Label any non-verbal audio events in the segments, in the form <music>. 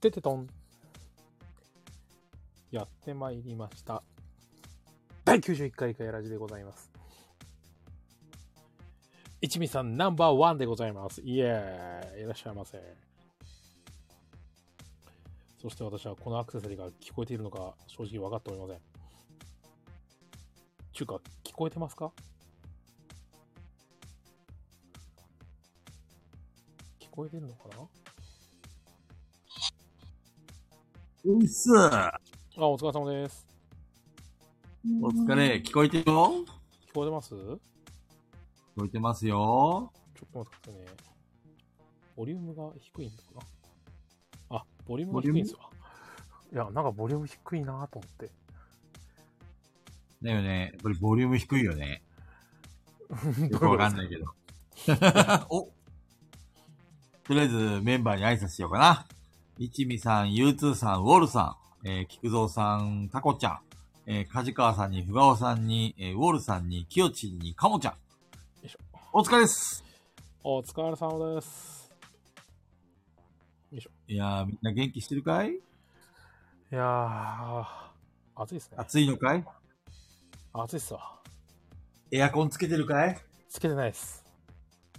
ててとん。やってまいりました。第91回かやらじでございます。一味さんナンバーワンでございます。イエーイいらっしゃいませ。そして私はこのアクセサリーが聞こえているのか正直分かっておりません。ちゅうか、聞こえてますか聞こえてるのかなうっす。あ、お疲れ様です。お疲れ。聞こえてるよ聞こえてますちょ聞こえてますよ。っと待ってくださいね。ボリュームが低いのかなあ、ボリュームがボリ低ューいんムですわ。いや、なんかボリューム低いなと思って。だよね。やっぱりボリューム低いよね。よくわかんないけど。 <laughs> おとりあえずメンバーに挨拶しようかな。一味さん、ゆうつーさん、ウォルさん、えー、菊蔵さん、タコちゃん、えー、梶川さんに、ふがおさんに、えー、ウォルさんに、きよちんに、かもちゃんいしょ。お疲れです。 <laughs> お疲れ様です。いやー、みんな元気してるかいいやー、暑いですね。暑いのかい暑いっすわ。エアコンつけてるかいつけてないっす。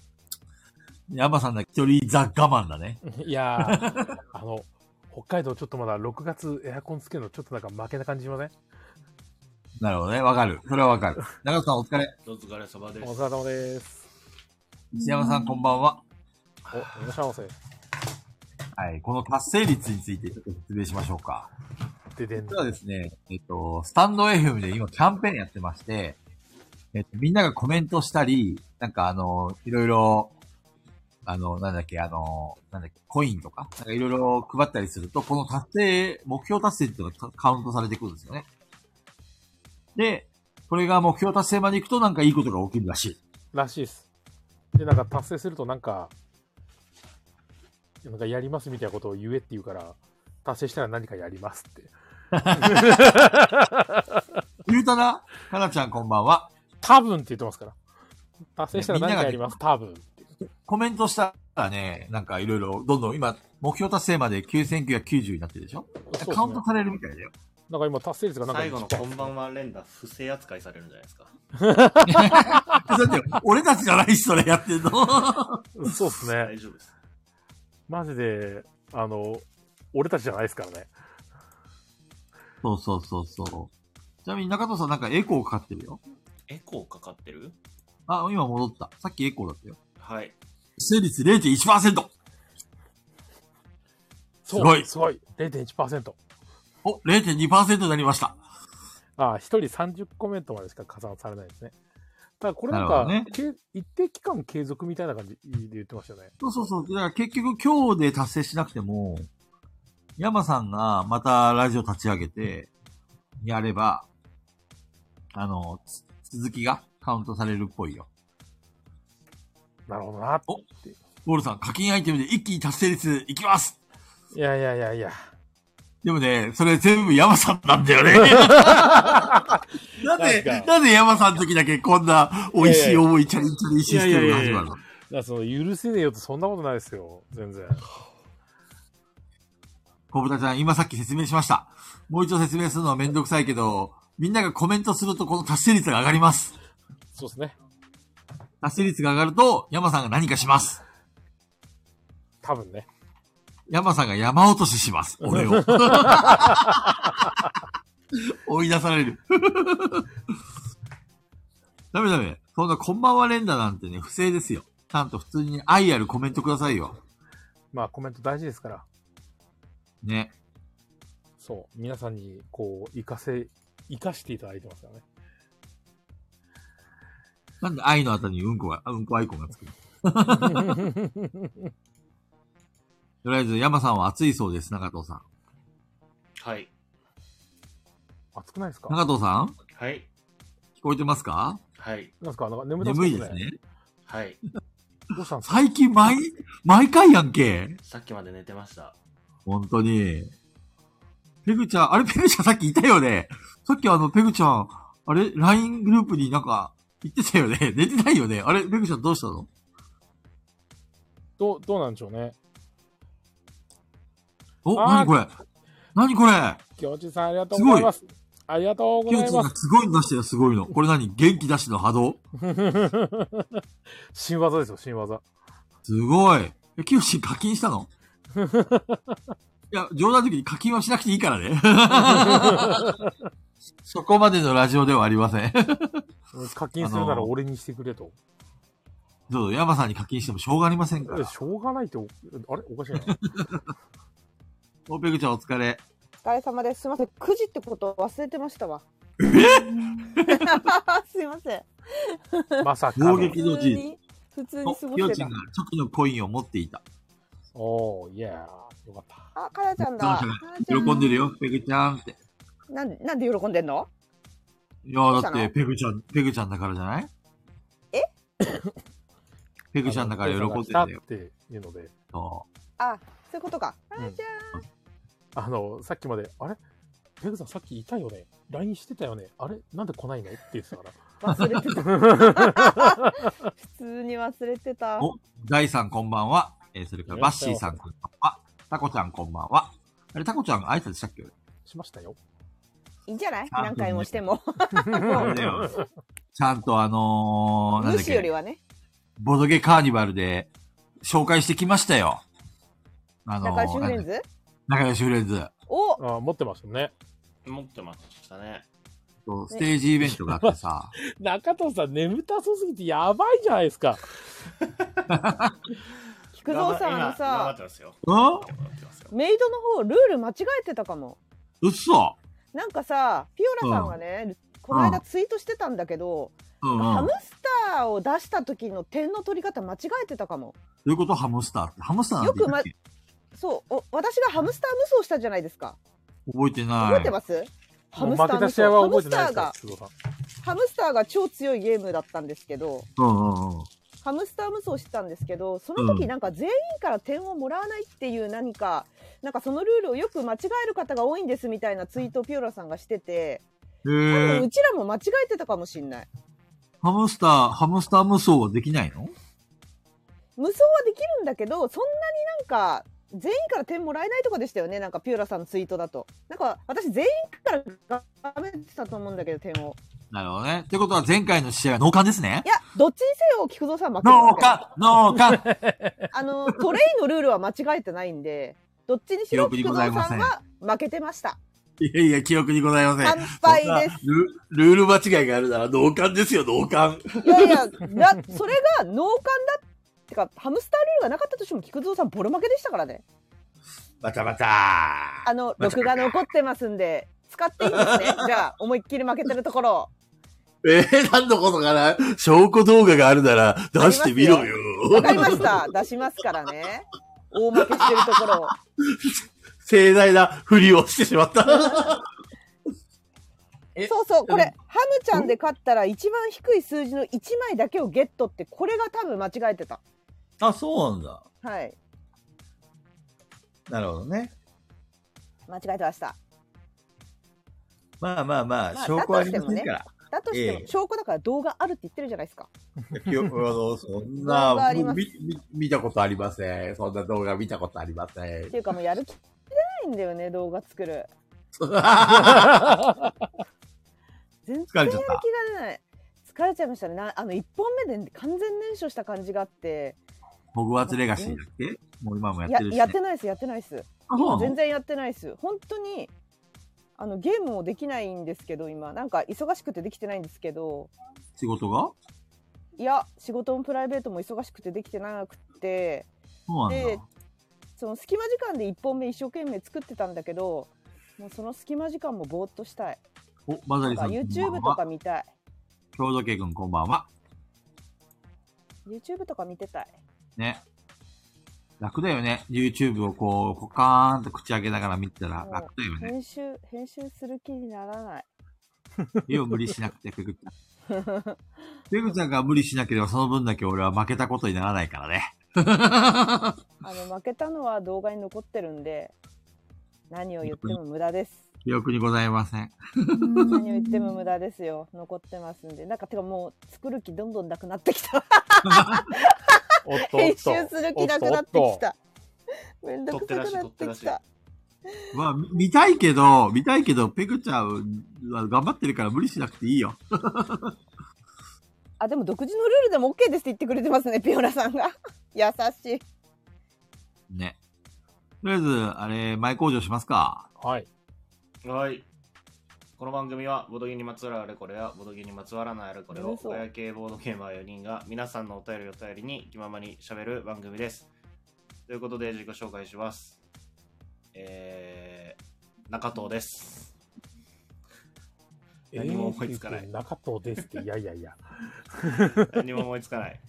<laughs> ヤマさんだけ一人ザ我慢だね。いや <laughs> ー、あの、北海道ちょっとまだ6月エアコンつけるのちょっとなんか負けな感じしませんなるほどね。わかる。それはわかる。長尾さんお疲れ。お疲れ様でおす。疲れ様です。石山さんこんばんは。お、いらっしゃいませ。はい。この達成率についてちょっと説明しましょうか。ででん実。はですね、えっと、スタンド FM で今キャンペーンやってまして、えっと、みんながコメントしたり、なんかあの、いろいろ、あの、なんだっけ、あの、なんだっけ、コインとか、なんかいろいろ配ったりすると、この達成、目標達成っていうのがカカウントされてくるんですよね。で、これが目標達成まで行くとなんかいいことが起きるらしい。らしいです。で、なんか達成するとなんか、なんかやりますみたいなことを言えって言うから、達成したら何かやりますって。言うたな、かなちゃんこんばんは。多分って言ってますから。達成したら何かやります、多分って。コメントしたらね、なんかいろいろ、どんどん今、目標達成まで9990になってるでしょそうですカウンねト。されるみたいだよ。なんか今達成率がなんか最後のこんばは。んは連打、不正扱いされるんじゃないですか。だって、 <laughs> 俺たちじゃないし、それやってんの。そうですね大。丈夫です。マジで、あの、俺たちじゃないですからね。そうそうそうそう。ちなみに中藤さんなんかエコーかかってるよ。エコーかかってるあ、今戻った。さっきエコーだったよ。はい。成率0.1%。すすごいすごい。0.1%。お、0.2%になりました。ああ、1人30コメントまでしか加算されないですね。ただこれなんなか、るほどねけ一定期間継続みたいな感じで言ってましたよね。そうそうそう。だから結局今日で達成しなくても、山さんがまたラジオ立ち上げて、やれば、あの、つ続きがカウントされるっぽいよ。なるほどなって。ウォルさん、課金アイテムで一気に達成率いきますいやいやいやいや。でもね、それ全部山さんなんだよね。 <laughs> なんで、なんかなんで山さんの時だけこんな美味しい思い、チャリンチャリンシステムいがやいやい始やいまやるのだからその許せねえよってそんなことないですよ。全然。小豚ちゃん、今さっき説明しました。もう一度説明するのはめんどくさいけど、みんながコメントするとこの達成率が上がります。そうですね。達成率が上がると、山さんが何かします。多分ね。山さんが山落としします。俺 <laughs> を。追い出される。 <laughs> ダメダメ。そんなこんばんは連打なんてね、不正ですよ。ちゃんと普通に愛あるコメントくださいよ。まあコメント大事ですから。ね。そう。皆さんにこう、活かせ、活かしていただいてますからね。なんで愛の後にうんこが、あうんこアイコンがつくの <laughs> とりあえず、山さんは暑いそうです、中藤さん。はい。暑くないですか中藤さんはい。聞こえてますかはい。なんですかなんか眠たそう眠いです。ね。はい。どうしたんですか最近毎、毎回やんけ。さっきまで寝てました。本当に。ペグちゃん、あれペグちゃんさっきいたよね。さっきあの、ペグちゃん、あれ ?LINE グループになんか、言ってたよね。寝てないよね。あれペグちゃんどうしたのどう、どうなんでしょうね。お、あ何ーこれ何これ京地さん、ありがとうございます。ありがとうごキざヨいチンまがす。すごいの出してるすごいの。これ何元気出しての波動新技ですよ、新技。すごい。えキヨチン課金したのいや、冗談的に課金はしなくていいからね。そこまでのラジオではありません。課金するなら俺にしてくれと。どうぞ、ヤマさんに課金してもしょうがありませんから。しょうがないってお、あれおかしいな。 <laughs> オペグちゃんお疲れ。お疲れ様です。すいません。9時ってこと忘れてましたわ。すいません。まさか攻の。撃の普通字。に、普通おに過ごキヨしてチンたが。初期のコインを持っていた。おー、いやー、よかった。あ、かなちゃんだ。かなちかゃんがなち喜ゃんでるよ、ペグちゃんって。ん。なんなんで喜んでんのいやーどだっうしたて、のペグちゃん、ペグちゃんだからじゃないえ <laughs> ペグちゃんだから喜んでんたっだよ。ていうので、そうあ、そういうことか。かんなちゃん。あの、さっきまで、あれペグさんさっきいたよね ?LINE してたよねあれなんで来ないのって言ってたから。 <laughs> 忘れてた。普通に忘れてた。お、ダイさんこんばんは。えーそれからバッシーさんこんばんは。タコちゃんこんばんは。あれ、タコちゃん挨拶したっけしましたよ。いいんじゃないあ何回もしても。俺だよちゃんとあのー、なん無だっ視よりけ、はね。ボドゲカーニバルで紹介してきましたよ。あのー、中井シュレズ。ンズ中井修練図。おあ持ってましたね。持ってましたね。そうステージイベントがあってさ。 <laughs> 中藤さん、眠たそうすぎてやばいじゃないですか。今頑張菊蔵さんあのっさてますよ。うん頑張ってますよ。メイドの方ルール間違えてたかもうっそなんかさピオラさんがね、この間ツイートしてたんだけど、うんうん。ハムどスターを出した時の点の取り方間違えてたかもういうことハムスターって。ハムスターなんて言ったっけそうお私がハムスター無双したじゃないですか覚えてない。覚えてます、ハもうムスタ負ーけ無た試双合はハム覚えスてタないでーすかがハムスターが超強いゲームだったんですけどうんうんうん。ハムスター無双してたんですけどその時うんなんか全員から点をもらわないっていう何か、なんかそのルールをよく間違える方が多いんですみたいなツイートをピオラさんがしてて、多へ分えう。ちらも間違えてたかもしんないハムスター、ハムスター無双はできないの無双はできるんだけどそんなになんか全員から点もらえないとかでしたよねなんかピューラさんのツイートだとなんか私全員から頑張ってたと思うんだけど点をなるほどね。ってことは前回の試合は脳幹ですねい。やどっちにせよ菊蔵さん負けて脳たけど幹脳幹 <laughs> あのトレイのルールは間違えてないんでどっちにしろ記菊憶にござい蔵まさせんんは負けてましたいやいや、記憶にございません。乾杯ですそんなルルール間違いがあるなら脳幹ですよ、脳幹。いやいやなそれが脳幹だってかハムスタールールがなかったとしても菊蔵さんボロ負けでしたからねバタバタあの録画残ってますんで使ってい <laughs> いんですねじゃあ思いっきり負けてるところをえー、何のことかな証拠動画があるなら出してみろよ。わかりました。出しますからね。大負けしてるところを。 <laughs> 盛大なふりをしてしまった。えそうそう、これ、ハムちゃんで勝ったら一番低い数字の1枚だけをゲットって、これが多分間違えてた。あ、そうなんだ。はい。なるほどね。間違えてました。まあまあま。まあ証拠はありませんからだとしてええも、証拠だから動画あるって言ってるじゃないですか。記憶あの、そん動画なあり、ます見、見見たことありません。そんな動画見たことありませんって。いうかもうやる気出ないんだよね、動画作る。 <laughs> 疲全然やれちゃったる気が出ない。疲れちゃいましたね。なあの、1本目で完全燃焼した感じがあって、ホグワーツレガシーだっけもう今もやっやてるし、ね。やってないです、やってないです。あそうなの全然やってないです本当にあのゲームもできないんですけど今なんか忙しくてできてないんですけど仕事がいや仕事もプライベートも忙しくてできてなくてそうなんだで。その隙間時間で1本目一生懸命作ってたんだけどもうその隙間時間もぼーっとしたいお、バザなリんかさん。こ YouTube んばんとはか見たい京都家君こんばんは。 YouTube とか見てたいね。楽だよね。YouTube をこう、ポカーンと口開けながら見てたらうん楽だよね。編集編集する気にな <laughs> らない家を無理しなくて、ペグちゃん。ペグちゃんが無理しなければその分だけ俺は負けたことにならないからね。あの負けたのは動画に残ってるんで何を言っても無駄です記憶にございません。何を言っても無駄ですよ残ってますんでなんかてかもう作る気どんどんなくなっ <laughs> てきたおっとおっと編集する気なくなってきためんどくさくな撮っっててらっきしゃいたまあ、み見たいけど、見たいけど、ペグちゃんは頑張ってるから無理しなくていいよ。あ、でも独自のルールでも OK ですって言ってくれてますね、ピオラさんが。 <laughs> 優しい。ね。とりあえず、あれ、前工場しますか。 <laughs> はい。はい。この番組は、ボドゲにまつわるあれこれや、ボドゲにまつわらないあれこれを、嘘親系ボードゲーマー4人が、皆さんのお便りを頼りに気ままに喋る番組です。ということで、自己紹介します。えー、中藤です。何も思いつかないえー中藤ですって、いやいやいや。何も思いつ <laughs> かない。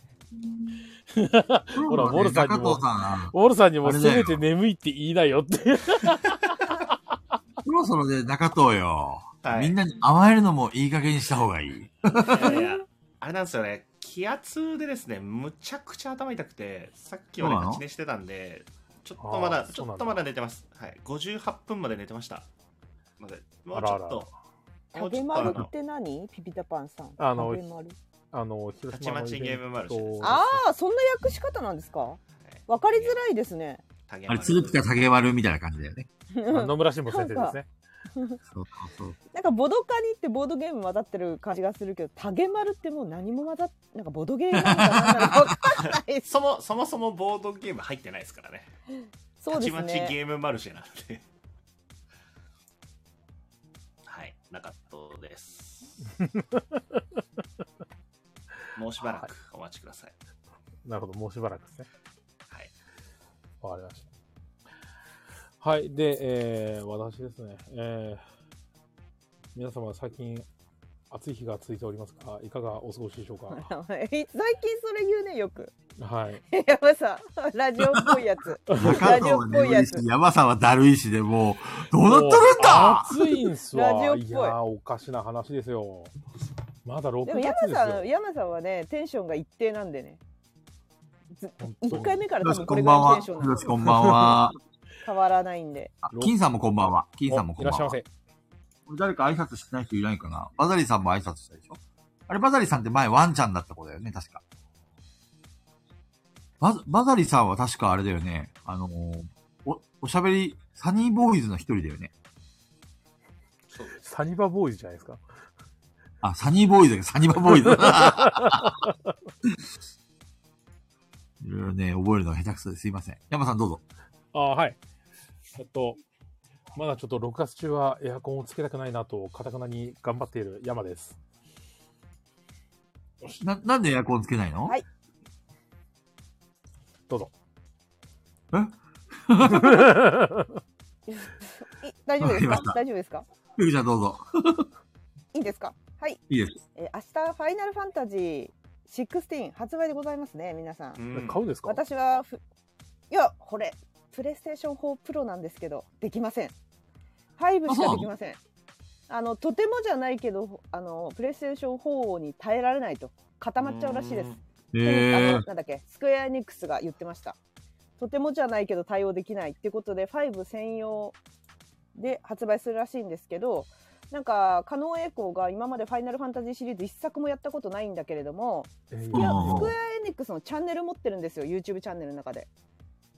ほらウォルさんにも中藤さん、ウォルさんにあもれせだよめて眠いって言いなよって。そろそろで中藤よ。はい。みんなに甘えるのもいい加減にした方がいい。いやいや、あれなんですよね、気圧でですね、むちゃくちゃ頭痛くて、さっきまでそうなの勝ち寝してたんで、ちょっとまだあ、ーちそうょなんだっとまだ寝てます。はい、58分まで寝てました。まだもあうちらょあっらと、もうち竹ょっとあ丸っの、て何ピピタパンさん。あの竹丸あの、た広ち島まのちイベゲームンもあるし、トああ、そんな訳し方なんですかわかりづらいですね。いあれ、鶴来た竹丸みたいな感じだよね。あ野村慎吾先生ですね。そうそうそう。 <laughs> なんかボドカニってボードゲーム混ざってる感じがするけど、タゲマルってもう何も混ざっ、なんかボドゲームなんか何なのかわかんないです。そもそもそもボードゲーム入ってないですからね。そうですたちまちね。ゲームマルシェなんで。はい、なかった <laughs> です。もうしばらくお待ちください。なるほど、もうしばらくですね。はい。わかりました。はい。で、えー、私ですね。えー、皆様、最近、暑い日が続いておりますが、いかがお過ごしでしょうか。 <laughs> 最近それ言うね、よく。 <laughs> はい。やばさ、ラジオっぽいや <laughs> つ。中ラ藤ジオはっぽい眠やいしつ、山さんはだるいしで、もう、どうなっとるんだもう暑いんすラジオわ。っぽいいやー、おかしな話ですよ。まだ6でも月山ですさん、よ。山さんはね、テンションが一定なんでね。ず本当に一回目からよ多し、分ここんれぐばらいんのは。テンションよなし、のこんばんは。変わらないんで。あ金さんもこんばんは。金さんもこんばんは。おいらっしゃい誰か挨拶してない人いないかなバザリさんも挨拶したでしょあれ、バザリさんって前ワンちゃんだった子だよね、確か。バザバザリさんは確かあれだよね。あのーお、おしゃべり、サニーボーイズの一人だよね。そうでませ。サニバボーイズじゃないですか。あ、サニーボーイズだけど、サニバボーイズ。 <laughs> いろいろね、覚えるのが下手くそですいません。山さんどうぞ。ああ、はい。えっと、まだちょっと6月中はエアコンをつけたくないなと、かたくなに頑張っている山です。な、なんでエアコンつけないの、はいどうぞ。い大丈夫ですわかりましかた大丈夫ですかゆきちゃんどうぞ。いいですかはい。いいです。えー明日、ファイナルファンタジー16発売でございますね、皆さんす。う。ん買うんですか私はふいやこれプレイステーション4プロなんですけどできません5しかできませんあのとてもじゃないけどあのプレイステーション4に耐えられないと固まっちゃうらしいですえあのなんだっけスクエアエニックスが言ってましたとてもじゃないけど対応できないっていうことで5専用で発売するらしいんですけどなんか狩野英孝が今まで「ファイナルファンタジー」シリーズ一作もやったことないんだけれどもえーいやうんスクエアエニックスのチャンネル持ってるんですよ YouTube チャンネルの中で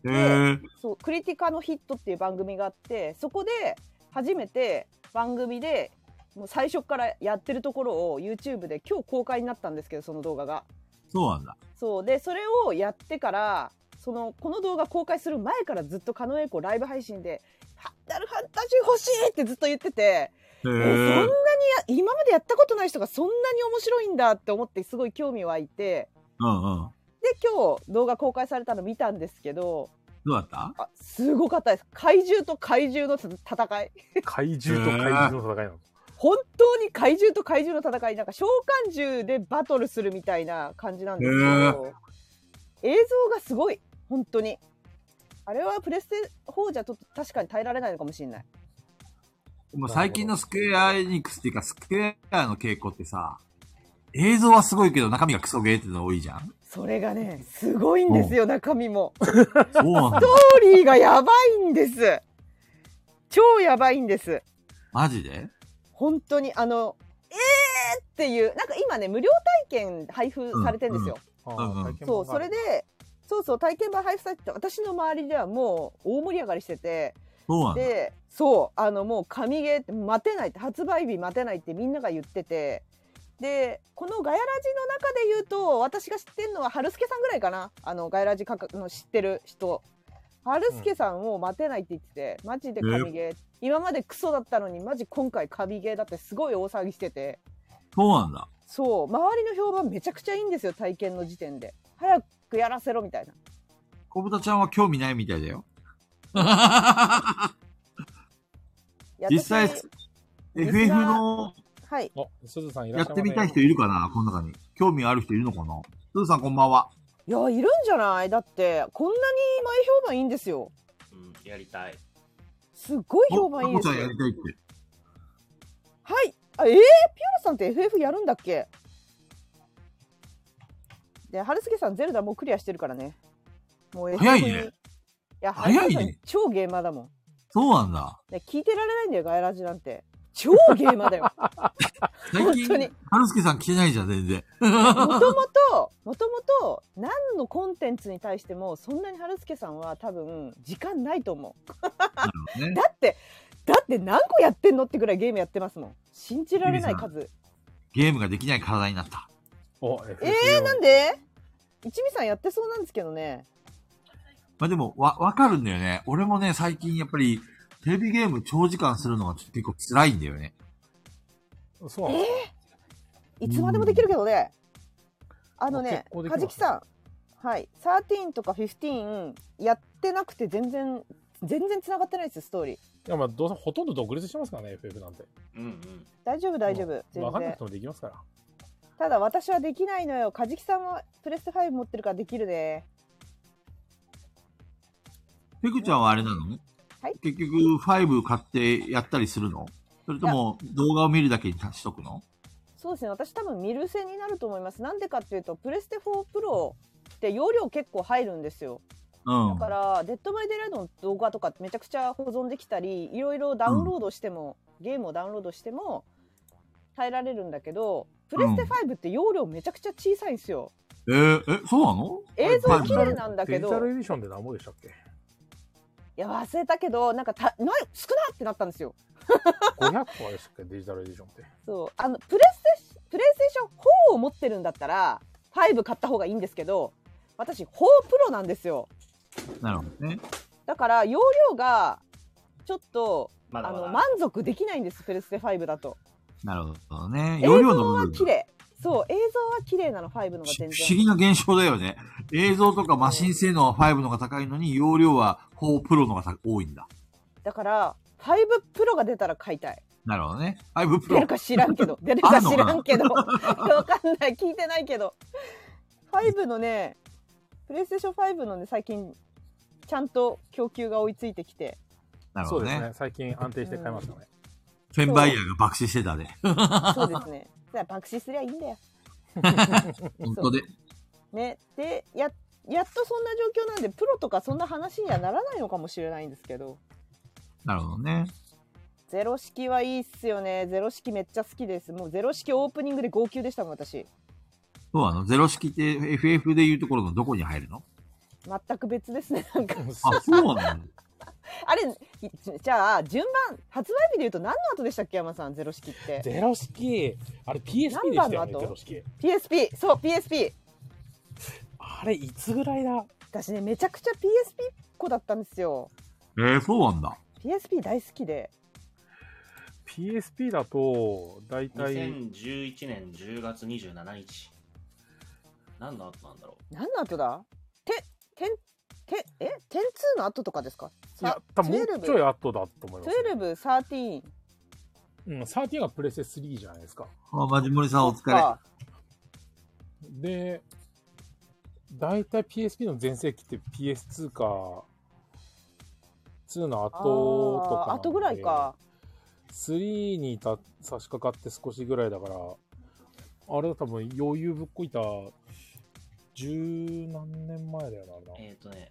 ー、えー、そう、クリティカのヒットっていう番組があって、そこで初めて番組でもう最初からやってるところを YouTube で今日公開になったんですけど、その動画が。そうなんだ。そう。で、それをやってから、その、この動画公開する前からずっと狩野英孝ライブ配信で、ファイナルファンタジー欲しいってずっと言ってて、ええーそんなーに、や今までやったことない人がそんなに面白いんだって思ってすごい興味湧いて、うんうん。で、今日動画公開されたの見たんですけど、どうだったあすごかったです怪獣と怪獣の戦い怪獣と怪獣の戦いなの。本当に怪獣と怪獣の戦いなんか召喚獣でバトルするみたいな感じなんですけど、へ映像がすごい本当にあれはプレステ4じゃちょっと確かに耐えられないのかもしれないもう最近のスクエアエニックスっていうか、スクエアの傾向ってさ、映像はすごいけど中身がクソゲーっての多いじゃんそれがねすごいんですよ中身もそうなんだ。ストーリーがやばいんです超やばいんですマジで本当にあのえーっていうなんか今ね無料体験配布されてんですよ、あー体験版そう、それで、そうそう、体験版配布されてて、私の周りではもう大盛り上がりしてて、そうなんだ。で <laughs> そうあのもう神ゲーって待てないって発売日待てないってみんなが言っててでこのガヤラジの中で言うと私が知ってるのは春助さんぐらいかなあのガヤラジかかの知ってる人春助さんを待てないって言ってて、マジで神ゲー、今までクソだったのにマジ今回神ゲーだってすごい大騒ぎしててそうなんだ。そう周りの評判めちゃくちゃいいんですよ体験の時点で早くやらせろみたいな小豚ちゃんは興味ないみたいだよ。いや実際私、リス FF ナーのはいあ、すずさんいらやっしゃってみたい人いるかなこの中に。興味ある人いるのかなすずさんこんばんは。いやいるんじゃないだってこんなに前評判いいんですようん、やりたい。すっごい評お判いいこですちゃよんやりたいって。はいあえー、ピアノさんって FF やるんだっけで春輔さんゼルダもうクリアしてるからねもう FF に早いねいや早いね春輔さん超ゲーマーだもんそうなんだ。ね聞いてられないんだよガヤラジなんて超ゲーマ <laughs> ーだよ最本当に近、春輔さん来てないじゃん、全然。もともともともと何のコンテンツに対してもそんなに春輔さんは多分時間ないと思うなるほどねだってだって何個やってんのってぐらいゲームやってますもん信じられない数ゲームができない体になった。お、えー、なんで一味さんやってそうなんですけどねまあでも、わ、わかるんだよね。俺もね、最近やっぱり、テレビゲーム長時間するのがちょっと結構辛いんだよね。でそうなんですかいつまでもできるけどねあのね結構できまカすジキさんはい13とか15やってなくて全然全然つながってないですストーリーいや、まあ、どうせほとんど独立してますからね、FF なんて。うんうん。大丈夫大丈夫全わかんな然くてもできますから。ただ私はできないのよカジキさんはプレステ5持ってるからできるねペグちゃんはあれなのはい結局、5買ってやったりするのそれとも、動画を見るだけにしとくのそうですね私多分ミルセになると思いますなんでかっていうとプレステ4プロって容量結構入るんですようん。だから、デッドバイデイライドの動画とかってめちゃくちゃ保存できたり、いろいろダウンロードしても、ゲームをダウンロードしても耐えられるんだけど、プレステ5って容量めちゃくちゃ小さいんですよ。えー、え、そうなの映像綺はい麗なんだけデジタルど、いエディションで何ぼでしたっけや忘れたけど、なんかたない少なってなったんですよ。 ?500 とかでしたっけデジタルエディションって。そうあのプレステプレイステーション4を持ってるんだったら、5買った方がいいんですけど、私4プロなんですよ。なるほどね。だから容量がちょっとまだあまのだ。満足できないんですプレステ5だと。なるほどね。映容像量のは部綺分が。麗そう映像は綺麗なの5のがし全不思然議な現象だよね。映像とかマシン性能は5のが高いのに、容量は4プロのが高多いんだ。だから5プロが出たら買いたいなるほどね。5プ出ロる。か知らんけど出る <laughs> あかるの知かならんけどわかんない聞いてないけど5のねプレイステーション5のね最近ちゃんと供給が追いついてきてなるそほうどですねね。。最近安定して買いましたね。フェンバイヤーが爆死してたで。そうですねじゃあ爆死すりゃいいんだよ本当で。ねでややっとそんな状況なんでプロとかそんな話にはならないのかもしれないんですけどなるほどね。ゼロ式はいいっすよね。ゼロ式めっちゃ好きです。もうゼロ式オープニングで号泣でしたもん、私。そうあの、ゼロ式って FF でいうところのどこに入るの全く別ですね。 <laughs> なんか、あ、そうなんだ。 <laughs> あれ、いじゃあ、順番、発売日で言うと何の後でしたっけ、山さん、ゼロ式って。ゼロ式、あれ PSP でしたよ何番ね、の後ゼロ式。 PSP、そう、PSP。あれ、いつぐらいだ私ね、めちゃくちゃ PSP っ子だったんですよ。えー、そうなんだ。 PSP 大好きで。 ?PSP だと、だいたい、 2011年10月27日。何の後なんだろ何の後だて、てん、て、え、テン2の後とかですかいや、多分もうちょい12、後だと思います、ね。 12 13。うん、13がプレステ3じゃないですか。あ、マジモリさんお疲れ。かで、だいたい PSP の全盛期って PS2 か、2の後とかあーなんで後ぐらいか。 3にた差し掛かって少しぐらいだから、あれは多分余裕ぶっこいた、十何年前だよな、あれう。な。えっ、ー、とね。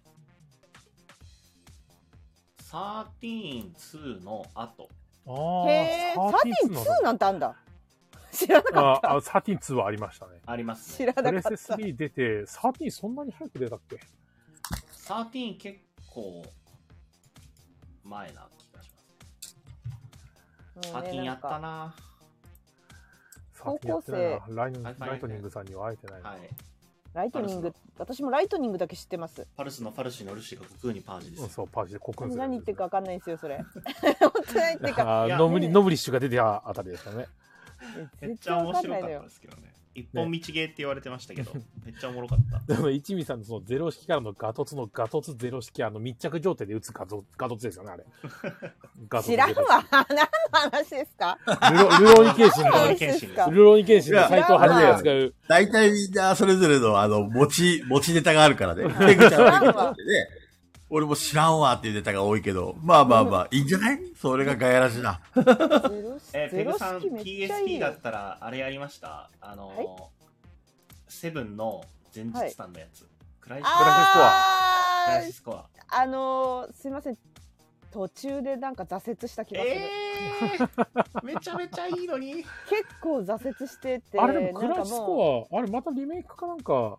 132の後。あへえ、あ、サティン2なんてあんだ。 <laughs> 知らなかっあた。あ、132はありましたね。あります知ね。らプなレかっステた。 3出て、13そんなに早く出たっけ13結構、前な気がします。も課うね金やったなんかな。サーティやってないな高ライニンラはいイトニングさんには会えてないな。はい。ライトニング私もライトニングだけ知ってますパルスのパルシーのルシーが悟空にパージでうん、す。そう、パージでコックンする何言ってるか分かんないんですよそれ本当に何言ってるかあいーやノブリねノブリッシュが出てたあたりですよね。めっ絶ちゃ対分面白かっかんないのたよですけどね。一本道ゲーって言われてましたけど、めっちゃおもろかっでた。も、一味さんのそのゼロ式からのガトツのガトツゼロ式、あの密着状態で打つガトガトツですよね、あ <laughs> れ。ガトツ知らんわ <laughs> 何の話ですかゼロ式。ルロルロニケンシンルロのーニ、ケンシンですあルローニケンシンの斎藤はじめが使う、大体みんなそれぞれのあの、持ち、持ちネタがあるからね。 <laughs> ペグちゃんのネタってね。俺も知らんわっていうネタが多いけど、まあまあま <laughs> あ、いいんじゃないそれがガヤらしだ。ゼロ式えー、ペゼグロさん、式めっちゃいい PSP だよったら、あれやりましたあのー、はいセブンの前日さんのやつ。クライシスコア。クあライシースコア。あのーすいません途中でなんか挫折した気がする、えー、めちゃめちゃいいのに。結構挫折しててあれでもクなんラかシスもコア、あれまたリメイクかなんか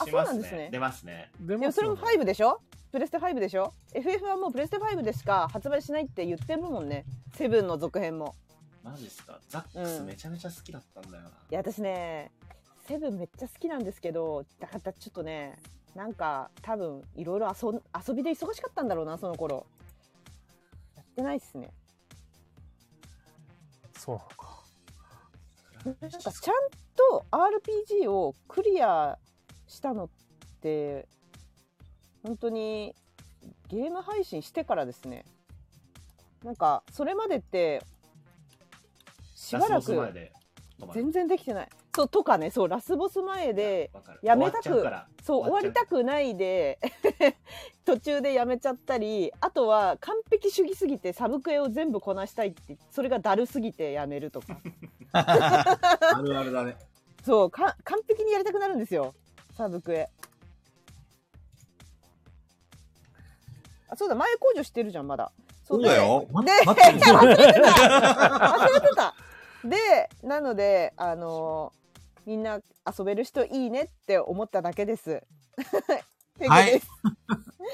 あしまそすうなんですねね。出ますね。出ういやますそれよもね。 5でしょプレステ5でしょ FF はもうプレステ5でしか発売しないって言ってるもんねセブンの続編もマジですかザックスうんめちゃめちゃ好きだったんだよな。いや私ねセブンめっちゃ好きなんですけどだからちょっとねなんか多分いろいろ遊ん遊びで忙しかったんだろうなその頃やってないっすねそうなのか。なんかちゃんと RPG をクリアしたのって本当にゲーム配信してからですねなんかそれまでってしばらラスボス前くで止まる全然できてないそうとかねそうラスボス前でわかるやめたく終わっちゃうからそう終わりたくないで <laughs> 途中でやめちゃったりあとは完璧主義すぎてサブクエを全部こなしたいってそれがだるすぎてやめると <laughs> かあるあるだね。そうか完璧にやりたくなるんですよサブクエあそうだ前工場してるじゃんまだそうだよ。まで待ってるよ <laughs> で忘れてたでなのであのみんな遊べる人いいねって思っただけです <laughs> ペグですありが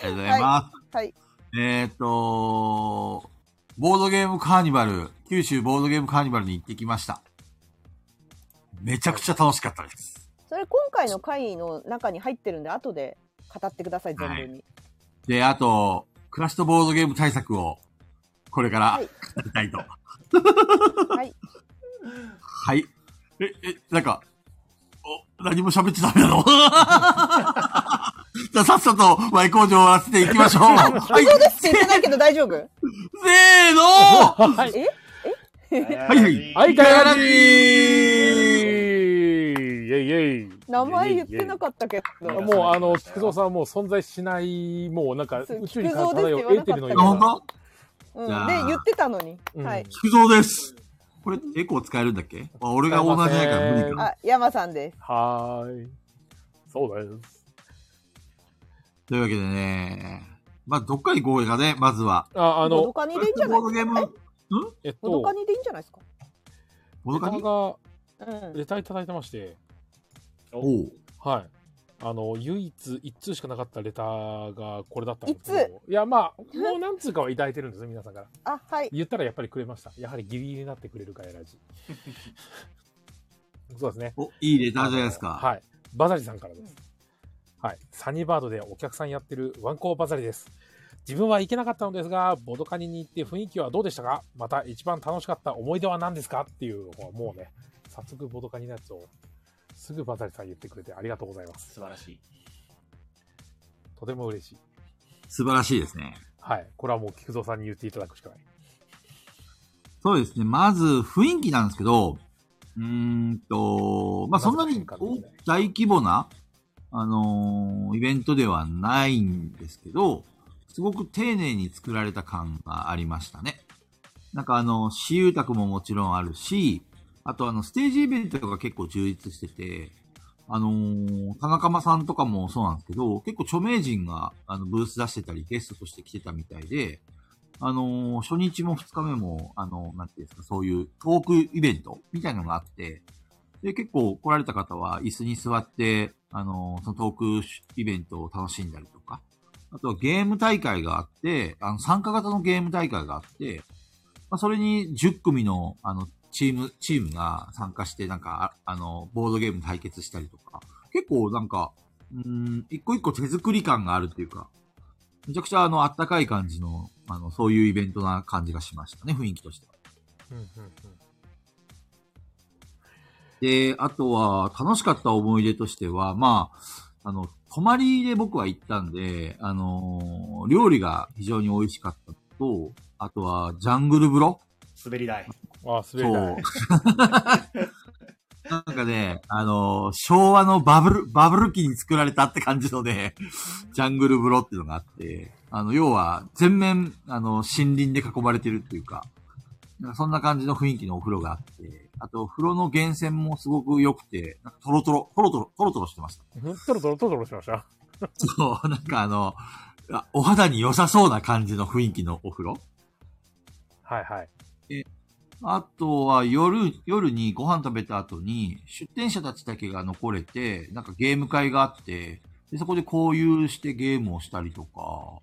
とうございます。はいえーっと、ボードゲームカーニバル、九州ボードゲームカーニバルに行ってきました。めちゃくちゃ楽しかったです。それ今回の回の中に入ってるんで後で語ってください全部に、で、あと、クラシとボードゲーム対策を、これからはい、やりたいと。はい、 <laughs> はい。え、え、なんか、お、何も喋っちゃダメなの <laughs> じゃあさっさと前工場を終わらせていきましょう。はい、そうですって言ってないけど大丈夫せーのはい。はえいはいはい、ガガヤヤララジジーイェイイェイ名前言ってなくかったけどいやいやいやもう、あの、菊蔵さんはもう存在しない、もうなんか、そう宇宙に菊蔵漂ですっうて言わエーなかったテルのよう本な。当うん、じでゃあ言ってたのに、うんはい菊蔵です。これ、エコー使えるんだっけあ俺が同じだから無理か。あ山さんですはーい。そうです。というわけでね、まあ、どっかに行こうかね、まずは。あ、ああのボドの、カニボでいいんじゃないードゲーム、えっボドとカ、ニでいいんじゃないですかボードカネニタが、うんレターいただいてまして、おう。はい。あの、唯一、一通しかなかったレターがこれだったんですけ一ど、いや、まあ、もう何通かはいただいてるんですね、皆さんから。あはい言ったらやっぱりくれました。やはりギリギリになってくれるからラ <laughs> ジ。そうですね。お、いいレターじゃないですか。はい。バザリさんからです。はい。サニーバードでお客さんやってるワンコーバザリです。自分は行けなかったのですが、ボドカニに行って雰囲気はどうでしたかまた一番楽しかった思い出は何ですかっていうのはもうね、早速ボドカニのやつをすぐバザリさん言ってくれてありがとうございます。素晴らしい。とても嬉しい。素晴らしいですね。はい。これはもう菊蔵さんに言っていただくしかない。そうですね。まず、雰囲気なんですけど、うーんと、まあ、そんなに大大規模な、あのーイベントではないんですけど、すごく丁寧に作られた感がありましたね。なんかあの、私有宅ももちろんあるし、あとあの、ステージイベントが結構充実してて、あのー田中間さんとかもそうなんですけど、結構著名人があのブース出してたり、ゲストとして来てたみたいで、あのー初日も二日目も、あのなんていうんですか、そういうトークイベントみたいなのがあって、で、結構来られた方は椅子に座って、あのーそのトークイベントを楽しんだりとか、あとゲーム大会があって、あの、参加型のゲーム大会があって、まあ、それに10組の、あの、チーム、チームが参加して、なんか、ああの、ボードゲーム対決したりとか、結構なんか、うーん、一個一個手作り感があるっていうか、めちゃくちゃあの、あったかい感じの、あの、そういうイベントな感じがしましたね、雰囲気としては。うんうんうんで、あとは、楽しかった思い出としては、まあ、あの、泊まりで僕は行ったんで、あのー料理が非常に美味しかったのと、あとは、ジャングル風呂滑り台。ああ、滑り台。そう。 <laughs> なんかね、あのー昭和のバブル、バブル期に作られたって感じのね、ジャングル風呂っていうのがあって、あの、要は、全面、あの、森林で囲まれてるっていうか、なんかそんな感じの雰囲気のお風呂があって、あと、風呂の源泉もすごく良くて、なんかトロトロ、トロトロ、トロトロしてました。うんトロトロトロトロしました。そう、なんかあの、あお肌に良さそうな感じの雰囲気のお風呂。はいはい。あとは夜、夜にご飯食べた後に、出店者たちだけが残れて、なんかゲーム会があって、でそこで交流してゲームをしたりとか、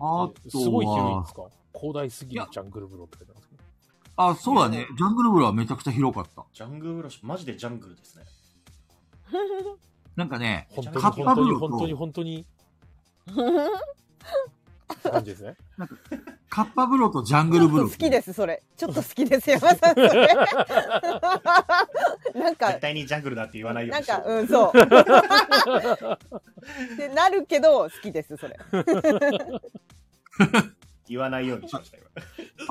あえすとごい広いんではす、か広大すぎるジャングル風呂って書いてますけど。あ、そうだね。ジャングル風呂はめちゃくちゃ広かった。ジャングルブラシ、マジでジャングルですね。なんかね、本カ当ッパ風に呂と本当に本当に本当にって感じですね。カッパ風呂とジャングちルょっ風と呂。 <laughs> 好きですそれちょっと好きです山さんそれ <laughs> なんか絶対にジャングルだって言わないようなんにしてかるうんそうってなるけど好きですそれ言わないようにしましたよ。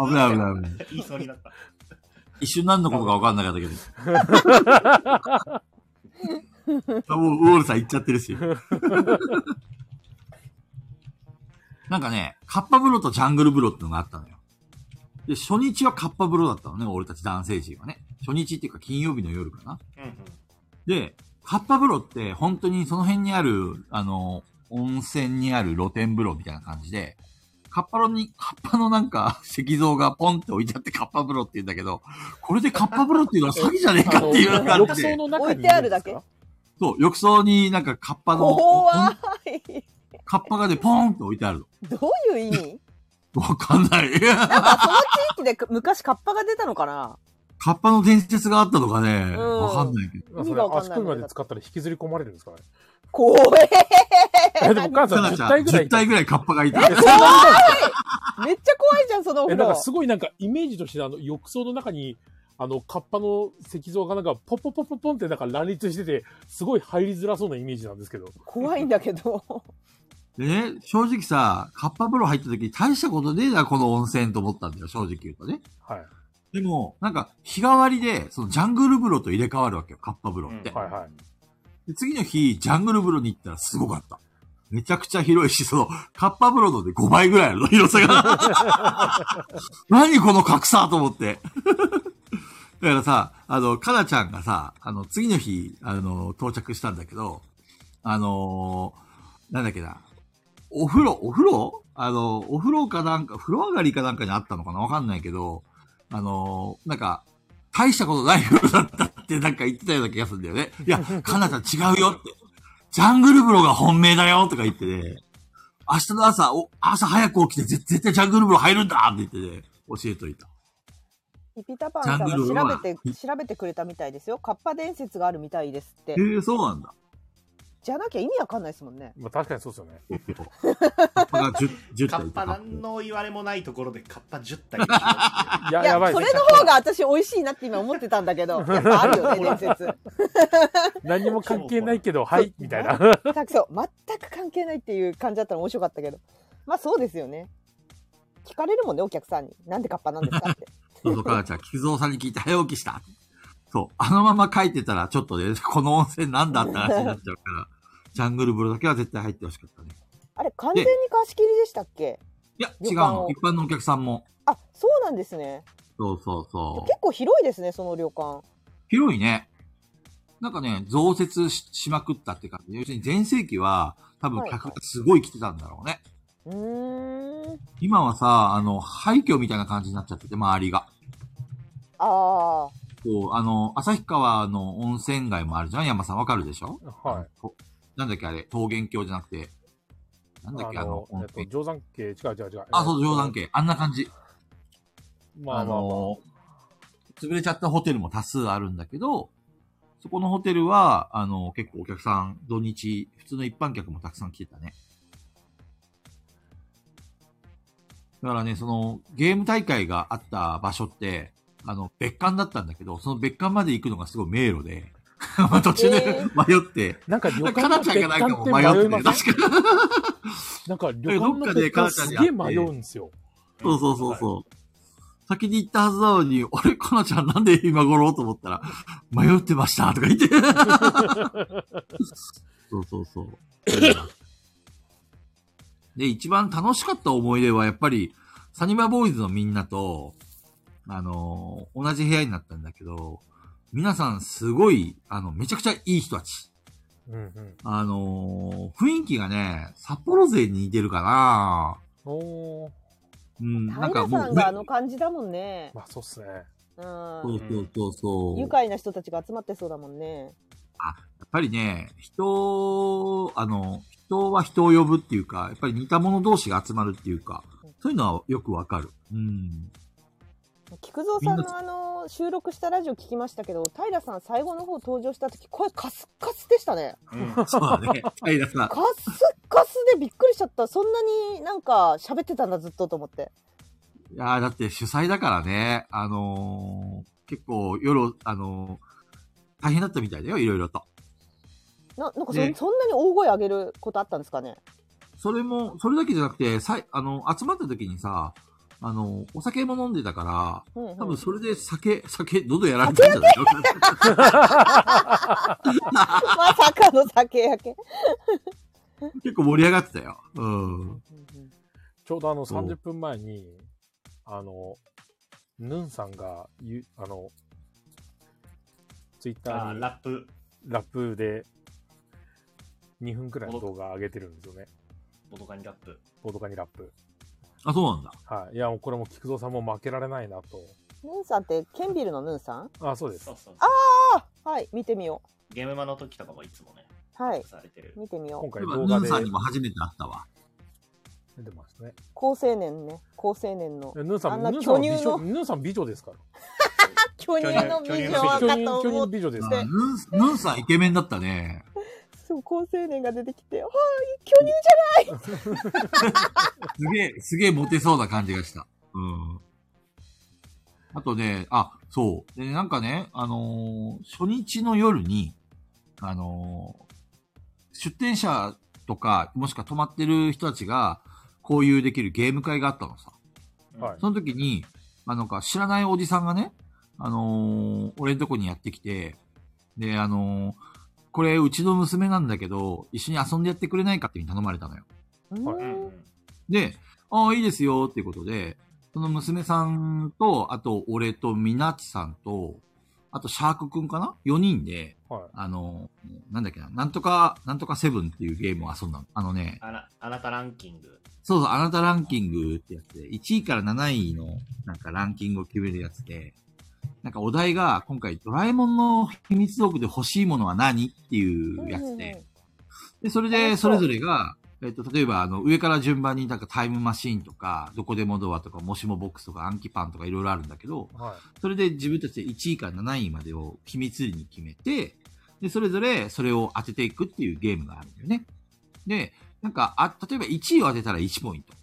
危ない危ない危ない。言いそうにな <laughs> った。一瞬何のことか分かんなかったけど。あもう、ウォールさん行っちゃってるし。なんかね、カッパ風呂とジャングル風呂ってのがあったのよ。で、初日はカッパ風呂だったのね、俺たち男性陣はね。初日っていうか金曜日の夜かな。うんうん。で、カッパ風呂って本当にその辺にある、あの、温泉にある露天風呂みたいな感じで、カッパのに、カッパのなんか石像がポンって置いてあってカッパ風呂って言うんだけど、これでカッパ風呂っていうのは詐欺じゃねえかっていうあの感浴じ槽で。の中に置いてあるだけですかそう、浴槽になんかカッパの、怖いカッパがでポンって置いてあるどういう意 <laughs> 味の。わかんない。地域で昔カッパが出たのかなカッパの伝説があったのかね、んわかんないけど。そ意味れがわか足んない首まで使ったら引きずり込まれるんですかね。怖ええ、でもお母ささんなち10ゃ体ん、ぐらい10いた。体ぐらいカッパがいた。え、そんなにいたんですかめっちゃ怖いじゃんそのおえ、風なんか呂すごいなんかイメージとしてあの浴槽の中に、あの、カッパの石像がなんかポッポッポッポッポンってなんか乱立してて、すごい入りづらそうなイメージなんですけど。怖いんだけどでね、正直さ、カッパ風呂入った時大したことねえな、この温泉と思ったんだよ、正直言うとね。はい。でも、なんか、日替わりで、そのジャングル風呂と入れ替わるわけよ、カッパ風呂って。うんはいはい。で次の日、ジャングル風呂に行ったらすごかった。めちゃくちゃ広いし、その、カッパ風呂ので5倍ぐらいあるの、 <laughs> 広さが。 <laughs> 何この格差と思って。 <laughs> だからさ、あの、かなちゃんがさ、あの、次の日、あの、到着したんだけど、あのーなんだっけな、お風呂、お風呂あの、お風呂かなんか、風呂上がりかなんかにあったのかなわかんないけど、あのーなんか、大したことない風呂だったってなんか言ってたような気がするんだよね。いや、かなちゃん違うよって。ジャングル風呂が本命だよとか言ってね。明日の朝、お朝早く起きて絶絶対ジャングル風呂入るんだって言ってね、教えといた。ピピタパンさんがジャング調ルべて調べてくれたみたいですよカッパ伝説があるみたいですってへえ、そうなんだ。じゃなきゃ意味わかんないですもんねまあ確かにそうですよね。カッパが 10, 10カ体ッいパた。何の言われもないところでカッパ10体でしょいや、いややばいそでれすねの方が私美味しいなって今思ってたんだ <laughs> けどやっぱあるよね伝説何も関係ないけど、はい、みたいな。たくそう全く関係ないっていう感じだったら面白かったけどまあそうですよね聞かれるもんねお客さんになんでカッパなんですかってそうそう、かなちゃん、菊蔵さんに聞いて早起きした。そう、あのまま書いてたら、ちょっとね、この温泉なんだって話になっちゃうから、ジャングル風呂だけは絶対入ってほしかったね。あれ完全に貸し切りでしたっけいや、違う旅館のを。一般のお客さんも。あそうなんですねそうそうそう。結構広いですねその旅館広いね。なんかね、増設ししまくったって感じ。要するに前世紀は、多分はいはい客がすごい来てたんだろうね。うーん今はさ、あの、廃墟みたいな感じになっちゃってて、周りが。ああこう、あの、旭川の温泉街もあるじゃん山さんわかるでしょはこなんだっけあれ、桃源郷じゃなくて、なんだっあけ、あのの、、ホーえムっペーと、ジ定山系、違う違う違う。あ、そう、冗談系。あんな感じ。まあまあまああ。の、潰れちゃったホテルも多数あるんだけど、そこのホテルは、あの、結構お客さん、土日、普通の一般客もたくさん来てたね。だからね、その、ゲーム大会があった場所って、あの、別館だったんだけど、その別館まで行くのがすごい迷路で、 <laughs> まあ途中でえ迷って、なんか旅なん館かかのなちゃんかなんかも迷ってね、ま確せんかに。なんか旅館の別館すげえ迷うんですよ。そうそうそうそう。先に行ったはずなのに、あれ、かなちゃんなんで今頃と思ったら、迷ってましたとか言って。そうそうそう。で、一番楽しかった思い出は、やっぱり、サニバボーイズのみんなと、あのー同じ部屋になったんだけど、皆さんすごい、あの、めちゃくちゃいい人たち。うんうん。あのー雰囲気がね、札幌勢に似てるかなおー、うん、なんか平もう。さんがあの感じだもんね。まあそうっすね。うそうそうそうそう。ん。愉やっ快な人たちが集まってそうだもんね。ぱりね、人、あの、人は人を呼ぶっていうか、やっぱり似た者同士が集まるっていうか、そういうのはよくわかる。うん。菊蔵さんみんなのあの収録したラジオ聞きましたけど、平さん最後の方登場した時声カスカスでしたね。うんそうだね。平さん。カスカスでびっくりしちゃった。そんなになんか喋ってたんだずっとと思って。いやーだって主催だからね、あのー結構夜、あのー大変だったみたいだよ、いろいろと。ななんかそ,、ねそんなに大声上げることあったんですかね。それも、それだけじゃなくて、さい、あの、集まった時にさ、あの、お酒も飲んでたから、うんうん多分それで酒、酒、喉やられたんじゃないの <laughs> まさかの酒焼け。 <laughs> 結構盛り上がってたよ。うん。ちょうどあのそう30分前に、あの、ヌンさんがゆ、あの、ツイッタあーーにラップラップで2分くらいの動画上げてるんですよね。ボトカニラップボードカにラップ。あ、そうなんだ。はい。いや、もうこれも菊蔵さんも負けられないなと。ヌンさんってケンビルのヌンさんあ、そうですそ。うそうそうあはい見てみよゲームマの時とかもいつもねう。はいされてる見てみよ今う。回今、動ヌ画ンでさんにも初めて会ったわ。出てますね。高青年ね高青年のいやヌンさあん、んなヌンさんは美巨乳の女、ヌンさん美女ですから。巨乳の美女あか巨乳、と巨思乳って美女ですでかあヌンヌンさんイケメンだったね。そう高青年が出てきて「はい巨乳じゃすげえ、すげえモテそうな感じがした。うん。あとね、あ、そう。でね、なんかね、あのー初日の夜に、あのー出店者とか、もしくは泊まってる人たちが交流できるゲーム会があったのさ。はいその時に、まあ、なんか知らないおじさんがね、あのー俺のとこにやってきて、で、あのーこれうちの娘なんだけど、一緒に遊んでやってくれないかっていうふうに頼まれたのよ。ない!」はういんううんんで、ああ、いいですよっていうことで、その娘さんと、あと俺とみなちさんと、あとシャークくんかな ?4 人で、はあのー、なんだっけな、なんとか、なんとかセブンっていうゲームを遊んだの。あのね、あなあなたランキングそうそう、あなたランキングってやつで、1位から7位の、なんかランキングを決めるやつで、なんかお題が、今回、ドラえもんの秘密道具で欲しいものは何っていうやつで、で、それ楽で、しそそうれぞれが、えっと、例えば、あの、上から順番になんかタイムマシーンとか、どこでもドアとか、もしもボックスとか、暗記パンとかいろいろあるんだけど、い。はそれで自分たちで1位から7位までを秘密裏に決めて、で、それぞれそれを当てていくっていうゲームがあるんだよね。で、なんか、あ、例えば1位を当てたら1ポイント。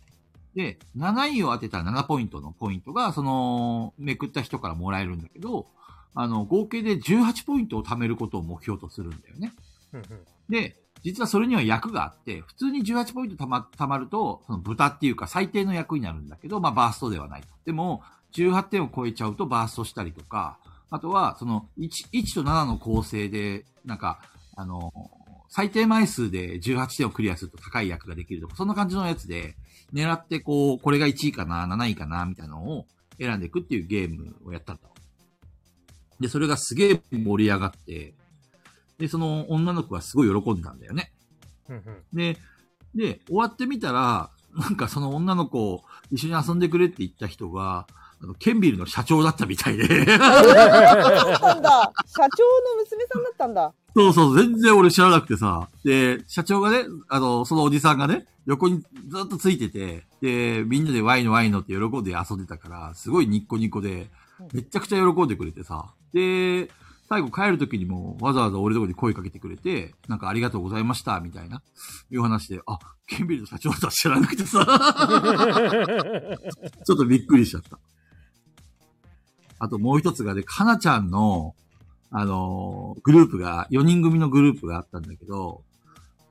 で、7位を当てたら7ポイントのポイントが、その、めくった人からもらえるんだけど、あの、合計で18ポイントを貯めることを目標とするんだよね。い。うんうん。で、実はそれには役があって、普通に18ポイントたま、たまると、その豚っていうか最低の役になるんだけど、まあバーストではないと。でも、18点を超えちゃうとバーストしたりとか、あとは、その1、1と7の構成で、なんか、あの、最低枚数で18点をクリアすると高い役ができるとか、そんな感じのやつで、狙ってこう、これが1位かな、7位かな、みたいなのを選んでいくっていうゲームをやったんだ。で、それがすげえ盛り上がって、で、その女の子がすごい喜んだんだよね。うんう <laughs> ん。 <laughs> で、で、終わってみたら、なんかその女の子を一緒に遊んでくれって言った人が、あの、ケンビルの社長だったみたいで。 <laughs> そうだったんだ社長の娘さんだったんだそうそう、全然俺知らなくてさ。で、社長がね、あの、そのおじさんがね、横にずっとついてて、で、みんなでワイのワイのって喜んで遊んでたから、すごいニッコニコで、めちゃくちゃ喜んでくれてさ。で、最後帰る時にもわざわざ俺のとこに声かけてくれて、なんかありがとうございました、みたいな、いう話で、あ、ケンビルの社長だとは知らなくてさ、ちょっとびっくりしちゃった。あともう一つがね、かなちゃんの、あのー、グループが、4人組のグループがあったんだけど、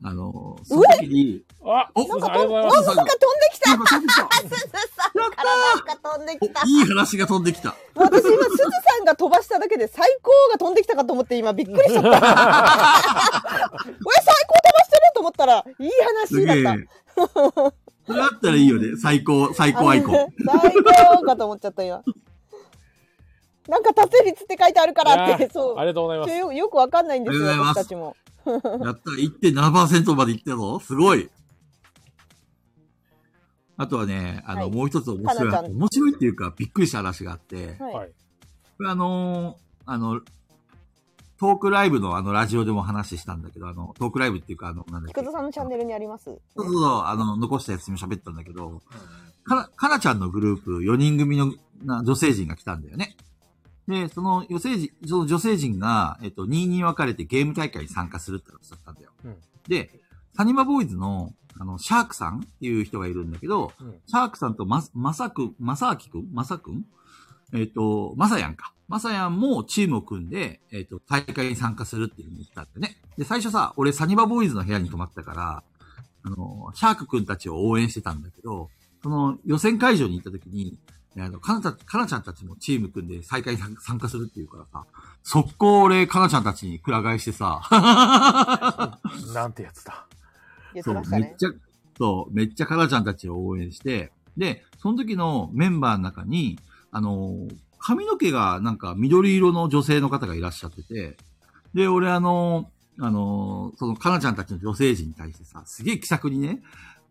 あのー、その時に、あ、おすいませんありがとうござい音ます。楽が飛んできたあ飛んできたすずさんからなんか飛んでおきたいい話が飛んできた。私今すずさんが飛ばしただけで最高が飛んできたかと思って今びっくりしちゃったえ最高飛ばしてると思ったらいいすげ話えだった。それだったらいいよね。最高、最高アイコン。最高かと思っちゃった今なんか達成率って書いてあるからっいやてーそうありがとうございます。よよくわかんないんですよありがとうご私ざいますたちもやったら1.7%までいったぞ。すごい。あとはね、あの、はいもう一つ面白いかなちゃん面白いっていうか、びっくりした話があって、はい、はい。これあのーあの、トークライブのあの、ラジオでも話したんだけど、あの、トークライブっていうか、あの、なんだっけ菊。蔵さんのチャンネルにありますそうそうそう、あの、残したやつにも喋ったんだけど、かな、かなちゃんのグループ、4人組のな女性陣が来たんだよね。で、その女性陣、その女性陣が、えっと、2に分かれてゲーム大会に参加するって話だったんだよ。うんで、サニマボーイズの、あの、シャークさんっていう人がいるんだけど、うんシャークさんとま、まさくん、まさあきくんまさくんえっ、と、まさやんか。まさやんもチームを組んで、えっ、と、大会に参加するっていうふうに言ったんだよね。で、最初さ、俺サニバボーイズの部屋に泊まったから、あの、シャークくんたちを応援してたんだけど、その予選会場に行った時に、あの、かなた、かなちゃんたちもチーム組んで再会に参参加するっていうからさ、速攻俺、かなちゃんたちにくら替えしてさ、なんてやつだ。言ってそうましためねっちゃ、そう、めっちゃカラちゃんたちを応援して、で、その時のメンバーの中に、あのー、髪の毛がなんか緑色の女性の方がいらっしゃってて、で、俺あのー、あのー、そのカナちゃんたちの女性陣に対してさ、すげえ気さくにね、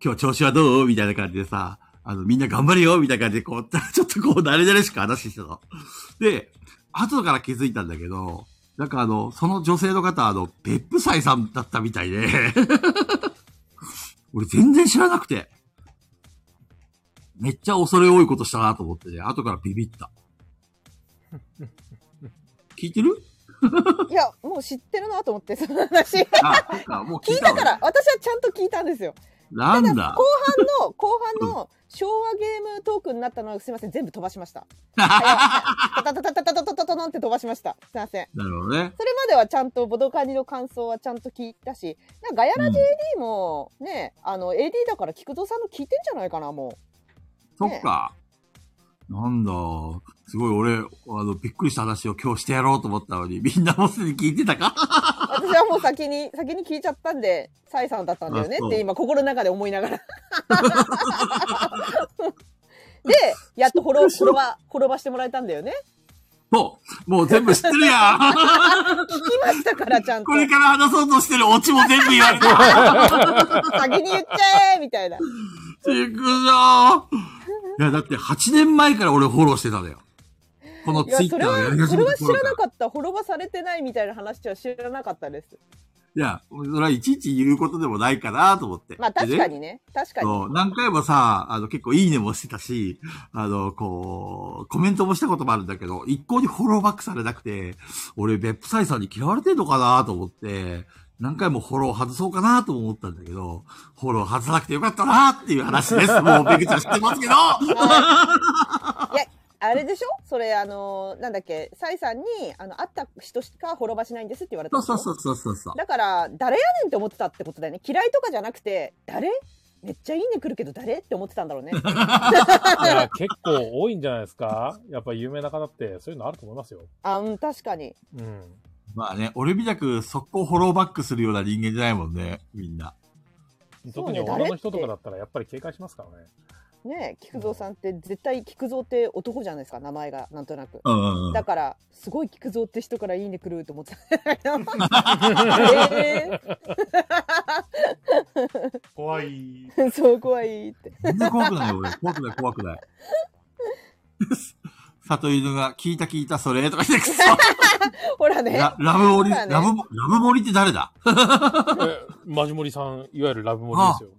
今日調子はどうみたいな感じでさ、あの、みんな頑張れよみたいな感じで、こう、ちょっとこう、慣れ慣れしく話してたの。で、後から気づいたんだけど、なんかあの、その女性の方、あの、ペップサイさんだったみたいで、俺全然知らなくて。めっちゃ恐れ多いことしたなと思ってね、後からビビった。聞いてるいやもう知ってるなと思ってその話聞いあ、そっか、もう聞いたたわから私はちゃんと聞いたんですよなんだ後半の、後半の昭和ゲームトークになったのはすいません、全部飛ばしました。タタタタタタタタタタンって飛ばしました。すいません。 <laughs> なるほどね。それまではちゃんとボドカニの感想はちゃんと聞いたし、なんかガヤラ JD もね、あの AD だから菊蔵さんの聞いてんじゃないかな、もそっか。なんだ。すごい俺、あの、びっくりした話を今日してやろうと思ったのに、みんなもうすでに聞いてたかう。私はもう先 <laughs> に、先に聞いちゃったんで、サイさんだったんだよねあそうって今心の中で思いな <laughs> がら。で、やっと転ば、転ば、転ばしてもらえたんだよね。そう。もう全部知ってるやん。 <laughs> 聞きましたから、ちゃんとこ。れから話そうとしてるオチも全部言われた。先に言っちゃえみたいな。ちくしょういや、だって8年前から俺フォローしてたんだよ。このいやツイッタそーれのやりは始そめれたは知頃らからな。かった滅ばされてないみたいな話は知らなかったですいや、それはいちいち言うことでもないかなと思って。まあ確かでね。にね確かにそう何回もさ、あの、結構いいねもしてたし、あの、こう、コメントもしたこともあるんだけど、一向にフォローバックされなくて、俺、ベップサイさんに嫌われてんのかなと思って、何回もフォロー外そうかなとも思ったんだけど、フォロー外さなくてよかったなっていう話 <laughs> です。もう、ベクちゃん知ってますけど <laughs> はいいやあれでしょそれあのーなんだっけサイさんにあの会った人しか滅ばしないんですって言われたそんうですそようそうそうそうそう。だから誰やねんって思ってたってことだよね嫌いとかじゃなくて誰めっちゃいいね来るけど誰って思ってたんだろ <laughs> うねいや、結構多いんじゃないですかやっぱ有名な方って、そういうのあると思いますよ。あうん確かにうん。まあね、俺みたく速攻フォローバックするような人間じゃないもんね、みんな。特にそうね女の人とかだったら、やっぱり警戒しますからね。ねえ菊蔵さんって絶対菊蔵って男じゃないですか名前がなんとなくうんうんうんだ。からすごい菊蔵って人からいいね来ると思って <laughs> た <laughs> えー怖い。そう怖いって。 <laughs> 全然怖くないよ、俺。怖くない、怖くない。里犬が、聞いた聞いたそれとか言ってくそ。ほらね。ララブモリ、そうだねラブモ、ラブモリって誰だえマジモリさん、いわゆるラブモリですよ。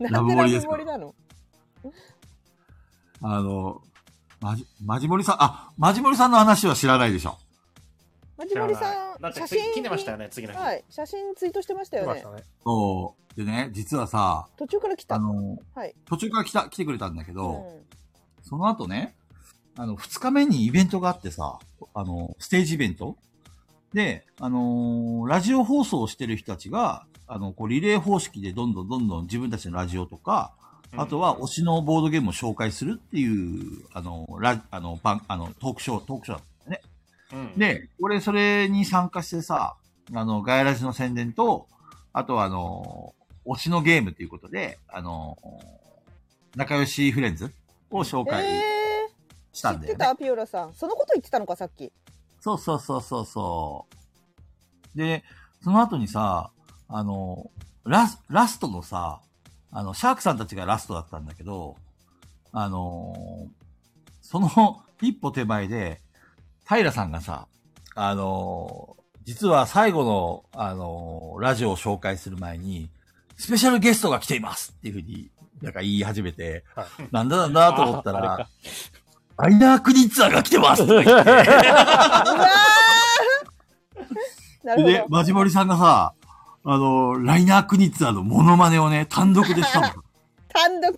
なんでラブ盛りなのあの、まじ、まじもりさん、あ、まじもりさんの話は知らないでしょ。マジモリさだん、って写つい真来てましたよね、次の日。はい。写真ツイートしてました来よまねし。たね。そう。でね、実はさ、途中から来た。あはの、い。途中から来た、来てくれたんだけうど、んその後ね、あの、二日目にイベントがあってさ、あの、ステージイベントで、あのーラジオ放送をしてる人たちが、あの、こう、リレー方式でどんどんどんどん自分たちのラジオとか、あとは推しのボードゲームを紹介するっていう、あの、ラ、あの、番、あの、トークショー、トークショーだったんだよね。うん、で、俺、それに参加してさ、あの、ガイラジの宣伝と、あとは、あの、推しのゲームということで、あの、仲良しフレンズを紹介えしーたん知だってよね。たピオラさん。そのこと言ってたのか、さっき。 <laughs> そうそうそうそうそう。で、その後にさ、あの、ラス、ラストのさ、あの、シャークさんたちがラストだったんだけど、あのその <laughs> 一歩手前で、平さんがさ、あの実は最後の、あのラジオを紹介する前に、スペシャルゲストが来ていますっていうふうに、なんか言い始めて、はいなんだなんだと思ったああれらか、アイナー・クニッツァーが来てますって言って、うわーなるで、ほど。マジモリさんがさ、あの、ライナー・クニッツァーのモノマネをね、単独で <laughs> したの。単独。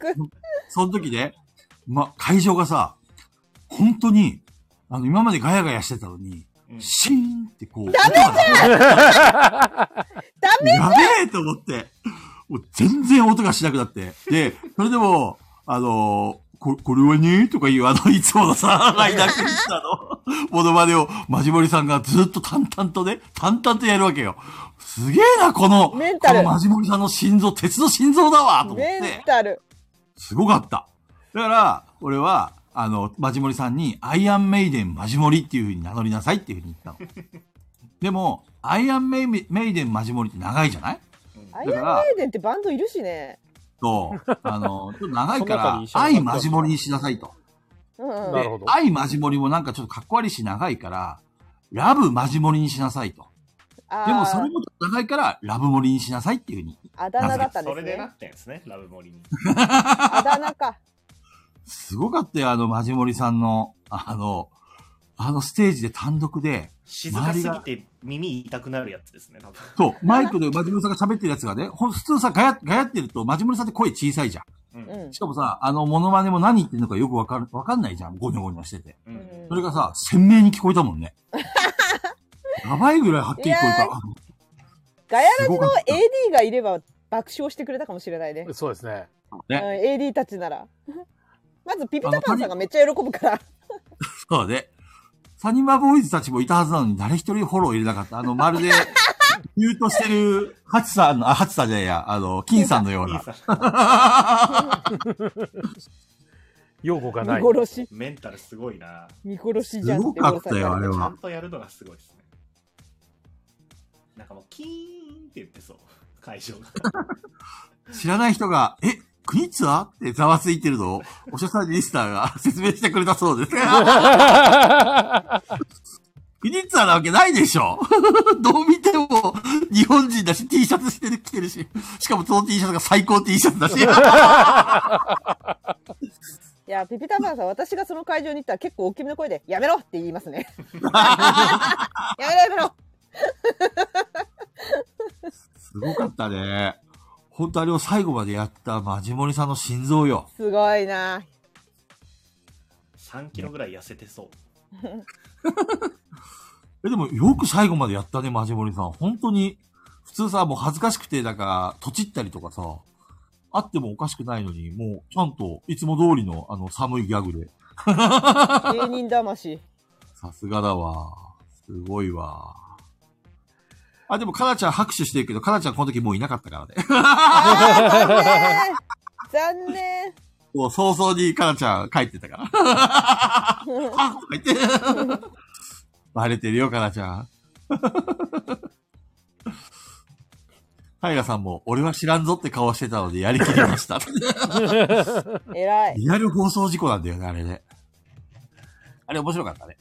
その時ね、ま、会場がさ、本当に、あの、今までガヤガヤしてたのに、うんシーンってこう。ダメだダメやべえと思って、もう全然音がしなくなって。で、それでも、あのこ、これはねとかいうあの、いつものさ、ライナー・クニッツァーのモノマネを、マジモリさんがずっと淡々とね、淡々とやるわけよ。すげえな、この、メンタルこのマジモリさんの心臓、鉄の心臓だわと思って。メンタル。すごかった。だから、俺は、あの、マジモリさんに、アイアンメイデンマジモリっていう風に名乗りなさいっていう風に言ったの。 <laughs> でも、アイアンメイメイデンマジモリって長いじゃないアらイアンメイデンってバンドいるしね。そう。あの、ちょっと長いかその中らに一、緒にアイマジモリにしなさいと。うんうんなでるほどアイマジモリもなんかちょっとかっこ悪いし長いから、ラブマジモリにしなさいと。あーでもそれもちょっと長いから、ラブモリにしなさいっていう風に。あだ名だったんでそすれでなね。ってんですね、ラブモリ <laughs> に。あだ名か。すごかったよ、あの、マジモリさんの、あの、あのステージで単独で、静かすぎて耳痛くなるやつですね、多分。そう、マイクでマジモリさんが喋ってるやつがね、ほん普通さ、ガヤ、ガヤってると、マジモリさんって声小さいじゃう。うんんん。し。かもさ、あの、モノマネも何言ってるのかよくわかる、わかんないじゃん。ゴニョゴニョしてて。ううんん。それがさ、鮮明に聞こえたもん <laughs> ね。やばいぐらいはっきり聞こえいやた。ガヤラジすごかのった AD がいれば爆笑してくれたかもしれないね。そうですね。うん、ね、 AD たちなら。 <laughs> まずピピタパンさんがめっちゃ喜ぶから。そうで、サニバボーイズたちもいたはずなのに誰一人フォロー入れなかった。あの、まるで、ミュートしてる、ハチさんの、あ、ハチさんじゃないや、あの、金さんのよういいな。さ <laughs> 用語が見ない。 <laughs> 殺し。メンタルすごいな。見殺しじゃすんごってか殺っさたれよ、あたれちゃはん。とやるのがすごいですね。なんかもう、キーンって言ってそう、会場 <laughs> が。知らない人が、え、クニッツァってざわついてるのを、おしゃさんリスターが <laughs> 説明してくれたそうです。 <laughs> クニッツァなわけないでしょ <laughs> どう見ても、日本人だし、T シャツしてる、着てるし、しかもその T シャツが最高 T シャツだし。いや、ピピタパンさん、私がその会場に行ったら結構大きめの声で、やめろって言いま <laughs> すね。やめろやめろすごかったね。本当あれを最後までやったマジモリさんの心臓よ。すごいな3キロぐらい痩せてそう。え、でもよく最後までやったね、マジモリさん。本当に、普通さ、もう恥ずかしくて、だから、とちったりとかさ、あってもおかしくないのに、もう、ちゃんと、いつも通りの、あの、寒いギャグで。芸 <laughs> 人魂。さすがだわ。すごいわ。あ、でも、かなちゃん拍手してるけど、かなちゃんこの時もういなかったからね。 <laughs> あー残念残念もう早々にかなちゃん帰ってたから。あとか言って。バレてるよ、かなちゃん。平さんも、俺は知らんぞって顔してたのでやりきりました。偉い。 <laughs> リアル放送事故なんだよね、あれね。あれ面白かったね。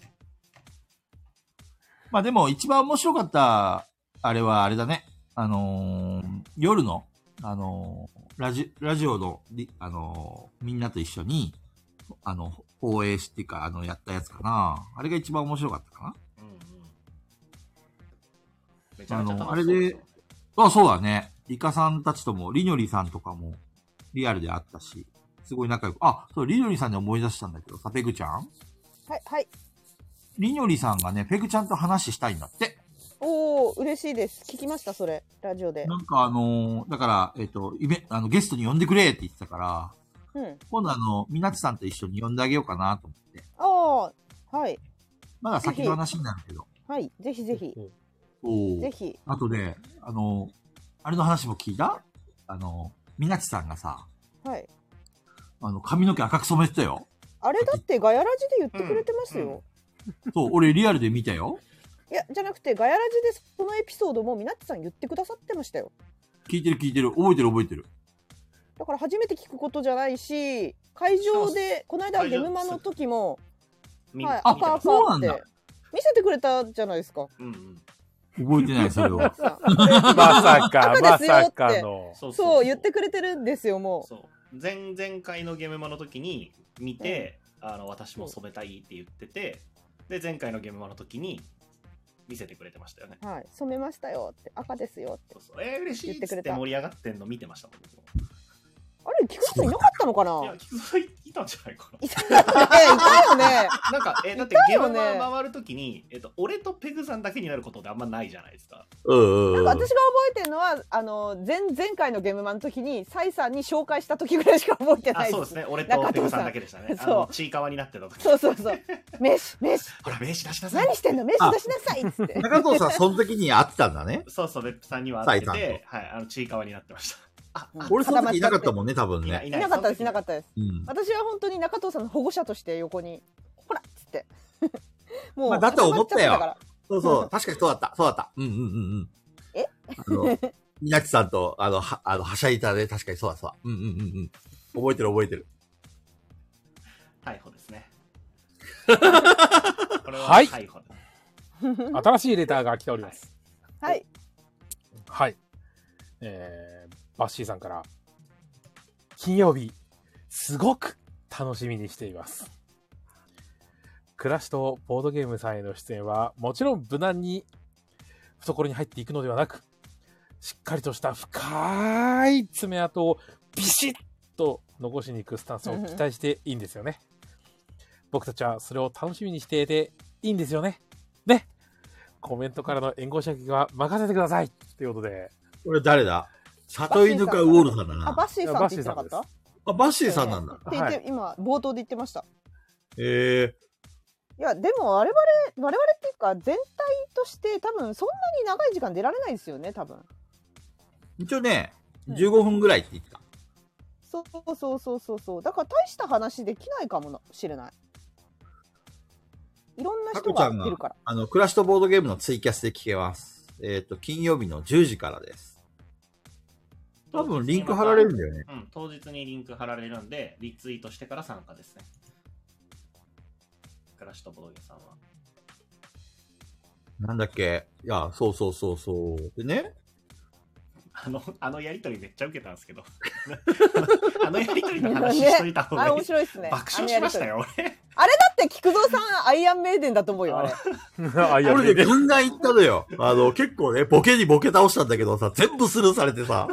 まあでも一番面白かった、あれはあれだね。あのー夜の、あのーラジ、ラジオのリ、あのーみんなと一緒に、あの、放映しっていうか、あの、やったやつかな。あれが一番面白かったかな。うんうん。めちゃめちゃ楽しそあうのあれであ、そうだね。リカさんたちとも、リニョリさんとかも、リアルであったし、すごい仲良く。あ、そう、リニョリさんで思い出したんだけどさ、ペグちゃんはいはいリニョリさんがね、ペグちゃんと話したいんだって。おお嬉しいです聞きましたそれラジオでなんかあのーだから、えっ、と、イベ、あの、ゲストに呼んでくれって言ってたから、うん今度あの、みなちさんと一緒に呼んであげようかなと思って。ああはいまだ先の話になるけど。はいぜひぜひうんおぜーひあとで、あのーあれの話も聞いたあのー、みなちさんがさ、はいあの、髪の毛赤く染めてたよ。あれだってガヤラジで言ってくれてますよ、うんうんそう、俺リアルで見たよ。いやじゃなくてガヤラジでそのエピソードもみなっちさん言ってくださってましたよ聞いてる聞いてる。覚えてる覚えてる。だから初めて聞くことじゃないし会場でこの間ゲムマの時もみはいあアパアそうパなっんてだ見せてくれたじゃないですかうんうん。覚えてない、それ <laughs> は。さまさか、赤まですよってさかの。そあうそう言ってくれてるんですよもうそう前前回のゲームマの時に見て、あの私も染めたいって言っててで前回のゲームマの時に見せてくれてましたよねはい、染めましたよって赤ですよってそうそうえー、嬉しいっ言ってつくっれてた盛り上がってんの見てましたもん僕もあれ菊池さんいなかったのかいやな菊蔵いたんじゃない <laughs> かないたよねいたよねなんか、えーだってたゲームよねマ回る時に、えっと俺とペグさんだけになることってあんまないじゃないですかうんなんか私が覚えてるのはあの前前回のゲームマの時にサイさんに紹介した時ぐらいしか覚えてなあいそうですね俺とペグさんだけでしたねあ中藤さんの <laughs> そうちいかわになってた時そうそうそう名刺名刺ほら名刺出しなさい何してんの名刺出しなさいっつって中藤さん、その時に会ってたんだね。そうそう別府さんには会ってサイさんてはいあのちいかわになってましたああ俺、その時いなかったもんね、多分いないね。いいないなかったですいなかっったですうん。私は本当に中藤さんの保護者として横にほらっつって <laughs> もまあだと思ったよ固まっちゃそうそう、確かにそうだった、そうだった。うんうんうんうん。えあの、みなちさんと、あの、は、あの、はしゃいだね、確かにそうだ、そうだ。うんうんうんうん。覚えてる覚えてる。た逮捕で <laughs> すねこれはい逮捕です新しいレターが来ております。たからはいはい。えー、バッシーさんから、金曜日、すごく楽しみにしています。クラシとボードゲームさんへの出演は、もちろん無難に懐に入っていくのではなく、しっかりとした深い爪痕をビシッと残しに行くスタンスを期待していいんですよね。僕たちはそれを楽しみにしていていいんですよね。ねコメントからの援護射撃は任せてくださいということで、これ誰だ里犬かウォールさんだあな。バッシーさんって言ってなかったバッシーさんっであ、バッシーさんなんだ。て言って、今冒頭で言ってましたええいやでも我々我々っていうか全体として多分そんなに長い時間出られないですよね多分一応ね、うん15分ぐらいって言ってた。そうそうそうそうそうだから大した話できないかもしれないいろんな人タコちゃがんがいるからあの、クラシとボードゲームのツイキャスで聞けます。えっ、と、金曜日の10時からです。多分リンク貼られるんだよね。うん、当日にリンク貼られるんで、リツイートしてから参加ですね。暮らしとボドゲさんは。なんだっけいや、そうそうそうそう。でね、あの、あのやりとりめっちゃ受けたんですけど。 <laughs> あのやりとりの話しといた方 <laughs> があれいい。面白いですね爆笑しましたあのやりとりよ、俺。だって菊蔵さんアイアンメイデンだと思うよあれ <laughs> あいや俺でねガンガン行ったのよ。あの、結構ね、ボケにボケ倒したんだけどさ、全部スルーされてさ、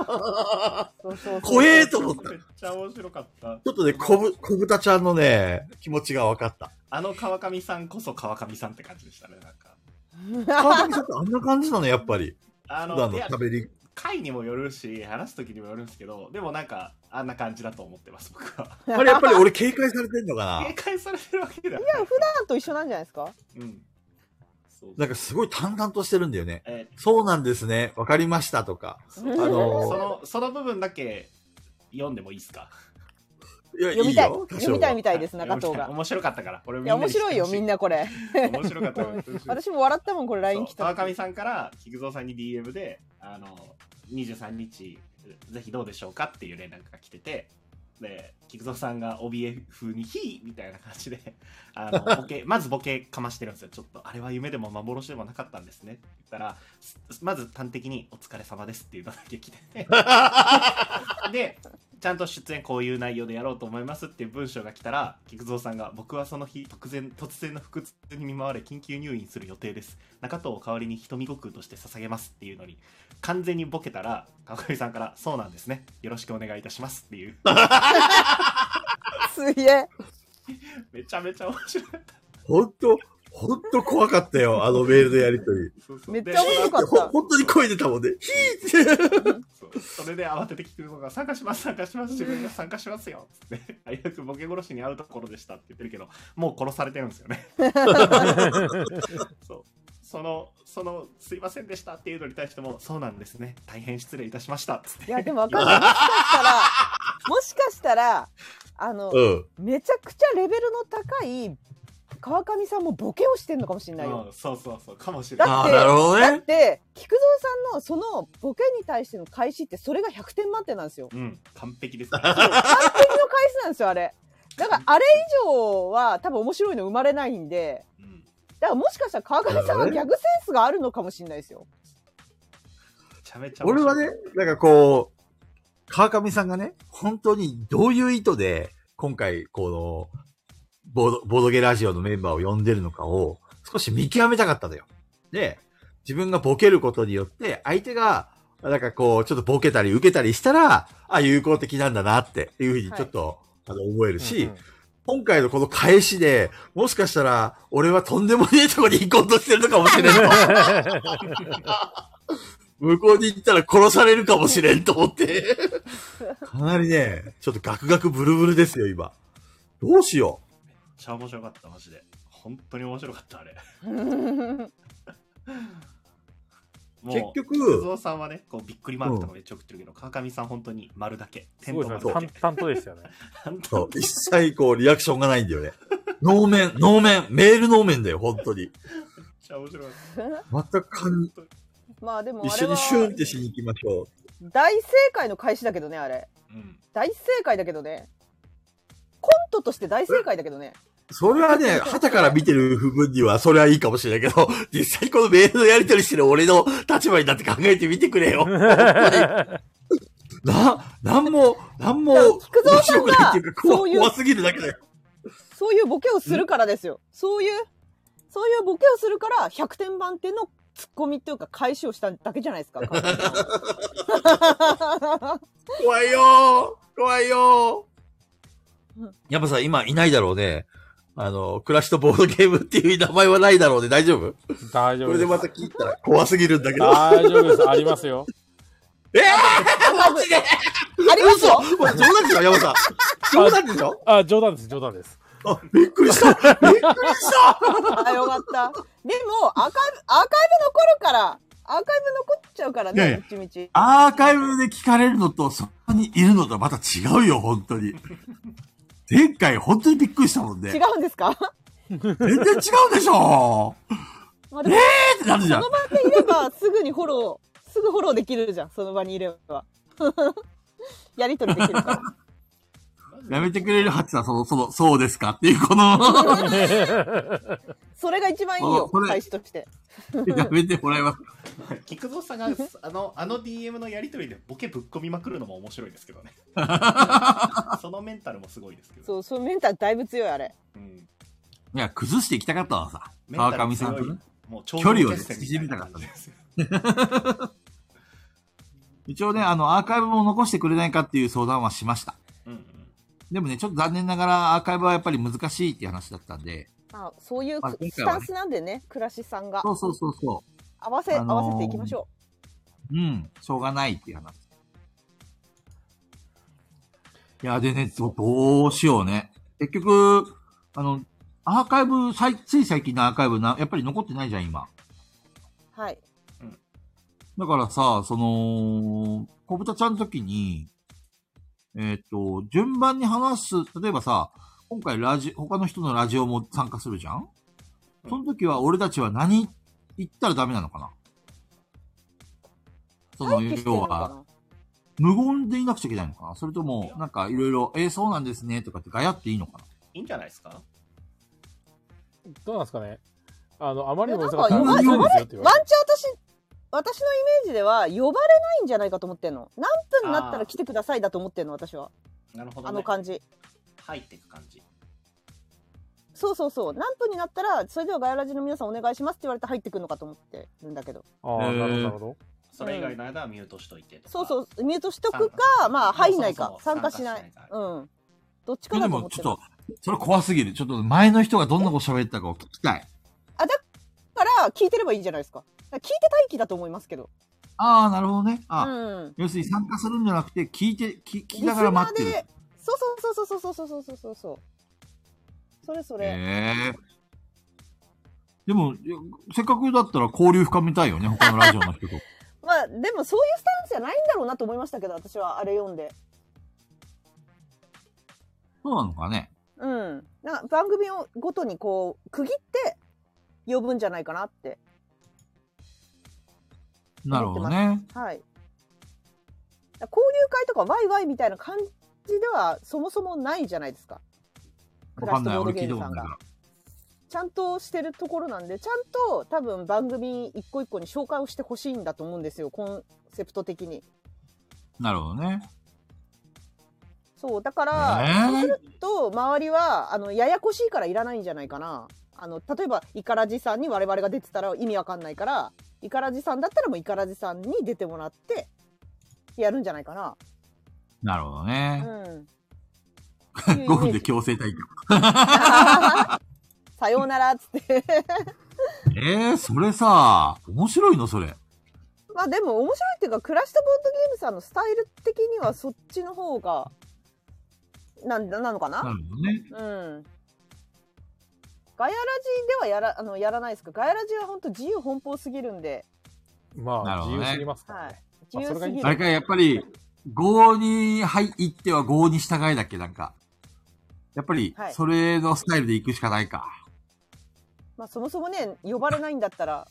そうそうそう <laughs> 怖えと思った。めちっちゃ面白かった。ょっとね、こぶ、こぶたちゃんのね、気持ちが分かった。あの川上さんこそ川上さんって感じでしたね、なんか。川上さんってあんな感じなの、やっぱり。あ普段の、いのや、喋り。回にもよるし、話す時にもよるんですけど、でもなんか、あんな感じだと思ってます、僕は。あれ、やっぱり俺警戒されてんのかな警戒されてるわけだ。いいや普段と一緒なんじゃないですかうん。そうなんかすごい淡々としてるんだよね。えそうなんですね。わかりましたとか。あのーそのその部分だけ読んでもいいですかいや、い読みいたいよ。多少は読みたいみたいです中藤はい <laughs> が面白かったからこれいや面白いよみんななこれに知ってほしい面白かったから <laughs> 私も笑ったもんこれ LINE 来そうた川上さんから菊蔵さんに DM であの23日ぜひどうでしょうかっていう連絡が来ててで、菊蔵さんが怯え風に、ヒーみたいな感じで、 <laughs> あの、ボケ、まずボケかましてるんですよ。ちょっと、あれは夢でも幻でもなかったんですね。って言ったら、すまず端的に、お疲れ様ですっていうのだけ来 <laughs> て、で、ちゃんと出演こういう内容でやろうと思いますっていう文章が来たら、菊蔵さんが、僕はその日、突然、突然の腹痛に見舞われ、緊急入院する予定です。中藤を代わりに瞳悟空として捧げますっていうのに、完全にボケたら、川上さんから、そうなんですね。よろしくお願いいたしますっていう。すげえ。 <laughs> めちゃめちゃ面白かっほんと、ほんと怖かったよ、あのメールのやりとり。た。そうそうめっちゃで面白かったほほんとに声出たもんね。ヒーって。そうそれで慌てて聞くのが、参加します、参加します、自分が参加しますよ。つって、あくボケ殺しに会うところでしたって言ってるけど、もう殺されてるんですよね。そう。その、その、すいませんでしたっていうのに対しても、そうなんですね。大変失礼いたしました。つっていや、でもわかんない。もしかしたら、もしかしたら、あの、うん。めちゃくちゃレベルの高い川上さんもボケをしてんのかもしれないよ。うんそうそうそう、かもしれない。だあっあ、てなるほどだっね。て菊蔵さんのそのボケに対しての返しってそれが100点満点なんですよ。うん、完璧です、完璧の返しなんですよあれ。だからあれ以上は多分面白いの生まれないんでうんだからもしかしたら川上さんはギャグセンスがあるのかもしれないですよ。めちゃめちゃ面俺白はいね、なんかこう、川上さんがね、本当にどういう意図で、今回、この、ボード、ボードゲラジオのメンバーを呼んでるのかを、少し見極めたかったのよ。で、自分がボケることによって、相手が、なんかこう、ちょっとボケたり受けたりしたら、あ、有効的なんだなっていうふうにちょっと、あの、思えるし、うんうん今回のこの返しで、もしかしたら、俺はとんでもねえとこに行こうとしてるのかもしれんと。向こうに行ったら殺されるかもしれんと思って。 <laughs> かなりね、ちょっとガクガクブルブルですよ、今。どうしよめっちゃ面白かった、マジで。本当に面白かった、あれ。もう結局菊蔵さんはね、こうびっくりマークとかめっちゃ送ってるけど、川上さん、本当に丸だけ、す点ごといで丸すね。だ淡け。々とでしたよね。本う。そう一切こう、リアクションがないんだよね。能面、能面、メール能面だよ、本当に。めっちゃ面白かっ全く感まあでもじ、あ一れ緒にシュンはってしに行きましょ大正解の返しだけどねあれた。うん、大正解だけどねコントとして大正解だけどねう。それはね、旗から見てる部分には、それはいいかもしれないけど、 <laughs> 実際このメールのやり取りしてる俺の立場になって考えてみてくれよ。 <laughs> な、なんも、なんも、でも菊蔵さんが面白くないっていうか怖そういう怖すぎるだけだよ。そういうボケをするからですよそういうそういうボケをするから100点満点のツッコミっていうか返しをしただけじゃないで <laughs> すか怖いよー怖いよーうんやっぱさ、今いないだろうね。あの、クラッシュとボードゲームっていう名前はないだろうね。大丈夫大丈こ夫れでまです。た聞いたら怖すぎるんだけど。大丈夫です。ありますよ。えぇ、マジでありますよー、これ冗談でしょ山さん。 <laughs> 冗談でしょあ、冗談です、冗談です。 <laughs> あ、びっくりしたびっくりしたあよかったでもアーカイブアーカイブ残るからアーカイブ残っちゃうからいやいねやどっちみちアーカイブで聞かれるのと、そこにいるのとはまた違うよ、本当に。前回本当にびっくりしたもん違ね。うんですか <laughs> 全然違うでしょまあでえもーってなるじゃんその。場でいればすぐにフォローすぐフォローできるじゃんその場にいれば <laughs> やりとりできる <laughs> からやめてくれるはずだ、その、その、そうですかっていう、こ <laughs> の、それが一番いいよあそれ返しとしてやめてもらいます。菊蔵さ <laughs> んがあのあの DM のやりとりでボケぶっ込みまくるのも面白いですけ <laughs> どね。そのメンタルもすごいですけど。そうそうメンタルだいぶ強いあれうんいや、崩していきたかったのはさ、メンタル川上さんと強ねい。もう頂距離を上ね決戦みいな感じですよ一応ね、あの、アーカイブも残してくれないかっていう相談はしました。うんうんでもね、ちょっと残念ながらアーカイブはやっぱり難しいっていう話だったんで、あそういうまあ今ス回はタねンスなんでね倉師さんがそうそうそうそ合わせあ合のーわせていきましょう。うん、しょうがないっていう話。いや、でね、どどうしようね。結局、あの、アーカイブ、さいつい最近のアーカイブな、やっぱり残ってないじゃん、今。うはいだからさ、その、小豚ちゃんの時に、えっ、と、順番に話す、例えばさ、今回ラジ、他の人のラジオも参加するじゃんその時は俺たちは何言ったらダメなのかなその、待機してん要のかは、な無言でいなくちゃいけないのかなそれとも、なんかいろいろ、えー、そうなんですね、とかってガヤっていいのかないいんじゃないですかどうなんですかねあの、あまりにもなんか忙しい呼かばら大れ呼変ばですよれって言わワンれてチャン私私のイメージでは呼ばれないんじゃないかと思ってんの何分になったら来てくださいだと思ってんの私はなるほど、あねの。感じ入っていく感じ。そうそうそう何分になったらそれではガヤラジの皆さんお願いしますって言われて入ってくるのかと思ってるんだけどああ、なるほど、なるほど。それ以外の間はミュートしといてとか。そうそうミュートしとく参加かまあ入んないかそうそうそう参加しない参加しないかうんどっちいかやだでとも思っ、ちてょっると、それ怖すぎる。ちょっと前の人がどんなこと喋ったかを聞きたい。あだから聞いてればいいんじゃないですかだから聞いて待機だと思いますけどああ、なるほどね。うあ、ん要するに参加するんじゃなくて、聞いて、聞聞リきスナながら待ーってる。でそうそうそうそうそうそうそうそうそうそうそれそれ、ええでも、いやせっかくだったら交流深めたいよね、他のラジオの <laughs> 人と。まあでもそういうスタンスじゃないんだろうなと思いましたけど私はあれ読んでそうなのかね。うんなんか番組をごとにこう区切って呼ぶんじゃないかなってなるほどね。はいだから交流会とかワイワイみたいな感じではそもそもないじゃないですかわかんない。俺聞いたことないクかラフトボードゲームさんらが。ちゃんとしてるところなんでちゃんと多分番組一個一個に紹介をしてほしいんだと思うんですよコンセプト的になるほどね。そうだから、ねえそうすると周りはあのややこしいからいらないんじゃないかなあの例えばイカラジさんに我々が出てたら意味わかんないからイカラジさんだったらもうイカラジさんに出てもらってやるんじゃないかななるほどうね。ん <laughs> 5分で強制退去。 <laughs> さようならっつって <laughs> ええそれさ、面白いの、それ。まあでも面白いっていうかクラシットボードゲームさんのスタイル的にはそっちの方がなんなのかななるほどね。うんガヤラジではやらあのやらないですかガヤラジは本当自由奔放すぎるんで、まなるあ、ほど自ね由すぎますからはねい。、自由まあそれがいすいんじぎるゃあないれか、やっぱり、5に入っては5に従いだっけ、なんか。やっぱりは、いそれのスタイルで行くしかないか。まあ、そもそもね呼ばれないんだったら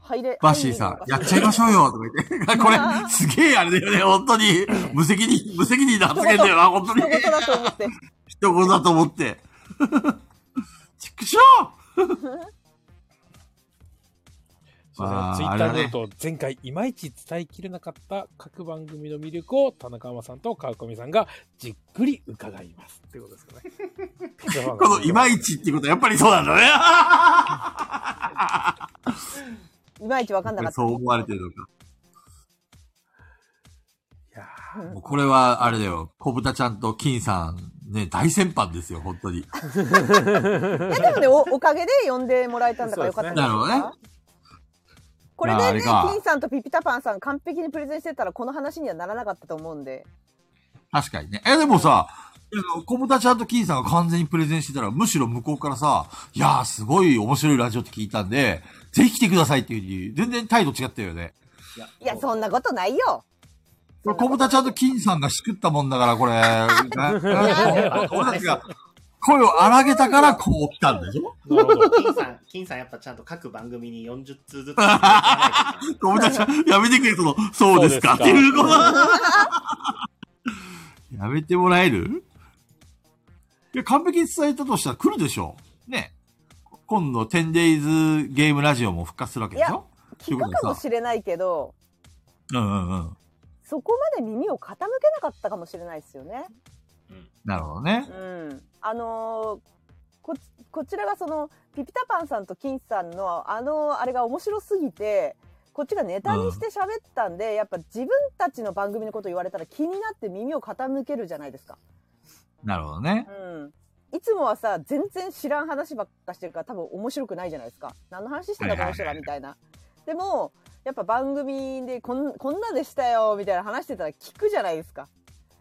入れバッシーさん、やっちゃいましょうよとか言 <laughs> って。これ、すげえあれだよね、本当に。無責任、無責任な発言だよ <laughs> な、本当に人。事 <laughs> だと思人事だと思ってって。 <laughs> ちくしょそうまあですね。ツイあッれタだ <laughs> ねーノート、前回いまいち伝えきれなかった各番組の魅力を田中山さんと川上さんがじっくり伺います。ってことですかね。このいまいちっていうことはやっぱりそうなんだいまいちわかんなかね。ったそう思われてるのか。いやもうこれは、あれだよ。小豚ちゃんと金さん、ね、大先輩ですよ、本当に。いやでもねおおかげで呼んでもらえたんだからよかったんじゃないですかなるほどこれまあであれねか金さんとピピタパンさん完璧にプレゼンしてたらこの話にはならなかったと思うんで確かにね。え、でもさ、あの小豚ちゃんと金さんが完全にプレゼンしてたら、むしろ向こうからさ、いやー、すごい面白いラジオって聞いたんで、ぜひ来てくださいっていう風に、全然態度違ったよね。いやいやそんなことないよこれ小豚ちゃんと金さんがしくったもんだから、これ、ね俺たちが声を荒げたから、こう来たんだよ。ーなるほど。金さん、 <laughs> 金さんやっぱちゃんと各番組に40 <laughs> 通ずつ入れていかないと。小豚ちゃん、やめてくれ、その、そうですか、っそてうですかいうこと。やめてもらえるいや、完璧に伝えたとしたら来るでしょう。ね。今度、10days ゲームラジオも復活するわけでしょ聞くかもしれないけどうんうんうん。そこまで耳を傾けなかったかもしれないですよねなるほどねう。んあのーここちらがそのピピタパンさんと金さんのあのあれが面白すぎてこっちがネタにして喋ったんで、やっぱ自分たちの番組のこと言われたら気になって耳を傾けるじゃないですか。なるほどね。うん、いつもはさ全然知らん話ばっかしてるから多分面白くないじゃないですか。何の話してんだこの人らみたいな。でもやっぱ番組でこんこんなでしたよみたいな話してたら聞くじゃないですか。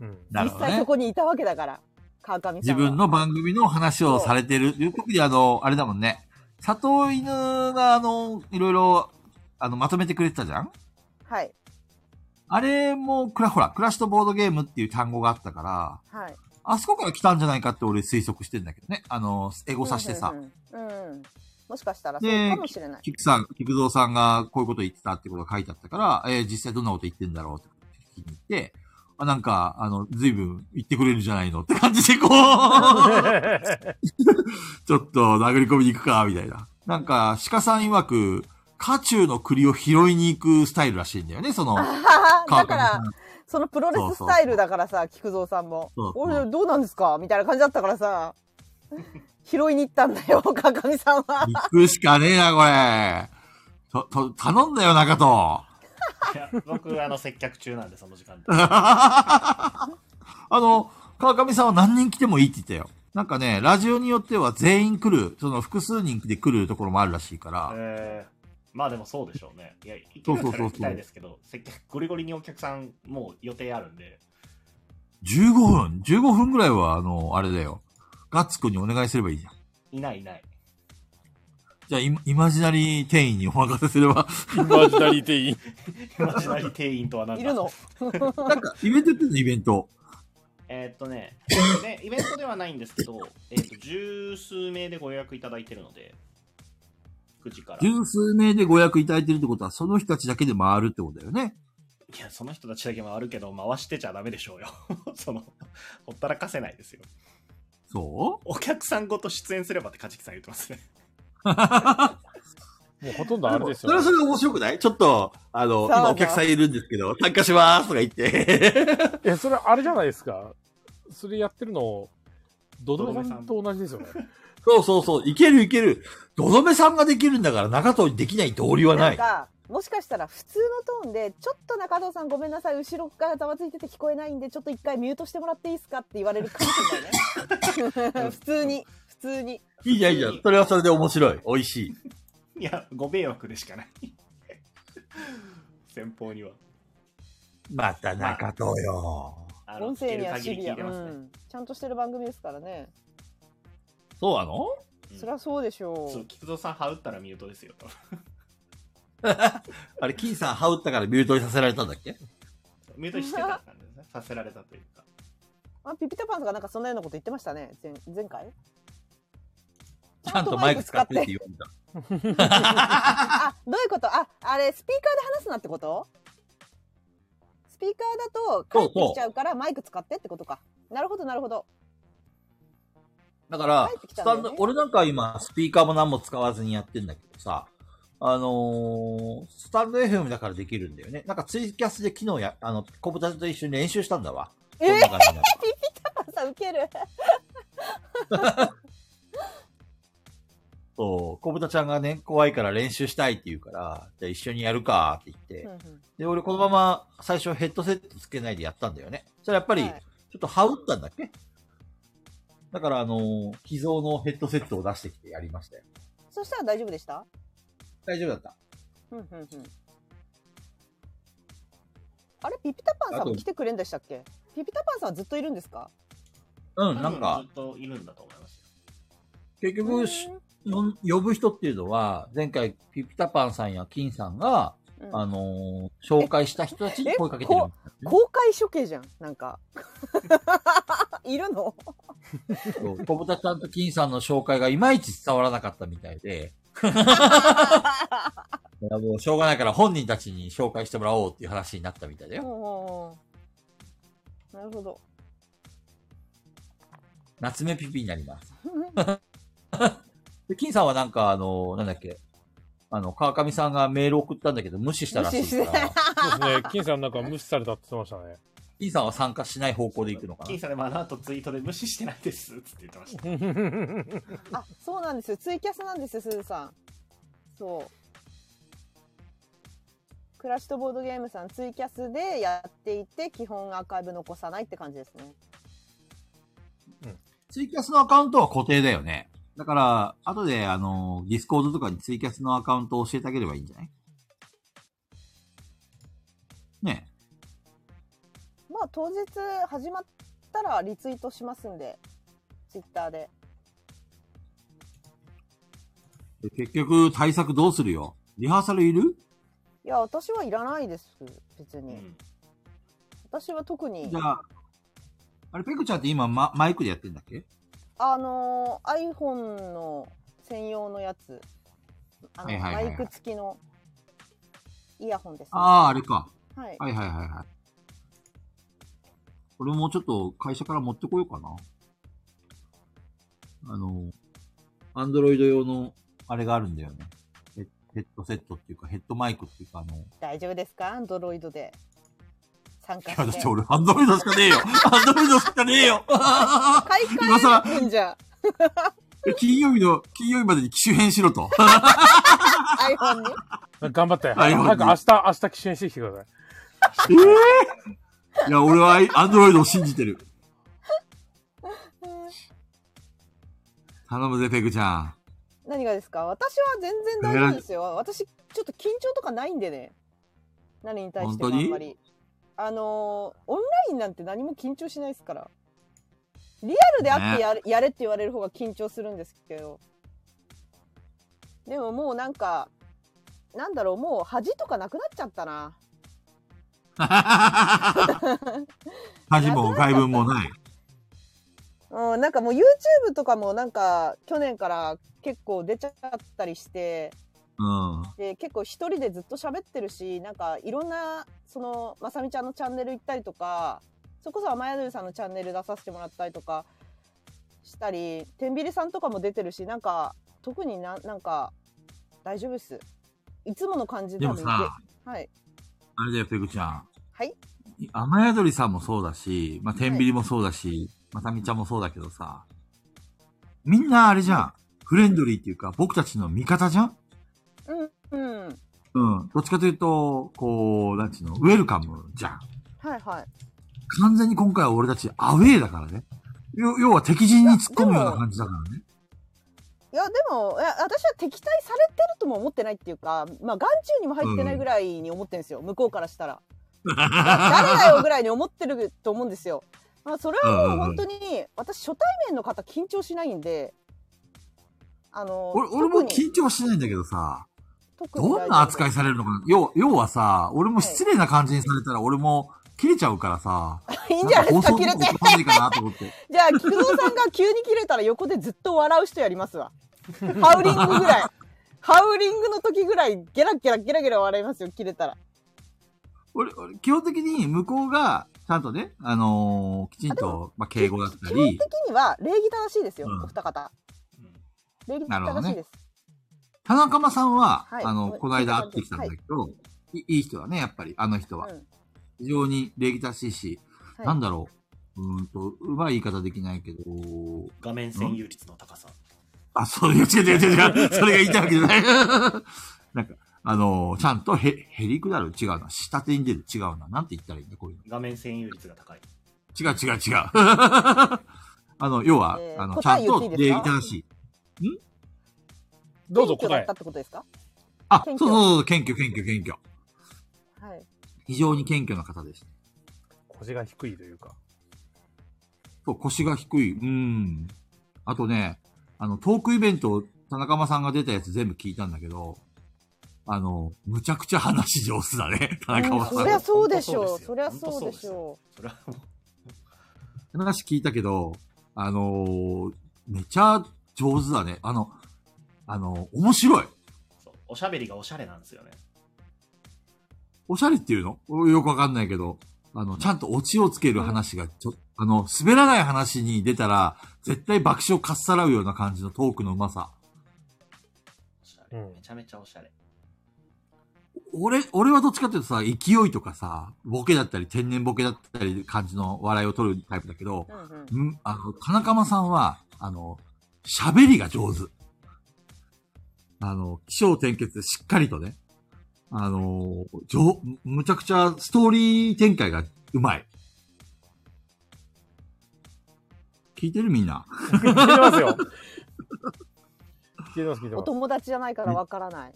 うんなる実ほど際ねそ。こにいたわけだから川上さんは。自分の番組の話をされてる。いうことで、あの、あれだもんね。里犬が、あの、いろいろ、あの、まとめてくれてたじゃんはいあれも、クラ、ほら、クラシとボードゲームっていう単語があったから、はい。あそこから来たんじゃないかって俺推測してんだけどね。あの、エゴさしてさ、うんうんうんうんもしかしたらそでうかもしれない。キクさん、キクゾウさんがこういうこと言ってたってことが書いてあったから、えー実際どんなこと言ってんだろうって聞きに行って、あなんか、あの、随分言ってくれるじゃないのって感じで、こ <laughs> う、ちょっと殴り込みに行くか、みたいな。なんか、鹿さん曰く、渦中の栗を拾いに行くスタイルらしいんだよね、その、 <laughs> だかさらん。そのプロレススタイルだからさ菊蔵さんもそうそう「俺どうなんですか?」みたいな感じだったか <laughs> らさ拾いに行ったんだよ川上さんは。行くしかねえな、これ。と、と、頼んだよ、中と。いや僕、あの、接客中なんで、その時間 <laughs> で。あの、川上さんは何人来てもいいって言ってたよ。なんかね、ラジオによっては全員来る、その複数人で来るところもあるらしいから、えーまあでもそうでしょうね。いや、行そうそけうそるうかそうら行きたいですけど、接客、ゴリゴリにお客さん、もう予定あるんで、 15分、15分ぐらいは、あの、あれだよ。ガッツくんにお願いすればいいじゃん。いないいない。じゃあ、イマイマジナリー店員にお任せすれば、 <laughs> イマジナリー店員。マジナリ店員とは何だいるのなんか、イベントやってんの、イベント。えーっとね、ね、イベントではないんですけど、えーっと、十数名でご予約いただいてるので、9時から。い十数名でご予約いただいてるってことは、その人たちだけで回るってことだよね。や、その人たちだけ回るけど、回してちゃダメでしょうよ。 <laughs> その、ほったらかせないですよ。そお客さんごと出演すればって、かじきさん言ってますね。もうほとんうどあれですそよ、ね。れはそれで面白くないちょっと、あの、そう今ねお客さんいるんですけど、参加しまーすとか言って。え、それあれじゃないですか。それやってるの、ドドメさんドと同じですよね。そうそうそう、いけるいける。どどめさんができるんだから中藤にできない道理はな。ないんかもしかしたら普通のトーンで「ちょっと中藤さんごめんなさい後ろからざわついてて聞こえないんでちょっと一回ミュートしてもらっていいですか?」って言われるかもしれないね <laughs> 普通に普通にいいじゃんいいじゃん。それはそれで面白い。美味しい。いや、ご迷惑でしかない。 <laughs> 先方には。また中藤よ。あの音声に聞はけシる限ビり聞ア、いてますね。うんちゃんとしてる番組ですからね、そうなのうんそりゃそうでしょそう、う菊蔵さん、羽打ったらミュートですよ。あれ、金さん羽打ったからミュートにさせられたんだっけ <laughs> ミュートしてたんですね。させられたというか。あピピタパンとかなんかそんなようなこと言ってましたね前前回ちゃんとマイク使ってって言われた。あどういうことああれスピーカーで話すなってことスピーカーだと帰ってきちゃうからマイク使ってってことかなるほどなるほど <laughs> だから帰って、きたスんだタよねンド、俺なんか今、スピーカーも何も使わずにやってんだけどさ、あのー、スタンド FM だからできるんだよね。なんかツイキャスで昨日や、あの、コブタと一緒に練習したんだわ。えそんな感じになったパンさんウケるそう、小豚ちゃんがね、怖いから練習したいって言うから、じゃあ一緒にやるかって言って。で、俺このまま最初ヘッドセットつけないでやったんだよね。それやっぱり、ちょはいっと羽打ったんだっけだからあのー既存のヘッドセットを出してきてやりましたよ。そしたら大丈夫でした大丈夫だった。うんうんうんあれピピタパンさんも来てくれんでしたっけピピタパンさんはずっといるんですかうん、なん多分かず、っといるんだと思いますよ。結局、しよん呼ぶ人っていうのは、前回ピピタパンさんや金さんが、うんあのー紹介した人たちに声かけてえるこ。公開処刑じゃんなんか <laughs> いるのそう小豚ちゃんと金さんの紹介がいまいち伝わらなかったみたい <laughs> で、いやもうしょうがないから本人たちに紹介してもらおうっていう話になったみたいだうんよ。うんうんなるほど夏目ピピになります。で、金さんはなんかあの、なんだっけ、あの、川上さんがメール送ったんだけど無視したらしいか無視ら、そうですね。金さんなんか無視されたって言ってましたね。金さんは参加しない方向で行くのかな金。さんでもあの後ツイートで無視してないですっつって言ってました。 <laughs> あそうなんですよツイキャスなんですよすずさんそうクラッシュとボードゲームさんツイキャスでやっていて基本アーカイブ残さないって感じですねツイキャスのアカウントは固定だよね。だから、後であの、ディスコードとかにツイキャスのアカウントを教えてあげればいいんじゃないねえ。まあ当日始まったらリツイートしますんでツイッターでで結局、対策どうするよリハーサルいるいや私はいらないです別うに、ん私は特にじゃあ、あれ、ペクちゃんって今、ま、マイクでやってんだっけあのー iPhone の専用のやつあの、はいはいはいはいマイク付きのイヤホンですね、ああ、あれか。はいはいはいはいはい。これもちょっと会社から持ってこようかな。あの、アンドロイド用の、あれがあるんだよね。ヘッヘッドセットっていうか、ヘッドマイクっていうか、あの、大丈夫ですかアンドロイドで参加いや、だしってて俺、アンドロイドしかねえよアンドロイドしかねえよ買い今更替えるんじゃ金曜日の、金曜日までに機種変しろと。 iPhone に <laughs> 頑張って。はい早く明日、明日機種にしてきてください。ええいや、俺はアンドロイドを信じてる。頼むぜ、ペグちゃん。何がですか私は全然大丈夫ですよ私ちょっと緊張とかないんでね何に対しても本あ当にんまりあのーオンラインなんて何も緊張しないですからリアルであってや,、やれって言われる方が緊張するんですけどでももうなんかなんだろうもう恥とかなくなっちゃったな恥も外文もない。うん、なんかもう YouTube とかもなんか去年から結構出ちゃったりしてうん。で結構一人でずっと喋ってるしなんかいろんなそのまさみちゃんのチャンネル行ったりとかそれこそ雨宿りさんのチャンネル出させてもらったりとかしたり天秤さんとかも出てるしなんか特にななんか大丈夫ですいつもの感じで多も分さ、いけはいあれだよ、ペグちゃん。はい雨宿りさんもそうだし、まあ、天秤もそうだし、まさみちゃんもそうだけどさ、みんなあれじゃん。フレンドリーっていうか、僕たちの味方じゃんうんうんうん。どっちかというと、こう、なんちゅうの、ウェルカムじゃん。はいはい完全に今回は俺たちアウェーだからね。要要は敵陣に突っ込むような感じだからね。いやでもいや私は敵対されてるとも思ってないっていうか、まあ、眼中にも入ってないぐらいに思ってるんですよ、向こうからし <laughs> たら誰だよぐらいに思ってると思うんですよ、まあ、それはもう本当に私初対面の方緊張しないんであの俺俺も緊張しないんだけどさ、特にどんな扱いいされるのかな。要要はさ、俺も失礼な感じにされたら俺も切れちゃうからさ、 <laughs> いいんじゃないですか切れなんてか放送事故起こさないかなと思って。じゃあ菊蔵さんが急に切れたら横でずっと笑う人やりますわハウリングぐらいハウリングの時ぐらいゲラゲラゲラゲラ笑いますよ切れたら俺、俺、基本的に向こうが、ちゃんとね、あのーきちんと、まあ、敬語だった基本り的、には礼儀正しいですよ、うんお二方うん礼儀なるほど正しねいです、田中間さんは、はいあの、はいこの間会ってきたんだけど、い、いい人だね、やっぱり、あの人は。うん非常に礼儀正しいし、はいなんだろう。うーんと、うまい言い方できないけど、画面占有率の高さ。あ、そう、いや違う違う違う違う、それが言いたいわけじゃない。 <laughs> なんか、あのーちゃんとへ、へりくだる違うな。下手に出る違うな。なんて言ったらいいんだ、こういうの。画面占有率が高い。違う違う違う。 <laughs> あの、要は、えーあの、ちゃ答んえ言っていといですか礼儀正しい。どうぞ謙虚答だっえた。ってことですかあ、そう謙虚そうそう、謙虚謙虚謙虚。はい非常に謙虚な方でした。腰が低いというか。そう、腰が低い。うーん。あとね、あの、トークイベント、田中間さんが出たやつ全部聞いたんだけど、あの、むちゃくちゃ話上手だね、田中間そりさゃん。そうでしょうそ本りゃ当そうでしよょそれはもう話聞いたけど、あのーめちゃ上手だね。あの、あの、面白い。そうおしゃべりがおしゃれなんですよね。おしゃれっていうのおよくわかんないけど、あの、ちゃんとオチをつける話が、ちょ、あの、滑らない話に出たら、絶対爆笑かっさらうような感じのトークのうまさ。おしゃれうんめちゃめちゃおしゃれ。俺、俺はどっちかっていうとさ、勢いとかさ、ボケだったり、天然ボケだったり、感じの笑いを取るタイプだけどう、うんうんうん、あの、田中間さんは、あの、喋りが上手。あの、気象転結でしっかりとね、あの、上、むちゃくちゃストーリー展開がうまい。聞いてるみんな。聞いてますよ。聞いてます、聞いてまおす。友達じゃないからわからない、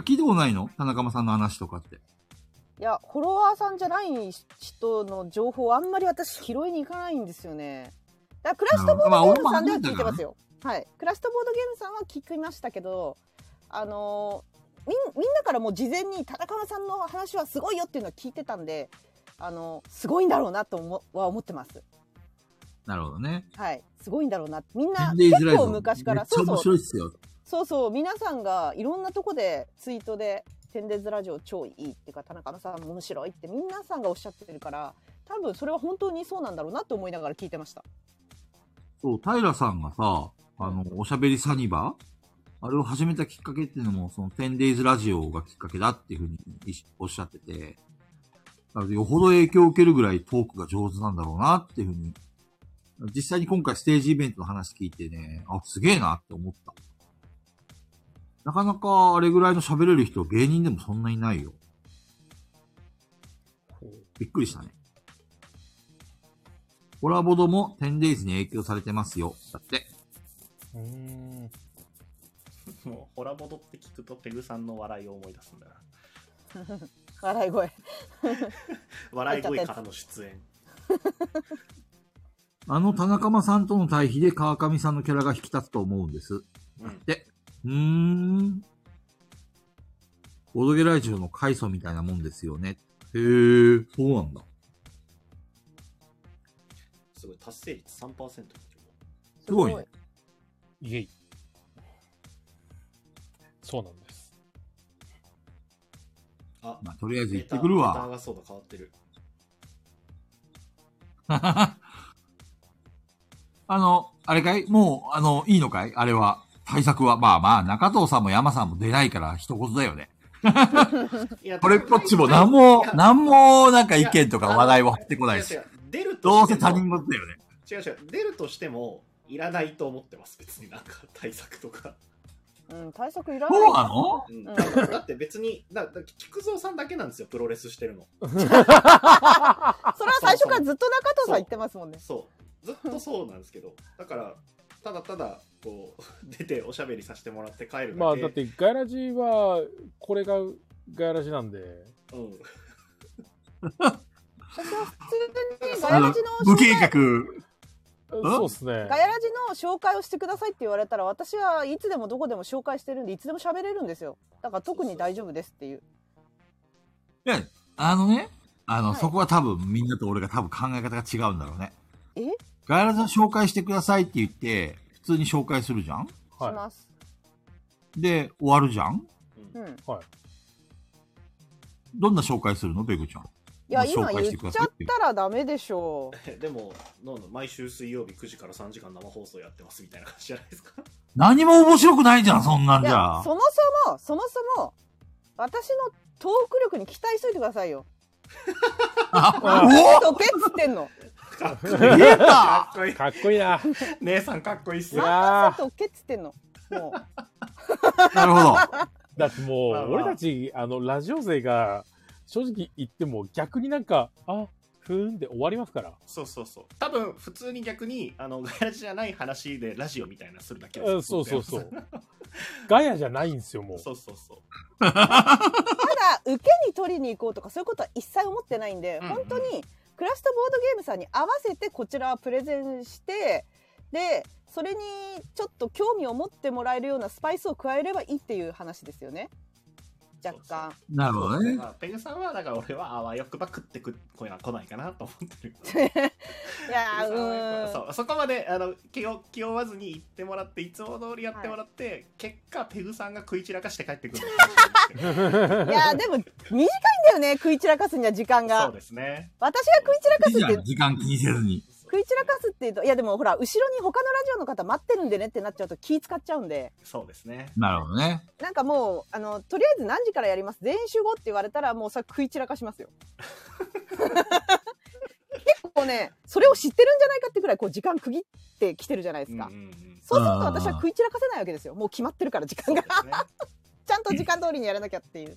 聞いたことないの田中間さんの話とかって。いやフォロワーさんじゃない人の情報あんまり私拾いに行かないんですよねだからクラシットボードゲームさんでは聞いてますよ、はいクラシットボードゲームさんは聞きましたけどあのーみんみんなからもう事前に田中さんの話はすごいよっていうのは聞いてたんであのすごいんだろうなと思は思ってますなるほどね。はいすごいんだろうなみんな全然言いづら結いぞ構昔からめっちゃ面そうそ白いうっすよ。そうそう皆さんがいろんなとこでツイートでテンデズラジオ超いいっていうか田中さん面白いってみんなさんがおっしゃってるから多分それは本当にそうなんだろうなと思いながら聞いてましたそう、平さんがさ、あの、おしゃべりサニバあれを始めたきっかけっていうのも、その 10days ラジオがきっかけだっていうふうにいおっしゃってて、なのでよほど影響を受けるぐらいトークが上手なんだろうなっていうふうに、実際に今回ステージイベントの話聞いてね、あ、すげえなって思った。なかなかあれぐらいの喋れる人、芸人でもそんなにないよ。びっくりしたね。コラボドも 10days に影響されてますよ。だって。うーん。もう、ホラボドって聞くと、ペグさんの笑いを思い出すんだな。笑い声笑い声からの出演。あの田中間さんとの対比で川上さんのキャラが引き立つと思うんです。うん。うーん。ボドゲラジオの階層みたいなもんですよね。へえ、そうなんだ。すごい、達成率3%。すごいね。イエイ。そうなんです。あ、まあ、とりあえずネ行っタてくるネタわ。がそうだ、変わってる。あの、 <laughs> あれかいもう、あの、いいのかいあれは。対策は、まあまあ、中藤さんも山さんも出ないから一言だよね。いやこれっぽっちも何も、何も、なんか意見とか話題は入ってこないいしや。。出るどとうせして他も人事だよね。違う違う、出るとしても、いらないと思ってます、別になんか対策とか。うん対策いらないそうなのうんんだって別に、だだ菊蔵さんだけなんですよ、プロレスしてるの。それは最初からずっと中藤さん言ってますもんねそう、ずっとそうなんですけど、だから、ただただ、こう、 <laughs> 出ておしゃべりさせてもらって帰るだけ。まあ、だって、ガイラジは、これがガイラジなんで、うん。 <laughs> 私は普通にガヤラジの無紹計介画。そうっすね。ガヤラジの紹介をしてくださいって言われたら私はいつでもどこでも紹介してるんでいつでも喋れるんですよだから特に大丈夫ですっていういや、あのね、あの、はいそこは多分みんなと俺が多分考え方が違うんだろうね。えガイラさん紹介してくださいって言って、普通に紹介するじゃんしはます、で、終わるじゃんうんうんどんな紹介するのベグちゃん。いや、もう今紹介言っしてちくだゃっさいってたらダメでしょう。えでも、どうなの毎週水曜日9時から3時間生放送やってますみたいな感じじゃないですか。何も面白くないじゃん、そんなんいじやゃ、そもそも、そもそも、私のトーク力に期待しといてくださいよ。 <laughs> あ解けっつってんの。かっこいい。 <laughs> 言えたかっこいいい。。かっこいいな。 <laughs> 姉さんかっこいいっすいよ。やー解けっつってんの。もう、なるほ <laughs> ど。だってもう、まあまあ俺たち、あの、ラジオ勢が、正直言っても逆になんか、あ、ふーんで終わりますから。そうそうそう。多分、普通に逆に、あの、ガヤラジじゃない話でラジオみたいなするだけですうよん、そうそうそ。ずうっとやっ。ガヤじゃないんですよ、もてうます。そうそうそう。ただ、受けに取りに行こうとか、そういうことは一切思ってないんで、うんうん本当に、クラシタボードゲームさんに合わせてこちらはプレゼンして、で、それにちょっと興味を持ってもらえるようなスパイスを加えればいいっていう話ですよね。若干。なるほどね。まあ、ペグさんは、だから俺は、あわよくば食ってく、声は来ないかなと思ってる。いやー、うーん。そうそこまであの気を気負わずに言ってもらっていつも通りやってもらって、結果ペグさんが食い散らかして帰ってくるいや <laughs> ーでも短いんだよね食い散らかすには時間そう <laughs> がですね私が食い散らかいいじゃすっん、て時間気にせずに。食い散らかすって言うといやでもほら後ろに他のラジオの方待ってるんでねってなっちゃうと気使っちゃうんでそうですねなるほどね。なんかもうあのとりあえず何時からやります全員集合って言われたらもうそれ食い散らかします <laughs> よ結構ねそれを知ってるんじゃないかってくらいこう時間区切ってきてるじゃないですか、うんうんうんそうすると私は食い散らかせないわけですよもう決まってるから時そ間うがでち <laughs> すねゃんと時間通りにやらなきゃっていう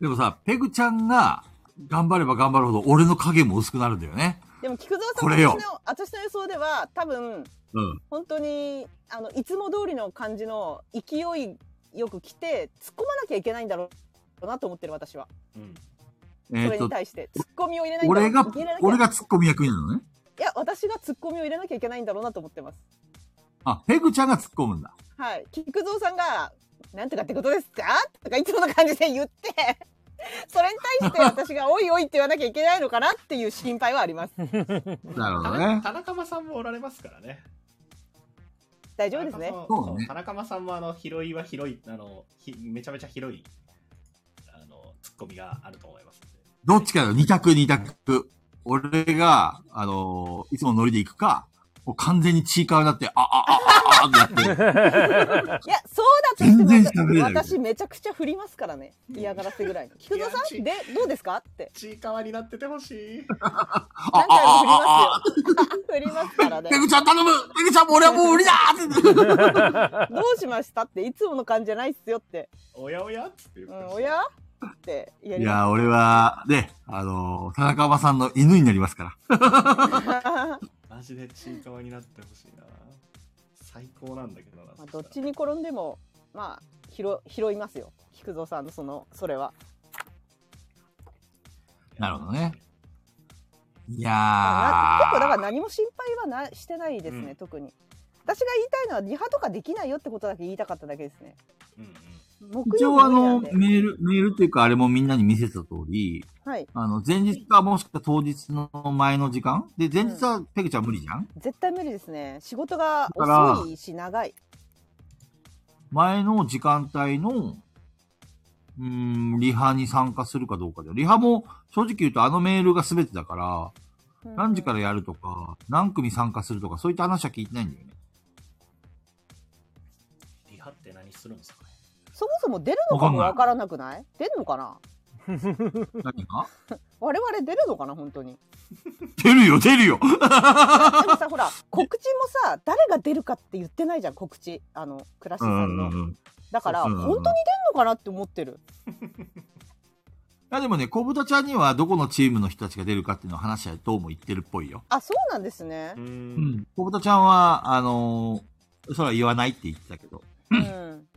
でもさ、ペグちゃんが頑張れば頑張るほど俺の影も薄くなるんだよね。でも菊蔵さこんれよ私の私の予想では多分うん。本当にあのいつも通りの感じの勢いよく来て突っ込まなきゃいけないんだろうなと思ってる私はうんえそーれっとに、対して突っ込みを入れない俺が入れな、きゃ俺が突っ込み役になるのね。いや私が突っ込みを入れなきゃいけないんだろうなと思ってますあ、ペグちゃんが突っ込むんだ。はい菊蔵さんが「なんとかってことですか?」とかいつもの感じで言って <laughs> それに対して私が「おいおい」って言わなきゃいけないのかなっていう心配はありますなるほ田ど中ね。田中間さんもおられますからね大丈夫ですね。そうね田中間さんもあの広いは広いあのひめちゃめちゃ広いあのツッコミがあると思いますのでどっちかだよ、二択、二択。俺が、あのーいつものノリで行くか、もう完全にチーカーになって、あ、あ、あ、あ、あ、ってやって。いや、そうだと言って全然喋もれない私めちゃくちゃ振りますからね。嫌がらせぐらいに。菊田さいやちんで、どうですかって。ちいかわになっててほしい何回も振りますよ。振りますからねペ。グちゃん頼むペグちゃんも俺はもう無理だって。どうしましたって、いつもの感じじゃないっすよって。おやおやっつって言っうてほしいん、おやってやいりやまー、俺は、ね、あのー田中馬さんの犬になりますから。す。 <laughs> まマジでちいかわになってほしいな最高なんだけどな、あどっちに転んでも、まあ、拾拾いますよ。菊蔵さんのその、それは。なるほどねいなやー。結構だから何も心配はなしてないですね、うん特に。私が言いたいのは、リハとかできないよってことだけ言いたかっただけですね。うんうん木一曜応あ日の、のみなんで。メール、メールっていうかあれもみんなに見せた通り、はい。あの、前日かもしくは当日の前の時間で、前日はペグちゃん無理じゃん絶対無理ですね。仕事がだから遅いし、長い。前の時間帯の、うーん、リハに参加するかどうかだよ。リハも、正直言うとあのメールが全てだから、うん何時からやるとか、何組参加するとか、そういった話は聞いてないんだよね。リハって何するんですかねそもそも出るのかわかんもないわからなくない出るのかな何が我々出るのかな本当に。 <laughs> 出るよ、出るよでも <laughs> さ、ほら、告知もさ、誰が出るかって言ってないじゃん、告知。あの、クラシうさんうんんのう。ん。いだから、そう本そう当に出るのかなって思ってる。やでもね、小豚ちゃんにはどこのチームの人たちが出るかっていうのを話はどうも言ってるっぽいよ。あ、そうなんですねう。うんん。小豚ちゃんは、あのーそれは言わないって言ってたけど。うん。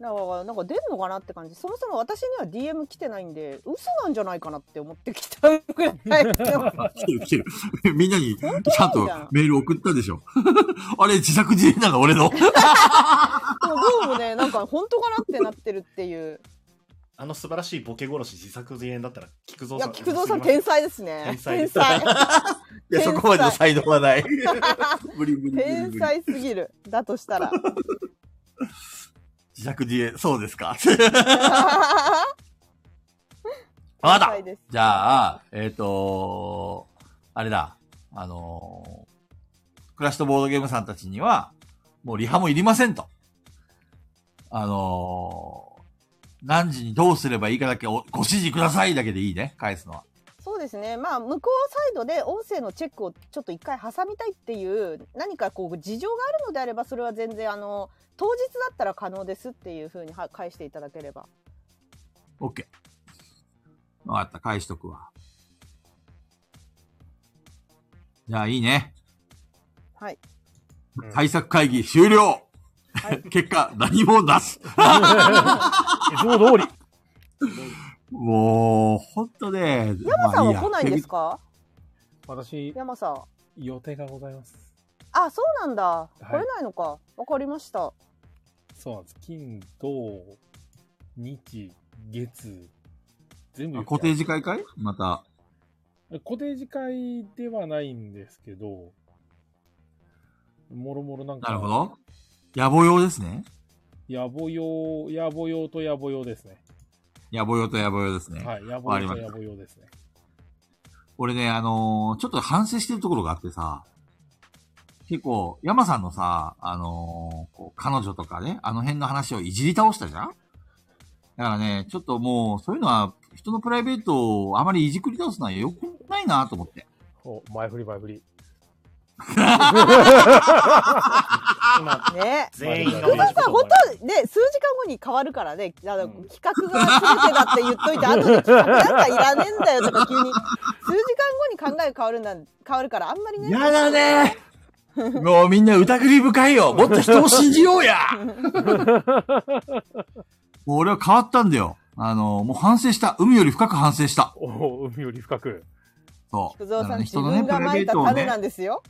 だから、なんか出るのかなって感じ。そもそも私には DM 来てないんで、嘘なんじゃないかなって思ってきたぐ <laughs> らい。来てる来てる。 <laughs> みんなに、ち本当ゃんなとんだメール送ったでしょ。 <laughs> あれ、自作自演なの俺の。でもどうもね、なんか本当かなってなってるっていう。あの素晴らしいボケ殺し自作自演だったら菊い蔵さや、ん菊蔵さんすぎ天ます才ですね天。才で天す才。 <laughs> いや、そこまでの才能はない。無理無理無理無天理。才すぎる。だとし <laughs> たら。自作自演、そうで <laughs> すか。まわかっただじゃあ、えっ、とあれだ、あのークラッシュとボードゲームさんたちには、もうリハもいりませんと。あのー何時にどうすればいいかだけおご指示くださいだけでいいね、返すのは。そうですね。まあ、向こうサイドで音声のチェックをちょっと一回挟みたいっていう、何かこう、事情があるのであれば、それは全然、あの、当日だったら可能ですっていうふうには返していただければ。 OK。わかった、返しとくわ。じゃあ、いいね。はい。対策会議終了、はい <laughs> 結果、何もなし <laughs> いつも通り。もう、ほんとね。山さんは来ないんですか、か私、山さん。予定がございます。あ、そうなんだ。い来れないのか。わかりました。そうなんです。金、土、日、月、全部まあ固定次回かいまた。コテージ会ではないんですけど、もろもろなんか、なるほど。野暮用ですね。野暮用、野暮用と野暮用ですね。野暮用と野暮用ですね。はい、野わか暮り用まとした野暮用ですね。俺ね、あのーちょっと反省してるところがあってさ、結構、山さんのさ、あのーこう彼女とかね、あの辺の話をいじり倒したじゃんだからね、ちょっともう、そういうのは、人のプライベートをあまりいじくり倒すのは良くないなと思って。お、前振り前振り。今ね。全員が菊菊蔵田さん、本同じこと当ね、数時間後に変わるからね、あの、うん企画が全てだって言っといて、後で企画なんかいらねえんだよとか急に、数時間後に考えが変わるなん、変わるから、あんまりね。やだねもうみんな疑り深いよもっと人を信じようやもう俺は変わったんだよ。あの、もう反省した。海より深く反省した。お、海より深く。そう。菊蔵だかさらん、ね自人のね、分プがラまイベいーたトを種ねな。んですよ。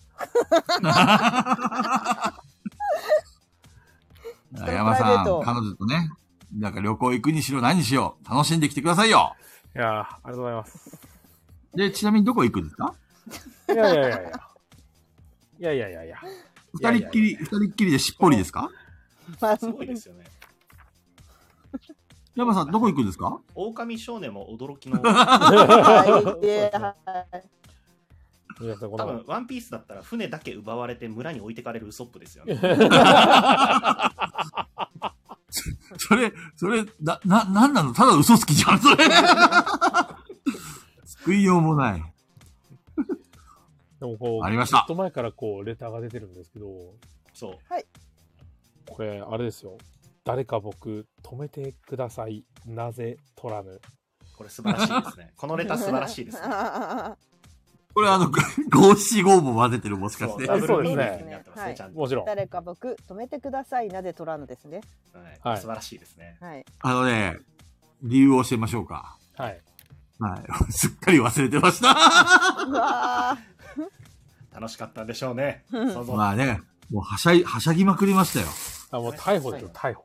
だから山さん、人のプライベートを彼女とね、なんか旅行行くにしろ何にしよう。楽しんできてくださいよ。いやーありがとうございます。で、ちなみにどこ行くんですかいやいやいやいや。いやいやいやいや。や二いやいや人っきり、二人っきりでしっぽりですかすごいですよね。山さん、どこ行くんですか狼少年も驚きの、はいで <laughs> はい皆さん、こ多の分ワンピースだったら船だけ奪われて村に置いてかれるウソップですよね。それ、それ、な、な、なんなのただ嘘つきじゃん、 <laughs> それ。救いようもない。でもこう、ありましたずっと前からこう、レターが出てるんですけど、そう。これ、あれですよ。誰か僕、止めてください。なぜ取らぬ。これ素晴らしいですね。このレター素晴らしいですね。これあの、 <laughs> 合詞合も混ぜてる、もしかそしうて。ダブルそミーニングうですねになってますはね、いちゃんと。もちろん。誰か僕止めてくださいなで取らぬですねははいい、素晴らしいですね。はいあのね、理由を教えましょうか。はい。はい。 <laughs> すっかり忘れてま <laughs> した。うわ楽しかったんでしょうね。うん想像まあね、もうはしゃい、はしゃぎまくりましたよ。あもう逮捕ですよ、逮捕。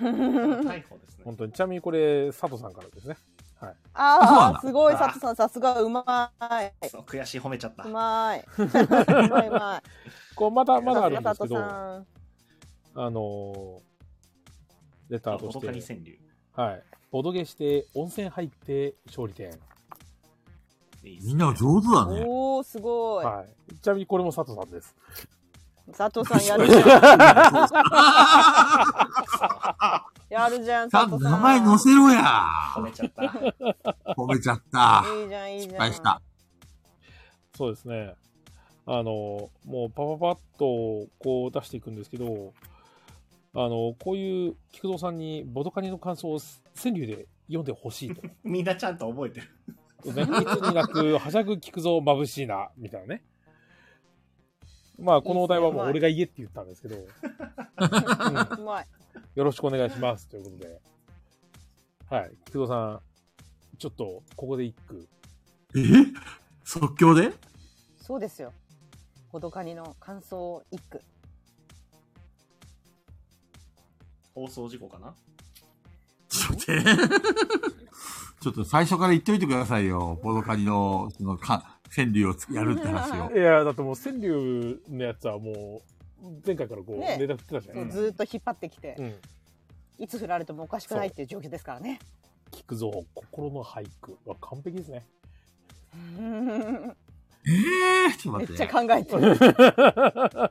うんー逮捕ですね本。当に。ちなみにこれ、佐藤さんからですね。はい。そうなんあだあすごい佐藤さんさすがうまいそう悔しい褒めちゃった <laughs> う。まいうまいうまいこう、まだまだあるんで佐すけ藤ど、さんあのーレターとし驚かにて、川柳。はい。ボドゲして、温泉入って、勝利点。いいですねみんな上手だ <laughs> ね。おおすごいはい。ちなみにこれも佐藤さんです。佐藤さんやるじゃんやるじゃ <laughs> んちゃ佐んと藤さん名前載せろや。褒めちゃった。褒めちゃった。いいじゃんいいじゃん失敗した。そうですね。あの、もうパパパッとこう出していくんですけど、あの、こういう菊蔵さんにボドカニの感想を川柳で読んでほしいと。みんなちゃんと覚えてる。ね、いつになく、はしゃぐ菊蔵眩しいな、みたいなね。まあ、このお題はもう俺が言えって言ったんですけど、うんうまいよろしくお願いしますということで。はい、菊蔵さん、ちょっとここで一句。え即興でそうですよほどかにの感想一句放送事故かなちょっと待って。 <laughs> ちょっと最初から言っといてくださいよ。ボドカニの、その、か、川柳をつやるって話をい。や、だってもう川柳のやつはもう、前回からこう、ねネタ振ってたじゃそなういんですずーっと引っ張ってきて、か。うん。いつ振られてもおかしくないっていう状況ですからね。菊蔵、心の俳句は完璧ですね。ええー、ちょっと <laughs> めっ待っちゃて。考えてる。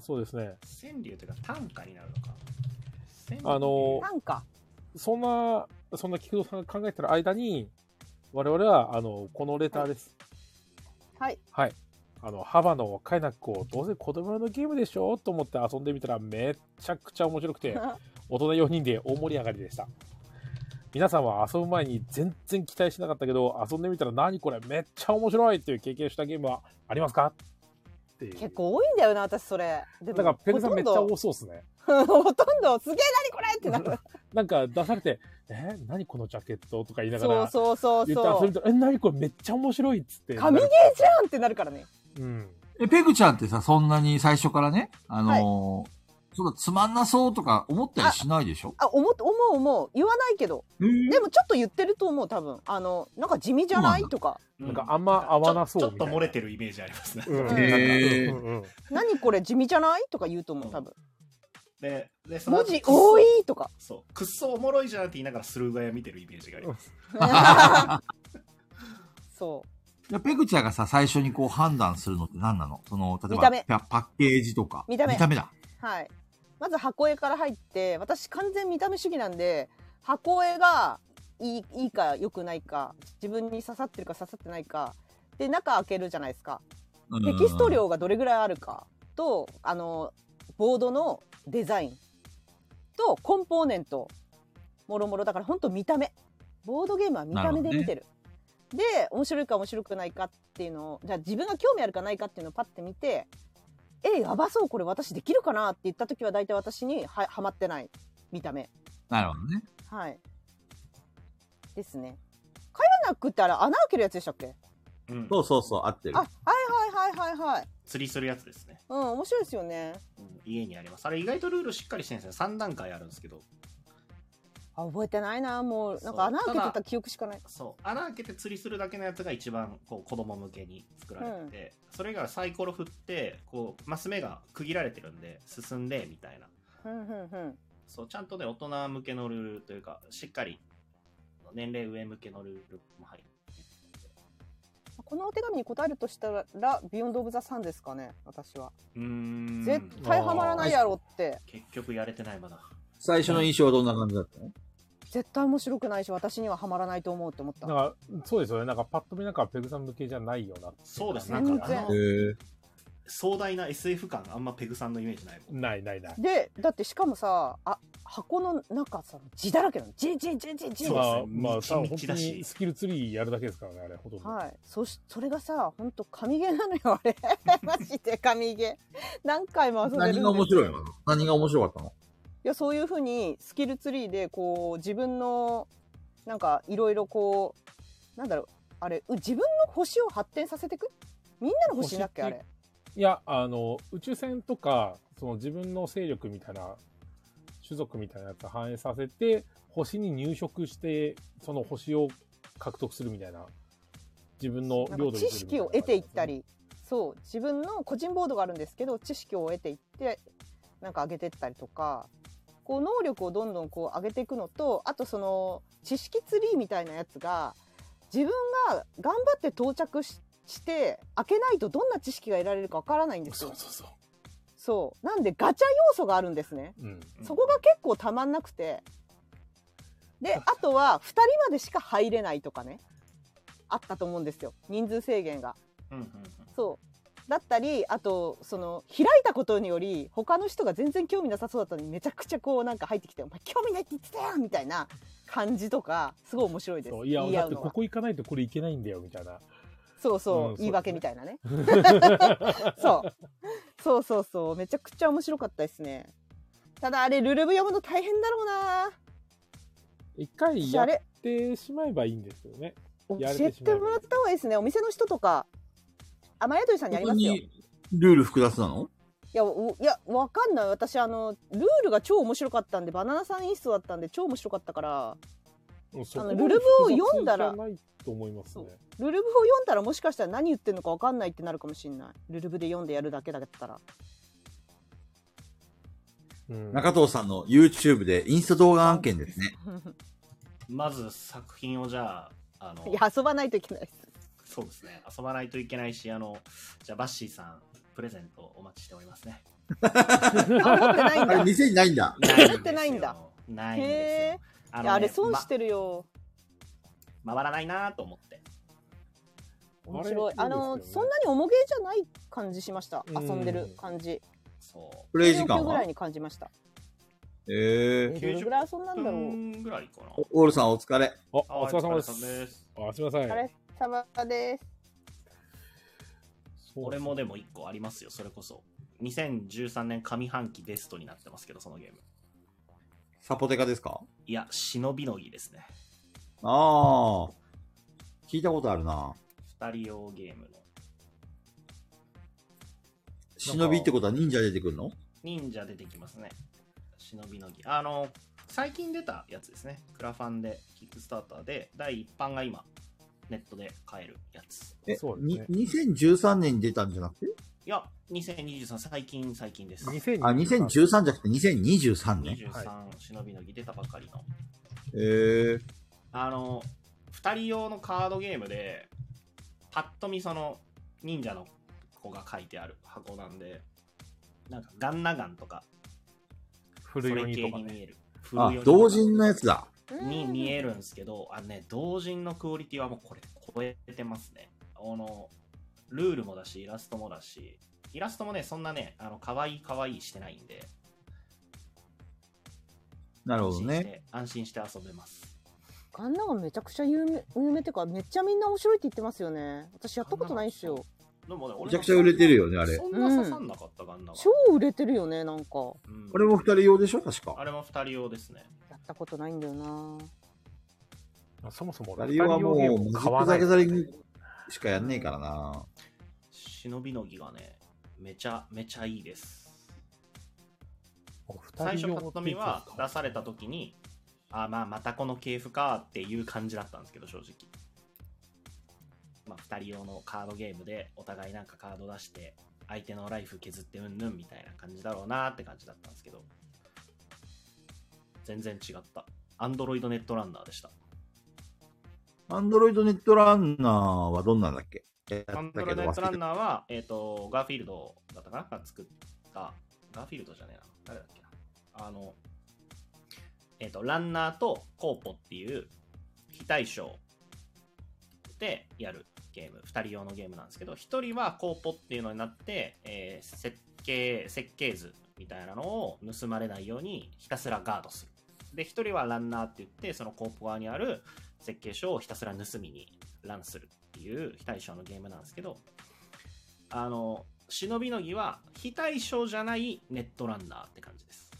そうですね。川柳というか短歌になるのか。川柳あのなんか、そんな、そんな菊蔵さんが考えてる間に、我々は、あの、このレターです。はい。はい。あの、ハバのカイナックをどうせ子供用のゲームでしょと思って遊んでみたらめちゃくちゃ面白くて、大人4人で大盛り上がりでした。皆さんは遊ぶ前に全然期待しなかったけど、遊んでみたら何これめっちゃ面白いっていう経験したゲームはありますかっていう結。構多いんだよな、私それ。でだからペグさんめっちゃほ多そうですね。とん <laughs> ど、ほとんど、すげえ何 <laughs> これってなる。なんか出されて、え何このジャケットとか言いながそうら、そうそう言ってそ遊うび。たら、え、何これめっちゃ面白いっつって。神ゲーじゃんってなるからね。うん。え、ペグちゃんってさ、そんなに最初からね、あのー、ちょっとつまんなそうとか思ったりしないでしょあ、思う、思う、思う。言わないけど。えーでもちょっと言ってると思う、多分。あの、なんか地味じゃそうななんだいとか。うなんかあんま合わなそうちょちょっとみたいな漏れてるイメージありますね。うん。へなーんかうんうん何これ地味じゃないとか言うと思う、多分。で、でその文字多くっいとか。そそう。くっそおもろいじゃんって言いながらスルーガヤ見てるイメージがあります。そう。じゃあペグちゃんがさ、最初にこう判断するのって何なのその、例え見ばた目パパッケージとか。見た目見た目だ。はい。まず箱絵から入って、私完全見た目主義なんで、箱絵がいいいいか良くないか、自分に刺さってるか刺さってないか、で、中開けるじゃないですか。うんテキスト。量がどれぐらいあるかと、あの、ボードのデザインと、コンポーネント、もろもろ。だから本当見た目。ボードゲームは見た目で見てる。で、面白いか面白くないかっていうのを、じゃあ自分が興味あるかないかっていうのをパッて見て、え、やばそう、これ私できるかなって言った時は大体私にははまってない。見た目。なるほどね。はい。ですね。カヤナックってあれ穴開けるやつでしたっけうん。そうそうそう、合ってるあ、。はいはいはいはいはい。釣りするやつですね。うん、面白いですよね。うん家にあります。あれ意外とルールしっかりしてるんですよ。3段階あるんですけど。あ覚えてないなもうなんか穴開けてた記憶しかないそう穴開けて釣りするだけのやつが一番こう子供向けに作られてて、それがサイコロ振ってこうマス目が区切られてるんで進んでみたいなふんふんふんそうちゃんとね大人向けのルールというかしっかり年齢上向けのルールも入ってるこのお手紙に答えるとしたら「ビヨンド・オブ・ザ・サン」ですかね私はうーん絶対ハマらないやろって結局やれてないまだ最初の印象はどんな感じだったの絶対面白くないし私にはハマらないと思うって思っなたんか、そうですよね。なんか、パッと見なんか、ペグさん向けじゃないよなっていそうですねななんんか、かあ全然のへ壮大な SF 感あんまペグさんのイメージないもんないないない。でだってしかもさあ箱の中さ字だらけなの字字字字字そうまですねあ、まあ、多分道道本当だしにスキルツリーやるだけですからね、あれ、ほとんど。はいそしそれがさほんと神ゲーなのよあれ <laughs> マジで神ゲー何回も遊んでるんです何が面白いの何が面白かったのいやそういうふうにスキルツリーでこう自分のなんかいろいろこうなんだろうあれう自分の星を発展させてくみんなの星だっけあ星ってれいや、あの、宇宙船とか、その自分の勢力みたいな、種族みたいなやつを反映させて、星に入植して、その星を獲得するみたいな、自分のなん領か土に知するみ識をたな得ていったりそう自分の個人ボードがあるんですけど知識を得ていってなんか上げていったりとかこう能力をどんどんこう上げていくのとあとその知識ツリーみたいなやつが自分が頑張って到着しして開けないとどんな知識が得られるかわからないんですそうよそうそそうなんでガチャ要素があるんですねう。うん。そこが結構たまんなくて。で、あとは2人までしか入れないとかね。あったと思うんですよ。人数制限が。うんうんそう。だったり、あと、その、開いたことにより、他の人が全然興味なさそうだったのに、めちゃくちゃこうなんか入ってきて、お前興味ないって言ってたやんみたいな感じとか、すごい面白いです。そういや、言いだ合っうてのこは。こ行かないとこれ行けないんだよ、みたいな。そうそう、うん言い訳そうみでたいなね。 <laughs> そう。そうそうそう。めちゃくちゃ面白かったですね。ただあれ、ルルブ読むの大変だろうな一回あやっれ、てしまえばいいんですけどね。教やれえてしまてえばもらった方がいいですね。お店の人とか。あ、マヤトリさんにありますよ。いにルール複雑なのや、おいや、わかんない。私、あの、ルールが超面白かったんで、バナナさんインストだったんで、超面白かったから、そこまあのでルルブを読んだら複雑じゃないと思いますね。ルルブを読んだらもしかしたら何言ってんのかわかんないってなるかもしんない。ルルブで読んでやるだけだったら。うん中藤さんの YouTube でインスト動画案件 <laughs> ですね。まず作品をじゃああのいや、遊ばないといけないです。そうですね遊ばないといけないしあのじゃあバッシーさんプレゼントお待ちしておりますねあ <laughs> 持ってないんあれ、だ。い店にないんだ。やってないんだないんですへーよあやあれね損してるよ。ま回らないなと思ってま面白い。ああれいいの、ですそよんねなに重げじゃない感じしました。うん遊んでる感じ。そうプレイ時19間ぐらはいに感じました。えええどれぐらい遊んだんだろう。分ぐらいかなおオールさんお疲れ。あ、お疲れ様です。すあ、すみません。お疲れ様です。そう俺もでも1個ありますよそれこそ2013年上半期ベストになってますけどそのゲームサポテカですかいや忍びの儀ですねああ。聞いたことあるな。 2人用ゲームの忍びってことは忍者出てくるの忍者出てきますね。忍びの儀。あの、最近出たやつですね。クラファンで、キックスターターで、第一版が今、ネットで買えるやつ。え、そうですにね2013年に出たんじゃなくていや、2023、最近、最近です。 2023あ、2013じゃなくて2023年。 23、忍びの儀出たばかりの。ええあの、2人用のカードゲームで、パッと見その、忍者の子が書いてある箱なんで、なんか、ガンナガンとか、そ古いれのに系とかにね。見える。あ古い、同人のやつだ。に見える。るんですけど、あのね、同人のクオリティはもうこれ超えてますね。あの、ルールもだし、イラストもだし、イラストもね、そんなね、あの、可愛い可愛いしてないんで、なるほ安ど心しね。て、安心して遊べます。ガンナがめちゃくちゃ有名、有名っていうか、めっちゃみんな面白いって言ってますよね。私やったことないんですよ。でもね、めちゃくちゃ売れてるよ、よね、あれ。そんな刺さんなかったガンダム。超売れてるよね、なんか。うんこれも二人用でしょ確あか。れも二人用ですね。やったことないんだよな。そもそも二俺人用はもう、二人用ゲーマジム買ッわクなザいギャザリングしかやんねえからな。忍びの儀がね、めちゃめちゃいいです。もう二最人初用パッと見はって言ってた出された時にあまあまたこの系譜かっていう感じだったんですけど正直まあ2人用のカードゲームでお互いなんかカード出して相手のライフ削ってうんぬんみたいな感じだろうなって感じだったんですけど全然違ったアンドロイドネットランナーでしたアンドロイドネットランナーはどんなんだっけやったけどアンドロイドネットランー。ナーは、えっ、と、ガーフィールドだったかなが作った、ガーフィールドじゃねえな、誰だっけな。あの、えっ、と、ランナーとコーポっていう非対称でやるゲーム、2人用のゲームなんですけど、1人はコーポっていうのになって、えー設計、設計図みたいなのを盗まれないようにひたすらガードする。で、1人はランナーって言って、そのコーポ側にある設計書をひたすら盗みにランするっていう非対称のゲームなんですけど、あの、忍びの儀は非対称じゃないネットランナーって感じです。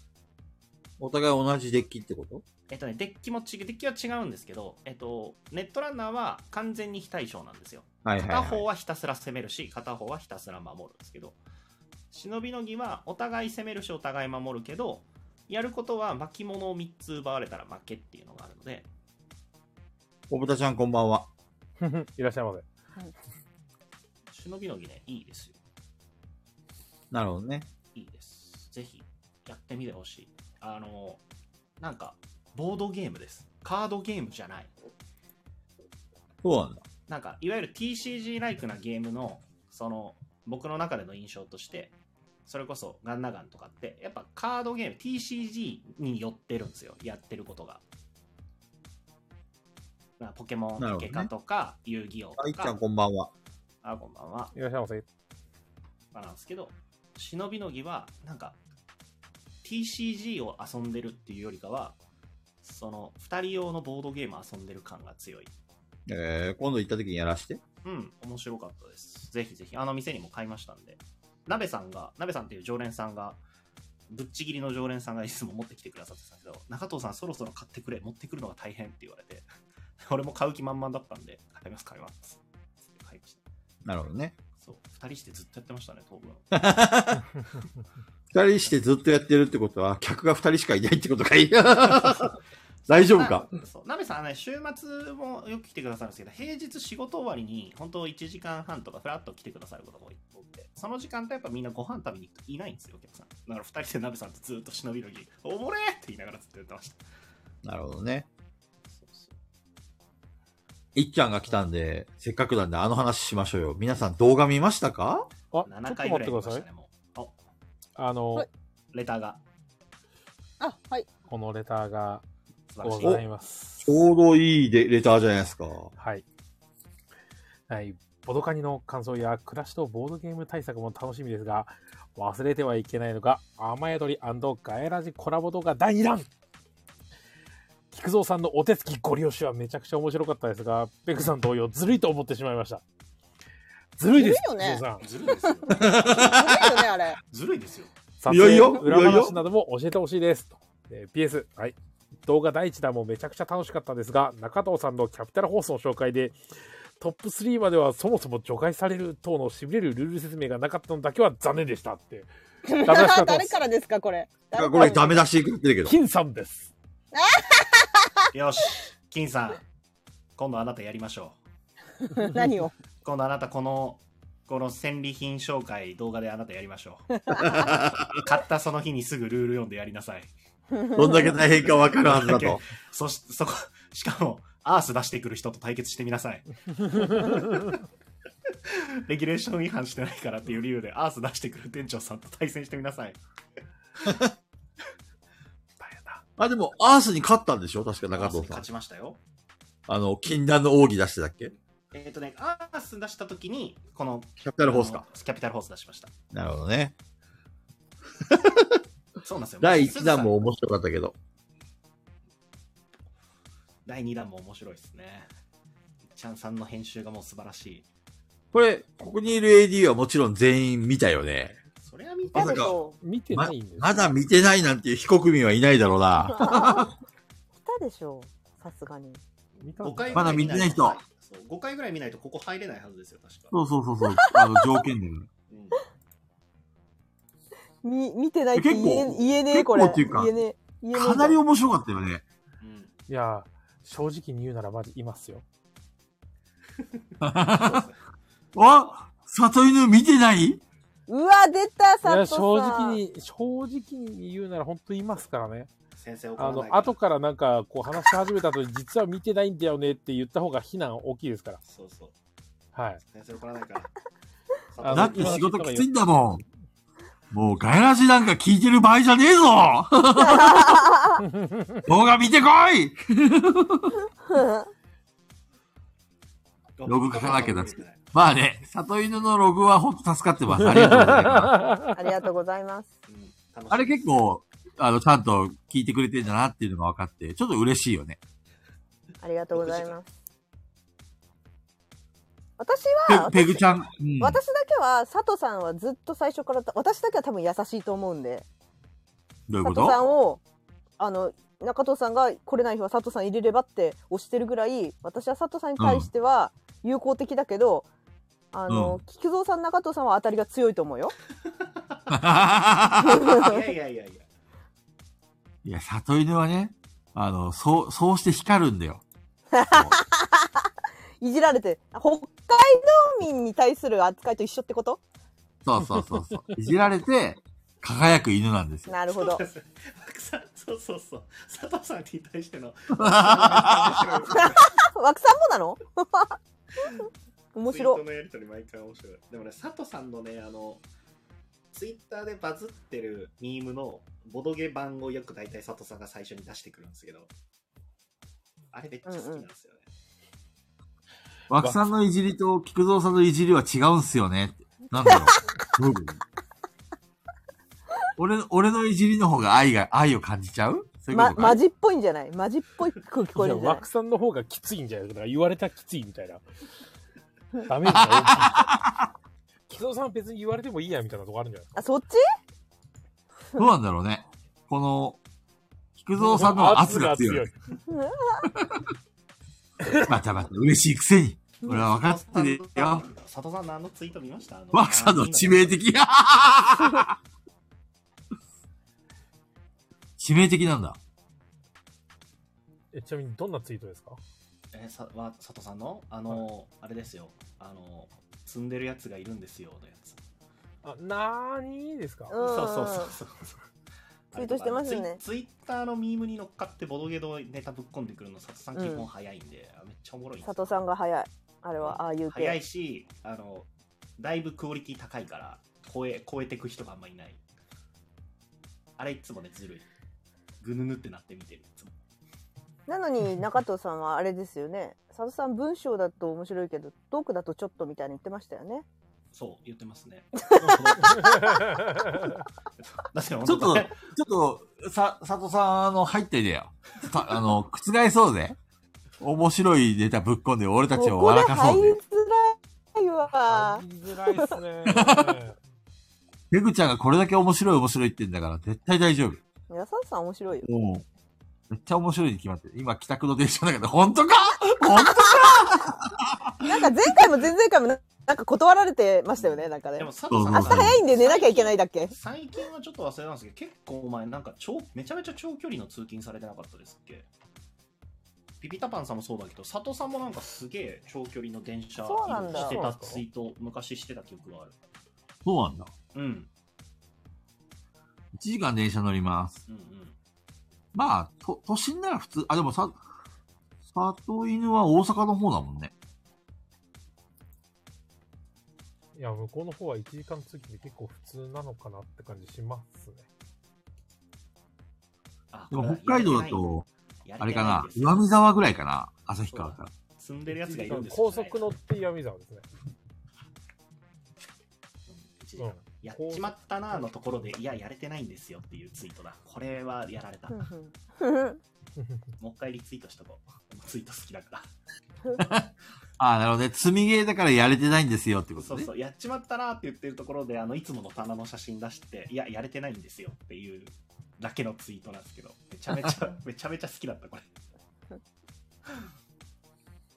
お互い同じデッキってことえっとね、デッキもち、デッキは違うんですけど、えっと、ネットランナーは完全に非対称なんですよ。はいはい、片はい。方はひたすら攻めるし、片方はひたすら守るんですけど、忍びの儀はお互い攻めるし、お互い守るけど、やることは巻物を3つ奪われたら負けっていうのがあるので、小豚ちゃんこんばんは。いらっしゃいませ。忍びの儀ね、いいですよ。なるほどね。いいです。ぜひ、やってみてほしい。あの、なんか、ボードゲームです。カードゲームじゃない。そうなんだ。なんか、いわゆる TCG ライクなゲームの、その、僕の中での印象として、それこそガンナガンとかって、やっぱカードゲーム、TCG に寄ってるんですよ。やってることが。まあポケモン、なるほどポねケカとか、遊戯王あいとっちゃかん、こんばんは。あ、こんばんは。いらっしゃいませ。まあなんですけど、忍びの儀は、なんか、TCG を遊んでるっていうよりかは、その、二人用のボードゲーム遊んでる感が強い。えー、今度行った時にやらして。うん、面白かったです。ぜひぜひ、あの店にも買いましたんで。鍋さんが、鍋さんっていう常連さんが、ぶっちぎりの常連さんがいつも持ってきてくださってたんですけど、中藤さんそろそろ買ってくれ、持ってくるのが大変って言われて、 <laughs> 俺も買う気満々だったんで、買います、買います。つって買いました。なるほどね。そう、二人してずっとやってましたね、当分。二人してずっとやってるってことは、客が二人しかいないってこと <laughs> かい大丈夫かなそう、なべさんはね、週末もよく来てくださるんですけど、平日仕事終わりに、本当1時間半とか、ふらっと来てくださることが多い多くて、その時間帯やっぱみんなご飯食べに行くといないんですよ、お客さん。だから2人でなべさんとずっと忍びのぎ、おもれーって言いながらずっとやってました。なるほどね。そうそういっちゃんが来たんで、せっかくなんであの話しましょうよ。皆さん動画見ましたかあ、ちょっと待7っ回ぐらていく見だましさいたね、。も。あの、はいうレターがあはいこのレターが素晴らしいございますち。ょうどいいでレターじゃないですか。はい。はい。ボドカニの感想や暮らしとボードゲーム対策も楽しみですが、忘れてはいけないのが、雨宿りガエラジコラボ動画第2弾菊蔵さんのお手つきご利用しはめちゃくちゃ面白かったですが、ペクさん同様、ずるいと思ってしまいました。ずるいです、ずるいよ菊ね蔵ずるいですよ。ずるいよねあれずるいですよ。さん。いやいや撮影裏いやいや話なども教えてほしいです。とえー PS、はい。動画第1弾もめちゃくちゃ楽しかったですが、中藤さんのキャピタル放送の紹介で、トップ3まではそもそも除外される等のしびれるルール説明がなかったのだけは残念でしたって。メ出し <laughs> 方 <laughs> 誰からですかこれだからこれダメだ出し食ってるけど。金さんです。よし、金さん、今度あなたやりましょう。 <laughs> 何を今度あなたこのこの戦利品紹介動画であなたやりましょう買ったその日にすぐルール読んでやりなさい <laughs> どんだけ大変かわかるはずだと。そしそこ <laughs> しかもアース出してくる人と対決してみなさいレギュレーション違反してないからっていう理由でアース出してくる店長さんと対戦してみなさい大変だ。あ、でも、アースに勝ったんでしょ確かア中ースに藤さん勝。ちましたよあの、禁断の奥義出してたっけえっ、とねアース出した時にこのキャピタルホースか。キャピタルホース出しましたなるほどね。そうなんですよ第1弾も鈴さん面白かったけど。第2弾も面白いですねいっちゃんさんの編集がもう素晴らしいこれ、ここにいる AD はもちろん全員見たよね。それは見てまさか来見てないんですよ、まだ見てないなんていう非国民はいないだろうな。たでしょさすがに見たん5だ回まだ見てない人そう5回ぐらい見ないとここ入れないはずですよ確か、そうそうそうそう。あの、条件でね。うんみ見てないって言え結構言えねえこれ結構っていうか言えねえ言えねえかなり面白かったよね。うんいやー、正直に言うならマジいますよ。あ里犬見てないうわ出たいや、佐藤さ正ん直 <laughs> に、正直に言うなら本当いますからね。先生怒あらなのい、後からなんかこう話し始めた後に実は見てないんだよねって言った方が非難大きいですから。そうそうはい。先生怒らないからあのだって仕事きついんだもん。もうガヤラジなんか聞いてる場合じゃねえぞ動画見てこいログ書かなきゃだってまあね、里犬のログはほんと助かってます。ありがとうございます。ありがとうございます。あれ結構、あの、ちゃんと聞いてくれてんだなっていうのが分かって、ちょっと嬉しいよね。ありがとうございます。私ペは、ペグちゃん。うん、私だけは佐藤さんはずっと最初から私だけは多分優しいと思うんでどういう佐こ藤さとんをあの中藤さんが来れない日は佐藤さん入れればって押してるぐらい私は佐藤さんに対しては友好的だけど、あの、菊蔵さん中藤さんは当たりが強いと思うよいやいやいやいやいや、里犬はね、あの、そう、そうして光るんだよ。いじられて北海道民に対する扱いと一緒ってことそうそうそうそう。 <laughs> いじられて、輝く犬なんですよ。なるほどそうです枠さんそうそうそう佐藤さんに対しての枠さんもなの <laughs> 面ツイー白トのやり取り毎回面白いでもね佐藤さんのねあのツイッターでバズってるミームのボドゲ版をよく大体佐藤さんが最初に出してくるんですけどあれめっちゃ好きなんですよね、枠さんのいじりと菊蔵さんのいじりは違うんすよね。なんだろう。どういうこと俺の、俺のいじりの方が愛が、愛を感じちゃうそういい、うこま、とかマ。ジっぽいんじゃないマジっぽいく聞こえじゃあるんじゃない枠さんの方がきついんじゃないか言われたらきついみたいな。ダメージが大きい。木造さんは別に言われてもいいやみたいなとこあるんじゃないあそっちどうなんだろうね。この、菊蔵さんの圧が強い。。またまた嬉しいくせに。俺は分かってるよ。佐藤さんのあのツイート見ましたあの枠さんの致命 <laughs> 的。致命的なんだ。えちなみにどんなツイートですかえーさわ佐藤さんのあの、あれですよあの積んでるやつがいるんですよのやつあ、なーにーですか、うんそうそうそうそうツイートしてますよねあのツイツイッターのミームに乗っかってボドゲのネタぶっ込んでくるの佐藤さん基う本ん早いんで、あめっちゃおもろいんですよ佐藤さんが早いあれはああいう系早いしあのだいぶクオリティ高いから超え超えてく人があんまいないあれいつもねずるいぐぬぬってなって見てるいつもなのに中藤さんはあれですよね佐藤さん文章だと面白いけどトークだとちょっとみたいに言ってましたよねそう言ってます <laughs> ねだってちょちょっと、ちょっと、さ、佐藤さん、あの、入っていでよ。さあの、覆そうぜ。面白いネタぶっこんで、俺たちをここで笑か入そうりぜづ。らいわ入りづらいっすね。ペグちゃんがこれだけ面白い面白いって言うんだから、絶対大丈夫。いや佐藤さん面白いよもう、めっちゃ面白いに決まってる。今、帰宅の電車だけど、本当か本当かなんか前回も前々回もななんか断られてましたよねなんかねでも明佐藤さん明日早いんで寝なきゃいけないだっけ最近はちょっと忘れたんですけど結構お前なんか超めちゃめちゃ長距離の通勤されてなかったですっけピピタパンさんもそうだけど佐藤さんもなんかすげえ長距離の電車そうなんだしてたツイート昔してた記憶があるそうなんだ。うん1時間電車乗ります。うんうまあ、と、都心なら普通、あ、でもさ、里犬は大阪の方だもんね。いや、向こうの方は1時間通勤で結構普通なのかなって感じしますね。でんも北海道だと、あれかな、岩見水沢ぐらいかな、旭川から。積んでるやつがいるんですよ、高ね、速乗って闇沢ですね。一時間やっちまったなーのところでいややれてないんですよっていうツイートだこれはやられた、もふんふんう一回リツイートしとこうツイート好きだからああ、なるほどね。積みゲーだからやれてないんですよってこそとうね。そう、やっちまったなって言ってるところで、あの、いつもの棚の写真出して、いや、やれてないんですよっていうだけのツイートなんですけど、めちゃめちゃ、 <laughs> めちゃめちゃ好きだった、これ。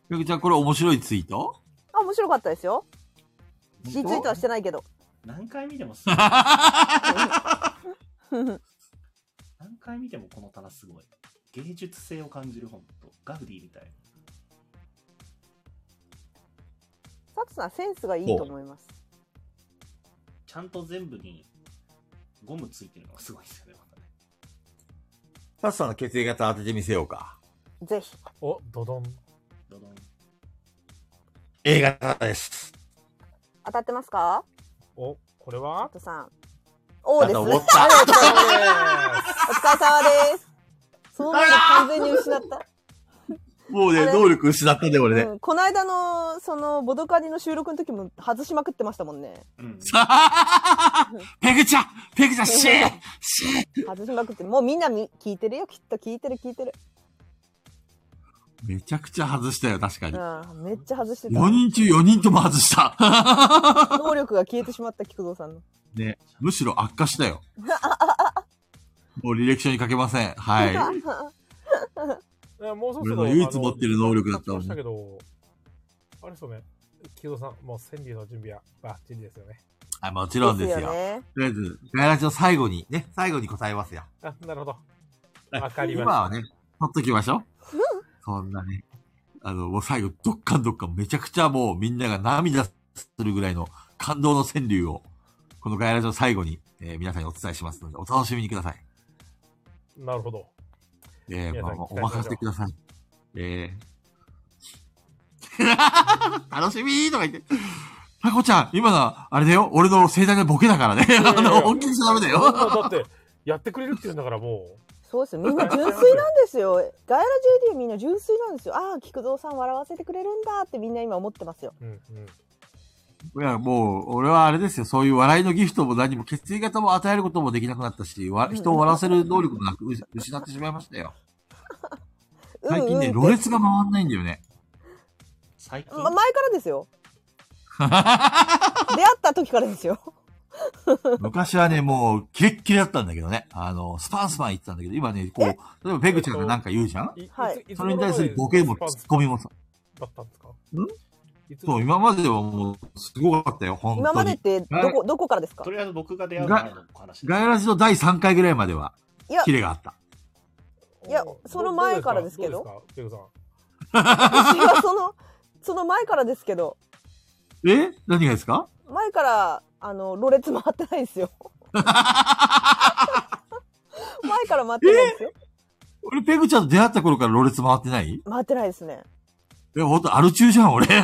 よくちゃん、これ面白いツイートあ面白かったですよリツイ本当ートはしてないけ <laughs> ど何回見てもすごい。ふんふん何回見てもこの棚すごい。芸術性を感じる本とガウディみたいサクさんセンスがいいと思います。ちゃんと全部にゴムついてるのがすごいですよねまたねタスさんの血液型当ててみせようか。ぜひ。 <laughs> お、ドドン。どどん A 型です。当たってますかお、これサはトさん。おーです。だおと疲れ思様っでた <laughs> す。その前に完全に失った。もうあね、れ能力失ったね、俺ね。うん、この間のそのボドカニの収録の時も外しまくってましたもんねうんペグちゃんペグちゃんシーシー外しまくってもうみんなみ聞いてるよきっと聞いてる聞いてる、めちゃくちゃ外したよ、確かに。うん、めっちゃ外してた4人中4人とも外した。能力が消えてしまった菊蔵さんのね、むしろ悪化したよ。もう履歴書に書けません。はい。 <laughs> いやもうそろそ俺ろの唯一持ってる能力だったあのの復活しにましたけ。ど、あれですよね。木戸さん、もう川柳の準備はバッチリですよね。はい、もちろんですよ。ねとりあえず、ガヤラジの最後に、ね、最後に答えますよ。あ、なるほど。わかりま今した。はね、取っときましょう。そんなね。あの、もう最後、どっかんどっかん、めちゃくちゃもうみんなが涙するぐらいの感動の川柳を、このガヤラジの最後に、えー皆さんにお伝えしますので、お楽しみにください。なるほど。えー、皆まさあ、ん期待しましょうお任せください。え <laughs> ー、楽しみーとか言って。タコちゃん、今のは、あれだよ、俺の盛大なボケだからね。いやいやあの、本気にしちゃダメだそんなよ。だって、やってくれるって言うんだからもそうですよみ <laughs> んな純粋なんですよガイラ JD みんな純粋なんですよああ菊蔵さん笑わせてくれるんだってみんな今思ってますよう。うんうん。いや、もう、俺はあれですよ、そういう笑いのギフトも何も、血液型も与えることもできなくなったし、わ人を笑わせる能力もなく、うし失ってしまいましたよ。うんうん最近ね、ってろれつが回んないんだ <laughs> よね。最近、ま前からで <laughs> すよ出会った時からですよ昔はね、もう、キレッキレだったんだけどね。あの、スパンスパン言ってたんだけど、今ね、こう、例えばペグちゃんがなんか言うじゃんいはいついつそれに対するボケもツ頃までッコミもさ、だったんですかんいつそう、今まではもう、すごかったよ、本今当までっに。てどこどこからですかとりあえず僕が出会う前のお話ですガヤラジの第3回ぐらいまではう、んキレがあった。おいやその前からですけどうですかペグさん。私はそのその前からですけどえ何がですか前からあのろれつ回ってな <laughs> いですよ前から回ってないですよ俺、ペグちゃんと出会った頃からロレツ回ってない回ってないですねえ、ほんと、アル中じゃん、<laughs> 俺。いや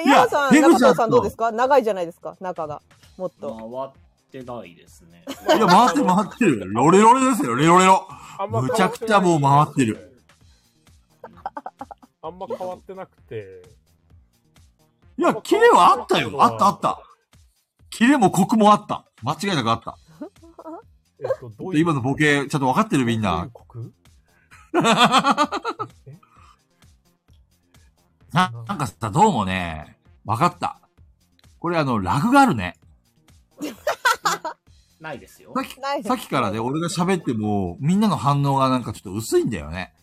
いや山さんペグちゃんと中藤さんどうですか長いじゃないですか中がもっ回とってないですねいや、回ってる回ってる。ロレロレですよ、ロレロレロ。あんま変わってないむちゃくちゃもう回ってる。あんま変わってなくて。いや、キレはあったよ。あったあった。キレもコクもあった。間違いなくあった。えっと、どういう。今のボケ、ちゃんと分かってるみんな。どういう国。えななんかさ、どうもね、分かった。これあの、ラグがあるね。ないですよさっき、ないで <laughs> すさっきからね、俺が喋っても、みんなの反応がなんかちょっと薄いんだよ <laughs> ね。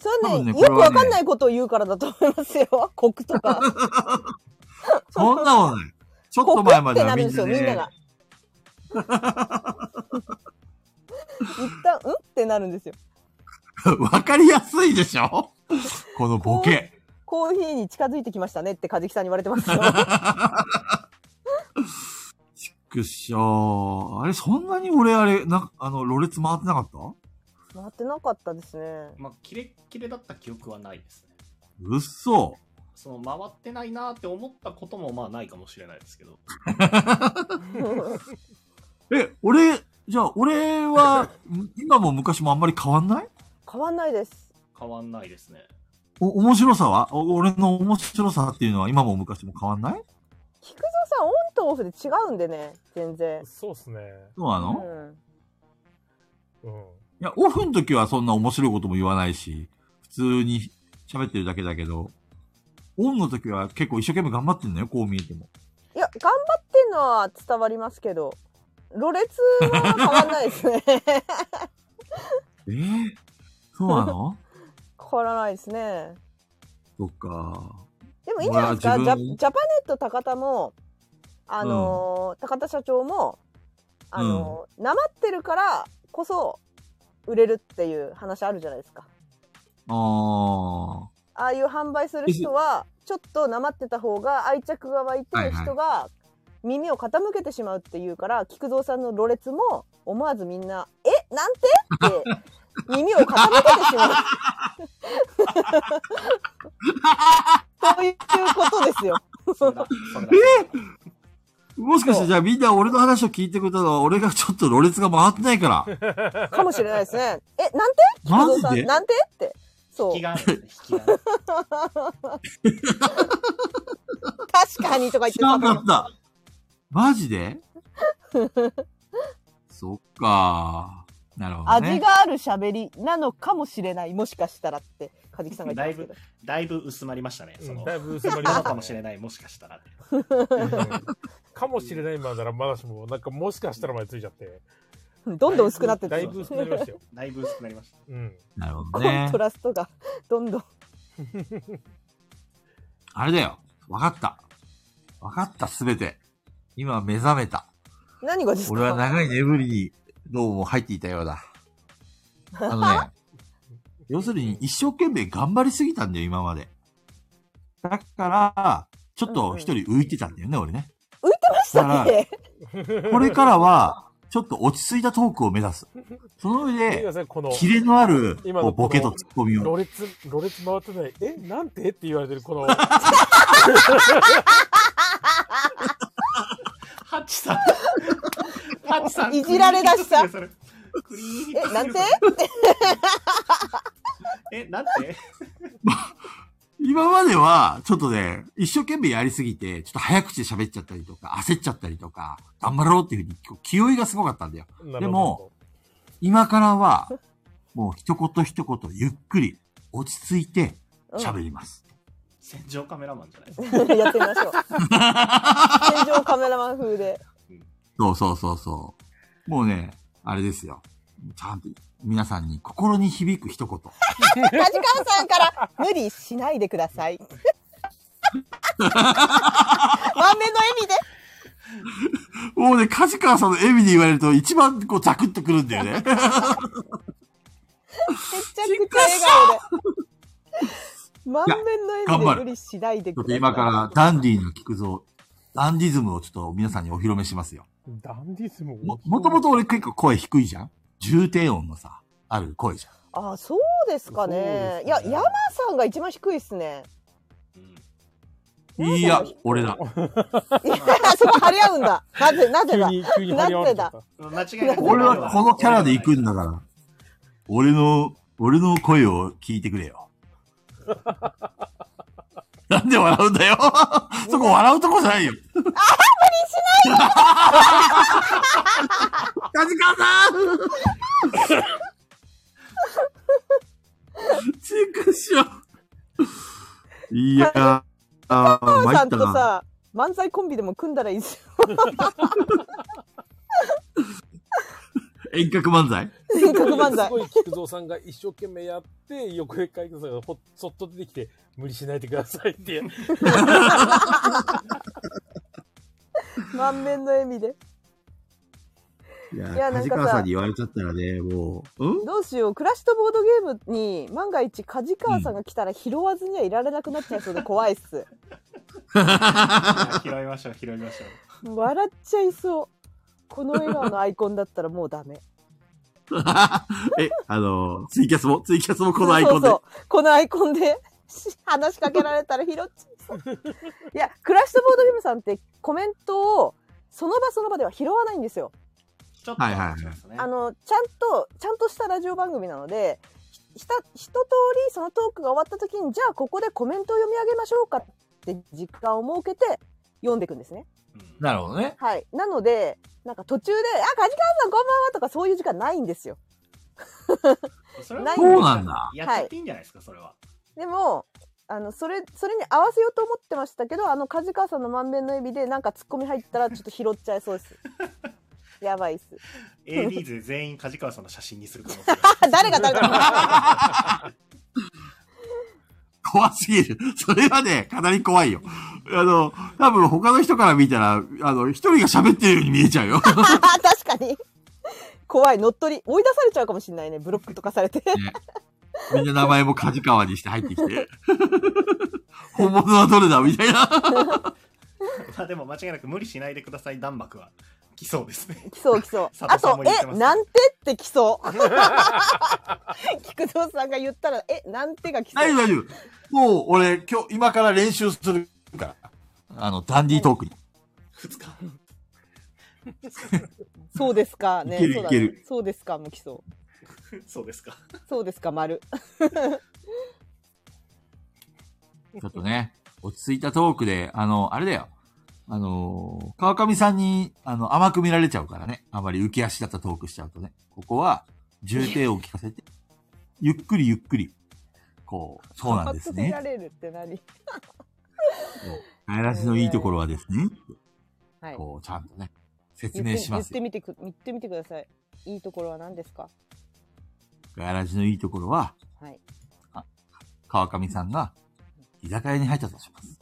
それ多は分ねねよこくれはねわかんないことを言うからだと思いますよコクと <laughs> かそんなことない。ちょっコとク前まっでてはなみるんんですなよみんなねが、 <laughs> 一旦うんってなるんですよ <laughs> わかりやすいでしょ <laughs> このボケ。コーヒーに近づいてきましたねって和樹さんに言われてます <laughs> よくっしょー。あれ、そんなに俺、あれ、な、あの、ろれつ回ってなかった回ってなかったですね <laughs> まあキレッキレだった記憶はないですねうっそ。その回ってないなーって思ったこともまあないかもしれないですけどえ、俺、じゃあ、俺は、 <laughs> ん今も昔もあんまり変わんない変わんないです変わんないですねお、面白さはお俺の面白さっていうのは今も昔も変わんない菊蔵さんオンとオフで違うんでね全然そうっすね。そうなうの、いんうん。や、オフの時はそんな面白いことも言わないし、普通に喋ってるだけだけど、オンの時は結構一生懸命頑張ってんのよ、こう見えても。いや頑張ってんのは伝わりますけどろれつは変わんないで <laughs> すねえー、そうなの <laughs> 変わらないですねそっか。でもいいんじゃないですかジうャわ自ジ分ャパネット高田もあのー高田社長もあのーなまってるからこそ売れるっていう話あるじゃないですか。あああいう販売する人はちょっとなまってた方が愛着が湧いてはいはい人が耳を傾けてしまうっていうから菊蔵さんのろれつも思わずみんな「えなんて?」 <laughs> って耳を傾けてしまう。 <laughs> ということで <laughs> すよ。それ <laughs> だ。それだ。ーもしかしてじゃあみんな俺の話を聞いてくれたのは俺がちょっとろれつが回ってない <laughs> から。かもしれないですね。え、なんて菊蔵マさジん、でなんてって。そう引き。があるんですね、引きがある。確かにとか言って知らたんかった。マジ <laughs> でそっかー。なるほど、ね。味がある喋りなのかもしれない。もしかしたらって、かじきさんが言ってますけど。だいぶ薄まりましたね。その、だいぶ薄まりまなしたのかねもしれない、もしかしたら。かもしれないまでならまだしも、なんかもしかしたらまでついちゃって。どんどん薄くなってっだいて、ぶ薄くなりましたよ。だいぶ薄くなりました。うん。なるほどコねント。ラストがどんどん。あれだよ。わかった。わかった、すべて。今目覚めた。何がですか俺は長い眠りにどうも入っていたようだ。あの <laughs> ね、要するに一生懸命頑張りすぎたんだよ、今まで。だから、ちょっと一人浮いてたんだよね、俺ね。浮いてましたっけこれからは、ちょっと落ち着いたトークを目指す。その上見てくだで、さい、この、キレのある今このうボケとツッコミを。ろれつ、ろれつ回ってない。え、なんてって言われてる、この、ハチ <laughs> さん。ハチさん。いじられだしたクリーンヒッえトする。それなんて <laughs> え、なんて今までは、ちょっとね、一生懸命やりすぎて、ちょっと早口で喋っちゃったりとか、焦っちゃったりとか、頑張ろうっていうふうに、こう気負いがすごかったんだよ。なるほど <laughs> でも、今からは、もう一言一言ゆっくり、落ち着いて喋ります。戦場カメラマンじゃないですか。うんやってみ <laughs> ましょう。天井カメラマン風で。そうそうそうそう。もうね、あれですよ。ちゃんと皆さんに心に響く一言。カジカンさんから無理しないでくだ <laughs> さい。満面の笑みで。もうね、カジカーさんの笑みで言われると一番こうザクッとくるんだよ <laughs> ね。めちゃくちゃ笑顔で。満面の頑張る笑みで無理しないでちょっくとださい。今からダンディーの菊蔵、ダンディズムをちょっと皆さんにお披露目しますよ。ダンディズムをも、もともと俺結構声低いじゃん重低音のさ、ある声じゃん。あ、そうですかそうでね。すねいや、山さんが一番低いですね。うんいや、俺だ。いや、そこ張り合うんだ。なぜ、なぜ急だ。に、急に張り合われちゃっなた。間違いなく俺はこのキャラで行くんだら。から。俺の、俺の声を聞いてくれよ。 <laughs> なんで笑うんだよ <laughs> そこ笑うとこじゃないよ。あ <laughs> あ、無理しないよ <laughs> カジカさんチェックしよう。いやー、あー山参さっんたとな。さ、漫才コンビでも組んだらいいですよ。遠隔漫才性格漫才す。ごい菊蔵さんが一生懸命やって、横へ帰ってさんがほっそっと出てきて、無理しないでくださいって。満面の笑みで。いいやや、カなんかさジカさんに言われちゃったらね、もう、うんどうしよう。クラッシュとボードゲームに万が一梶川さんが来たら拾わずにはいられなくなっちゃいそうで怖いっす。拾いましょう、拾いましょう。笑っちゃいそう。この笑顔のアイコンだったらもうダメ。 <laughs> え、あの、ツイキャスも、ツイキャスもこのアイコンで。そうそうこのアイコンで話しかけられたら拾っちゃいそう。いや、クラッシュとボードゲームさんってコメントをその場その場では拾わないんですよ。ちょっと、はいはいはいしますねあの、ちゃんと、ちゃんとしたラジオ番組なので、ひひた一通りそのトークが終わった時に、じゃあここでコメントを読み上げましょうかって時間を設けて読んでいくんですね。うんなるほどね。はい。なので、なんか途中で、あ、カジカンさんこんばんはとかそういう時間ないんですよ。それなはいそうなんだやっちゃっていいんじゃないですか、それは。でも、あの、それ、それに合わせようと思ってましたけど、あの、梶川さんの満面の笑みで、なんか突っ込み入ったら、ちょっと拾っちゃいそうです。やばいっす。 AD 勢全員梶川さんの写真にする可能性が <laughs> あ誰が誰 <laughs> が。怖すぎる。それはね、かなり怖いよ。あの、多分他の人から見たら、あの、一人が喋ってるように見えちゃうよ。確かに。怖い乗っ取り追い出されちゃうかもしれないねブロックとかされて <laughs> みんな名前も梶川にして入ってきて。 <laughs> 本物はどれだみたいな。まあでも間違いなく無理しないでください、弾幕は。来そうです <laughs> ね。来そう来そう佐あ藤さんとも「言ってまえすなんて?」って来そう <laughs> 菊蔵さんが言ったら「えなんて?」が来そ大丈夫う大丈夫。もう俺今日、今から練習するから。あの、ダンディートークに。 2日。そうですかねいけるそうだいけねるそうですかも来そうそうですか。そうですか、丸。ちょっとね、落ち着いたトークで、あの、あれだよ。あの、川上さんに、あの、甘く見られちゃうからね。あまり浮き足だったトークしちゃうとね。ここは、重点を聞かせて、ゆっくりゆっくり。こう、そうなん <laughs> です見ねら。れるって何ガヤラシのいいところはですね、はい。こう、ちゃんとね、説明言ってしますよ言ってみてく、言ってみてください。いいところは何ですかガヤラジのいいところは、はい。川上さんが、居酒屋に入ったとします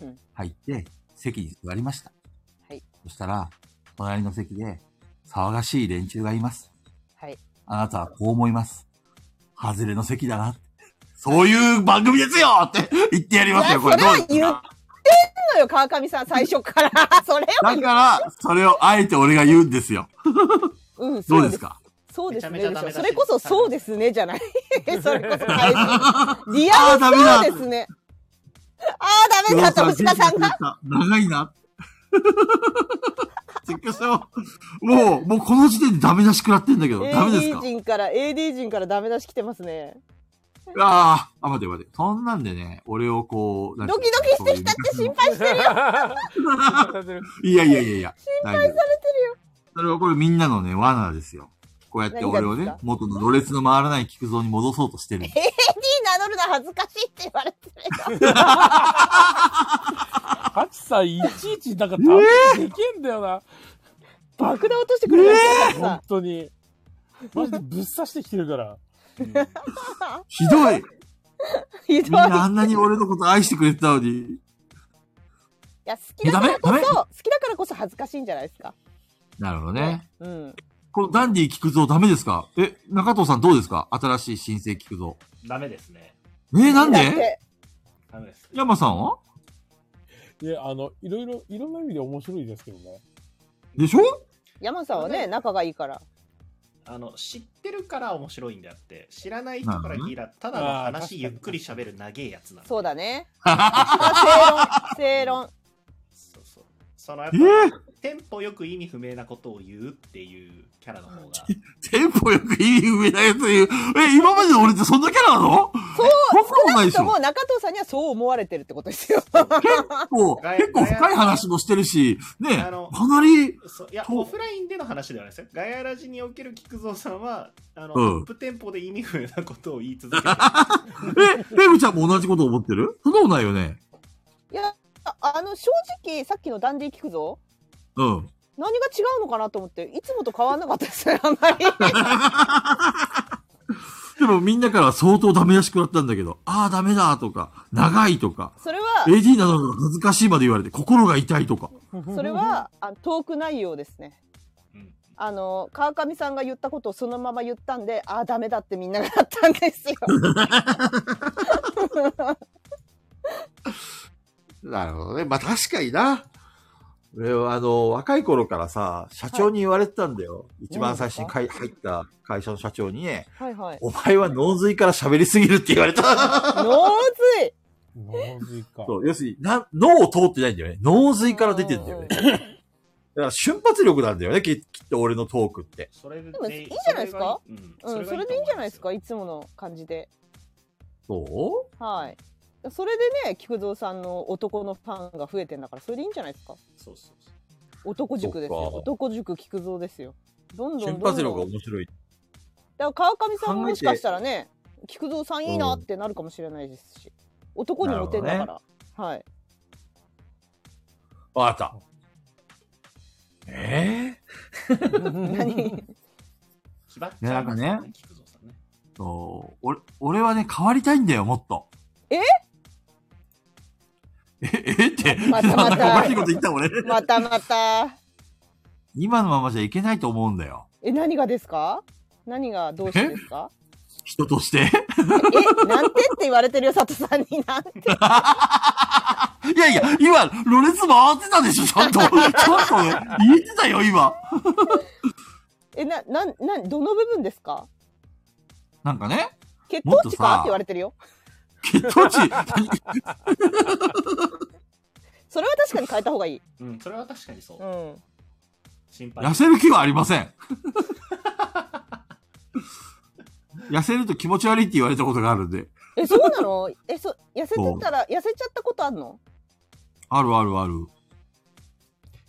うん。入って、席に座りました。はい。そしたら、隣の席で、騒がしい連中がいます。はい。あなたはこう思います。外れの席だな。そういう番組ですよって言ってやりますよ、いこやれ。どうそれは言っそうよ、川上さん、最初から。 <laughs> それだを言う。から、それをあえて俺が言うんですよ。うん、どそううでですす。かそうですね。めちゃめちゃダメでだししょそれこそ、そうですね、<laughs> じゃない。それこそ大事、リアあールダメだそうですね。ああ、ダメだった、星田さんが。長いな。 <laughs> チェックしよう。もう、もうこの時点でダメ出し食らってんだけど、ダメです AD か陣から、AD 陣からダメ出し来てますね。ああ、あ、待て待て。そんなんでね、俺をこう、なんドキドキしてきたって心 <laughs> 配してるよ。いやいやいやいや。心配されてるよ。それはこれみんなのね、罠ですよ。こうやって俺をね何がですか、元のろれつの回らない菊蔵に戻そうとしてる。 AD 名乗るの恥ずかしいって言われてるよ。ハチさん、いちいちなんかためにできんだよな。爆弾落としてくれるん本だ当に。マジでぶっ刺してきてるから。ひど <laughs> いひみんどい。いなあんなに俺のこと愛してくれてたのに。や、好きだからこダメダメそ、好きだからこそ恥ずかしいんじゃないですか。なるほどね。うん。このダンディ菊蔵ダメですかえ、中藤さんどうですか新しい新生菊蔵。ダメですね。えー、なんだっでてダメです。山さんはいや、あの、いろいろ、いろんな意味で面白いですけどね。でしょ山さんはダね、メ仲がいいから。あの、知ってるから面白いんであって、知らない人から聞いたら、ただのあー確か話にゆっくり喋る長えやつなの。そうだね。あ正論、そうそう。そのやっえぱ、ー、テンポよく意味不明なことを言うっていうキャラの方が。テンポよく意味不明だよという。え、今までの俺ってそんなキャラなのそそうんなことない正で論。しとょもう中藤さんにはそう思われてるってことですよ。こうガヤ結構深い話もしてるし、ね、あかのなり、そういやそうオフラインでの話ではないですよ。ガヤラジにおける菊蔵さんは、あの、うんアップテンポで意味不明なことを言い続けてる、 <laughs> え、レムちゃんも同じこと思ってるそんなことないよね。いや、ああの、正直、さっきのダンディ聞くぞ。うん。何が違うのかなと思って、いつもと変わんなかったですよ、あんまり。でもみんなからは相当ダメ出し食らったんだけど、ああ、ダメだとか、長いとか、それは、 AD などの恥ずかしいまで言われて心が痛いとか。それは、あトーク内容ですね。うんあの川上さんが言ったことをそのまま言ったんでああダメだってみんながなったんですよなるほどね。まあ確かにな。俺はあの、若い頃からさ、社長に言われてたんだよ。一番最初にかい入った会社の社長にね、はいはいお前は脳髄から喋りすぎるって言われた。脳髄脳髄か。そう要するにな、脳を通ってないんだよね。脳髄から出てるんだよね。だから瞬発力なんだよね、ききっと俺のトークって。それででもいいんじゃないですかうんうん、そがれでいいんじゃないですかいいつもの感じでそはいそれでね菊蔵さんの男のファンが増えてんだからそれでいいんじゃないですかと思いますよそうそうそう男塾ですそよっか男塾菊蔵ですよどんうどんど瞬んどん発力が面白い。だから川上さんも考えてもしかしたらね菊蔵さんいいなってなるかもしれないですし男にモテんだかなるら、はいわかった。え何 <laughs> 気張っちねゃないんまかすねよね菊蔵さんねそう俺、俺はね、変わりたいんだよ、もっと。ええ、 <laughs> えって、またまた <laughs> なんかおかしいこと言った俺。またまた今のままじゃいけないと思うんだよ。え、何がですか何がどうしてですか人と <laughs> して。え、なんてって言われてるよ、佐藤さんに。なんて。 <laughs> いやいや、今、ロレス回ってたでしょ、ちゃんと。ちゃんとね、言えてたよ、今。え、な、なん、なん、どの部分ですかなんかね、血もっ糖と値さかって言われてるよ。血糖値、それは確かに変えた方がいい。うん、それは確かにそうう。ん。心配。痩せる気はありません。痩せると気持ち悪いって言われたことがあるんで。 <laughs> え、そうなのえ、そ、痩せてたら、痩せちゃったことあんのあるあるある。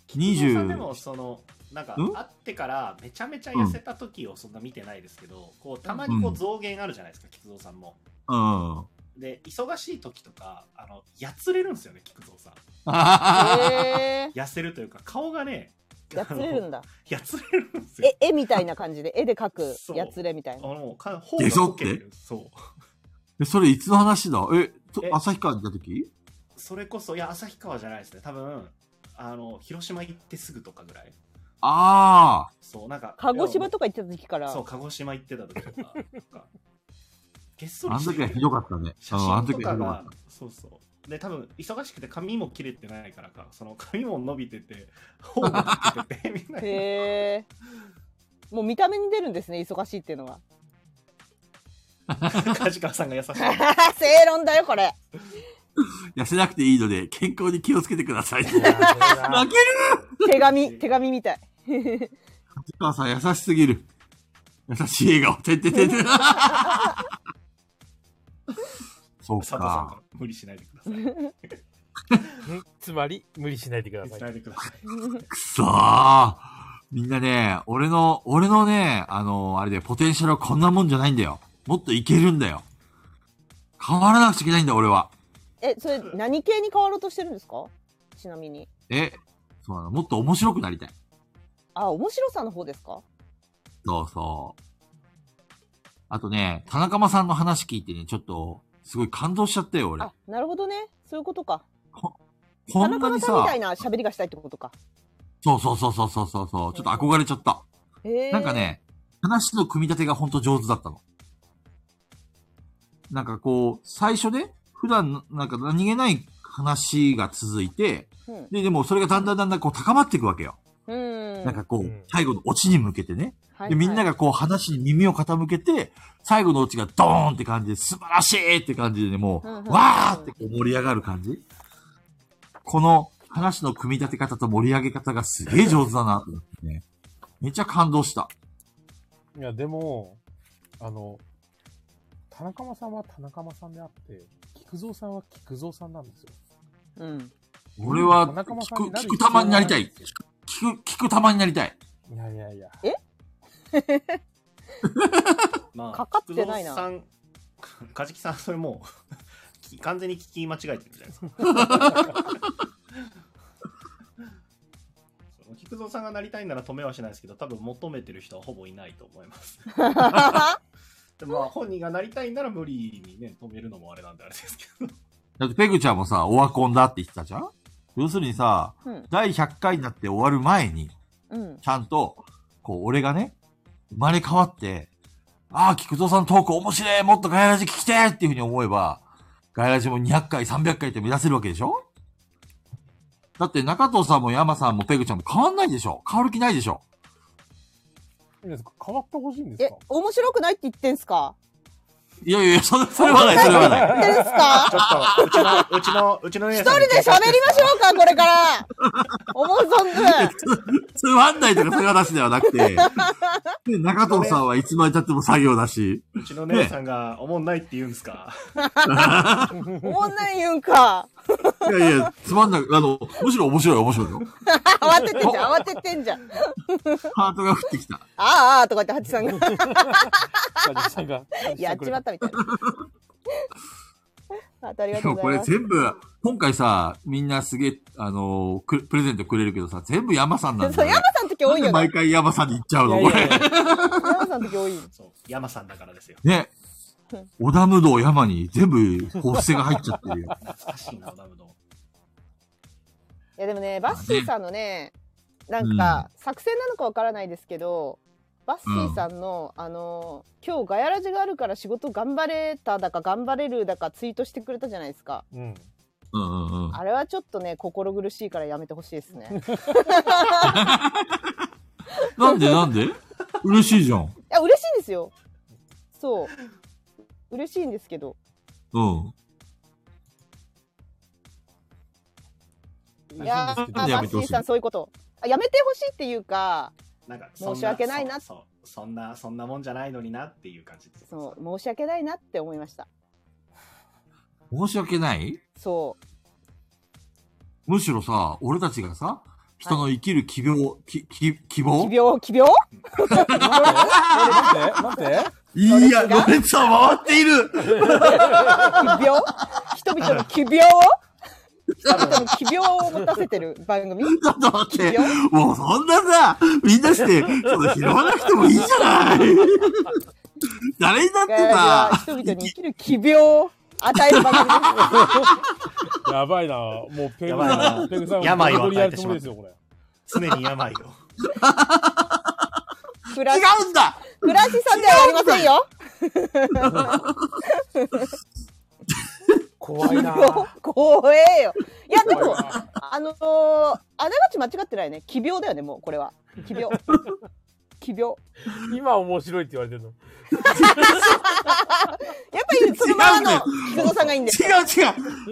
吉田さん20でもそのなんかん会ってからめちゃめちゃ痩せた時をそんな見てないですけど、こうたまにこう増減あるじゃないですか、菊蔵さんも。うん。で忙しい時とかあのやつれるんですよね菊蔵さん。へえ痩せるというか顔がねー。やつれるん <laughs> だだ。やつれるんですよ。え、絵みたいな感じで、絵で描くそうやつれみたいあな。のか頬でしょがっっててるそう <laughs> えそれいつの話だえ、とえ旭川にいた時それこそいや旭川じゃないですね多分あの広島行ってすぐとかぐらいあそうなんか鹿児島ととか行ってた時から。そう鹿児島行ってた時とか <laughs> なんかげっそあ、りあのして時はるひどかったね。写うん、あの真時とはかひどかがっそうそうで多分忙しくて髪も切れてないからかその髪も伸びてて頬も出 <laughs> ててみんなへえ。もう見た目に出るんですね、忙しいっていうの <laughs> は。梶川さんが優しい正論だよ、これ。た。痩せなくていいので、健康に気をつけてください。いや旭ー <laughs> 泣け <laughs> 手紙、手紙みたい。川さん優しすぎる。優しい笑顔。てってて <laughs> て。そう佐藤さんかか。ら無理しないでください <laughs> んつまり、無理しないでくだ無理さ。しないいでくださいくそー。みんなね、俺の、俺のね、あの、あれで、ポテンシャルはこんなもんじゃないんだよ。もっといけるんだよ。変わらなくちゃいけないんだ、俺は。え、それ何系に変わろうとしてるんですかちなみに。え、そうなの。もっと面白くなりたい。あ、面白さの方ですかそうそう。あとね、田中間さんの話聞いてね、ちょっと、すごい感動しちゃったよ、俺あ。、なるほどね。そういうことか。こ田ん中なに間さんみさたい、な喋りがしたいってことか。そうそうそうそうそうそう、そうちょっと憧れちゃった。へえ。なんか。ね、話の組み立てがほんと上手だったの。なんかこう、最初ね、普段、なんか何気ない話が続いて、うん。で、でもそれがだんだんだんだんこう高まっていくわけよ。うん。なんかこう、うん最後のオチに向けてね。はいはい、で、みんながこう話に耳を傾けて、最後のオチがドーンって感じで、素晴らしいって感じでね、もう、うんうんわーってこう盛り上がる感じ。この話の組み立て方と盛り上げ方がすげえ上手だなと思ってね。めっちゃ感動した。いや、でも、あの、田中間さんは田中間さんであって、菊蔵さんは菊蔵さんなんですよ。うん。俺は田中間さん聞く、になる聞く玉になりたい。必要聞く、聞く玉になりたい。いやいやいや。まかかってないな菊蔵さん梶木さんそれもうき完全に聞き間違えてるじゃないですか <laughs> その菊蔵さんがなりたいなら止めはしないですけど多分求めてる人はほぼいないと思いますでもまあ本人がなりたいなら無理にね止めるのもあれなんであれですけどだってペグちゃんもさ、オワコンだって言ってたじゃん要するにさ、 <laughs> うん。第100回になって終わる前に、うん。ちゃんと、こう、俺がね、生まれ変わって、ああ、菊蔵さんのトーク面白いもっとガヤラジ聞きてーっていうふうに思えば、ガヤラジも200回、300回って目指せるわけでしょだって中藤さんも山さんもペグちゃんも変わんないでしょ変わる気ないでしょ皆さん変わってほしいんですえか、面白くないって言ってんすかいやいやいや、それ、それはない、それはない。言ってんすかちょっとうちのうちのうちの一一人で喋りましょうか、これから。思う存分。それは案内とかそういう話ではなく <laughs> て、で中藤さんはいつまで経っても作業だし、うちの姉さんがおもんないって言うんですか <laughs> 思んない言うんか。いやいや、つまんない、あの、むしろ面白い、面白いよ。慌ててんじゃん、慌ててんじゃん。ハートが降ってきた。あーあーとか言って、ハチ <laughs> さんが梶木さん <laughs> が。やっちまったみたい <laughs> な。あとありでがとうもごこれざいます。全部、今回さ、みんなすげえ、あのくプレゼントくれるけどさ、全部山さんなんそだう、よ山。さんの時な多んいでよ毎ね。回山さんに行っちゃういのやいこやいれ。や山さんの時多い。そう山さんだからですよね。織田無道山に全部、こう、伏せが入っちゃってるよ。懐かしいなダムのいやでもね、バッシーさんのね、なんか、作戦なのかわからないですけど、バッシーさんの、あの今日ガヤラジがあるから仕事頑張れただか頑張れるだかツイートしてくれたじゃないですか。うん。うんうんうん。あれはちょっとね心苦しいからやめてほしいですね。 <laughs> いなんでなんで嬉しいじゃん。や嬉しいんですよ。そう嬉しいんですけど。うん。嬉しいんですけどいやーバやめてッシほーしいさんそういうこと。あやめてほしいっていうか、なんか申し訳ないなそそそんなそんなもんじゃないのになっていう感じですそう申し訳ないなって思いました。申し訳ないそむしろさ、俺たちがさ、人の生きる希望、き、き、希う。望奇病奇病？なんてなんていや、ロレッツは回っている <laughs> 奇病？人々の奇病を？人々の奇病を持たせてる番組？ちょっと <laughs> 待って奇病、もうそんなさ、みんなして、その拾わなくてもいいじゃない誰にだっガヤてラジはさ、人々に生きる奇病を与える番組です。 <laughs> やばいな。もうペやグばいさ、なんペグさん、病をゴリゴリ与やえるてつしもまりでうすよ、これ。常に病を暮らし違うんだ暮らしさんではありませんよ。怖いな。怖えよ。いやで怖いもなあのー、あながち間違ってないね。奇病だよねもうこれは。奇病。奇病。今面白いって言われてるの。やっぱりそのままの菊蔵さんがいいんです違う違う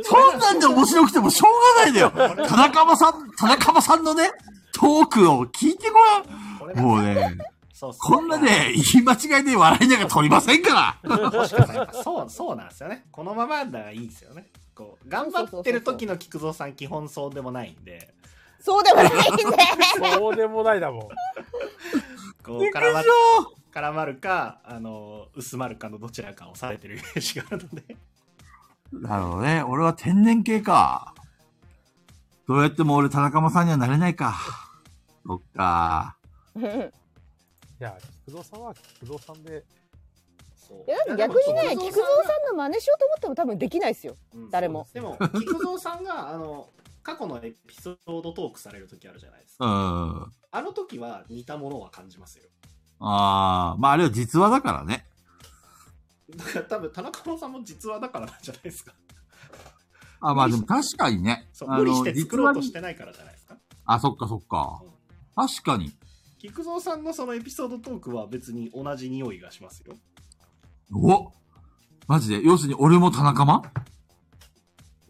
そんなんで面白くてもしょうがないんだよ田中間さん、田中間さんのね、トークを聞いてごこられんがもうね、 <laughs> そうそうこんなね、言い間違いで笑いなんか取りませんからもしかしたらやっぱそうそうなんですよねこのままならいいんですよねこう頑張ってる時の菊蔵さん基本そうでもないんでそうでもないね。そうでもないだもん。こうびっくり絡ましっろ絡まるかあの薄まるかのどちらかをされてるイメージがあるのでなるほどね。俺は天然系か。どうやっても俺田中間さんにはなれないか。そっか。うんいや、菊蔵さんは菊蔵さんで。そういやだって逆にね菊蔵さんの真似しようと思っても多分できないですよ。うん誰もそうですでも菊蔵さんがあの過去のエピソードトークされる時あるじゃないですうかん。ああの時は似たものは感じますよあー、まああれは実話だからね。だから多分田中さんも実話だからなんじゃないですかあまあでも確かにね。そうあの無理して作ろう実と話にしてないからじゃないですかあ、そっかそっか。確かに。菊蔵さんのそのエピソードトークは別に同じ匂いがしますよおマジで要するに俺も田中間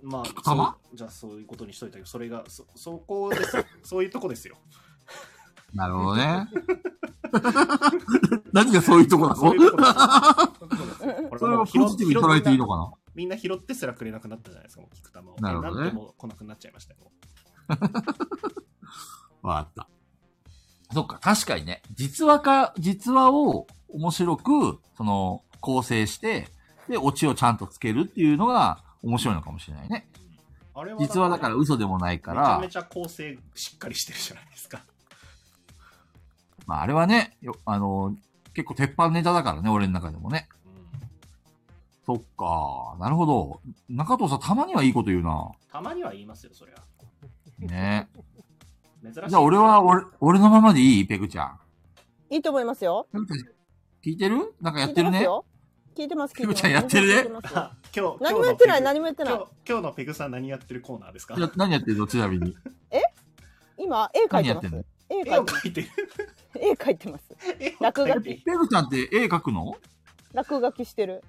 まあ菊そ玉うじゃあそういうことにしといたけどそれがそそこで <laughs> そそういうとこですよなるほど <laughs> ね。何がそういうとこなそういうとこのですよこそれもはう拾っポジティブに捉えていいのかなみんな拾ってすらくれなくなったじゃないですか、もう聞く玉を。なるほどねんでも来なくなっちゃいましたよ。わかった。そっか、確かにね。実話か、実話を面白く、その、構成して、で、オチをちゃんとつけるっていうのが面白いのかもしれないね。あれは実話だから嘘でもないかめちゃらめ、ちゃ構成しっかりしてるじゃないですか。まあ、あれはね、よあの、結構鉄板ネタだからね、俺の中でもね。そっか、なるほど。中藤さん、たまにはいいこと言うな。たまには言いますよ、それは。ね。珍しい。じゃあ、俺は、 <laughs> 俺、俺のままでいいペグちゃん。いいと思いますよ。ペグちゃん、聞いてるなんかや聞っていてるますね。よ。聞いてます聞いてまキムす。ちゃんやってるね聞いますよあ今日、何もやってな今い日の何もやってペグ今ない。日今日のペグさん何やってるコーナーですかいや何やってるのちなみに。今絵描い何てやっまてすんの。絵絵描をいて描いてる。絵描いてます。絵を落描書いてるき。ペグちゃんって絵描くの落書きしてる。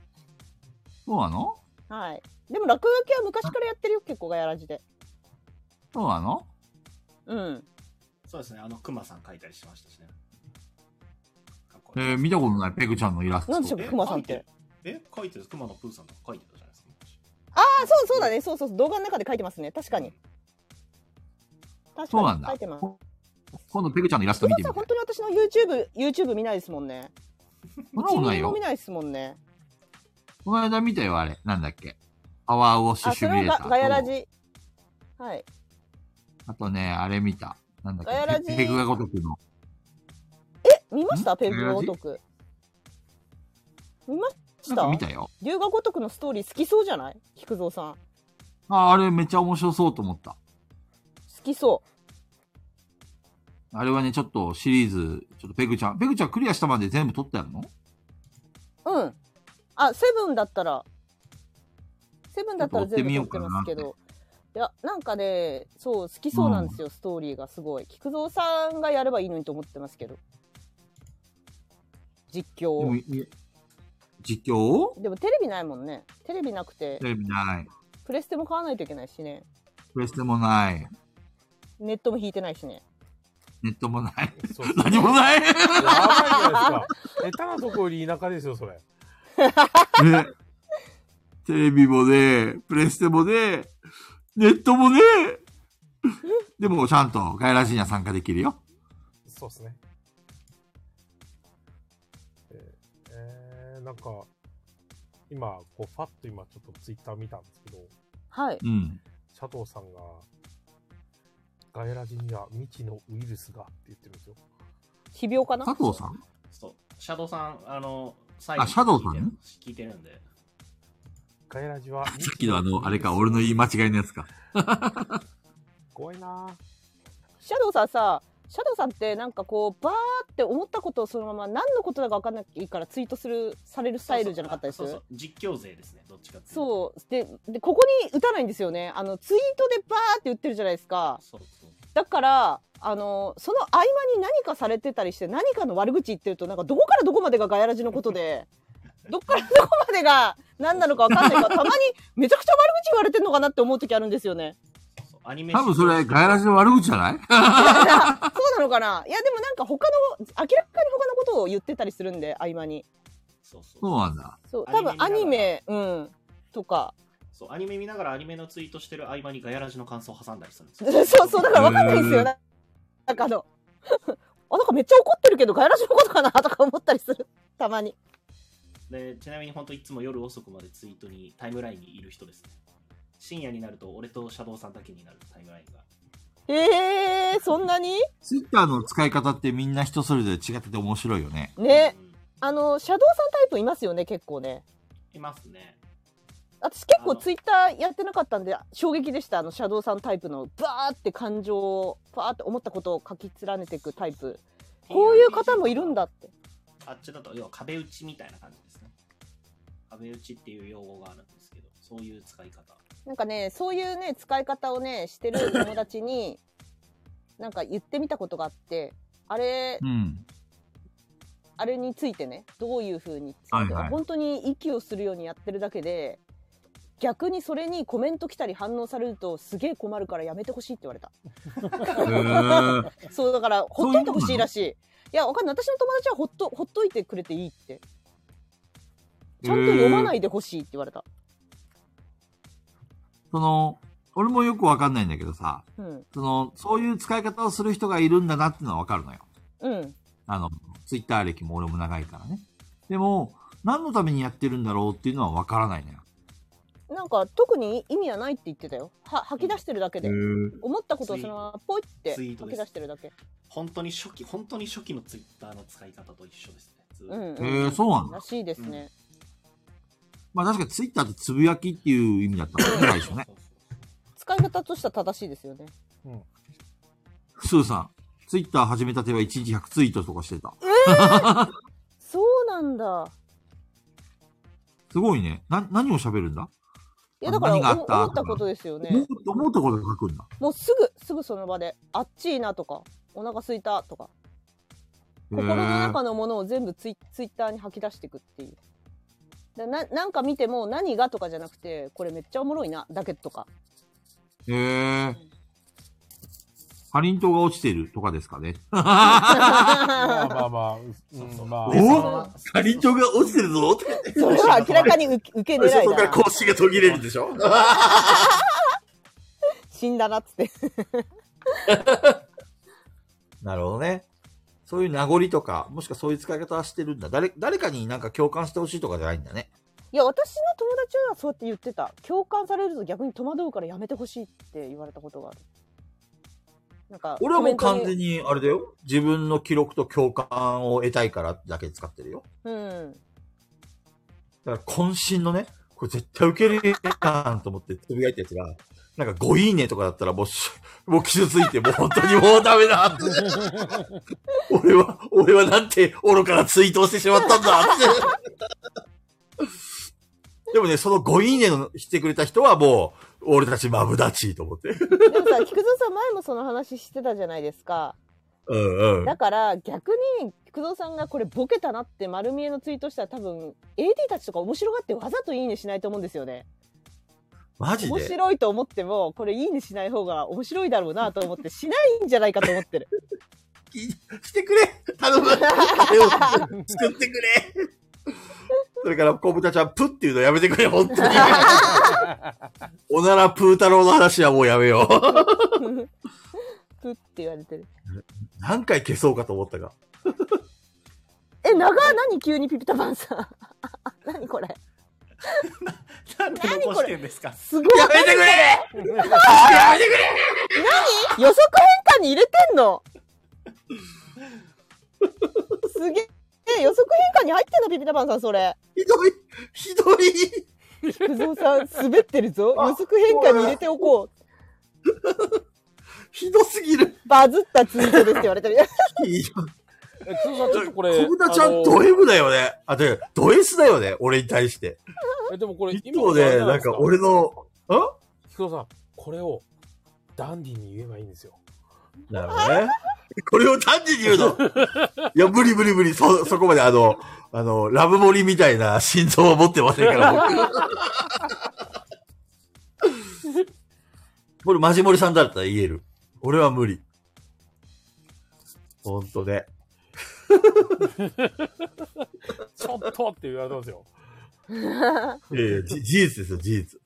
そうなのはい。でも落書きは昔からやってるよ結構がやらじで。そうなのうん。そうですね、あの、クマさん描いたりしましたしね。かっこいえいー、見たことない、ペグちゃんのイラスト。なんでしょうえクマさんって。え、描いてる、クマのプーさんとか描いてたじゃないですか。ああそうそうだねそうそうそう動画の中で描いてますね確かに。確そうかなんにだ描いてます。。今度ペグちゃんのイラストク見マてみさてん。本当に私の YouTube YouTube 見ないですもんね。そんなことない一ミリもよ見。ないですもんね。この間見たよ、あれ。なんだっけ。パワーウォッシュあシそミュれレーはタガガヤラーと。ジ。はい。あとね、あれ見た。なんだガヤラっジけ。ペグがごとくの。見ましたんペグが如く見まなしんかた見たよ。龍が如くのストーリー好きそうじゃない菊蔵さん好あ、あれめっちゃ面白そうと思った。きそあれはね、ちょっとシリーズ、ちょっとペグちゃん。ペグちゃんクリアしたまで全部取ってあるのうん。あ、セブンだったら、セブンだったら全部撮ってますけちょど、いや、なんかね、そう、好きそうなんですよ、ストーリーがすごい。菊蔵さんがやればいいのにと思ってますけど。実況でをも、い実況をでもテレビないもんね。テレビなくてテ、レビない。プレステも買わないといけないしね。プレステもない。ネットも引いてないしね。ネットもない。 <laughs> そうそう何もないねやばいじゃないですか。下手なとこより田舎ですよ、それ。テレビもね、プレステもね、ネットもね。でも、ちゃんとガイラジーには参加できるよ。そうですね。えーえーなんか、今、こう、ファッと今、ちょっとツイッター見たんですけど、はい。うん。シャトーさんが、ガエラジには未知のウイルスがって言ってるんですよ。奇病かな佐藤さんそう。シャドウさん、あの、最あシャドウさんね聞いてるんで。ガエラジは、さ <laughs> さっきのあの、あれか、俺の言い間違いのやつか。怖いなぁシャドウさんさ、シャドウさんってなんかこう、バーって思ったことをそのまま何のことだか分かんないからツイートする、されるスタイルじゃなかったですそうそうそう実況勢ですね、どっちかっていうと。そうででここに打たないんですよねあのツイートでバーって打ってるじゃないですかそうそう。だからあのその合間に何かされてたりして何かの悪口言ってるとなんかどこからどこまでがガヤラジのこと <laughs> でどっからどこまでが何なのか分かんないからたまにめちゃくちゃ悪口言われてるのかなって思う時あるんですよね。そうそうアニメ多分それ、ガイラジの悪口じゃない <laughs> いやそうなのかないやでもなんか他の明らかに他のことを言ってたりするんで合間に。そうそうそうなんだ。そう多分アニメうんとか <laughs> そうアニメ見ながらアニメのツイートしてる合間にガヤラジの感想を挟んだりするんです <laughs> そうそうだから分かんないんですよ。へーなんかあの、 <laughs> あ、なんかめっちゃ怒ってるけど、ガイラジのことかなとか思ったりする。 <laughs> たまに。でちなみに本当いつも夜遅くまでツイートにタイムラインにいる人ですね深夜になると俺とシャドウさんだけになるタイムラインがえー、そんなにツイッターの使い方ってみんな人それぞれ違ってて面白いよね。ねう。んあの、シャドウさんタイプいますよね、結構ね。いますね私結構あのツイッターやってなかったんで、衝撃でした。あの、シャドウさんタイプの、バーって感情を、バーって思ったことを書き連ねていくタイプ。こういう方もいるんだって。あっちだと要は壁打ちみたいな感じですね壁打ちっていう用語があるんですけどそういう使い方なんかね、そういうね、使い方をね、してる友 <laughs> 達に、なんか言ってみたことがあって、あれ、 <laughs> うん。あれについてねどういうふうについて、はいはい本当に息をするようにやってるだけで逆にそれにコメント来たり反応されるとすげえ困るからやめてほしいって言われたへーそうだからほっといてほしいらしいいやわかんない私の友達はほっとほっといてくれていいってちゃんと読まないでほしいって言われた、その、俺もよくわかんないんだけどさ、うんその、そういう使い方をする人がいるんだなっていうのはわかるのよ。うんあの、ツイッター歴も俺も長いからね。でも、何のためにやってるんだろうっていうのはわからないのよ。なんか特に意味はないって言ってたよは吐き出してるだけで、思ったことをそのままポイってツイー吐トきです出してるだけ本当に初期本当に初期のツイッターの使い方と一緒ですねずっとうん、うんへーそうなんだらしいですね、まあ確かにツイッターってつぶやきっていう意味だったの <laughs> ね、最初ね。そうそう使い方としては正しいですよねスーさん、ツイッター始めたては1日100ツイートとかしてた。そうなんだすごいね。な、何を喋るんだ、いやだから何があおった思ったことですよ思ね。う思ったこと書くんだ。もうすぐすぐその場であっちいなとかお腹空いたとかへ心のー中のものを全部ツイツイッターに吐き出していくっていう。だななんか見ても何がとかじゃなくてこれめっちゃおもろいなだけとかへえ。ハリントが落ちてるとかですかね。まあそまあまあ、うん、まあ、おかりんとが落ちてるぞって。れは明らかに受け受け狙いそこだからな格子が途切れるでしょ死んだなっつってなるほどね。そういう名残とか、もしくはそういう使い方はしてるんだ。誰、誰かになんか共感してほしいとかじゃないんだね。いや私の友達はそうやって言ってた共感されると逆に戸惑うからやめてほしいって言われたことがあるなんか俺はもうコメン完ト全にに、あれだよ。自分の記録と共感を得たいからだけ使ってるよ。うんだから渾身のね、これ絶対受けるやんと思ってつぶやいたやつが、なんか5いいねとかだったらもうし、もう傷ついて、もう本当にもうダメだって。 <laughs> 俺は、俺はなんて愚かなツイートをしてしまったんだ <laughs> って。でもね、その5いいねのしてくれた人はもう、俺たちマブダチと思って。でもさ、 <laughs> 菊蔵さん前もその話してたじゃないですか。うんうん。だから逆に菊蔵さんがこれボケたなって丸見えのツイートしたら多分 AD たちとか面白がってわざといいねしないと思うんですよね。マジ面で。白いと思っても、これいいねしない方が面白いだろうなと思って、しないんじゃないかと思ってる。してくれ頼む手を作ってくれそれから、小豚ちゃん、プっていうのやめてくれ、本当に。おならプー太郎の話はもうやめよう。プって言われてる。何回消そうかと思ったが。え、長何急にピピタパンさん。 <laughs> 何これ。なんで残してんですか <laughs> すごい。やめてくれやめてくれ予測変換に入れてんのすげえ。予測変換に入ってんのピピタパンさんそれひどいひどい菊蔵さん滑ってるぞあ予測変換に入れておこうひどすぎるバズったツイートですって言われ <laughs> てるひどいえ、つさん、ちょっとこれ。小豚ちゃあのん、ド M だよね。あ、で、ド S だよね、俺に対して。え、でもこれ、一方で、なんか俺の、ん菊蔵さん、これをダンディに言えばいいんですよ。なるほどね。 <laughs> これを単純に言うの。いや、無理無理無理。そ、そこまであの、あの、ラブモリみたいな心臓を持ってませんから、 <laughs> 僕。これ、マジモリさんだったら言える。俺は無理。ほんとね。ちょっとって言われたんですよ。いやい <laughs> やじ事実ですよ、事実。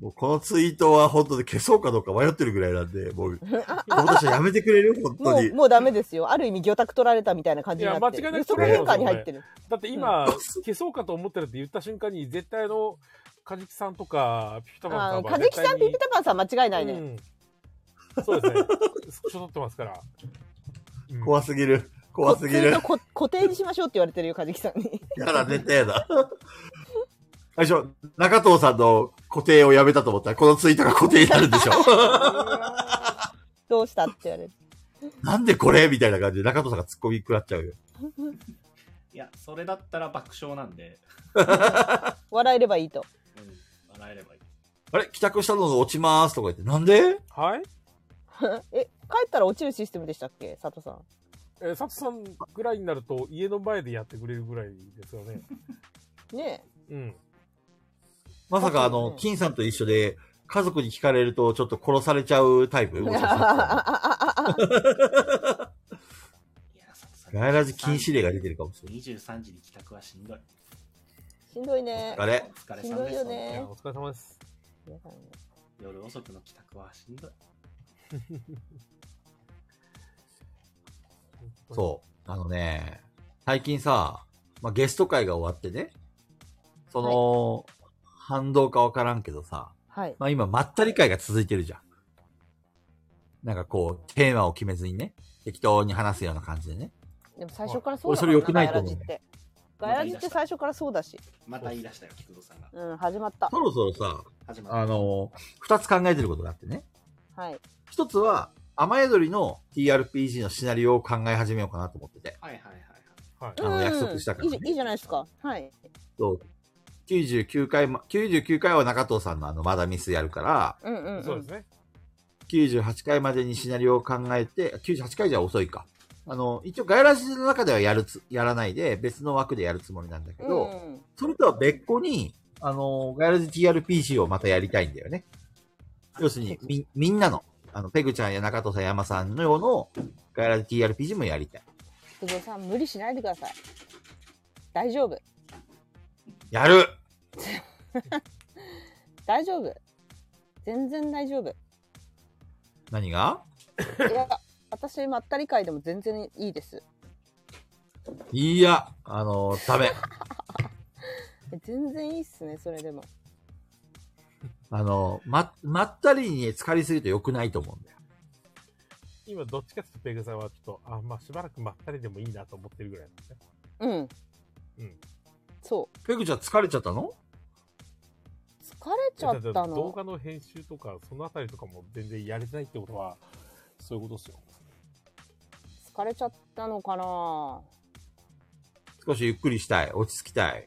もうこのツイートは本当に消そうかどうか迷ってるぐらいなんで、もう、私はやめてくれる本も当うに。もうダメですよある意味魚拓取られたみたいな感じになっていや間違いるな予く取測られ変ますよ換に入ってるだって今、消そうかと思ってるって言った瞬間に、絶対あの、カジキさんとか、ピピタマンさあんーはカジキさんピピタパンさん間違いないね、うんそうですね。スクショ撮ってますから。うん怖すぎる。怖すぎる。こツイートこ固定にしましょうって言われてるよカジキさんに <laughs> やだ、絶対やだ。最初、中藤さんの固定をやめたと思ったら、このツイートが固定になるんでしょ。どうしたって言われるなんでこれみたいな感じで、中藤さんが突っ込み食らっちゃうよ。いや、それだったら爆笑なんで、笑えればいいと <laughs> うん、笑えればいい。あれ帰宅したの落ちまーすとか言って、なんではいえ帰ったら落ちるシステムでしたっけ佐藤さんえー、サトさんぐらいになると、家の前でやってくれるぐらいですよね。ねうん。まさかあの、金さんと一緒で、家族に聞かれるとちょっと殺されちゃうタイ <laughs> プえもしかしたいや、さらガイラジ禁止令が出てるかもしれない。 23時に帰宅はしんどい。 <laughs> しんどいねあれお疲れしん様どでいす。よいねやお疲れ様です。皆さんね夜遅くの帰宅はしんどい。そう。あのね、最近さ、まあ、ゲスト会が終わってね、その、反動かわからんけどさ、はいまあ今、まったり会が続いてるじゃん。なんかこう、テーマを決めずにね、適当に話すような感じでね。でも最初からそう俺だそれ良くないと思うガヤラジってガヤラジって最初からそうだしまた言い出したよ、菊蔵さんが。うん始まったそろそろさ、始まあった。のー二つ考えてることがあってね。はい一つは、雨宿りの TRPG のシナリオを考え始めようかなと思ってて。はいはいはいはい。はい。あのうん約束したからねいいじいいじゃないですかはいそう99回ま、99回は中藤さんのあの、まだミスやるから、うんうん、うん、そうですね。 98回までにシナリオを考えて、98回じゃ遅いか。あの、一応、ガイラジの中ではやるつ、やらないで、別の枠でやるつもりなんだけど、うんそれとは別個に、あの、ガイラジ TRPG をまたやりたいんだよね。要するに、み、みんなの、あの、ペグちゃんや中藤さん、山さんのようの、ガイラジ TRPG もやりたい。菊蔵さん無理しないでください大丈夫やる大丈夫全然大丈夫何がいや私まったり会でも全然いいですいや、あの、ダメ。全然いいっすねそれでもあの、ま、まったりに疲れすぎると良くないと思うんだよ。今、どっちかっていうと、ペグさんはちょっと、あ、まあ、しばらくまったりでもいいなと思ってるぐらいなんですね。うんうん。そペグちゃん疲れちゃったのう疲れちゃった動の画の編集とか、そのあたりとかも全然やれてないってことは、そういうことですよ。疲れちゃったのかな少しゆっくりしたい。落ち着きたい。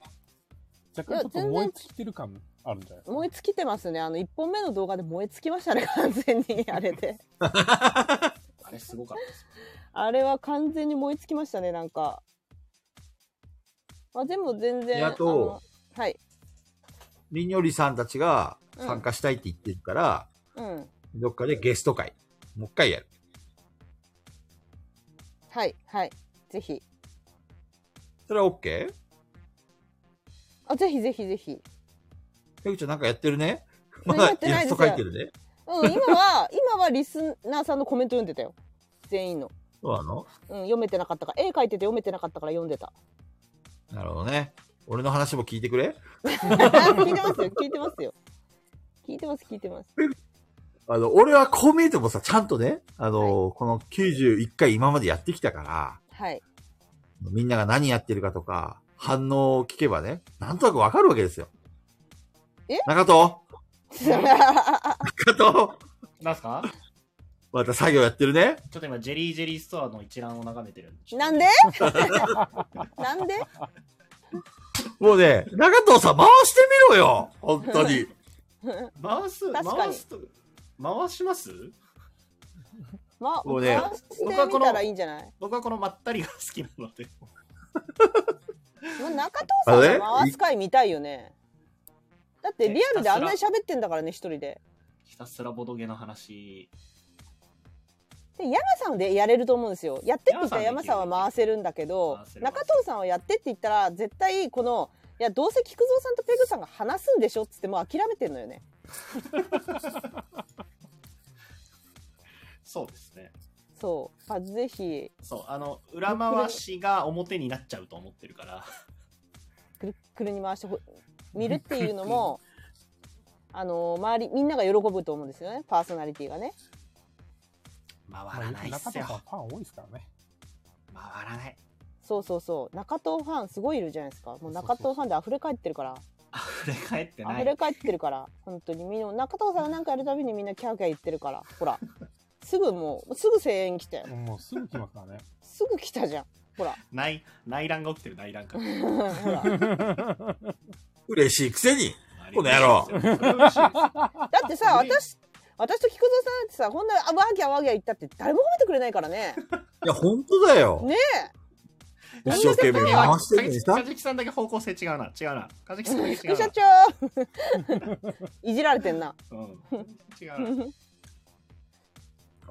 若干ちょっと燃え尽きてる感あるんじゃないですか。燃え尽きてますねあの1本目の動画で燃え尽きましたね完全にあ <laughs> れであれすごかったですあれは完全に燃え尽きましたねなんかまあでも全然であとあのはいりんよりさんたちが参加したいって言ってるから、うんどっかでゲスト会。もう一回やる。はいはいぜひそれは OK? あぜひぜひぜひペグちゃんなんかやってるね <laughs> 何まもやだっイてなラいでスすよト描いてるね。うん今は <laughs> 今はリスナーさんのコメント読んでたよ全員の、そうなのうん、読めてなかったから絵描いてて読めてなかったから読ん <laughs> でたなるほどね。俺の話も聞いてくれ聞いてますよ聞いてますよ聞いてます聞いてますあの、俺はこう見えてもさ、ちゃんとね、あの、この91回今までやってきたから、はいみんなが何やってるかとか、反応を聞けばね、なんとなくわかるわけですよ。え中藤中藤 <laughs> なんすかまた作業やってるね。ちょっと今、ジェリージェリーストアの一覧を眺めてるんで。 <laughs> なんで <laughs> なんでもうね、中藤さん回してみろよ本当 <laughs> に。回す、確か回にすと、回しますまあ、もうね回してみたらいいんじゃない、僕はこのまったりが好きなので。まあ、中藤さんあれが回す回見たいよねだってリアルであんなに喋ってんだからね一人でひたすらボドゲの話。で山さんでやれると思うんですよやってって言ったら山さんで山きるさんは回せるんだけど回せる中藤さんはやってって言ったら絶対このいやどうせ菊蔵さんとペグさんが話すんでしょっつってもう諦めてんのよねそうですね。そう、まあ、ぜひそう、あの、裏回しが表になっちゃうと思ってるから。くるっくるに回してほ見るっていうのもあの周りみんなが喜ぶと思うんですよねパーソナリティがねまあ、回よらくないっ中すとよ。かファン多いですからね。回らない。そうそうそう中藤ファンすごいいるじゃないですかもう中そうそ藤ファンで溢れ返ってるから溢れ返ってな溢いれ。返ってるから本当にみんな中藤さんが何かやるたびにみんなキャーキャー言ってるからほらすぐもうすぐ声援来た <laughs> よもうすぐ来ますからね。すぐ来たじゃんほら内、内乱が起きてる内乱が。ほら嬉しいくせに。この野郎それ嬉しいですよだってさね私私と菊蔵さんってさこんなあわーぎゃわーぎゃ言ったって誰も褒めてくれないからねいや、本当だよ。ね一生懸命回してるのにかさじきさんだけ方向性違うな。違うな。かじきさんだけ違えうな社。長いじられてんなうん。違うな。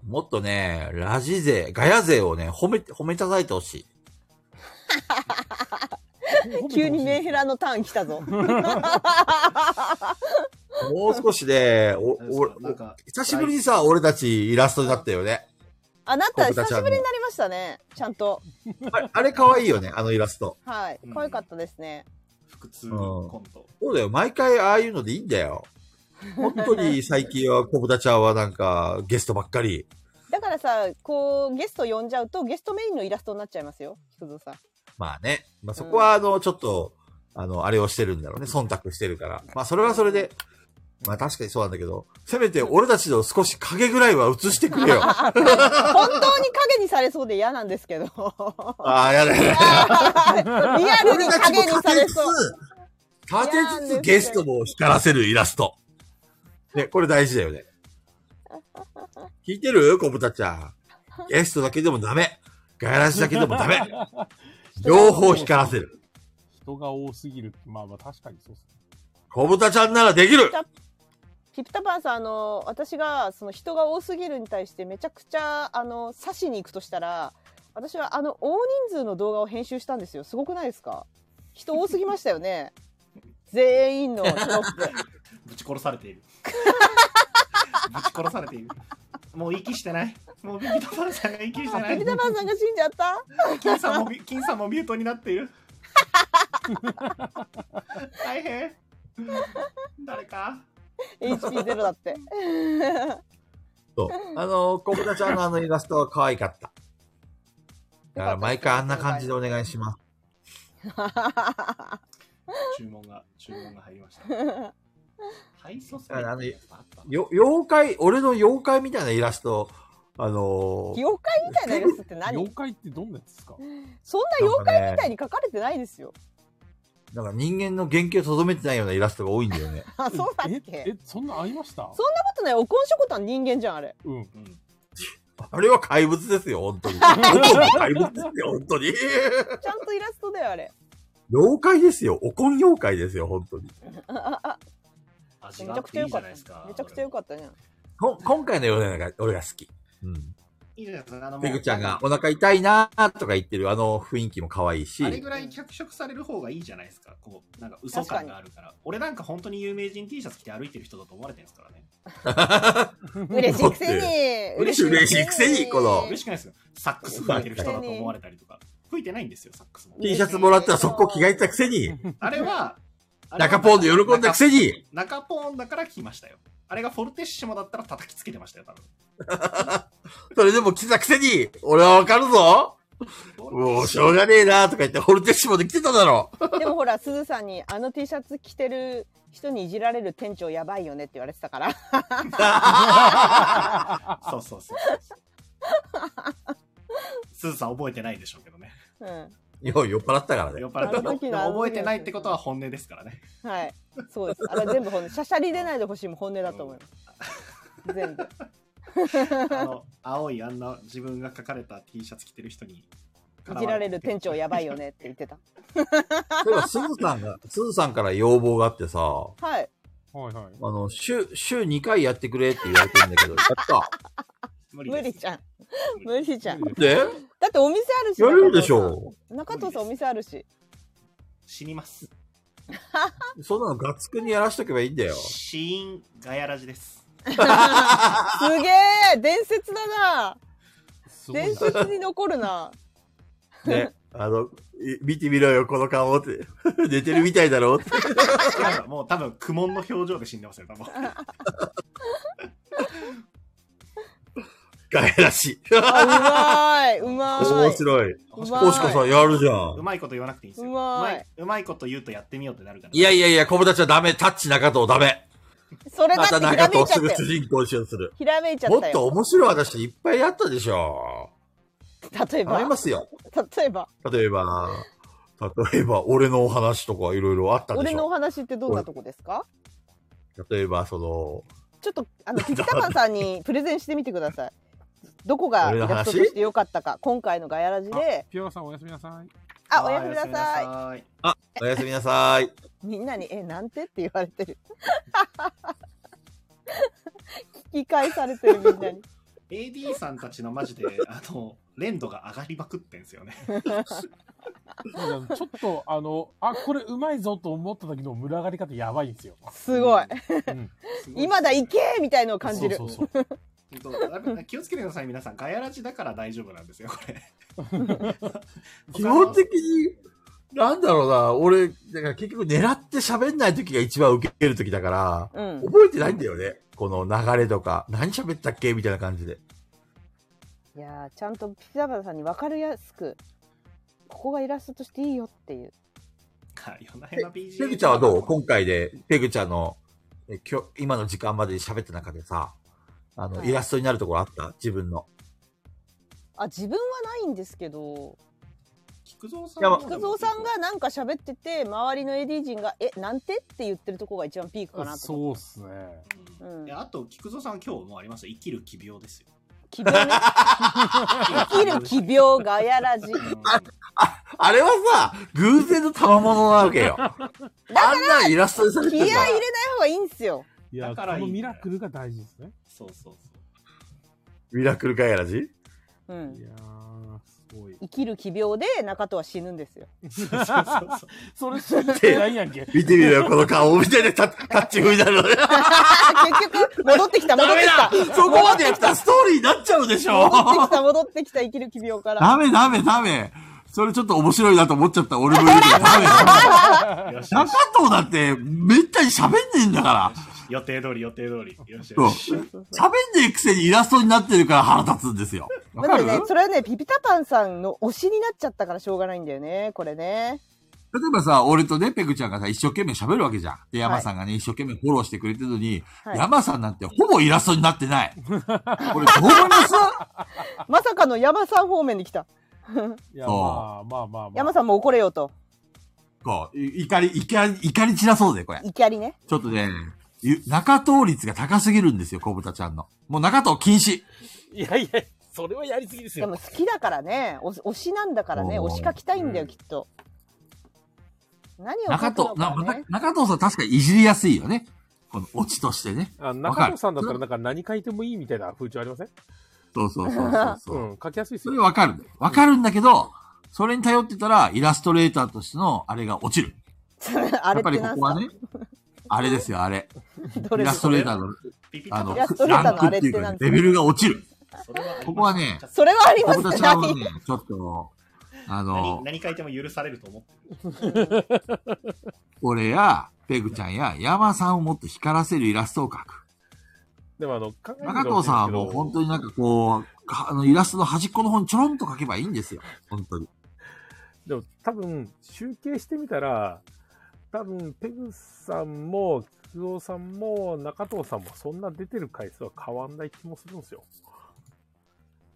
もっとね、ラジ勢、ガヤ勢をね、褒め、褒めたたいてほしい。 <laughs> 急にメンヘラのターン来たぞもう少し <laughs> で、お、そうなんお、か、久しぶりにさ、俺たちイラストになったよね。あなた僕た久ちしはぶりになりましたねちゃんとあれ、あれ可愛いよね、あのイラスト。はいうん可愛かったですね、腹痛コント。そうだよ、毎回ああいうのでいいんだよ。本当に最近は、コブタちゃんはなんか、ゲストばっかり。だからさこうゲスト呼んじゃうとゲストメインのイラストになっちゃいますよ菊蔵さんまあね。まあそこは、あの、ちょっと、あの、あれをしてるんだろうね。忖度してるから。まあそれはそれで、まあ確かにそうなんだけど、せめて俺たちの少し影ぐらいは映してくれ <laughs> よ。あ本当に影にされそうで嫌なんですけどあ、やだやだ。 <laughs> リアルに影にされそう立てつつ、立てつつゲストも光らせるイラスト。ね、これ大事だよね。聞いてるコブタちゃん。ゲストだけでもダメ。ガヤラジだけでもダメ。両方光らせる。 <laughs> 人が多すぎるって、まあまあ確かにそうですね。コブタちゃんならできるピプタパンさんあの私がその人が多すぎるに対してめちゃくちゃあの刺しに行くとしたら私はあの大人数の動画を編集したんですよすごくないですか人多すぎましたよね全員のテロッ <laughs> プぶち殺されている。ぶち殺されている。もう息してない。もうビビタパンさんが息してなピいプ。タパンさんが死んじゃった金さんも、金さんもミュートになっている。大変。誰か。 HP ゼロだってと。あの、コブタちゃんのあのイラストは可愛かった。 <laughs> だから毎回あんな感じでお願いします。注文が、注文が入りました。配送されてるやつあったのよ、妖怪、俺の妖怪みたいなイラスト、あ <laughs> のー、妖怪みたいなイラストって何妖怪ってどんなやつですかそんな妖怪みたいに書かれてないですよ。なんか人間の原型をとどめてないようなイラストが多いんだよね。 <laughs> あ、 <laughs> そうだっけ。そえんなえ、そんなありましたことない。おこんしょこたん人間じゃん、あれ。うん。うんあれは怪物ですよ、本当に。怪物ですよ、本当に。ちゃんとイラストだよ、 <laughs> あれ。妖怪ですよ、おこん妖怪ですよ、本当に。あああ味がめちあゃっくちてゃい良いじかゃっないたですか。めちゃくちゃ良かったじゃん。こ今回のようなのが俺が好き。うん。いいじゃないですか。あのペグちゃんがお腹痛いなーとか言ってるあの雰囲気も可愛いしあ。れぐらい脚色される方がいいじゃないですか。こう、なんか嘘感があるから。俺なんか本当に有名人 T シャツ着て歩いてる人だと思われてるんですからね。嬉しいくせに。嬉しい嬉しいくせにこの嬉しくないですよ。サックス吹いてる人だと思われたりとか。吹いてないんですよ、サックスも。 T シャツもらったら速攻着替えてたくせに、あれは、あれは中ポンで喜んだくせに、中ポンだから着ましたよ。あれがフォルテッシモだったら叩きつけてましたよ、多分。それでも着てたくせに、俺はわかるぞもうしょうがねえなーとか言って、ホルテッシモで着てただろでもほら、すずさんに、あの T シャツ着てる人にいじられる店長やばいよねって言われてたから。 <laughs> そうそうそう。すずさん覚えてないでしょうけどね。うん。日本酔っ払ったからね酔。っ払ってあの時でのも覚えてないってことは本音ですからね。はい。そうです。あれ全部本音。しゃしゃり出ないでほしいも本音だと思います。全部。あの、青いあんな自分が書かれた T シャツ着てる人に。いじられる店長やばいよねって言ってた。そういえば、すずさんが、すずさんから要望があってさ、あはい。 <laughs> はいはい。の、週、週2回やってくれって言われてるんだけど、や <laughs> った。無無理じゃん。無理じゃん。だで、ってお店あるし。やれるでしょ中藤さんお店あるし。死にます。う。そんなのガッツくんにやらしとけばいいんだよ。死因ガヤラジです。すげえ伝説だなすごい伝な。説に残るなね。あの、い見てみろよ、この顔って。 <laughs> 寝てるみたいだろって。なんかもう多分苦悶の表情で死んでますよ、多分。ガヤらしい。あうまいうま面い白い。うまいコシコさんやるじゃ。うんまいこと言わなくていいんですよ。うまいうまいこと言うとやってみようってなるから。いやいやいや、コブたちはダメ。タッチ中藤ダメ。それだまってたひ中らめい藤ちゃすっぐた主よ人公集する。ひらめいちゃもっったとよ面白い話いっぱいあったでしょ。例えありまばすよ。例えば例えば、例えば、俺のお話とかいろいろあったで俺しのおょ。話ってどんなとこですか例えば、その、ちょっとあのピピタパンさんにプレゼンしてみてくださいどこがイ俺のラス話トとして良かったか今回のガヤラジでピオラさんおやすみなさい。あおやすみなささい。おやすみなさい。いみんなにえなんてって言われてる <laughs> 聞き返されてるみんなに AD さんたちのマジで、あの、連度が上がりまくってんすよね。なんかちょっと、あの、あ、これうまいぞと思った時の群がり方やばいん <laughs> ですよ。すごいうん今だ行けみたいのを感じるそうそう本当やっぱ気をつけてください、皆さん。ガヤラジだから大丈夫なんですよ、これ。 <laughs> <laughs> 基本的に、なんだろうな、俺、だから結局狙って喋んない時が一番受ける時だから、うん覚えてないんだよね。この流れとか、何喋ったっけみたいな感じで。いやーちゃんとピザバタさんに分かりやすくここがイラストとしていいよっていうか夜な夜な BGM。ペグちゃんはどう今回で、ペグちゃんの、え今日、今の時間まで喋った中でさ、あの、はいイラストになるところあった自分の。あ自分はないんですけど菊蔵さいんやまあ菊蔵さんがなんか喋ってて周りの AD 陣が「えなんて?」って言ってるとこが一番ピークかなとそうっすね。うんうんいやあと、菊蔵さん今日もありますよ。生きる奇病です <laughs> よ。奇 <laughs> 病ね生きる奇病ガヤラジうんあれはさ、偶然の賜物なわけ <laughs> よ。あんなイラストにされ気て合いる入れない方がいいんすよいや、だこからいいのんだよミラクルが大事ですね。そうそうそミラクルガイラジういんやー、すごい。生きる奇病で中戸は死ぬんですよ <laughs> う。そうそうそうそれ知ってないやんけ。見てみろよ、この顔みたいなタタッチ風になるのね。あ結局戻ってきた戻ってきた戻そこまでやったらストーリーになっちゃうでしょってきた戻ってきた生きる奇病からダメダメダメ。それちょっと面白いなと思っちゃった。俺も言うけどダメ。よしよ中し藤だって、めったに喋んねえんだから。予定通り、予定通り。よしそうよし。喋んねえくせにイラストになってるから腹立つんですよ。わまかあでるもね、それはね、ピピタパンさんの推しになっちゃったからしょうがないんだよね、これね。例えばさ、俺とね、ペグちゃんがさ、一生懸命喋るわけじゃん。で、山さんがね、一生懸命フォローしてくれてるのに、はい山さんなんてほぼイラストになってない。これどう思いますまさかの山さん方面に来た。いや、そうまあまあまあまあ。山さんも怒れよと。こう、い怒り、怒り、怒り散らそうぜ、これ。怒りね。ちょっとね、ゆ中藤率が高すぎるんですよ、小豚ちゃんの。もう中藤禁止。いやいや、それはやりすぎですでよ。も好きだからね。お推しなんだからね。おー推し書きたいんだよ、きっと。何を書中く藤の、なかまたね。中藤さん確かにいじりやすいよね。このオチとしてね。あわか中る野さんだったらなんか何書いてもいいみたいな風潮ありませんそうそうそうそうそうう。ん、書きやすいですそれよ。わかるんだよ。わかるんだけど、それに頼ってたら、イラストレーターとしてのあれが落ちる。 <laughs> あやっれっぱてりこなんこはすかね、あれですよ、あれ。どイれでラすスかトレーターの、ピピあタパのイラス、トレータラーンのあクれっってていうなかん、でレすかベルが落ちる。それはありますここはねそれはあり小ます豚ね。ちゃんはね、ちょっと、あの何、何書いても許されると思ってる俺や、ペグちゃんや、山さんをもっと光らせるイラストを描く。でもあの、考えてみて中ほ藤しさんいんですけはどもう本当になんかこう、かあの、イラストの端っこの方にちょろんと描けばいいんですよ。本当に。でも多分、集計してみたら、多分、ペグさんも、菊蔵さんも、中藤さんも、そんな出てる回数は変わんない気もするんですよ。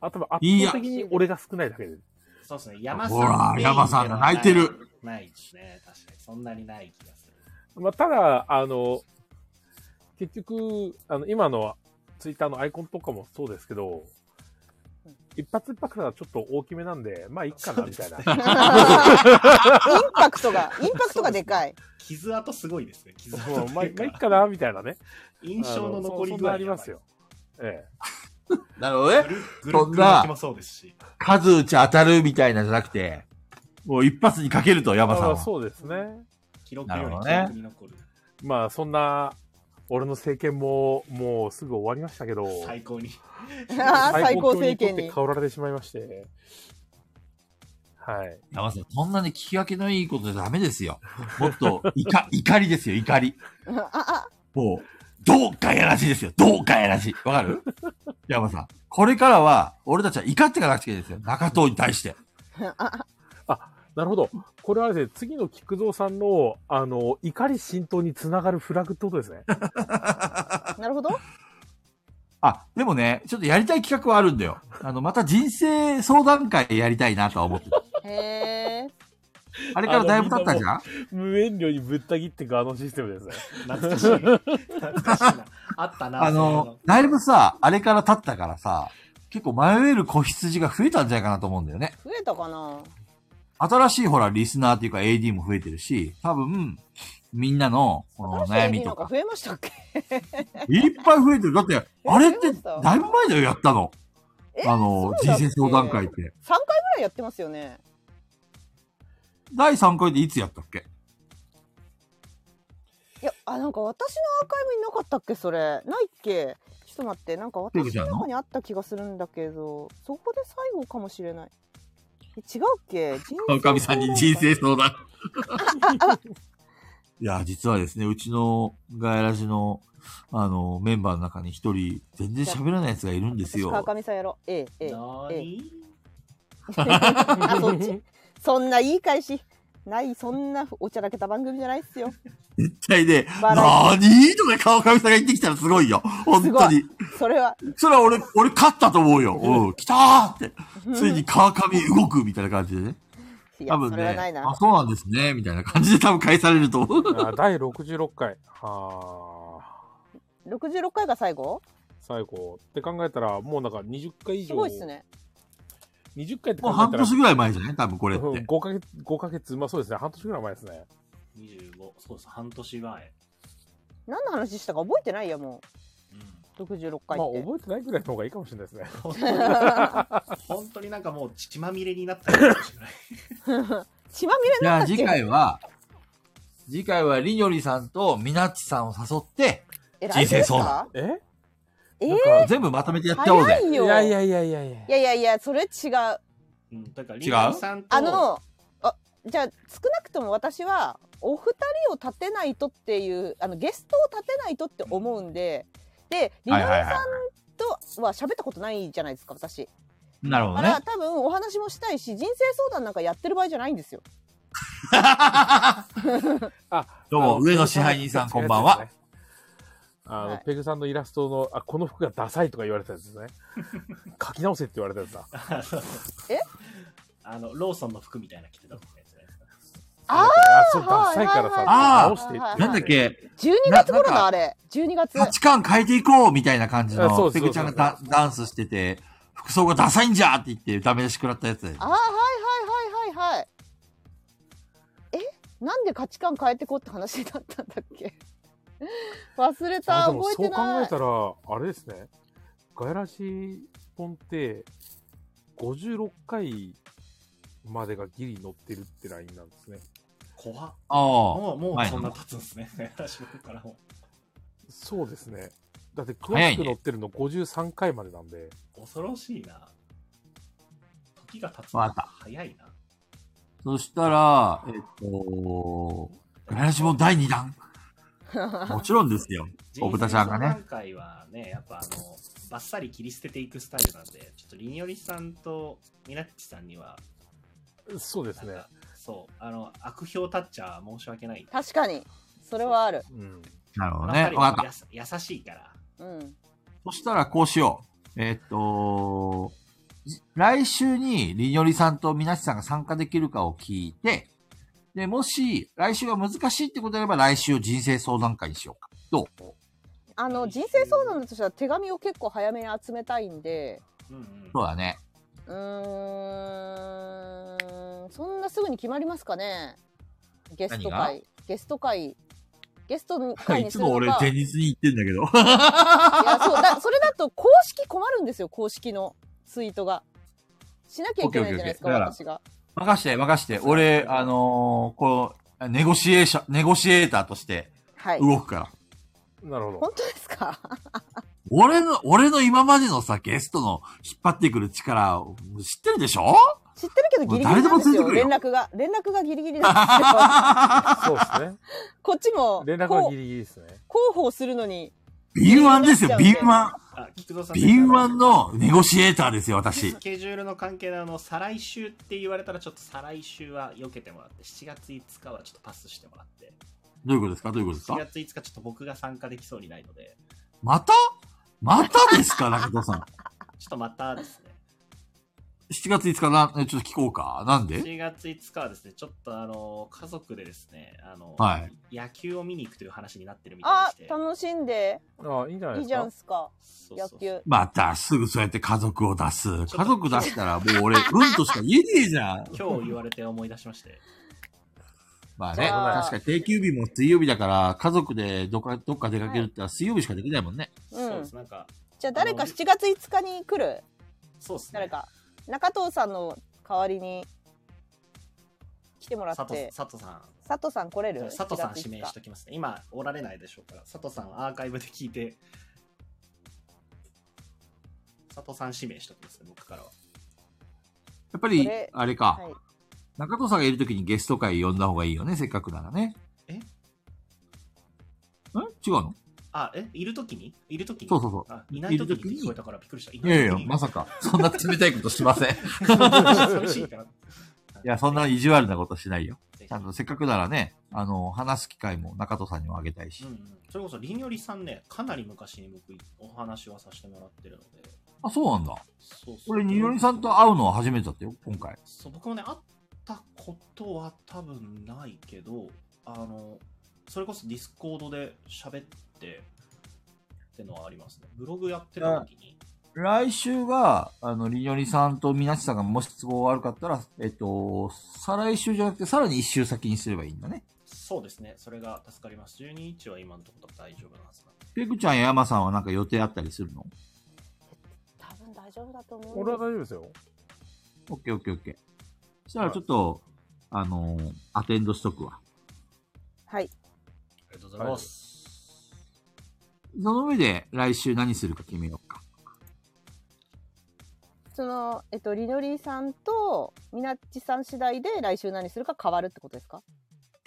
あ、多分、圧いや倒的に俺が少ないだけで。そうですね山さんほらメイン山さんが泣いてるないですね確かにそんなにない気がするまあ、ただ、あの、結局、あの、今のツイッターのアイコンとかもそうですけど、一発一発がちょっと大きめなんで、まあ、いっかな、みたいな。そうですねインパク <laughs> トが、インパクトがでかい。傷跡すごいですね傷跡もう、まとあ、いいうっかかな、みたいなね。印象の残りあの具合そそんなありますよ。えなるほどグ。ルグルそんグなル巻きもそうですし数打ち当たるみたいなじゃなくて、もう一発にかけると、え。山さんまあは。そうですね。記録なよるりほど記ね録に残るまあそんな、俺の政権ももうすぐ終わりましたけど、最高にあー最高級政権取っにて。香られてしまいまして。はい。山さん、そんなに聞き分けのいいことじゃダメですよ。もっと、いか、 <laughs> 怒りですよ、怒り。ああ、もう、どうかやらしいですよ、どうかやらしい。わかる山さん。これからは、俺たちは怒っていかなくちゃいけないですよ。中藤に対して。ああ、なるほど。これはですね、次の菊蔵さんの、あの、怒り浸透につながるフラグってこと <laughs> ですね。なるほど。あ、でもね、ちょっとやりたい企画はあるんだよ。あの、また人生相談会やりたいなとは思ってる。へえ。あれからだいぶ経ったじゃん無遠慮にぶった切っていくあのシステムです <laughs> ね。懐かしい懐かしいなあったなあそういうの、だいぶさ、あれから経ったからさ、結構迷える子羊が増えたんじゃないかなと思うんだよね。増えたかな新しいほら、リスナーっていうか AD も増えてるし、多分、みんなのこの悩みとなんかか、増えましたっけいっぱい増えてる。だって、あれって、増えましただいぶ前だよ、やったの。えあの、そうだ人っけ生相談会って。 ?3 回ぐらいやってますよね。第3回でいつやったっけいや、あ、なんか私のアーカイブになかったっけそれ。ないっけちょっと待って、なんかペグ私ちゃんのの中にあった気がするんだけど、そこで最後かもしれない。え違うっけ人生川上さんに人生相談。いや、実はですね、うちのガヤラジの、あの、メンバーの中に一人、全然喋らない奴がいるんですよ。川上さんやろ。ええ、<laughs> ええ。のえ何あ、そっち。そんないい返し。ない、そんなおちゃらけた番組じゃないっすよ。絶対ね、バなラーにとか川上さんが言ってきたらすごいよ。本当に。それは。それは俺、俺勝ったと思うよ。うん、来たーって。ついに川上動くみたいな感じでね。いや、多分それはね、ないなあ、。そうなんですね、みたいな感じで多分返されると思う。あ第66回。はあ。 66回が最後最後。って考えたら、もうなんか20回以す上。ごいっすね。 20回っても考えう半たら年、ぐらい前じゃない多分これっうんて。 5ヶ月、5ヶ月、まあそうですね。半年ぐらい前ですね。 25そうです半年前、何の話したか覚えてないや、もう。66回まあって。覚えてないぐらいの方がいいかもしれないですね。本当になんかもう血まみれになったかもしれない血まみれじなゃんだあっけ次回は、次回はりにょりさんとみなっちさんを誘って、え来週ですかええーなんか全部まとめてやっちゃおう早ぜ。いいよ。やいやいやいやいやい。やいやいやそれ違う。 <laughs> うんだから違うリンさんとあの、あじゃあ少なくとも私は、お二人を立てないとっていう、あのゲストを立てないとって思うんで、で、リナはイいはいはとは喋ったことないじゃないですか、私。い。なるほあどらね。多分お話もしたいし人生相談なんかやってる場合じゃないんですよ。どうも、上野支配人さん、こんばんは。。あの、はいペグさんのイラストの、あ、この服がダサいとか言われたやつ <laughs> ですね。書き直せって言われたやつだ。えあの、ローソンの服みたいなの着てたもんね。ああ、そう、ダサいからさ、あー直してって言われて。なんだっけ、 12月なな頃んだかあれ12月価値観変えていこうみたいな感じあその、うそペうグちゃんがダダンスしてて、服装がダサいんじゃって言ってダメ出し食らったやつだよねああはいはいはいはいはいえなんで価値観変えてこうって話だったんだっけ <laughs> 忘れあたでも覚えそうて考なえいたら、あれですね。ガヤラシポンって、56回までがギリ乗ってるってラインなんですね。怖っ。あもう、もうはいそんな経つんですね。私僕からも。そうですね。だって、早詳いしくね乗ってるの53回までなんで。恐ろしいな。時が経つわのかった早いな。そしたら、えっと、ガラシボン第2弾もちろんですよ。奥田さんがね今回はね、やっぱあの、バッサリ切り捨てていくスタイルなんで、ちょっとリニオリさんとミナッチさんには、そうですなんね。か、 <laughs> そう、あの、悪評タッチャー申し訳ない。 <laughs> 確かにそれはあるうん。なるほどあのね。二人わはかった。やさ優しいから。うんそしたらこうしよう。えっと、じ来週にりにょりさんとみなしさんが参加できるかを聞いて、で、もし、来週が難しいってことであれば、来週を人生相談会にしようか。どうあの人生相談としては手紙を結構早めに集めたいんでうんうんそうだね。うーんそんなすぐに決まりますかねゲスト何会ゲスト会ゲストの <laughs> <laughs> 会いにすつるものか俺、前日に言ってんだけど。いやそうだそれだと公式困るんですよ公式のツイートがしなきゃいけないじゃないですかオッケーオッ私が任して、任して。俺、あのーこう、ネゴシエーション、ネゴシエーターとしてはい動くから。なるほど本。当ですか <laughs> 俺の、俺の今までのさ、ゲストの引っ張ってくる力を知ってるでしょ知ってるけどギリギリな誰んですでもついてよくる連よ絡が連絡がギリギリなんです <laughs> よそうですね。 <laughs> こっちも連絡はこギうリギリですね。広報するのに敏腕ですよ、敏腕。あ、菊蔵さん。敏腕のネゴシエーターですよ、私ス。ケジュールの関係であの再来週って言われたらちょっと再来週は避けてもらって7月5日はちょっとパスしてもらってどういうことですかどういうことです7か月5日ちょっと僕が参加できそうにないのでまたまたですか中藤さん。ちょっとまたですね7月5日な、ちょっと聞こうか。なんで7月5日はですねちょっとあの家族でですねあの、は野球を見に行くという話になってるみたいあでして楽しんでああ、いいんじゃないでいいすじか。ゃんすかそうそう野そう球またすぐそうやって家族を出す。家族出したらもう俺、うんとしか言えねえじゃん。今日言われて思い出しましてまあね、じゃあ確かに定休日も水曜日だから、家族でどっか、どっか出かけるってのは水曜日しかできないもんね。うんそうですなんかじゃあ誰かあの7月5日に来るそうですね誰か中藤さんの代わりに来てもらっ佐藤て佐藤さん佐藤さん来れじるゃあ佐藤さん7月指5日名しときますね今おられないでしょうから佐藤さんアーカイブで聞いて佐藤さん指名しときますね僕からはやっぱりそれ、あれか、はい中藤さんがいるときにゲスト会呼んだ方がいいよね、せっかくならね。えん違うのあえいるときにいるときにそうそうそうあいないときにっている時に聞こえたからびっくりしたいいなやいいや時、にまさか。そんな冷たいことしま <laughs> せん。い寂しいからいや、そんな意地悪なことしないよ。ぜひちゃんとせっかくならね、あの、話す機会も中藤さんにもあげたいし。うんうん、それこそりにょりさんねかなり昔に僕お話はさせてもらってるのであ、そうなんだ。そうそう俺、によりさんと会うのは初めてだったよ、今回。そう僕もね会ったことは多分ないけどあのそれこそディスコードで喋ってってのはありますねブログやってる時に来週が、あの、りにょりさんとみなしさんがもし都合悪かったら、えっと、再来週じゃなくて、さらに一週先にすればいいんだね。そうですねそれが助かります12日は今のところ大丈夫なはずなんでペグちゃんや山さんはなんか予定あったりするの多分大丈夫だと思うん俺ですは大丈夫ですよ。オッケーオッケーオッケー。そしたらちょっと、あのーアテンドしとくわ。はいありがとうございます、その上で、来週何するか決めようか。そのえっとりのりさんとみなっちさん次第で来週何するか変わるってことですか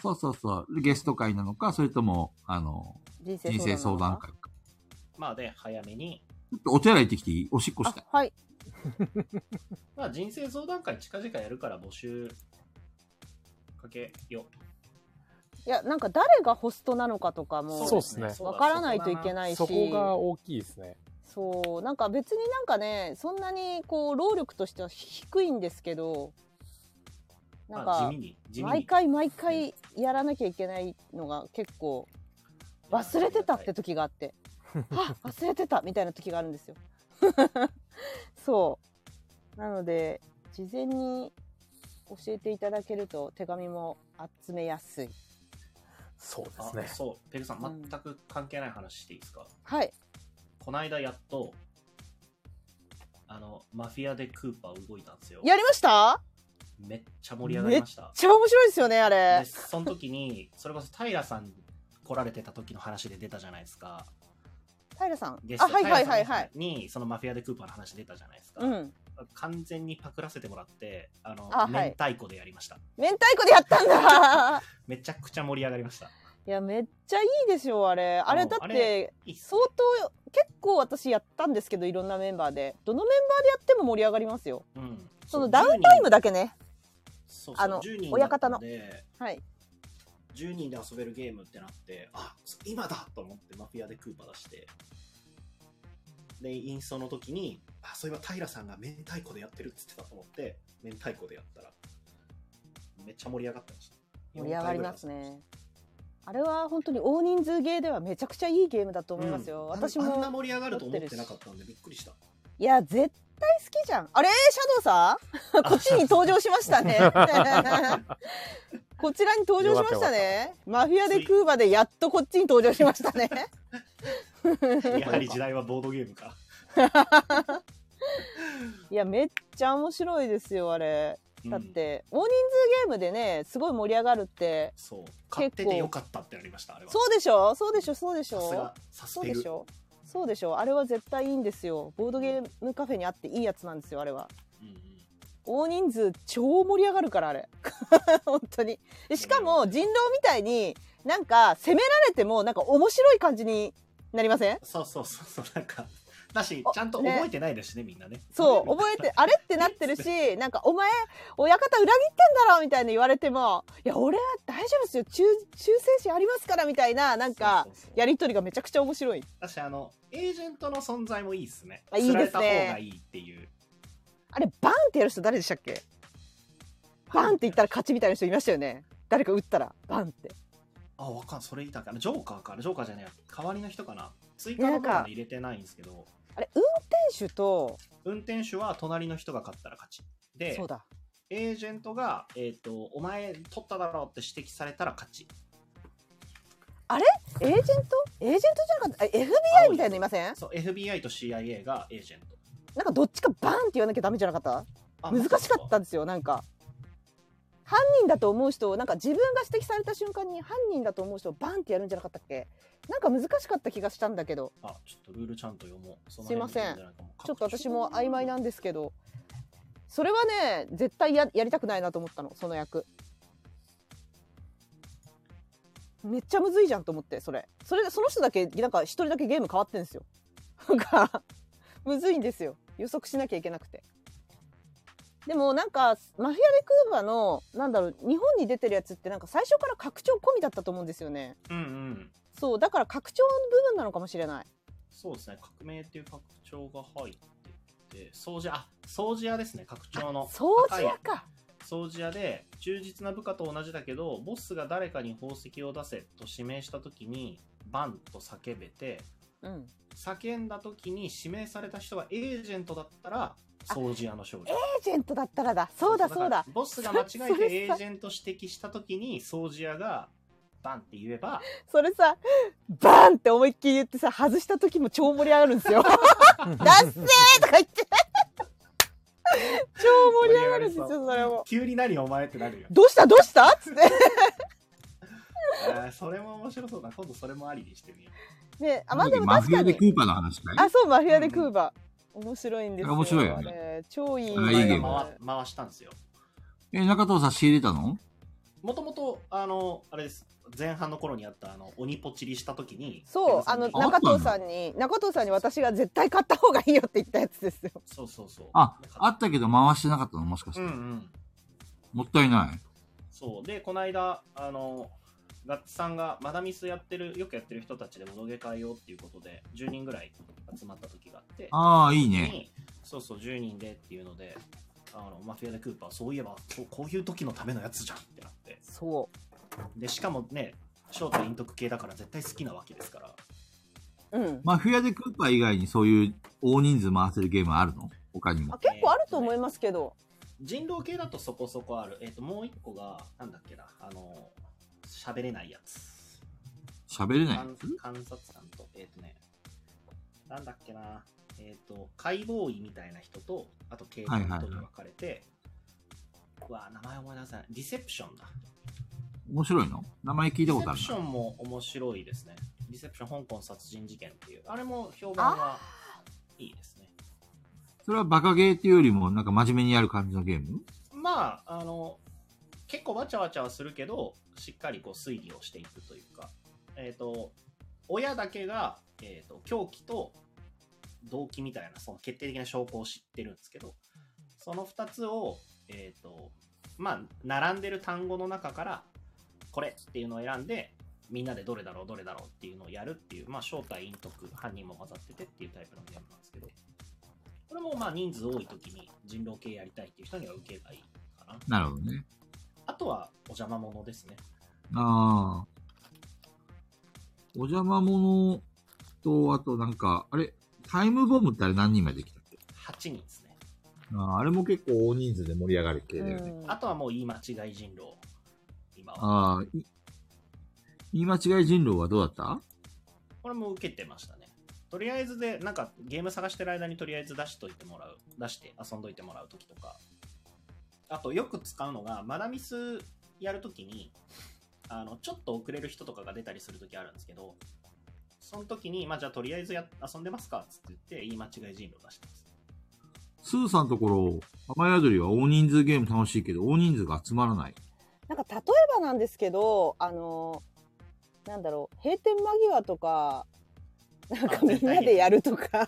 そうそうそう。ゲスト会なのか、それとも、あの人ー生人生相相談なの談か会か。まあで早めにちょっとお手洗い行ってきていいおしっこしたい。あはいまあ人生相談会近々やるから募集かけよいやなんか誰がホストなのかとかう。もそうっすねわからないといけい。ないしそこが大きいですね。そうなんか別になんかねそんなにこう労力としては低いんですけどなんまあか地味に、地味に毎回毎回やらなきゃいけないのが結構忘れてたって時があってあ忘れてたみたいな時があるんですよ <laughs> そうなので事前に教えていただけると手紙も集めやすいそうであすね。そう、ペグさ、うんん全く関係ない話していいですか、はいこないだやっと、あの、マフィアでクーパー動いたんですよ。やりましためっちゃ盛り上がりました。一番面白いですよねあで、れその時に、それこそ平さん来られてた時の話で出たじゃないですか。平さんゲスあトはいはいはいはい平さんに、そのマフィアでクーパーの話出たじゃないですか。うん完全にパクらせてもらって、あの、あはい明太子でやりました。明太子でやったん <laughs> だめちゃくちゃ盛り上がりました。いやめっちゃいいでしょあれあれうんだあってれいいっすね相当結構私やったんですけどいろんなメンバーでどのメンバーでやっても盛り上がりますようん。そのダウンタイムだ。だけねそうそうあの10人親方のだったんではい10人で遊べるゲームってなって、あ今だと思ってマフィアでクーパー出して、で、インストの時に、あ、そういえば平さんが明太子でやってるっつってたと思って、明太子でやったら、めっちゃ盛り上がってました。盛り上がりますねあれは本当に大人数ゲーではめちゃくちゃいいゲームだと四思い回ぐらい遊んだ。ますよ、うん私あんあんなも盛り上がると思ってなかったんでびっくりした。いや絶対好きじゃんあれシャドウさんこっちに登場しました <laughs> ねこちらに登場しましたねマフィアでクーバでやっとこっちに登場しましたねやはり時代はボードゲームか。いやめっちゃ面白いですよあれだっうん、て、大人数ゲームでねすごい盛り上がるってそう。買っててよかったってなりました、あれは。そうでしょそうでしょそうでしさすょが、さすそうがでしょそうでしょあれは絶対いいんですよボードゲームカフェにあっていいやつなんですよあれはうんうん、大人数超盛り上がるからあれ <laughs> 本当にでしかも人狼みたいになんか攻められてもなんか面白い感じになりませんそうそうそうそう、なんか、だしお、ちゃんと覚えてないですしね、みんなね。そう覚えてあれってなって <laughs> るしなんか「お前親方裏切ってんだろ」みたいに言われても「いや俺は大丈夫ですよ忠忠誠心ありますから」みたいななんかそうそうそうやりとりがめちゃくちゃ面白いだし、あの、エージェントの存在もいいですね。あいいですね釣られた方がいいっていう。あれバンってやる人誰でしたっけバンって言ったら勝ちみたいな人いましたよね誰か打ったらバンってあ、わかん、それいたかな。ジョーカーかな。ジョーカーじゃねえや。代わりの人かな。追加の方なんはか入れてないんですけど、あれ運転手と運転手は隣の人が勝ったら勝ち。でそう、だエージェントが、えっ、と、お前取っただろうって指摘されたら勝ち。エージェントエージェントじゃなかったあ FBI みたいなのいませんそう、FBI と CIA がエージェント。なんかどっちかバンって言わなきゃダメじゃなかったあ難しかった。んですよなんか犯人だと思う人をなんか自分が指摘された瞬間に犯人だと思う人をバンってやるんじゃなかったっけなんか難しかった気がしたんだけどあ、ちょっとルールちゃんと読もう。すすいませんちょっと私も曖昧なんですけどそれはね絶対ややりたくないなと思ったのその役めっちゃむずいじゃんと思ってそれそれでその人だけなんか一人だけゲーム変わってんですよなんかむずいんですよ予測しなきゃいけなくてでもなんかマフィア・デ・クーバのなんだろう日本に出てるやつってなんか最初から拡張込みだったと思うんですよねうんうん。そうだから拡張の部分なのかもしれないそうですね、革命っていう拡張が入ってて、掃除、あ、掃除屋ですね、拡張の。掃除屋か掃除屋で、忠実な部下と同じだけど、ボスが誰かに宝石を出せと指名した時に、バンと叫べて、うん叫んだ時に指名された人がエージェントだったら、掃除屋の勝利。エージェントだったらだそうだそかうだらボスが間違えてエージェント指摘した時に、掃除屋が、バンって言えば、それさバーンって思いっきり言ってさ外した時も超盛り上がるんですよ <laughs> ダッセーとか言って超盛り上がるんですよそれも急に何お前ってなるよ。どうしたどうしたっつってあーそれも面白そうだ。今度それもありにしてみよう。ねあまマあでもマ確フィかアでクにーパーの話かいあそうマフィアでクーバー面白いんですよ面白いよねあれ超いいあいいゲーム回回したんですよ。え、中藤さん仕入れたのもともと、あの、あれです。前半の頃にあった、あの、鬼ポチりした時に。そうあペのグさんに中藤さんに中藤さんに私が絶対買った方がいいよって言ったやつですよそうそうそう。あなん、かあったけど回してなかったのもしかして。うんうん。もったいない。そう。で、この間、あの、ガッツさんがマダミスやってる、よくやってる人たちでボドゲ会をっていうことで、10人ぐらい集まった時があって、ああ、いいね。にそうそう、10人でっていうので、あの、マフィアでクーパー、そういえば、こうこういう時のためのやつじゃんってなって。そで、しかもね、ショート陰徳系だから絶対好きなわけですから。う。うん。まあ、フィアでクーパー以外にそういう大人数回せるゲームはあるの他にあも。結構あると思いますけど。人狼系だとそこそこある。えっ、と、もう一個が、なんだっけな、あの、喋れないやつ。喋れないや観つ観察官と、えっ、とね、なんだっけな、えっ、と、解剖医みたいな人と、あと警官とに分かれて、うわ、名前思い出せない。ディセプションだ。面白いの名前聞いたこデとィあセるプションも面白いですね。ディセプション香港殺人事件っていう。あれも評判がいいですね。それはバカゲーっていうよりも、なんか真面目にやる感じのゲームまあ、あの、結構わちゃわちゃはするけど、しっかりこう推理をしていくというか、えっ、と、親だけが、えっ、と、狂気と動機みたいな、その決定的な証拠を知ってるんですけど、その二つを、えっ、と、まあ、並んでる単語の中から、これっていうのを選んで、みんなでどれだろう、どれだろうっていうのをやるっていう、まあ、正体、陰徳、犯人も混ざっててっていうタイプのゲームなんですけど、これもまあ人数多い時に人狼系やりたいっていう人には受けがいいかな。なるほどね。あとはお邪魔者ですね。ああ。お邪魔者と、あとなんか、あれ、タイムボムってあれ何人までできたっけ8人ですね。あーあれも結構大人数で盛り上がる系うだよね。んあとはもう言い間違い人狼。今は。ああ、い言い間違い人狼はどうだったこれも受けてましたね。とりあえずで、なんかゲーム探してる間にとりあえず出しといてもらう。出して遊んどいてもらうときとか。あとよく使うのが、マダミスやるときに、あの、ちょっと遅れる人とかが出たりするときあるんですけど、その時に、まあじゃあとりあえずや遊んでますかっつって言って、言い間違い人狼出してます。スーさんのところ、雨宿りは大人数ゲーム楽しいけど、大人数が集まらない。なんか例えばなんですけど、あのなんだろう、閉店間際とか、なんかあみんな絶対でやるとか、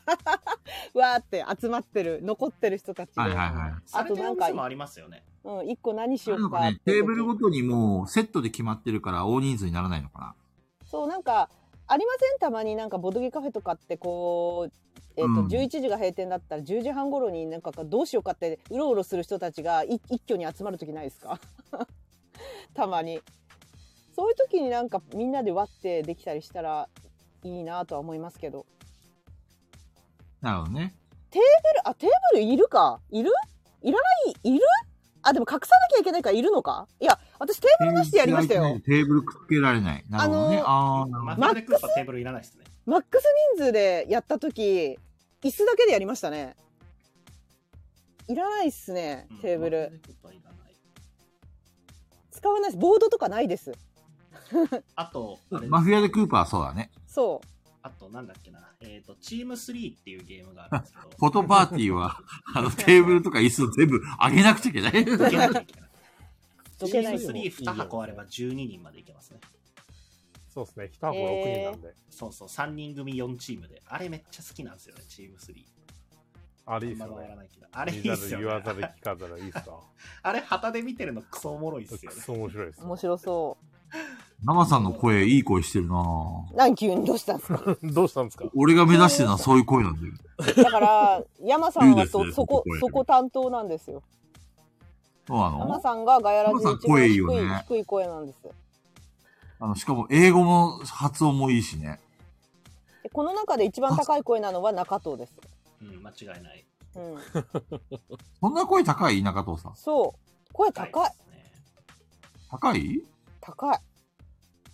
<laughs> わーって集まってる、残ってる人たちで、はいはいはい。あとあとななんんかかもありますよね。うん、一個何しそよういううのかかねっ、てテ時ーブルごとにもうセットで決まってるから大人数にならないのかな。そう、なんか、ありませんたまになんかボドゲカフェとかってこう、えっ、と、うん11時が閉店だったら10時半頃になんかどうしようかってうろうろする人たちがい一挙に集まる時ないですか <laughs> たまに。そういう時になんかみんなで割ってできたりしたらいいなとは思いますけど。なるほどね。あ、テーブルいるかいるいらないいるあ、でも隠さなきゃいけないからいるのかいや、私テーブルなしでやりましたよ。テーブルくっつけられない。なるほどね。あーなるほどマフィアでクーパーテーブルいらないですね。マックス人数でやった時椅子だけでやりましたねいらないっすねうんテーブマフィアル、でクーパーいらない使わないですボードとかないですあと、あれマフィアでクーパーはそうだね。そうあと、なんだっけな。えっ、と、チーム3っていうゲームがあるんですけど、 <laughs> フォトパーティー <laughs> は、あの、テーブルとか椅子を全部上げなくちゃいけない。どけなきゃいけない。どけないチーム3、2箱あれば12人までいけますね。そうですね。一箱が6人なんで。そうそう、3人組4チームで。あれめっちゃ好きなんですよね、チーム3。あれいいあっんすよまだやらね。ないけど。あれい見いざっるすよ言わざね。る聞かざるいいっすか。あれ、旗で見てるのクソおもろいっすよくね。そ面白いです。面白そ生さんの声、いい声してるなぁう何急にどうしたんで <laughs> すかどうしたんですか俺が目指してるのはそういう声なんだよ。だから山さんはそ,、いいですねそこここそこ担当なんですよそうな山のさんがガヤラジで一山さん番声いい低いよね低い声なんですあの、しかも英語も発音もいいしね。でこの中で一番高い声なのは中藤です、うん、間違いない。うん、そんな声高い中藤さん。そう声高高い、いっすね。高い高い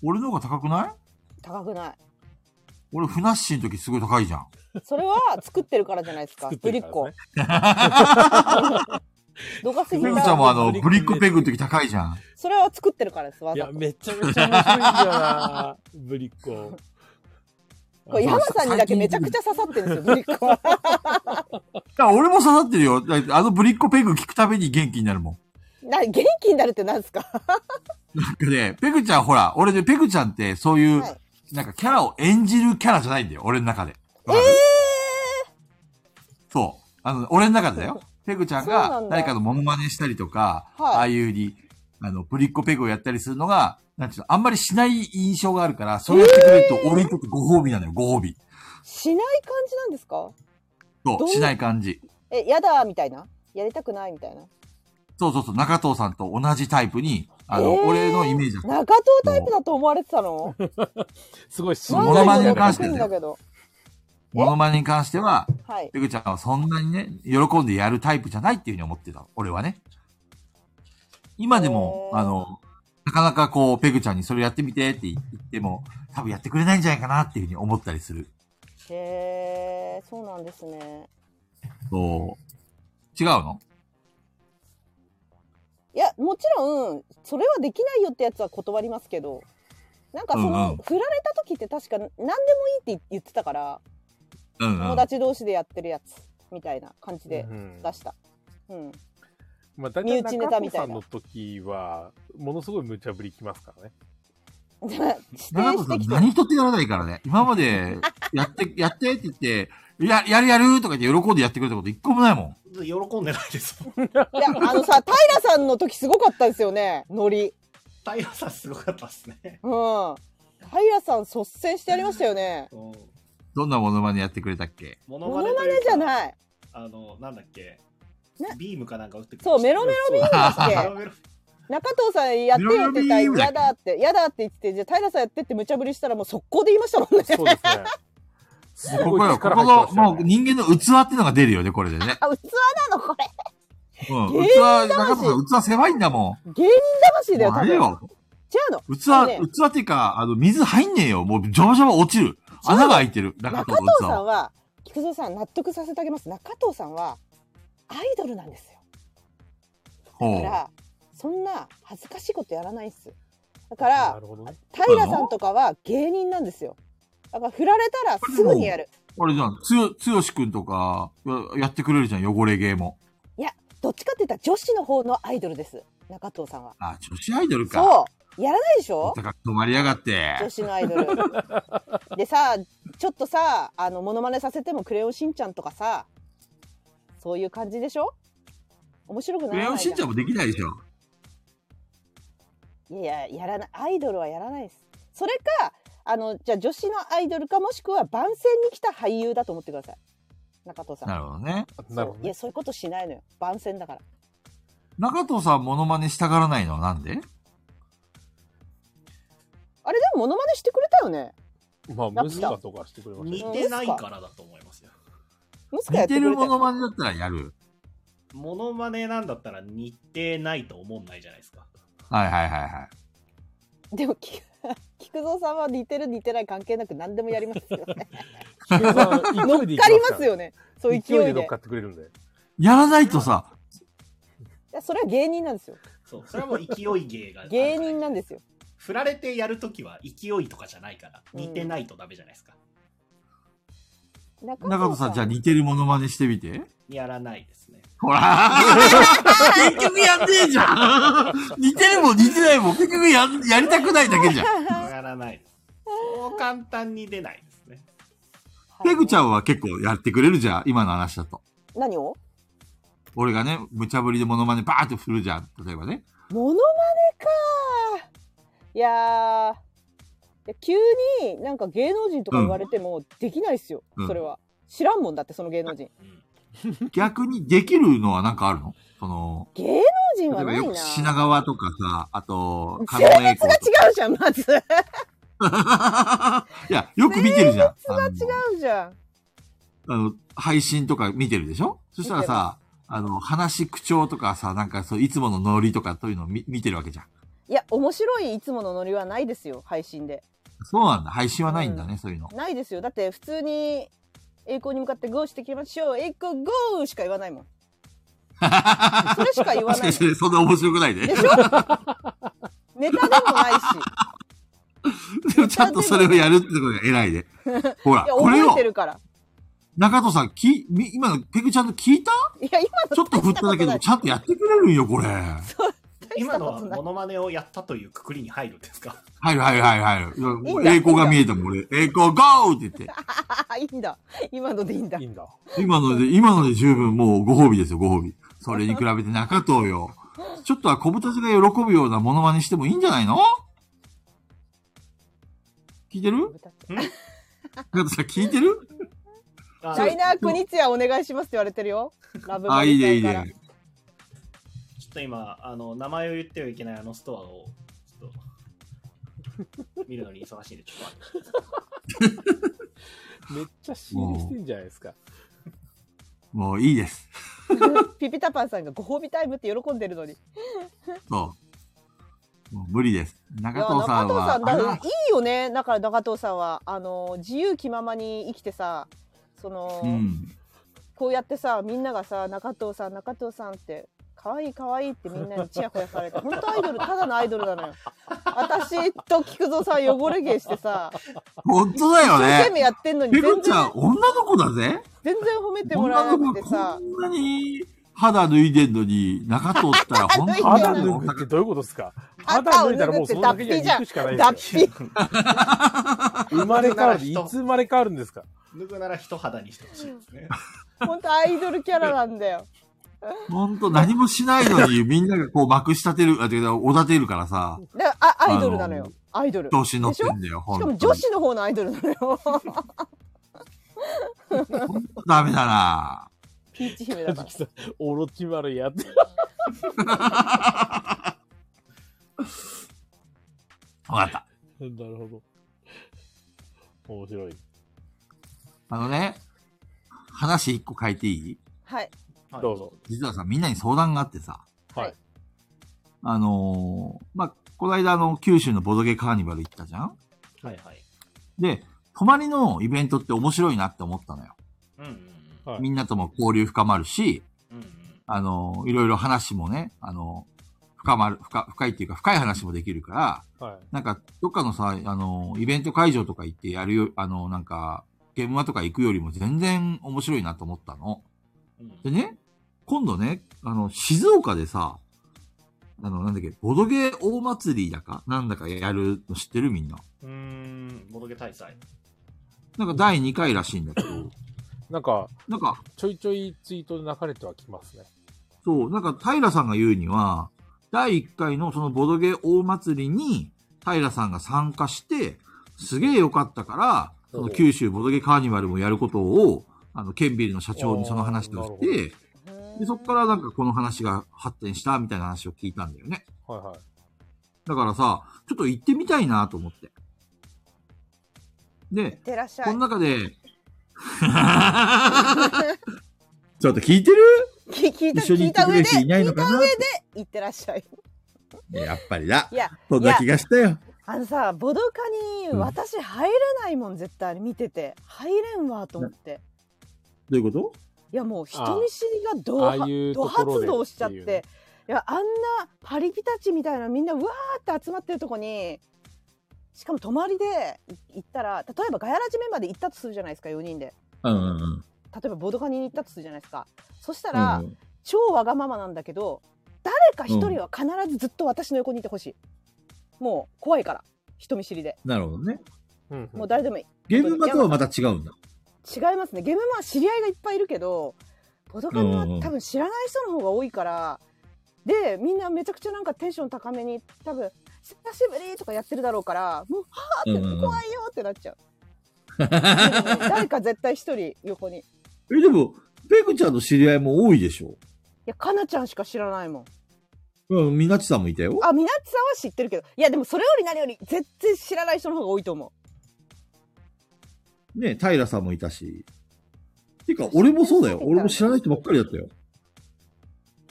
俺の方が高くない高くない俺、ふなっしーの時すごい高いじゃん。それは作ってるからじゃないですか作っぶてりるっからですね子度が過ぎふみたちゃんもあの、ブリックペグの時高いじゃん。それは作ってるからですわいざや、とめちゃめちゃ面白いんだよな、ぶりっ子。これや山さんにだけめちゃくちゃ刺さってるんですよぶりっ子はだから俺も刺さってるよ。だってあのブリッコペグ聞くたびに元気になるもん。な元気になるってなんですかなんかね、ペグちゃんほら、俺でペグちゃんってそういう、はいなんかキャラを演じるキャラじゃないんだよ、俺の中で。えわかるそう。あの、俺の中でだよ。ペグちゃんそうながんだ誰かのモノマネしたりとか、はいああいうに、あの、プリッコペグをやったりするのが、なんていうの、あんまりしない印象があるから、それやってくれると、俺にとってご褒美なのよ、ご褒美。しない感じなんですかそどう、うしない感じ。えやだみたいなやりたくないみたいなそうそうそう、中藤さんと同じタイプに、あの、えー俺のイメージだった。中東タイプだと思われてたのすごい質う問モノマネ漫才にとか関して得ね意だけどモノマネに関しては、はいペグちゃんはそんなにね、喜んでやるタイプじゃないっていうふうに思ってた。俺はね。今でも、へーあの、なかなかこう、ペグちゃんにそれやってみてって言っても、多分やってくれないんじゃないかなっていうふうに思ったりする。へえそうなんですねそう。違うのいやもちろんそれはできないよってやつは断りますけどなんかそうんうの、ん振られた時って確か何でもいいって言ってたから、うんう友ん。達同士でやってるやつみたいな感じでうん出した、うん、 <laughs> まあ、大身体内ネタ中み藤たさいんなの時は、ものすごい無茶ぶりきますからね。指定長藤しさてんきて何一つやらないからね。今まで、やって、 <laughs> やってって言って、や、やるやるとか言って喜んでやってくれたこと一個もないもん。喜んでないです <laughs> もん。いやあのさ平さんの時すごかったですよねノリ平さんすごかったですね。うん平さん率先してやりましたよねうんどんなモノマネやってくれたっけモモノとマいうネかじ <laughs> ゃないあの、なんだっけな。ビームかなんか打ってくそうメロメロビームだ <laughs> メっロメロ。て中藤さんやってよって言ったらいろいろ理由だ嫌だって嫌だって言ってじゃあ平さんやってって無茶ぶりしたらもう速攻で言いましたも <laughs> んねそうですね。すもうこごこいよ、こ力こ入っの、てましたよもうね。人間の器っていうのが出るよね、これでね。あ器なのこれうん。芸器、中魂藤さん、器狭いんだも芸人魂ん。だもうあよ多分違れうよ。の器、あのね器っていうか、あの、水入んねえよ。もう、ジャバジャバ落ちる。穴が開いてる。中中藤藤の器さんは。は菊蔵さん納得させてあげます中藤さんはアイドルなんですよほだうか。らそんな恥ずかしいことやらないっすだかならるほどね。平さんとかは芸人なんですよだから振られたらすぐにやるあれじゃん、つよ、つよしくんとか、ややってくれるじゃん、汚れ芸も。どっちかって言ったら女子の方のアイドルです中藤さんはあ、女子アイドルか。そうやらないでしょ高く止まりやがって。女子のアイ <laughs> ドルでさちょっとさあのモノマネさせても「クレヨンしんちゃん」とかさそういう感じでしょ面白くなクいレヨンしんちゃんもできないでしょ。いややらないアイドルはやらないですそれかあのじゃあ女子のアイドルかもしくは番宣に来た俳優だと思ってください中藤さんなるほどね。なるほそどういねや。そういうことしないのよ番宣だから中藤さんモノマネしたがらないのはなんであれでもモノマネしてくれたよねまあ、なムズカとかしてくれまし似たね。てないからだと思いますよ。ムスカや似っててくるれたよねモノマネだったらやる。モノマネなんだったら似てないと思んないじゃないですか。はいはいはいはい。でもき <laughs> 菊蔵さんは似てる似てない関係なく何でもやりますよね。急にあ乗のっか勢いでり行きますよね。そうね。勢い勢いで。で乗いっかってくれるんで。やらないとさ、やそれは芸人なんですよ。そう、それはもう勢い芸が。。<laughs> 芸人なんですすよ。振られてやるときは勢いとかじゃないから、似てないとダメじゃないですか。中中藤さんじゃあ似てるモノマネしてみて。やらないですね。ほら結局やんねえじゃん似てるも似てないも結局やん、やりたくないだけ <laughs> じゃん。やらないです。そう簡単に出ないですね。ペグちゃん。んは結構やってくれるじゃん、今の話だと。何を？俺がね、無茶ぶりでモノマネバーって振るじゃん。例えばね。モノマネか。いやー。いや急になんか芸能人とか言われてもできないですよ、うんそれは知らんもんだってその芸能人うん。逆にできるのはなんかあるのその、芸能人例はえばないよなく品川とかさ、あと、性狩野英別孝がと違うじゃんまず <laughs> 違か。 <laughs> いや、よく見てるじゃん。うじゃんあの、配信とか見てるでしょそしたらさ、あの、話口調とかさ、なんかそう、いつものノリとかそういうのを見見てるわけじゃん。いや面白いいつものノリはないですよ配信でそうなんだ。配信はないんだね、そういう <laughs> の。 <laughs> ないですよだって普通に栄光に向かってゴーしていきましょう栄光ゴーしか言わないもんそれしか言わ確か <laughs> にないもそれ、そんな面白くないんでね。 <laughs> しょネタでもないしでも <laughs> ちゃんとそれをやるってところが偉いで。ほら、いやこれ覚えをて、るから中戸さん、き、み今のペグちゃんの聞いたいや今のちょっと振っただけでもちゃんとやってくれるんよ、これ。大し今たのこはとないモノマネをやったというくくりに入るんですか入る入る入るいい入んる。だ栄光が見えたもん、俺。栄光ゴーって言って。あ <laughs> いいんだ今のでいいんだいいんだ。 <laughs> 今ので、今ので十分もうご褒美ですよ、ご褒美。それに比べて中藤よ。ちょっとは小豚ちが喜ぶようなモノマネしてもいいんじゃないの聞いて <laughs> るなんかさ、聞いてるあライナー国津屋お願いしますって言われてるよ。ラブあ、マいいリさね、いいんからね。ちょっと今、あの、名前を言ってはいけないあのストアを、ちょっと、見るのに忙しいんで、ちょっと待って。めっちゃ仕入れしてんじゃないですか。もういいです。 <laughs> ピピタパンさんがご褒美タイムって喜んでるのに。いそう。もう無理です。や中藤さ中ん藤はさん、あだれからいはいよね。だから中藤さんは、あの、自由気ままに生きてさ、その、うん。こうやってさ、みんながさ、中藤さん、中藤さんって、可愛い可愛いってみんなにチヤホヤされて、本当アイドル、ただのアイドルなのよ。私と菊蔵さん汚れ芸してさ、本当だよ一生懸ね。命やってんのにペコ全ちゃん然、、女の子だぜ。全然褒めてもら女えの子なくてがさこ。んなに肌脱いでんのに、中藤ったら本当肌脱にぐってどういうことですか肌肌を脱脱いぐだっらもうてそのだ脱けじゃ皮じゃ肉んしかないで脱す皮よ生まれ変わるっていつ生まれ変わるんですか脱ぐなら人肌にしてほしい <laughs> ですね。本当アイドルキャラなんだよ本当何もしないの <laughs> に、みんながこう、まくし立てる、あ、てか、おだてるからさ、だからあアイドルなのあよのアイドルし調子に乗ってんだよ、ほかもん女子の方のアイドルなのよ <laughs> ダメだなピーチ姫だカからジキさん、オロチマルやって。 <laughs> わかった。なるほど。面白い。あのね、話一個変えていいはいはいどうぞ。実はさ、みんなに相談があってさ、はい。あのーまあ、この間あの、九州のボドゲカーニバル行ったじゃんはいはい。で、泊まりのイベントって面白いなって思ったのよ。うんうんはいみんなとも交流深まるし、うん。うんうんあのーいろいろ話もね、あのー深まる、深、深いっていうか深い話もできるから、はなんか、どっかのさ、あの、イベント会場とか行ってやるよ、あの、なんか、ゲームマとか行くよりも全然面白いなと思ったの。うんでね、今度ね、あの、静岡でさ、あの、なんだっけ、ボドゲ大祭りだかなんだかやるの知ってるみんな。うーん、ボドゲ大祭。なんか第2回らしいんだけど、い。なんか、なんか、ちょいちょいツイートで流れてはきますね。そう、なんか平さんが言うには、第1回のそのボドゲ大祭りに平さんが参加して、すげえ良かったから、その九州ボドゲカーニバルもやることを、あの、ケンビルの社長にその話をあーして、で、そっからなんかこの話が発展したみたいな話を聞いたんだよね。はいはい。だからさ、ちょっと行ってみたいなと思って。で、いってらっしゃこいの中 <laughs> で、ちょっと聞いてるき聞いた一緒に行聞いってたく上れるで人いない聞のいたかな上でいってらっしゃいやっぱりだい。やそんな気がしたよ。あのさボドカうにん私入れないもん絶対見てて入れんわと思ってどういうこといやもう人見知りがどうああいうドところ発で動しちゃっっていうねていやあんなパリピたちみたいなみんなうわーって集まってるとこにしかも泊まりでい行ったら例えばガヤラジメンバーで行ったとするじゃないですか4人でうんうんうん。例えばボドカニに行ったとするじゃないですかそしたら、うんうん超わがままなんだけど誰か一人は必ずずっと私の横にいてほしい、もう怖いから人見知りでなるほどね。うんもう誰でもいいゲームマとはまた違うんだ。違いますねゲームマンは知り合いがいっぱいいるけどボドカニはうんうん多分知らない人の方が多いから、でみんなめちゃくちゃなんかテンション高めに多分「久しぶり!」とかやってるだろうからもう「はあ!」って、うんうんうん怖いよ!」ってなっ <laughs> ちゃう誰か絶対一人横にいえ、でも、ペグちゃんの知り合いも多いでしょやかなちゃんしか知らないもんうん、みなちさんもいたよ。あみなっちさんは知ってるけどいやでもそれより何より絶対知らない人の方が多いと思うね、平さんもいたし。てか、俺もそうだよ。俺も知らない人ばっかりだったよ。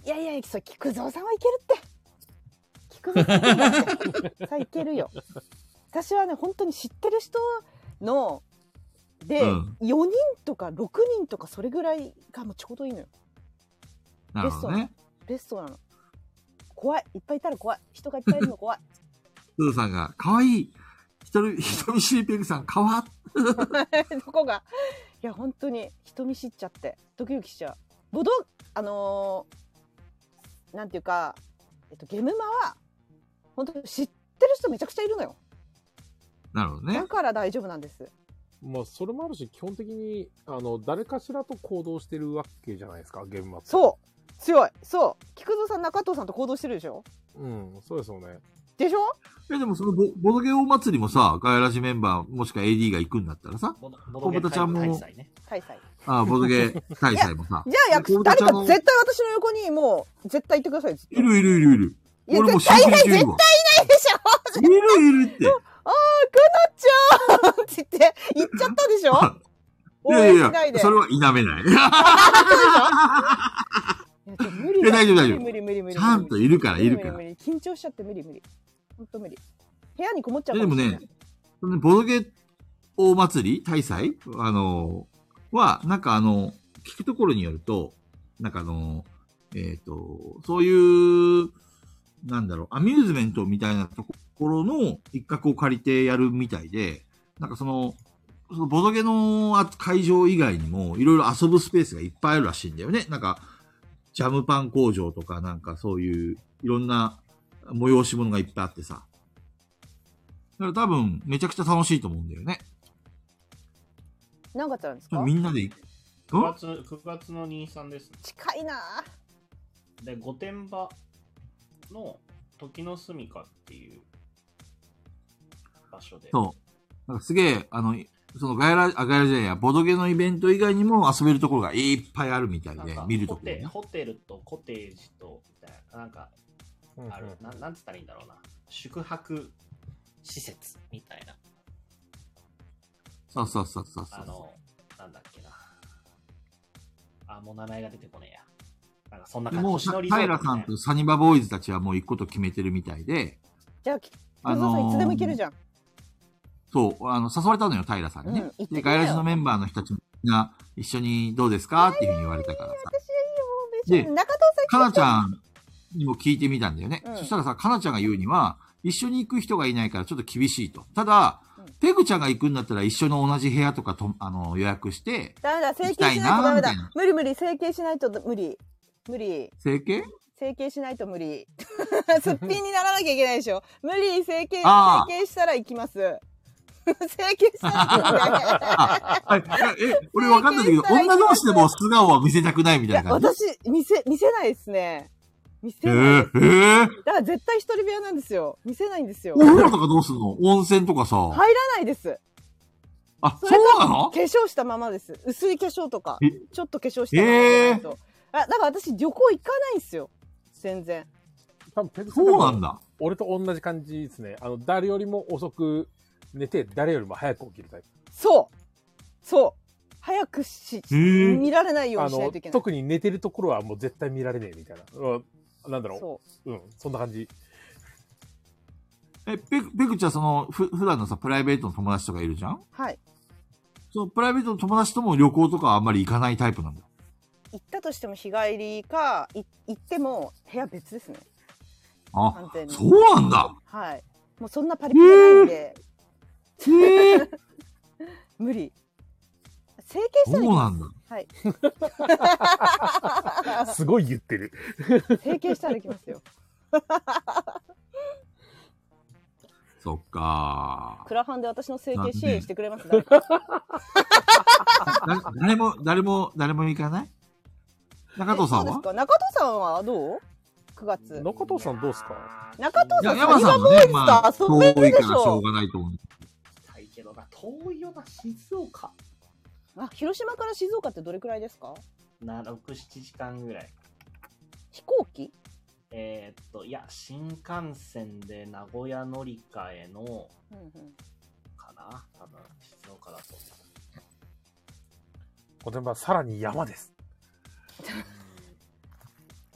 いやいや、それ菊蔵さんはいけるって。菊蔵さんいけるってさあいけ <laughs> るよ。私はね、本当に知ってる人の。で、うん四人とか六人とか、それぐらいがもうちょうどいいのよ。なるほどね。ベストなの。怖い、いっぱいいたら怖い、人がいっぱいいるの <laughs> 怖い。すずさんが、かわいい。人見、人見知りペグさん、かわっ。そこが。いや、本当に人見知っちゃって、ドキドキしちゃう。ボド、あのーなんていうか、えっと、ゲムマは。本当知ってる人めちゃくちゃいるのよ。なるほどねだ。から大丈夫なんです。まあ、それもあるし、基本的に、あの、誰かしらと行動してるわけじゃないですか、現場そう。強いそう菊蔵さん中藤さんと行動してるでしょうん、そうですよね。でしょいやでもそのボボドゲ大祭りもさ、ガヤラジメンバーもしくは AD が行くんだったらさ、ボドボドゲ小豚ちゃんも大会ね。はいはいあーボドゲ大祭もさ、じゃあや小豚誰ちゃんかの絶対私の横にもう絶対行ってくださいずっといるいるいるいる。いや俺も絶対いない真剣に絶い対いるわないでしょいるいるって。かなっちゃんって言って言っちゃったでしょい応 <laughs> やい援しやないいでや、それは否めない。いやちょっと無理いや大丈夫だ大丈夫無理無理無理無理ちゃんといるから、いる無か理ら無。理無理緊張しちゃって無理無理本当無理部屋にこもっちゃうでかでもしれなねい、そのボドゲ大祭り大祭あのーは、なんかあの、聞くところによると、なんかあのー、えっ、と、そういう、なんだろう、アミューズメントみたいなところの一角を借りてやるみたいで、なんかその、そのボドゲのあ会場以外にも、いろいろ遊ぶスペースがいっぱいあるらしいんだよね。なんか、ジャムパン工場とか、なんかそういう、いろんな催し物がいっぱいあってさ。だから多分、めちゃくちゃ楽しいと思うんだよね。何月なんですかみんなで行く。 9ん月 ,9 月の23ですね。近いなぁで、御殿場の時の住みかっていう場所で。そう。なんかすげえ、あの、そのガヤラ、あ、ガヤラじゃないや、ボドゲのイベント以外にも遊べるところがいっぱいあるみたいなんでか、見るとホころテね。ホテルとコテージとみたいな、なんかうんうんある、ななんつったらいいんだろうな、宿泊施設みたいな、そうそうそうそうそあう。の、なんだっけな。あ、もう名前が出てこねえや。なんかそんなで感じもう、星さ野リゾートみ平たいさなんとサニバボーイズたちはもう行くこと決めてるみたいで、じゃあ菊あ蔵のさーんいつでも行けるじゃんそう、あの、誘われたのよ、平さんにうんね行って。きで、なよガヤラジのメンバーの人たちもみんな一緒にどうですかっていうふうに言われたからさ。私はいいよもうめっちゃ中かな藤ちさんゃんにも聞いてみたんだよね。うんそしたらさ、かなちゃんが言うには、一緒に行く人がいないからちょっと厳しいと。ただ、うんペグちゃんが行くんだったら一緒の同じ部屋とかとあの予約して、ダメだ整形しない行きたいとダメなみたいだな無理無理整形しないと無理無理整 <laughs> 形整形しないと無理 <laughs> すっぴんにならなきゃいけないでしょ無理整形整あー形したら行きます <laughs> 整形したら行きますあ、あえ、え俺分かったんだけど、女同士でも素顔は見せたくないみいたや <laughs> いな感じ。私見せ見せないですね見せえないー、です、えー、だから絶対一人部屋なんですよ見せないんですよお風呂とかどうするの温泉とかさ。入らないですあ、そそれかうなの化粧したままです薄い化粧とかえちょっと化粧したままじゃないと、あだから私旅行行かないんですよ全然多分ペグさんそうなんだ。だ。俺と同じ感じですね。あの、誰よりも遅く寝て、誰よりも早く起きるタイプ。そうそう早くし、へー見られないようあにしないのといけ、ない特に寝てるところはもう絶対見られねえみたいな。うんなんだろ。そううん、そんな感じ。え、ペグ、ペグちゃんその、ふ、普段のさ、プライベートの友達とかいるじゃんうはいそのプライベートの友達とも旅行とかあんまり行かないタイプなんだ。行ったとしても日帰りかい行っても部屋別ですねあ、完全にそうなんだ。はいもうそんなパリピじゃないんで、 <laughs> へえ、無理整形したそうら行きまなんだ。すはいすごい言ってる。整形したら行 <laughs> きますよそっかクラファンで私の整形支援してくれます <laughs> 誰かだ誰も、誰も、誰も行かない中藤さんえそはうですか中藤さんはどう ?9 月。中藤さんどうっすか中藤いさや、ん、山さんボはーイね、ズまあ、と遊んで遠いるでかしらしょょう。がないと思う。たいけどな、遠いよな、静岡。あ、広島から静岡ってどれくらいですかな、6、7時間ぐらい。飛行機えーっと、いや、新幹線で名古屋乗り換えの、うんうん。かな多分、静岡だと思う。御殿場さらに山です。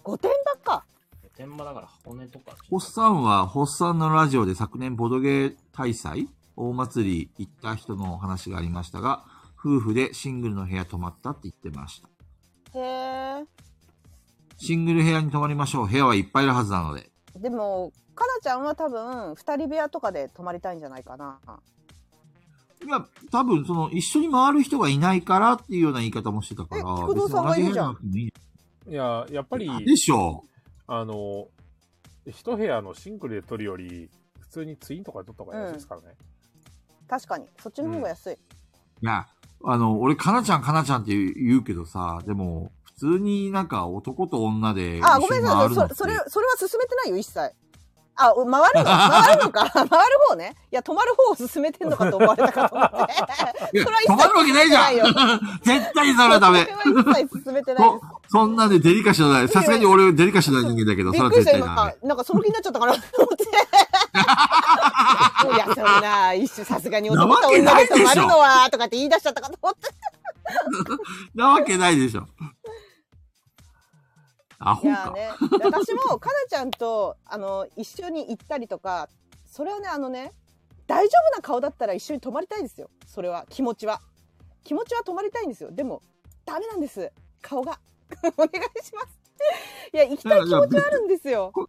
御殿場か。うん天場だから箱根とか。ホッサンは、ホッサンのラジオで昨年ボドゲー大祭大祭り行った人の話がありましたが、夫婦でシングルの部屋泊まったって言ってました。へえ。シングル部屋に泊まりましょう。部屋はいっぱいいるはずなので。でも、かなちゃんは多分、二人部屋とかで泊まりたいんじゃないかな。いや、多分、その、一緒に回る人がいないからっていうような言い方もしてたから、え菊蔵さんがいるじゃん別に同部屋じゃなくてもいいいや、やっぱり、でしょあの、一部屋のシングルで撮るより、普通にツインとかで撮った方が安いですからね。確かに。そっちの方が安い。う。いや、あの、俺、かなちゃん、かなちゃんって言うけどさ、でも、普普通になんか男と女で一あ、ごめ緒んになさ回い。るのって。そそれ、それは進めてないよ、一切。あ、お <laughs> 回るの回るのか回る方ね。いや、止まる方を進めてんのかと思われたかと思って。いやそれは一切止まるわけないじゃん <laughs> 絶対それはダメ <laughs> それは一切進めてないでそ、そんなでデリカシーのない。さすがに俺デリカシーのない人間だけど、す。そびれはっくり絶し対た、今、ダメあ。なんかその気になっちゃったかなと <laughs> 思って。いや、そんな、一種さすがに男と女で止まるのは、とかって言い出しちゃったかと思って。なわけないでしょ。アいホやか。ね、私 <laughs> もかなちゃんとあの一緒に行ったりとか、それはねあのね大丈夫な顔だったら一緒に泊まりたいですよ。それは気持ちは気持ちは泊まりたいんですよ。でもダメなんです。顔が <laughs> お願いします。いや行きたい気持ちはあるんですよ。こ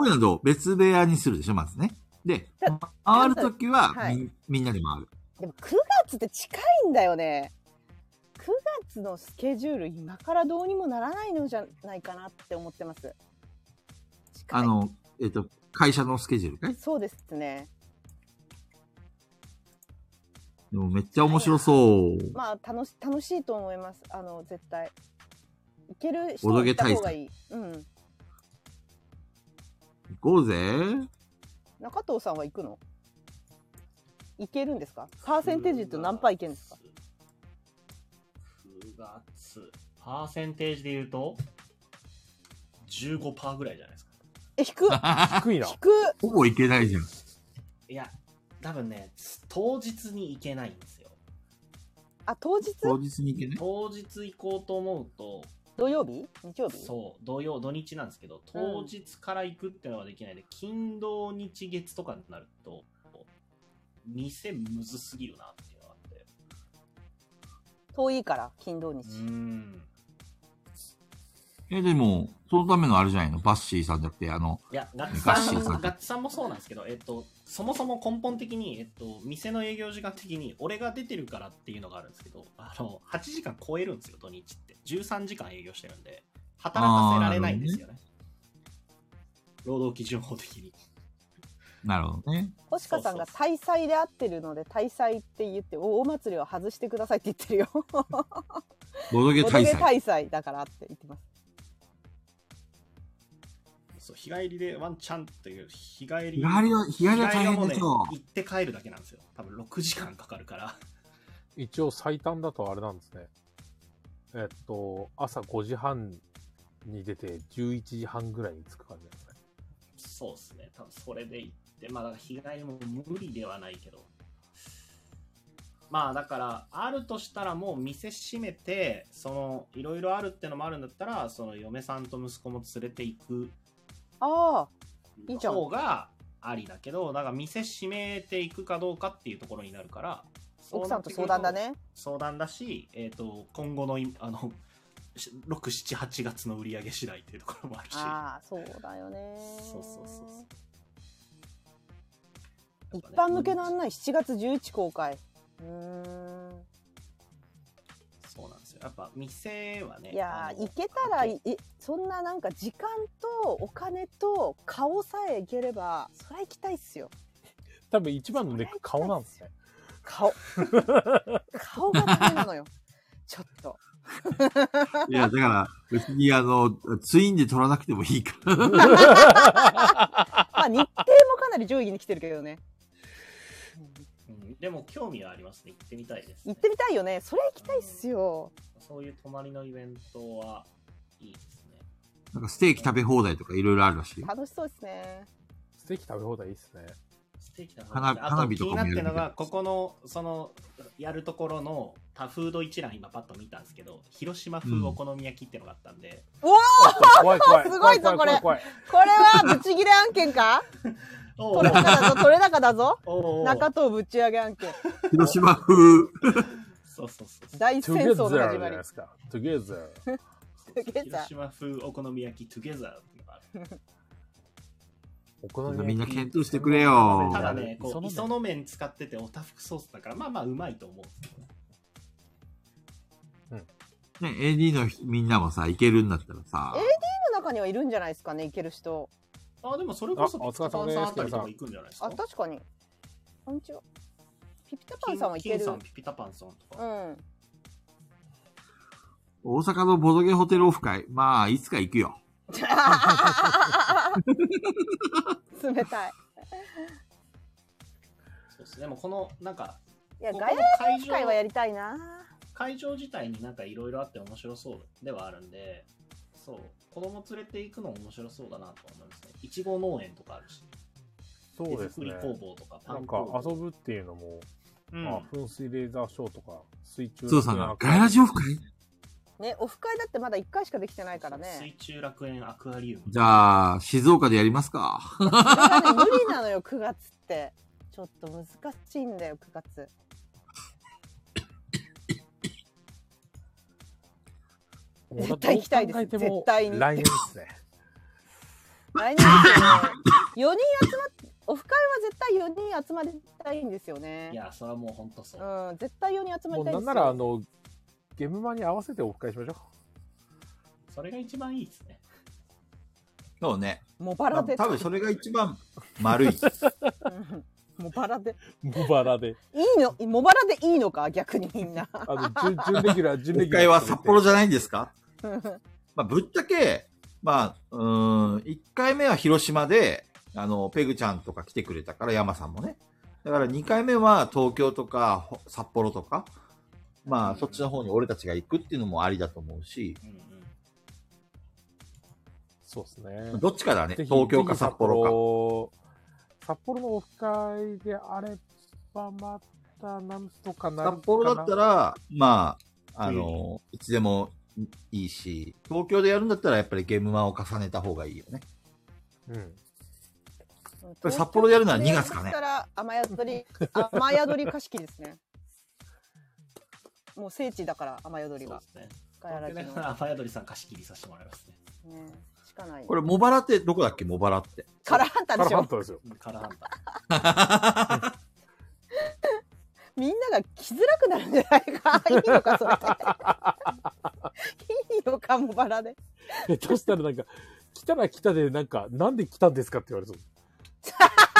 ういうのどう別部屋にするでしょ、まずね。でだ、回るときはみ、はいみんなで回る。でも9月って近いんだよね。9月のスケジュール今からどうにもならないのじゃないかなって思ってます。近いあの、えっ、と、会社のスケジュールかいそうですね。でもめっちゃ面白そう。まあ楽し楽しいと思います。あの絶対行ける人おどはけ行った大方佐がいい。うん。行こうぜ。中藤さんは行くの？行けるんですか？パーセンテージって何パーいけるんですか？ 9月パーセンテージで言うと15%ぐらいじゃないですかえ引く低いな。引く。 <laughs> ほぼ行けないじゃん。いや多分ね当日に行けないんですよあ当日？当日に行けない。当日行こうと思うと土曜日？日曜日？そう土曜土日なんですけど当日から行くっていうのができないで、金土日月とかになると店むずすぎるなっていうのがあって遠いから金土日。うんえ、でも、そのためのあれじゃないのバッシーさんじゃなくて、あの、いや、ガッ <laughs> ツガッさシーんさんガッツさんもそうなんですけど、えっと、そもそも根本的に、えっと、店の営業時間的に、俺が出てるからっていうのがあるんですけど、あの、8時間超えるんですよ、土日って。13時間営業してるんで、働かせられないんですよね。労働基準法的に。なるほどね。星香さんが大祭で会ってるので大祭って言って大祭りを外してくださいって言ってるよ。ボドゲお大どけ祭。大祭だからって言ってます。そう、日帰りでワンチャンっていう、日日帰り。帰りは、日帰りは大変でしょ日帰りはもうね行って帰るだけなんですよ。多分6時間かかるから。一応最短だとあれなんですね。えっと、朝5時半に出て11時半ぐらいに着く感じですね。そうですね、多分それで行って、まあ、だから日帰りも無理ではないけど、まあだから、あるとしたらもう店閉めて、そのいろいろあるってのもあるんだったら、その嫁さんと息子も連れて行くああいいじゃん方がありだけど、だから店閉めていくかどうかっていうところになるから、奥さんと相談だそうなってくるとね。相談だし、えー、と今後のいあのし6、7、8月の売り上げ次第っていうところもあるし。ああそうだよね。そうそうそうそう一般向けの案内7月11公開うーんそうなんですよ。やっぱ店はね。いやあーの行けたらいいそんななんか時間とお金と顔さえ行ければそりゃ行きたいっすよ多分一番のネック顔なんですね。 <laughs> 顔顔がダメなのよちょっといや、だから、別にあの、ツインで取らなくてもいいから。 <laughs> まあ日程もかなり上位に来てるけどねうんでも興味はありますね。行ってみたいです、行ねっ。てみたいよねそりゃ行きたいっすよそういう泊まりのイベントはいいですね。なんかステーキ食べ放題とかいろいろあるらしいよ。楽しそうですねステーキ食べ放題いいっすね。素敵だな花あ花火と気かにもやるみたいなってるのが、ここの、その、やるところの、タフード一覧今パッと見たんですけど、広島風お好み焼きってのがあったんで、うわ怖い怖い。 <laughs> すごいぞ怖怖い怖いーこれ <laughs> はブチギレ案件かお取れ高だぞ取れ高だぞおー中藤ぶち上げ案件広島風。そうそうそうそう。大戦怖い。together 争じのゃ始まなりいですか。together。 Together 広島風お好み焼き Together ってのがあるお好み焼きみんな検討してくれよただね、こう、磯磯のの麺使ってておたふくソースだから、まあまあうまいと思うんですけどね。ね、AD のみんなもさ、行けるんだったらさ、の中にはいるんじゃないですかね行ける人あ、でもそれこそ、あお疲れ様ですあたりとか行くんじゃないですかあ。確かにこんにちはピピタパンさんはいけ金るさん、ピピタパンさんとうか。ん大阪のボドゲホテルオフ会。まあ、いつか行くよ。冷たい。そうですね。でもこの、なんか、いや、こガこヤの会機会はやりたいな。会場自体になんかいろいろあって面白そうではあるんで、そう、子供連れて行くの面白そうだなと思いますね。いちご農園とかあるし、そうです手ね。作り工房とかパなンん工か房遊ぶっていうのも、うんまあ、噴水レーザーショーとか、水中そうさんが、ガヤラジオフ会ね、オフ会だってまだ1回しかできてないから水ね。中楽園アクアリウム。じゃあ、静岡でやりますか。それがね、無理なのよ、9月って。ちょっと難しいんだよ、9月。絶対行きたいですもうだってどう考え絶ても来対に年ですね。来年ですよね。4人集まっ、オフ会は絶対4人集まりたいんですよいね。や、それはもう本当そう。うん、絶対4人集まもりうなたいんでんすなら、あよ。の、ゲームマに合わせてオフ会しましょそれが一番いいですね。そうね。もうバラで。多分それが一番 <laughs> 丸い。うんもうバラで。う。茂原で。いいの、もうバラでいいのか、逆にみんな。あの、準準レギュ <laughs> ラー、準レ今ギュラー。回は札幌じゃないんですかうんまあ、ぶっちゃけ、まあ、うーん、1回目は広島で、あの、ペグちゃんとか来てくれたから、山さんもね。だから2回目は東京とかほ札幌とか、まあ、そっちの方に俺たちが行くっていうのもありだと思うし、うんうん。そうですね。どっちかだね。ぜひ東京か札幌か。か。札幌のオフ会であれば、また、なんとかなるかな。札幌だったら、まあ、あうの、いつでもいいし、東京でやるんだったらやっぱりゲームマンを重ねた方がいいよね。うん。ぱり札幌でやるのは2月かねそしたら雨宿り、雨宿り貸し切りですね。もう聖地だから、雨宿りそうでが。すね。ガヤラジだのから、アファヤドリさん貸し切りさせてもらいますね。ね、しかない。これ、茂原ってどこだっけ茂原って。カラーハンタカラーでしハンょタですよ。うんカラーハンター。みんなが来づらくなるんじゃないか。いいのか、それで。いいのか、もバラで。下手したらなんか、来たら来たで、なんか、なんで来たんですかって言われそう。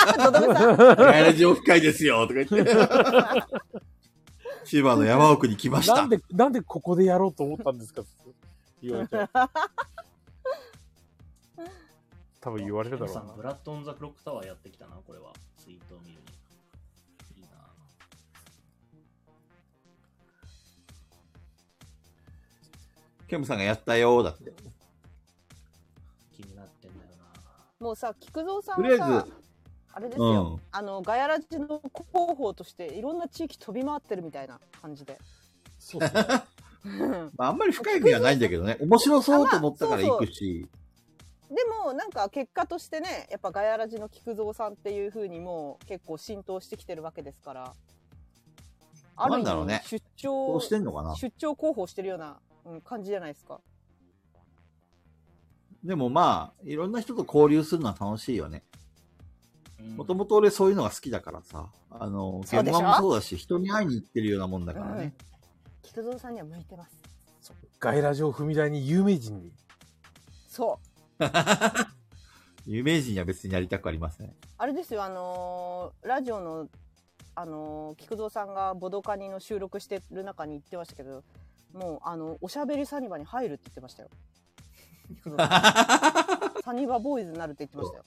あ、とどめさん。ガヤラジオ深いですよとか言って。千葉の山奥に来ました。なんで、なんでここでやろうと思ったん <laughs> ですかって言われちゃう。多分言われるだろうエムさんブな。ラッド・オン・ザ・クロック・タワーやってきたな、これは。ツイートを見るに。いいなケムさんがやったよーだって。気になってんだよなもうさ、菊蔵さんとりはあさえず、あれですうよ。ん。あの、ガヤラジの広報として、いろんな地域飛び回ってるみたいな感じで。そうですね。うんまあ、あんまり深い意味はないんだけどね。面白そうと思ったから行くし。でもなんか結果としてねやっぱガヤラジの菊蔵さんっていう風にもう結構浸透してきてるわけですからあなんる意だろうね味出こ張、うしてんのかな。出張広報してるような、うん、感じじゃないですかでもまあ、いろんな人と交流するのは楽しいよね。うんもともと俺そういうのが好きだからさ。あの、そ現うでしょ場もそうだし、人に会いに行ってるようなもんだからね。菊蔵さんには向いてますガイラジオ踏み台に有名人に。そう有名人には別にやりたくありません。あれですよあのーラジオのあのー菊蔵さんがボドカニの収録してる中に言ってましたけどもうあのおしゃべりサニバに入るって言ってま <laughs> したよ菊蔵さんサニバボーイズになるって言ってましたよ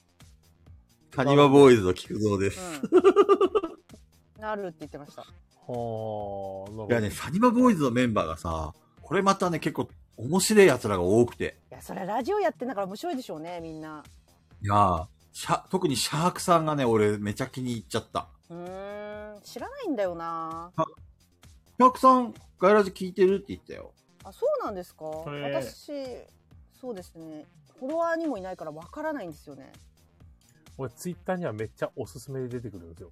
カニバボーイズの菊蔵です。 <laughs> うん、なるって言ってました。はあ、なるほいやね、サニバボーイズのメンバーがさ、これまたね、結構面白い奴らが多くて。いや、それラジオやってんだから面白いでしょうね、みんな。いやー、シャ特にシャークさんがね、俺めちゃ気に入っちゃった。うーん、知らないんだよな。シャークさん、ガイラジ聞いてるって言ったよ。あ、そうなんですか。れ私、そうですね。フォロワーにもいないからわからないんですよね。俺、ツイッターにはめっちゃおすすめで出てくるんですよ。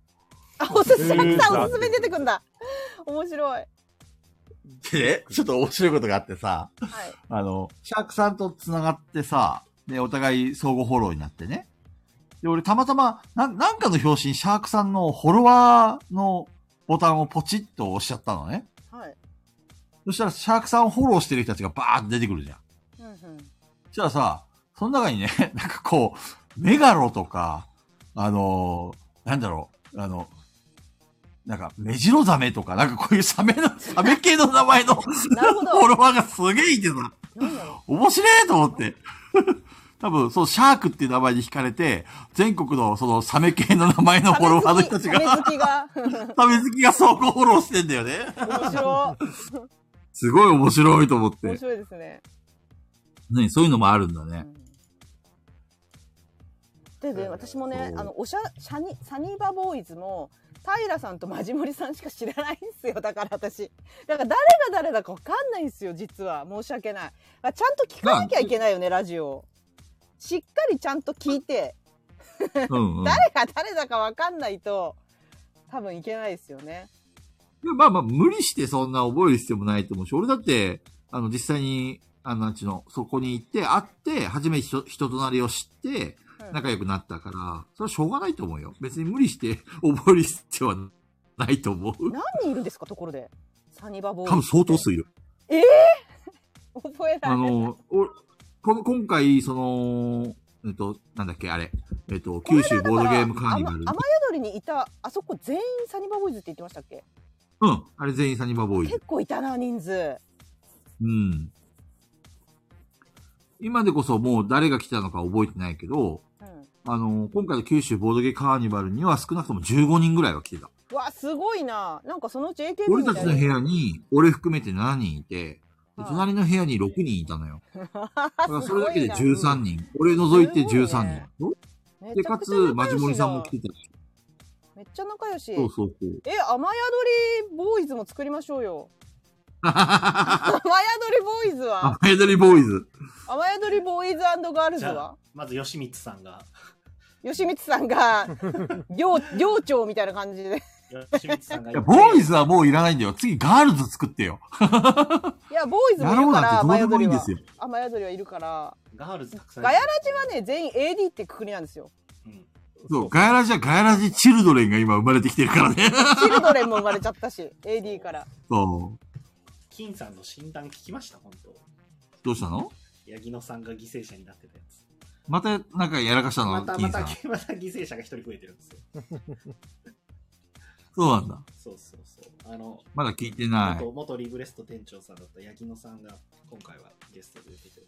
あ、おすすえめ、ーさんおすすめ出てくんだ。 <laughs> 面白い。はい。でね、 <laughs> ちょっと面白いことがあってさ、あの、シャークさんと繋がってさ、で、お互い相互フォローになってね。で、俺たまたま、なん、なんかの表紙にシャークさんのフォロワーのボタンをポチッと押しちゃったのね。はい。そしたらシャークさんをフォローしてる人たちがバーって出てくるじゃん。う <laughs> んうん。じゃあさ、その中にね、 <laughs> なんかこう、メガロとか、あのーなんだろう、あの、なんか、メジロザメとか、なんかこういうサメの、サメ系の名前のフなるほどォロワーがすげえいてさ、なんだろ面白いと思って。 <laughs> 多分、そのシャークっていう名前に惹かれて、全国のそのサメ系の名前のう。フォロワーの人たち <laughs> サメが好、きが。サメ好きが相互フォローしてんだよ <laughs> ね。面白い。すごい面白いと思っ面て。白いですね。ね、そういうのもあるんだ <laughs> ね。でで私もねそうあのおしゃシャニサニーバボーイズも平さんとマジモリさんしか知らないんですよだから私だから誰が誰だか分かんないんですよ実は申し訳ないあちゃんと聞かなきゃいけないよねラジオしっかりちゃんと聞いてうん、うん。誰が誰だか分かんないと多分いけないですよねまあまあ、無理してそんな覚える必要もないと思うし、俺だって、あの、実際に、あの、なんちゅうの、そこに行って、会って、初め人人となりを知ってう、ん仲良くなったから、それはしょうがないと思うよ。別に無理して <laughs> 覚える必要はないと思う。何人いるんですかところでサニーバボーイ多ズ分相当数いる。覚えなあいの、おこの、今回、その、えっと、なんだっけ、あれ。えっと、九州ボードゲームカーニバル雨。宿りにいたあそこ全員サニーバボーイズって言ってましたっけうん。あれ全員サニバボーイズ結。構いたな人数うん。今でこそもう誰が来たのか覚えてないけど、うんあの、今回の九州ボードゲーカーニバルには少なくとも15人ぐらいは来てた。わすごいななんかそのうち AKB 俺みたたいちなの部屋に、俺含めて7人いて、ではい隣の部屋に6人いた <laughs> のよ。だからそれだけですごいな13人。俺除いてすごい13ね人。めで、ちゃかくつちゃ仲良し、だマジモリさんも来てた。めっちゃ仲良しそうそうそう。 <laughs> え雨宿りボーイズも作りましょうよ <laughs> 雨宿りボーイズはあ、エドリボーイズ。雨宿りボーイズガールズじゃあは、まず吉光さんが、吉光さんが <laughs> 寮寮長みたいな感じで吉光さんがいや、言ってボーイズはもういらないんだよ。次、ガールズ作ってよ。いやボーイズもやいろるうなからんてどう雨でも宿いいりんではすよ。雨宿りはいるからガールズたくさんいガるヤラジはね全員 AD ってくくりなんですようんそう、ガヤラジはガヤラジチルドレンが今生まれてきてるからね。 <laughs> チルドレンも生まれちゃったし AD からそう。金さんの診断聞きました本当どうしたの八木野さんが犠牲者になってたやつまた、なんかやらかしたまのた金まさたん。また犠牲者が一人増えてるんですよそうなんだ。そうそうそうあのまだ聞いてない元。元リブレスト店長さんだった八木野さんが今回はゲストで出てて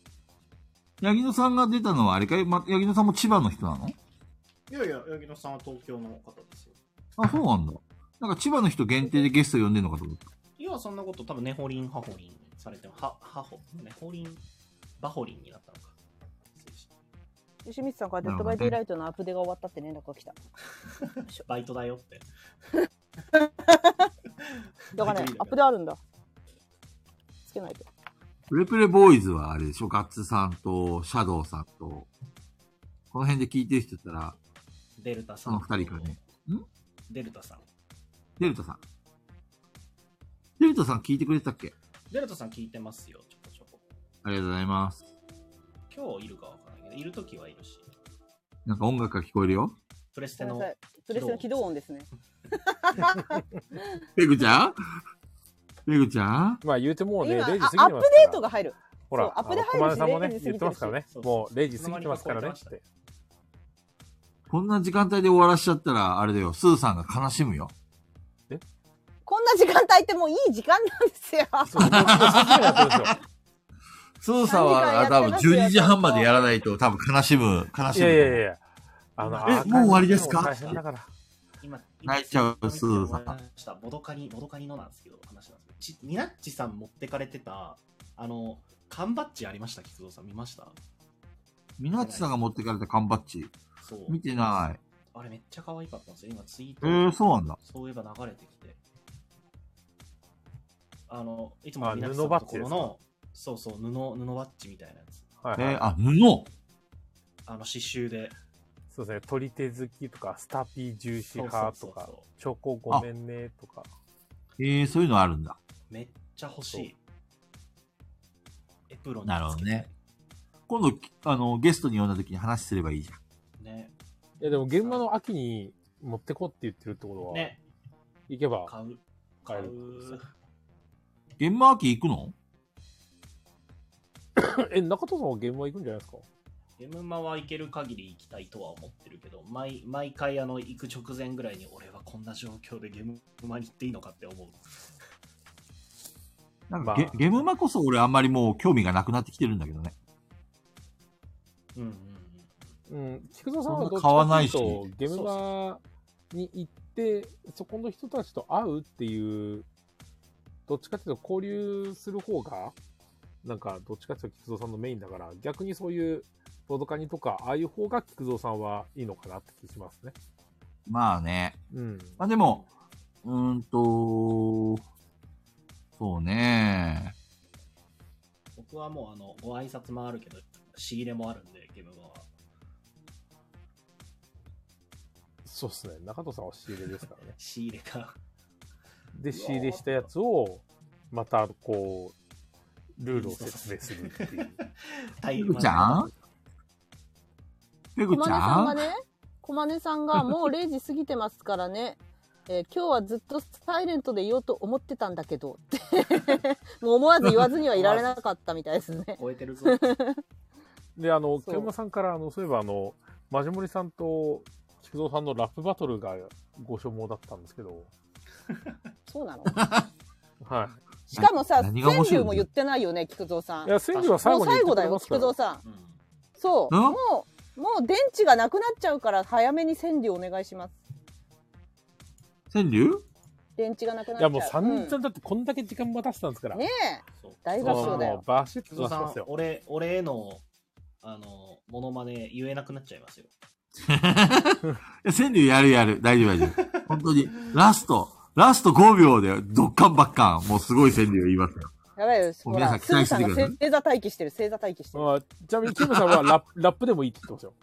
八木野さんが出たのはあれかいま、八木野さんも千葉の人なのいやいや八木野さんは東京の方ですよあ、そうなんだ。なんか千葉の人限定でゲスト呼んでんのかと思った。いやそんなこと多分ネホリンハホリンされてもはハホネホリンバホリンになったのか吉光さんからデッドバイデイライトのアップデが終わったって連絡が来たバイトだよってだからねアップデあるんだつけないとプレプレボーイズはあれでしょガッツさんと、シャドウさんと、この辺で聞いてる人だったら、デルタさそんの二人かね。デルタさんデルタさん。デルタさん聞いてくれてたっけデルタさん聞いてますよちょこちょこありがとうございます。今日いるかわからないけどいる時はいるしなんか音楽が聞こえるよ。プレステごめんのなさいプレステの起動音ですねペグちゃんペグちゃんまあ言うてもうね、今あア0時過ぎてまップすから。デートが入るほらそう、アップデ入るしあの小丸さんも0時ね、過ぎてるし言ってますからねそ。うそうもう0時過ぎてますからねって。こんな時間帯で終わらしちゃったら、あれだよ、スーさんが悲しむよ。こんな時間帯ってもういい時間なんですよそう、もう7時やってるんですよ。スーさんは、あ多分3時間や12ってます時よ半までやらないと、多分悲しむ、悲しいむ。やいやいや。あの、えアーカイブもう終わりですか大変だから。今、泣いちゃうすずさんん。ボドカニ、ボドカニのなんですけど、話なんですけど、ちニナッチさん持ってかれてた、あの、缶バッジありました、菊蔵さん、見ましたみなっちさんが持ってかれた缶バッジ。そう。見てない。あれめっちゃ可愛かったんですよ、今ツイーえト。ー、そうなんだ。そういえば流れてきて。あの、いつもあのナッチさんのところ布バの、そうそう、布、布バッジみたいなやつ。はいえはい、ー、あ、布あの、刺繍で。そうですね。取り手好きとか、スタピージューシーそう派そとうそうかそ、チョコごめんねとか。えー、そういうのあるんだ。めっちゃ欲しい。エプロンになるほどねつけて。今度、あの、ゲストに呼んだ時に話すればいいじゃん。ね。いや、でも現場の秋に持ってこって言ってるってことは、ね。行けば買う。買買えうる。現場秋行くのえ、中藤さんは現場行くんじゃないですかゲムマは行ける限り行きたいとは思ってるけど、毎毎回あの行く直前ぐらいに俺はこんな状況でゲムマに行っていいのかって思う。なんまかあゲ、ゲムマこそ俺あんまりもう興味がなくなってきてるんだけどね。うんうんうん。うん、菊蔵さんはどっちそんな買わなかいしというとゲームマに行ってそこの人たちと会うっていうどっちかっていうと交流する方がなんかどっちかっていうと菊蔵さんのメインだから逆にそういうボドカニとかああいう方が菊蔵さんはいいのかなって気しますね。まあね。うん。まあでも、うーんと、そうね。僕はもうあの、ご挨拶もあるけど、仕入れもあるんで、ゲムマは。そうですね。中戸さんは仕入れですからね。仕入れか。で、仕入れしたやつをまたこうルールを説明するっていう。大ペグちゃんペグ小ち金ゃさんがんね、小金さんがもう0時過ぎてますからね。えー今日はずっとサイレントでいようと思ってたんだけど <laughs> ってもう思わず言わずにはいられなかったみたいですね。超えてる <laughs> ぞ。で、あの、そうケンマさんから、あの、そういえば、あの、マジモリさんと菊蔵さんのラップバトルがご所望だったんですけど、そうなの。はしかもさ、川何が面白い柳のも言ってないよね、菊蔵さん。い。いや、千里は最もう後に最言後ってくだれよ、ますか菊ら。蔵さん。うんそう、んもう、もう電池がなくなっちゃうから、早めに川柳お願いします。川柳電池がなくなっいちゃや、う。もう散う々だってこんだけ時間渡したんですから。んねそう大も合唱だよもうバシッ菊と出蔵しさまんす、よ。俺、俺への、あの、モノマネ言えなくなっちゃいますよ。いや川柳やるやる。大丈夫大丈夫。本当に、ラスト、ラスト5秒で、ドッカンバッカン。もうすごい川柳言いますよ。え。やばいよ、ほ皆さんら、期す待ぐしててさんくだがさいせ正座待機してる、正座待機してる。まあ、ちなみに、キムさんはラ <laughs> ップラップでもいいって言ってますよ。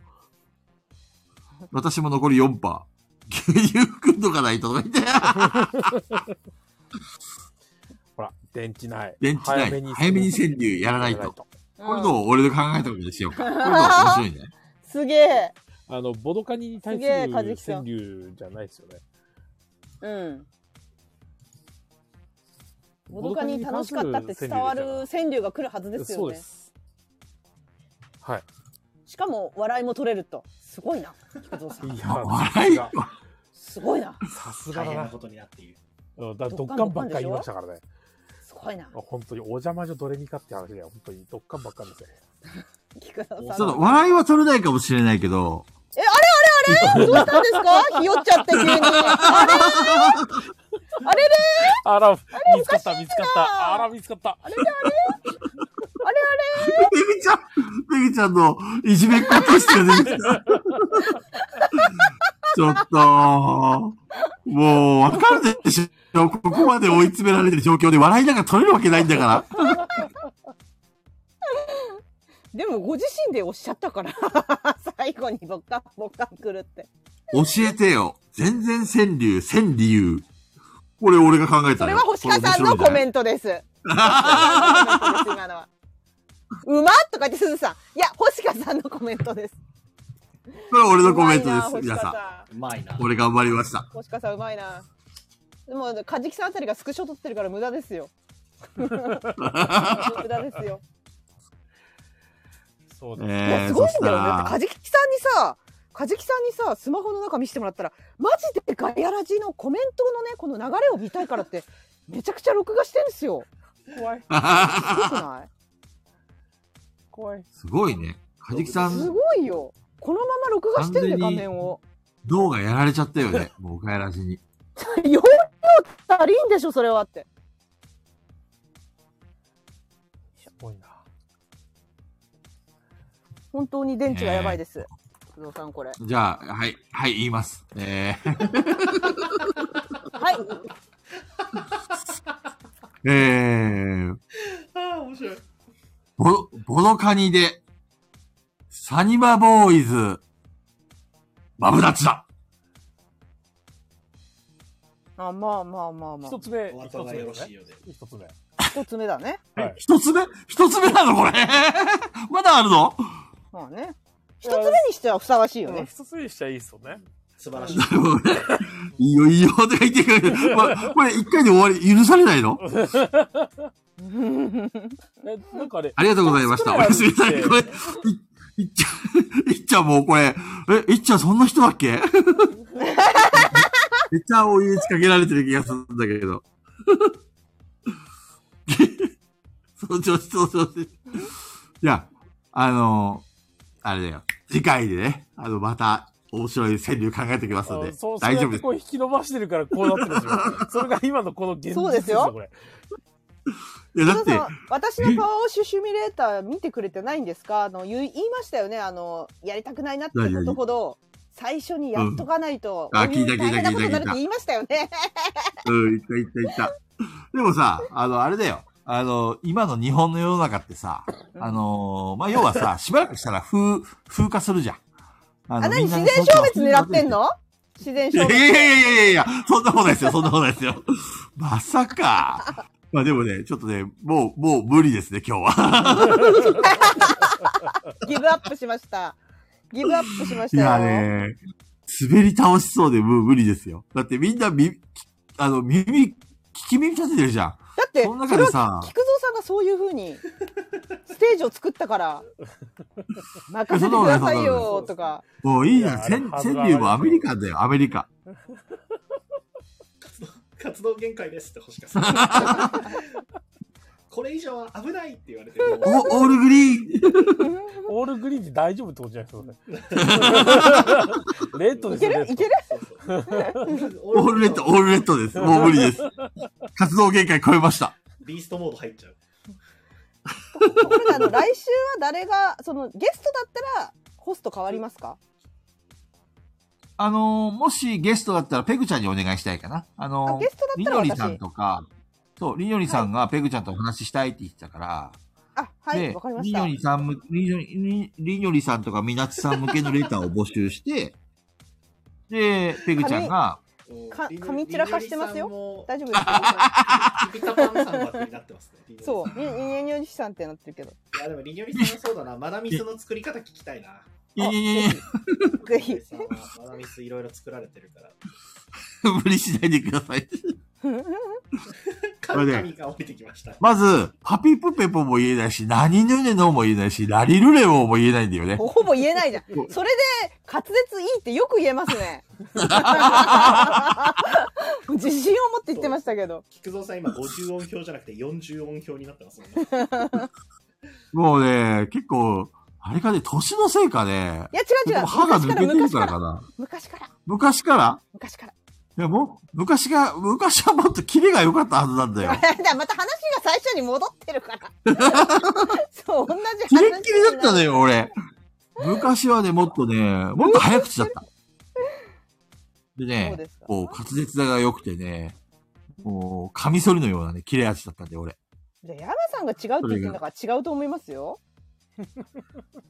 私も残り4%パー。牛乳くんとかないととか言って。ほら、電池ない。電池ない。早めに川柳やらないと。うんこれどう俺で考えたことにしようか。これどう面白いね。すげえ。あの、ボドカニに対すすげえカジるキさん川柳じゃないですよね。うん。ボドカに楽しかったって伝わる川柳が来るはずですそようねで。す。はい。しかも笑いも取れると。すごいな。菊蔵さん。いや、笑いさすごいな。すがだ大変ななこ。とになっている。うんだドッカンばっか言いましたからね。すご <laughs> いな。本当にお邪魔女どれにかって話だよ。本当にドッカンばっかりですよ。菊蔵ちさょんっ。と笑いは取れないかもしれないけど、どうしたんですかひよっちゃって <laughs> 急に。あれあら、見つかった、見つかった。あら、見つかった。ペグちゃん、ペグちゃんのいじめっ子としてが出てきた。ちょっと、もうわかるでしょ。ここまで追い詰められてる状況で笑いなんか取れるわけないんだから。でもご自身でおっしゃっ <laughs> たから。最後にボッカンボッカン来るって。教えてよ。全然川柳、川柳。これ俺が考えたそのれよは星川さんのコメン <laughs> トです。星川さんのコメントです今のは。うまっとか言ってすずさん。いや、星川さんのコメントです。これ俺のコメントでうまいなす。皆さん。うまいな。俺頑張りました。星川さんうまいな。でも、カジキさんあたりがスクショ撮ってるから無駄ですよ。無駄ですよ。そうだ。いや、えー、すごそいんしただよね。だってらカ、ジキさんにさ、カジキさんにさ、スマホの中見せてもらったら、マジでガヤラジのコメントのね、この流れを見たいからって、めちゃくちゃ録画してんですよ。怖い、すごくない怖い。 <laughs> すごいね。カジキさすん、ごいよ。このまま録画してるね、画完全に面を。脳がやられちゃったよね。もう、ガヤラジに。容量足りんでしょ、それはって。すごいな。本当に電池がやばいです。工藤さん、これ。じゃあ、はい、はい、言います。えー、はい。えー、ああ、面白い。ボ、ボドカニで、サニバボーイズ、マブダチだあ、まあまあまあまあ一。つ目、お一つ後が目よろでしすいね。ようで。一つ目。一つ目だね。はい。一つ目一つ目なのこれ <laughs> まだあるのまあね。一つ目にしてはふさわしいようんね。一つ目にしちゃいいっすよね。素晴らしい。いいよいいよとか言ってくれる。ま、これ一回で終わり、許されないのえなんかあれ、ありがとうございました。おやすみなさい。これ、いいっちゃん、いっちゃんもうこれ、え、いっちゃんそんな人だっけ <laughs> めっちゃ追い打ちかけられてる気がするんだけど。 <laughs> その調子、その調子。いや、あのあれだよ。次回でね、あの、また、面白い川柳考えてきますのであそう、大丈夫でですこ。う引き伸ばしてるからこうなってるんですよ。それが今のこの現実そうですよこれ。いや、だ皆って、さん私のパワーオッシュシミュレーター見てくれてないんですかあの言い言いましたよねあのやりたくないなってことほど最初にやっとかないと、うんあお聞湯いた聞いた大変聞いた聞いなことになるたって言いましたよねうん、いったいったいった。でもさ、あの、あれだよ。あの、今の日本の世の中ってさ、あの、まあ、要は <laughs> さ、しばらくしたら風、風化するじゃん。ああ何みん自な然ね消滅狙ってんの自然 <laughs> いやい消やい滅やいやいやいや、そんなことないですよ、そんなことないですよ。まさ <laughs> か。まあでもね、ちょっとね、もう、もう無理ですね、今日は。ギブアップしましたギブアップしましいたよやね、滑り倒しそうでもう無理ですよ。だってみんなみ、あの、耳、聞き耳立ててるじゃん。だってそのそ中れではさ、菊蔵さんがそういうふうにステージを作っ <laughs> たから任せてくださいよとかもういいじゃん。いやあれ川川柳もアメリカンだよ、アメリカ。活動活動限界ですって星川さ <laughs> んこれ以上は危ないって言われてもお、オールグリーンオールグリーンで大丈夫ってことじゃないですか、それレッドでいすけよレるッいけるそうそうオールレッド、オールレッド <laughs> です。もう無理です。活動限界超えました。ビーストモード入っちゃうこれあの来週は誰がそのゲストだったらホスト変わりますかあのーもしゲストだったらペグちゃんにお願いしたいかな。あのあーゲストだりったらの私りさんとか、そう、りのりさんがペグちゃんとお話ししたいって言ってたから、あはいでわかりま、りしのたりさんむ、りのり、りのりさんとかみなちさん向けのレターを募集して、で、ペグちゃんが、か噛み散らかしてますよよ大丈夫ですか <laughs> ピピタパンさんの枠になってますね。。そうう「ににににしさん」ってなってるけど <laughs> いやでもリニョリさんはそうだな。マダミスの作り方聞きたいな。いやいやいや、ぜひリニョリさんはマダミスいろいろ作られてるから。無理しないでください。それで神が降りてきました。まず、パピプペポも言えないし、何ぬねのも言えないし、ラリルレオも言えないんだよね。ほぼ言えないじゃんそれで滑舌いいってよく言えます <laughs> ね自信を持って言ってましたけど菊蔵さん今50音表じゃなくて40音表になってますもんね。もうね、結構、あれかね、年のせいかねい、や僕違う違うも歯が抜けてる昔かかららかな。昔から昔から昔からいや、もう、昔が、昔はもっとキレが良かったはずなんだよ。 <laughs> だからまた話が最初に戻って <laughs> るからそう同じ話キレッキレだったのよ、俺。昔はね、もっとね、もっと早口だった。でそうねです、かこう、滑舌が良くてね、もう、カミソリのようなね、切れ味だったんで、俺。じゃあ山さんが違うって言ってんだから違うと思いますよ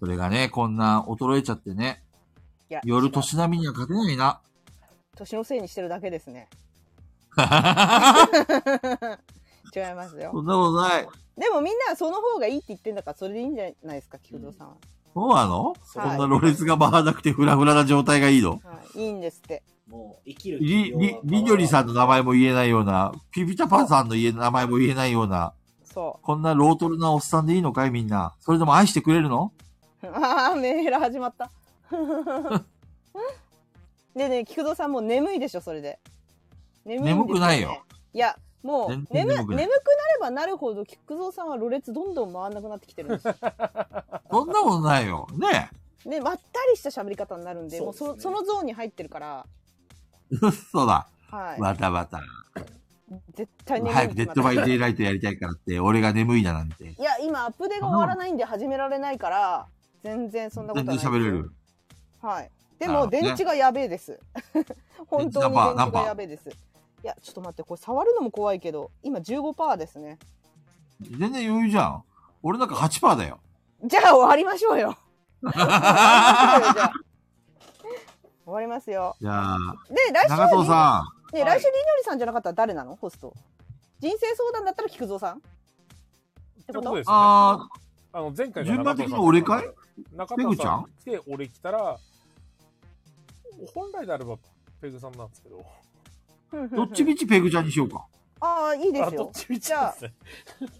それがね、こんな衰えちゃってね、いや夜違う年並みには勝てない <laughs> な。年のせいにしてるだけです <laughs> ね。違いますよ。そんなことない。でもみんなその方がいいって言ってんだからそれでいいんじゃないですか、菊蔵さんは。そうなのそはいんなろれつが回らなくてフラフラな状態がいいのはい、いいんですって。もう生きるり、り、りのりさんの名前も言えないような、ピピタパンさんの言え名前も言えないような、そこんなロートルなおっさんでいいのかいみんな。それでも愛してくれるのう。 <laughs> ああ、メール始ま <laughs> った。でね、菊蔵さんもう眠いでしょ、それで。眠んです眠くないよ。いや、もう全然眠眠眠くくなないればなるほど菊蔵さんはろれつどんどん回んなくなってきてるん <laughs> ですよ。そんなことないよ。ねね、まったりした喋り方になるんで、もうそそうですそねのゾーンに入ってるから、え。そうだ。はい。またまた。絶対眠い。早くデッドバイデイライトやりたいからって、俺が眠いだなんて。いや、今、アップデが終わらないんで始められないから、全然そんなことは全ない然ですよ。喋れる。はい。でなるも、ほどね電池がやべ <laughs> えです。本電当に電池ナンバーナン池がバーやべえです。いや、ちょっと待って、これ触るのも怖いけど、今15%ですね。全然余裕じゃん。俺なんか8%だよ。じゃあ、終わりましょう <laughs> よ。終わりましょうよじゃあ終わりますよ。じゃあ、で、来週長藤はさり、ね、来週、りのりさんじゃなかったら誰なのホスト。人生相談だったら菊蔵さんってドこってこととですん。よね。あー、あの前回が順番的に中田さん俺かい中ペ田グちさゃんん来て俺来たら本来であればペグさんなんですけどどっちみちペグちゃんにしようか。ああ、いいであすどっよ。ちみちじゃであすねい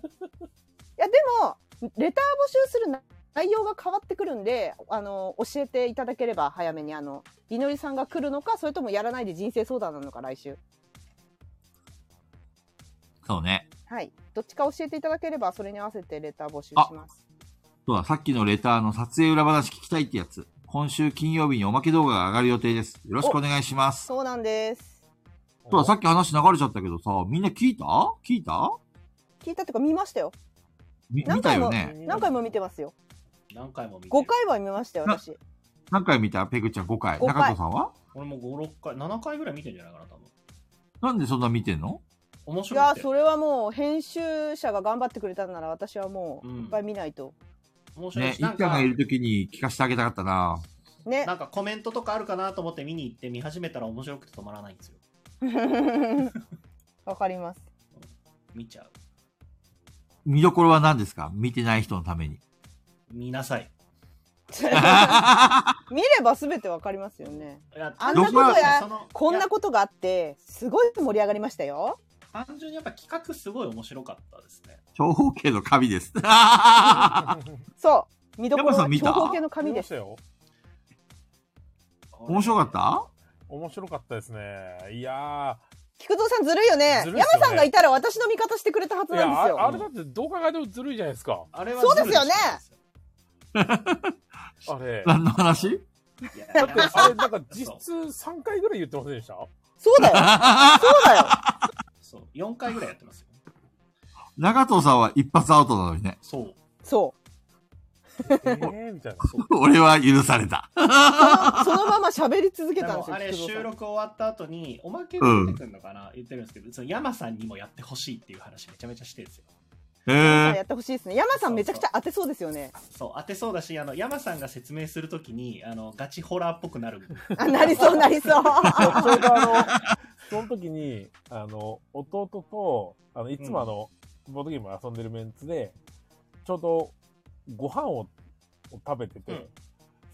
やでもレター募集する内容が変わってくるんで、あの、教えていただければ早めに、あの、りのりさんが来るのか、それともやらないで人生相談なのか、来週。そうね。はい。どっちか教えていただければ、それに合わせてレター募集します。そうだ、さっきのレターの撮影裏話聞きたいってやつ。今週金曜日におまけ動画が上がる予定です。よろしくお願いします。そうなんです。そうだ、さっき話流れちゃったけどさ、みんな聞いた聞いた聞いたっていうか、見ましたよ。み見何た回よも、ね。何回も見てますよ。何回も見て5回は見ましたよ、私。何回見たペグちゃん5回。 5回中子さんは俺も5、6回、7回ぐらい見てんじゃないかな、多分。なんでそんな見てんの面い白やく、てそれはもう、編集者が頑張ってくれたんなら、私はもう、うんいっぱい見ないと。面白いね、し、一なん家がかい、る時に聞かせてあげたかったな。ねな。んかコメントとかあるかなと思って見に行って見始めたら面白くて止まらないんですよ。わか <laughs> ります。見ちゃう。見どころは何ですか見てない人のために。見なさい。見れば全てわかりますよね。いやあんなことやそのこんいなことがあって、すごい盛り上がりましたよ。や単純にやっぱ企画すごい面白かったですね。長方形の神です。面そう。見どころ山はさん見た長方形の見紙までしすた。よ。白かった面白かったですね。いや菊蔵さんずるいよね。ずるいっ山すよねさんがいたら私の味方してくれたはずー。いなんですやあ、あよ。れだってどう考えてもずるいじゃないですか。あれはそうですよねあ <laughs> れ。何の話いやだって、あれ、なんか実質3回ぐらい言ってませんで <laughs> したそうだよ。そうだよ。そう、4回ぐらいやってますよ。中藤さんは一発アウトなのにね。そう。そえーみ <laughs> たいな。俺は許された。う。そのまま喋り続けでたんでもすよ。あれ菊蔵さ収ん録終わった後におまけが出てくるのかな、言ってるんですけど、その山さんにもやってほしいっていう話めちゃめちゃしてるんですよ。え山さんーやってほしいですね。山さんめちゃくちゃ当てそうですよね。そう、当てそうだし、あの、山さんが説明するときに、あの、ガチホラーっぽくな <laughs> る。あ、なりそうな <laughs> りそう。ちょうどあの、その時に、あの、弟と、あの、いつもあの、ボードゲーム遊んでるメンツで、ちょうどご飯をを食べてて、うん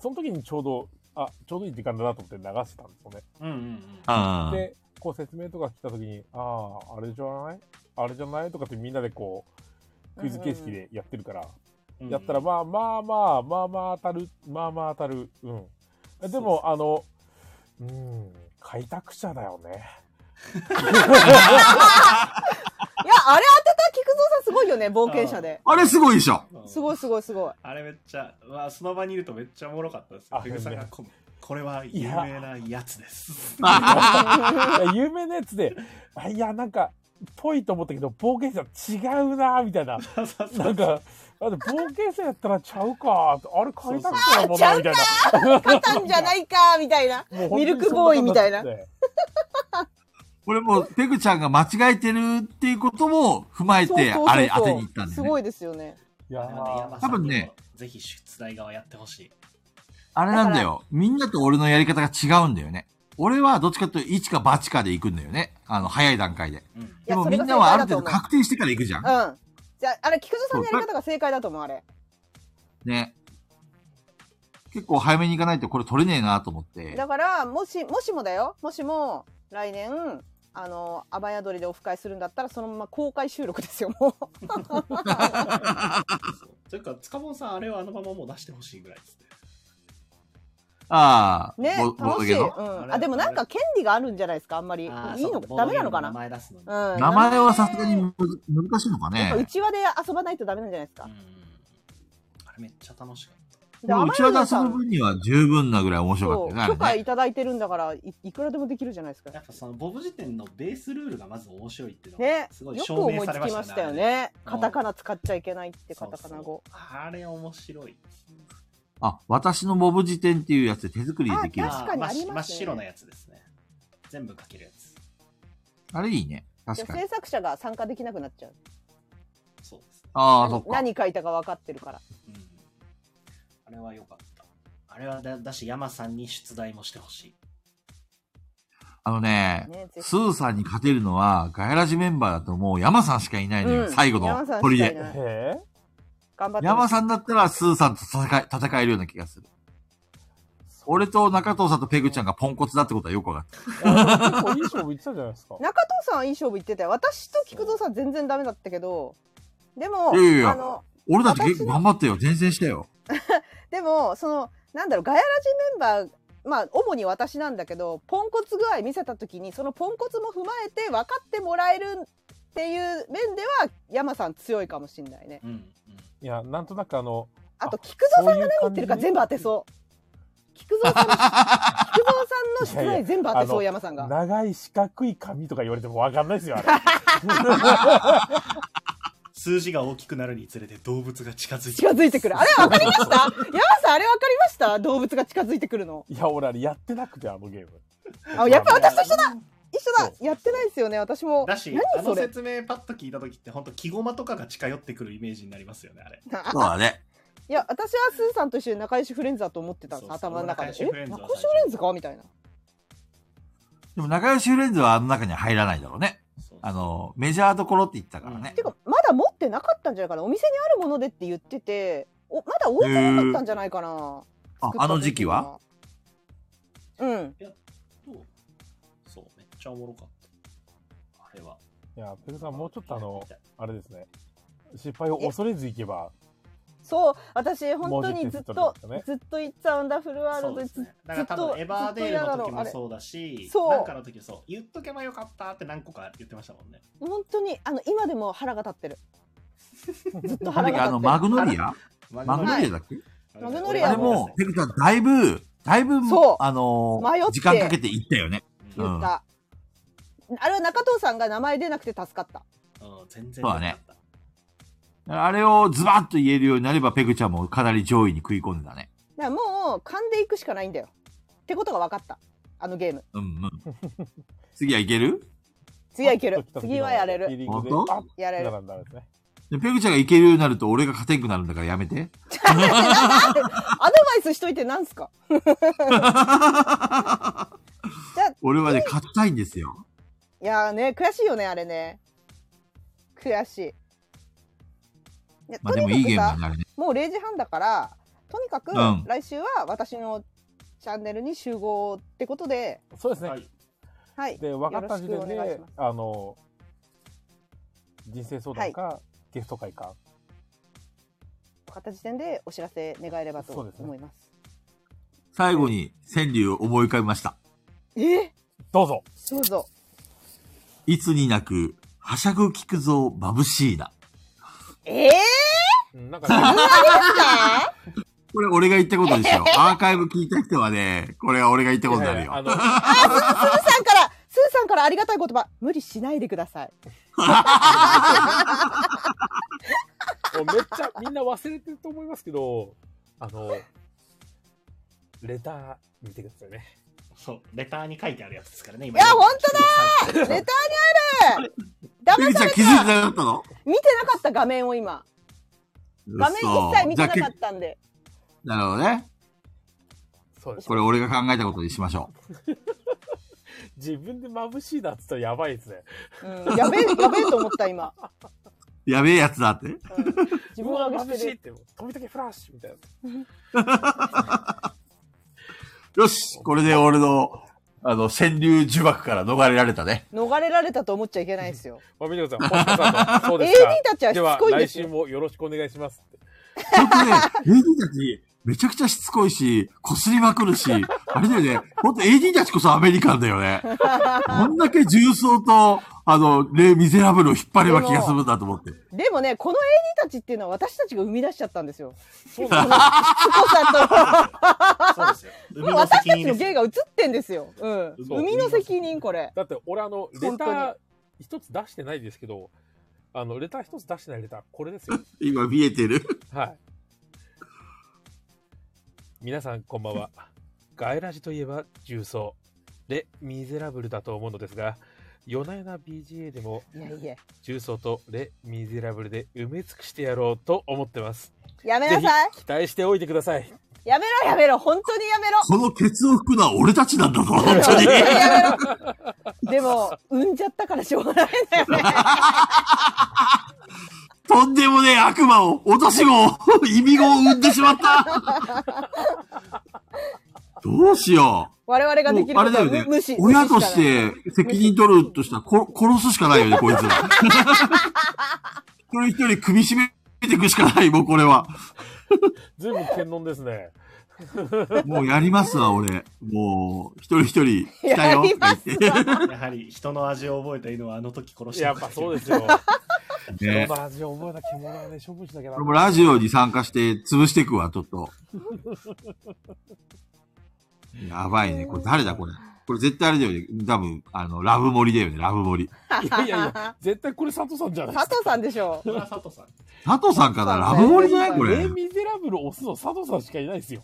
その時にちょうど、あ、ちょうどいい時間だなと思って流してたんですよね。うんうんうん。あーで、こう説明とか来た時に、ああ、あれじゃないあれじゃないとかってみんなでこう、クイズ形式でやってるから、うんやったら、まあまあまあ、まあまあ当たる、まあまあ当たる、うん。えでも、あの、うん、開拓者だよね。いや、あれ当てた菊蔵さんすごいよね、冒険者で。あれすごいでしょ。うんすごいすごいす <laughs> ごい。あれめっちゃ、まあ、その場にいるとめっちゃおもろかったですあよ。ペグさんがこ、これは有名なやつです。い <laughs> や有名なやつで、あいや、なんか、ぽいと思ったけど、冒険者違うな、みたいな。 <laughs> そうそうそうなんか、あでも冒険者やったらちゃうか、あれ開拓者だもんあな、ーみちたゃいうな。勝たんじゃないか、みたいな。もう本当にミルクボーイみたいなそんことにって俺も、ペグちゃんが間違えてるっていうことも踏まえそうそうてそう、そうあれ当てに行ったんだすよごね。いですよね。いやなので山ーさんにも多分ねぜひ出題側やってほしい。あれなんだよ。みんなと俺のやり方が違うんだよね。俺はどっちかというと、一か八かで行くんだよね。あの、早い段階で。うん。いやでもそれみがんなはある正解だ程と思度う確定してから行くじゃん。うん。じゃあ、あれ、菊蔵さんのやり方が正解だと思う、あれ。ね。結構早めに行かないとこれ取れねえなと思ってだ。から、もし、もしもだよ。もしも、来年、あの、アバヤドリでオフ会するんだったら、そのまま公開収録ですよ、もう。そうというか、つかもんさん、あれをあのままもう出してほしいぐらいですね。あ <laughs> あ、ねボ、ボ楽ドしい。ゲうのん。ああ、れでもなんか権利があるんじゃないですか、あんまり。いいあーのそうダメなのかなボードゲーム名前出すのに。うん。名前はさすがにやっむず難しいのかぱ、うね。ちわで遊ばないとダメなんじゃないですかうん。。あれめっちゃ楽しかった。でもうちらが遊ぶ分には十分なぐらい面そ白かっうたよ許ねあ可れね。いただいてるんだからいいくらでもできるじゃないですかやっぱそのボブ辞典のベースルールがまず面白いっていうのがねすごいよく証思い明つされまきしまたね。したよあれ。ねうんカタカナ使っちゃいけないってカそうタそカうナ語あれ面白い。あ、私のモブ辞典っていうやつで手作りでできるあ。確かにありますね真っ白なやつですね。全部かけるやつ。あれいいね。じ確ゃあかに。制作者が参加できなくなっちゃうそうですね。ああ、そ何っか。何書いたか分かってるからうん。あれは良かった。あれはだだし、山さんに出題もしてほしい。あのね、ねぜひスーさんに勝てるのは、ガヤラジメンバーだともう山さんしかいないのよ。うん最後の山さんしかい砦。ない山へえ頑張って山ほしいさんだったらスーさんと戦い戦えるような気がする。俺と中藤さんとペグちゃんがポンコツだってことはよくわかった。結構いい勝負いってたじゃないです <laughs> か。中藤さんはいい勝負言ってたよ私と菊蔵さん全然ダメだったけどでもいやいやいやあの俺たち結構頑張ったよ。前線したよ。でもそのなんだろうガヤラジメンバーまあ主に私なんだけどポンコツ具合見せた時にそのポンコツも踏まえて分かってもらえるっていう面では山さん強いかもしれないね。うんうんいや、なんとなくあの、あと菊蔵さんが何言ってるかそういう感じ全部当てそう。菊蔵さんの菊蔵さんのいやいや室内全部当てあそのう山さんが。長い四角い紙とか言われてもわかんないですよ、あれ。 <laughs> 数字が大きくなるにつれて動物が近づいて近づいてくる。あれ分かりました？山さんあれ分かりました？動物が近づいてくるの。いや、俺あれやってなくて、あのゲーム。あやっぱ私と一緒だ。一緒だそ。やってないですよね私も。だしあ何そのれ。説明パッと聞いた時って本当木駒とかが近寄ってくるイメージになりますよねあ <laughs> れそうだね。いや私はスーさんと一緒に仲良しフレンズだと思ってたんですそうそう頭の中で。え仲良しフレンズは仲良しフレンズかみたいな。でも仲良しフレンズはあの中には入らないだろうね。そうあの、メジャーどころって言ったからねて。かまだ持ってなかったんじゃないかなお店にあるものでって言ってておまだ置いてなかったんじゃないかな、ああの時期はうんそうそうめっちゃおもろかったあれはいや、ペグさん、もうちょっとあの、あれですね。失敗を恐れずいけば、そう私本当にずっもうとじきですよねずっと行ったワンダフルワーそルうドでですず,、ねだから多ずっ分とエヴァーデールの時ずっと嫌なのあもれそうだしそうなんかの時そう言っとけばよかったって何個か言ってましたもんね本当にあの今でも腹が立 <laughs> ってるずっとなん腹だっけ、あがの、立っマグてノリアママグノリアだっけ、マグノリあアれも、ペグさん、だいぶ、だいぶ、そうあの迷って時間かけて行ったよね。るう言んった、あれは中藤さんが名前出なくて助かったうん全然そうだねよかったあれをズバッと言えるようになれば、ペグちゃんもかなり上位に食い込んでたね。だからもう噛んでいくしかないんだよってことが分かったあのゲームうんうん。 <laughs> 次はいける次はいけパるッと来た時の次はやれフィーるリングで本当あっやれだるからダメですね。でペグちゃんがいけるようになると、俺が勝てんくなるんだからやめて。アドバイスしといてなんすか <laughs> 俺はね、勝ちたいんですよ。いやーね悔しいよねあれね悔しいいやまあでとにもいいかくゲームさになるね。もう0時半だからとにかくうん来週は私のチャンネルに集合ってことで、そうですね。はいはい、で、分かった時よろ点しくお願いしでます、あの、人生相談か、ゲスト会か。分かった時点でお知らせ願えればとそうですね思います最後に、川柳を思い浮かびました。えどうぞ。どうぞいつになく、はしゃぐ聞くぞ、眩しいな。ええうん <laughs> なんか、これ俺が言ったことでし <laughs> ょ。アーカイブ聞いた人はね、これは俺が言ったことになるいやいやあよ。の、ー、スーさんからスーさんからありがたい言葉無理しないでください <laughs> もうめっちゃみんな忘れてると思いますけど、あの、レター見てくださいね。そうレターに書いてあるやつですからねいいや本当だーレターにあるペ騙グちさゃんれ気づいてなたかったの見てなかった画面を今画面一切見てなかったんでた。なるほどね。そうですこ。れ俺が考えたことにしましょ自分で眩しいなって言ったらやばいですね。うんやべえ、やべえと思った今。う。やべえやつだって。うん自分はうわ上げ眩ししていっる。て、飛びたけフラッシュみたいな。よしこれで俺の、あの、川柳呪縛から逃れられたね。逃れられたと思っちゃいけないですよ。まあ、みなこさん、星野さん <laughs> と、そうです AD たちはしつこいんですよでは、来週もよろしくお願いしますって。ちょ <laughs> っとね、AD たち、めちゃくちゃしつこいし、擦りまくるし、あれだよね、ほんと AD たちこそアメリカンだよね。こんだけ重曹と、あの、レイ・ミゼラブルを引っ張れば気が済むんだと思って。でもね、この AD たちっていうのは私たちが生み出しちゃったんですよ。そうなんこの <laughs> しつこさそうですよと。海 <laughs> もうの私責た任ちでのすよ芸が映ってんですよ。うん。そう海の責任、これ。だって、俺、あの、レ本タ当にー一つ出してないですけど、あの、レター一つ出してないレター、これですよ。今見えてる。はい。皆さん、こんばんは。ガエラジといえば、重曹。レ・ミゼラブルだと思うのですが、夜な夜な BGA でも、いやいや。重曹とレ・ミゼラブルで埋め尽くしてやろうと思ってます。やめぜなさい。ひ、期待しておいてください。やめろやめろ。本当にやめろ。このケツを拭くのは俺たちなんだぞ、本当に。やめろ。でも、産んじゃったからしょうがないんだよ <laughs> ね。とんでもねえ悪魔を、落とし子を、意味子を生んでしま <laughs> った。どうしよう。我々ができるもうあこれだとはよ無ね無視。。親と無視しかない。て責任取るとしたら、こ殺すしかないよね、 <laughs> こいつら。一人一人首絞めていくしかない、もうこれは。全部検論ですね。もうやりますわ、俺。もう、一人一人、来たやよ。りますわ。やはり人の味を覚えた犬はあの時殺したやっぱそうでですよ。ね人の味を覚えた獣はね、処分しなきゃなこれもラジオに参加して潰していくわ、ちょっと。やばいね。これ誰だ、これ。これ絶対あれだよね。多分、あの、ラブ森だよね、ラブ森。いやいやいや、絶対これ佐藤さんじゃないで <laughs> 佐すか。藤さんでしょう。これは佐藤さん。佐藤さんかなラブ森じゃないこレれイ・。ミゼラブルを押すの佐藤さんしかいないですよ。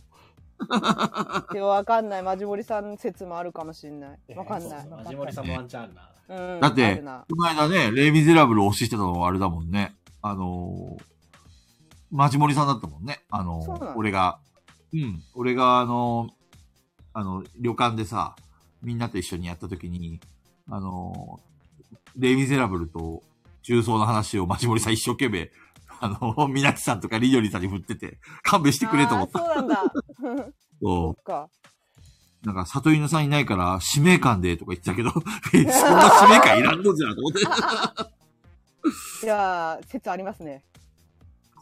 でもわかんない。マジモリさん説もあるかもしれない。わかんそうなそい。うマジモリさんもワンチャンあるな。うんだっあてるな、この間ね、レイ・ミゼラブルを推ししてたのはあれだもんね。あのー、マジモリさんだったもんね。あのそうなー、の俺が、うん、俺があのー、あの、旅館でさ、みんなと一緒にやった時に、あのー、レイ・ミゼラブルと重曹の話をマジモリさん一生懸命、 <laughs> あのー、みなきさんとかリリョリさんに振ってて、勘弁してくれと思っあた。ーそうなんだ。そそっか。うなんか、里犬さんいないから、使命感でとか言ってたけど、 <laughs> そんな使命感いらんのじゃんと思って。いやー、説ありますね。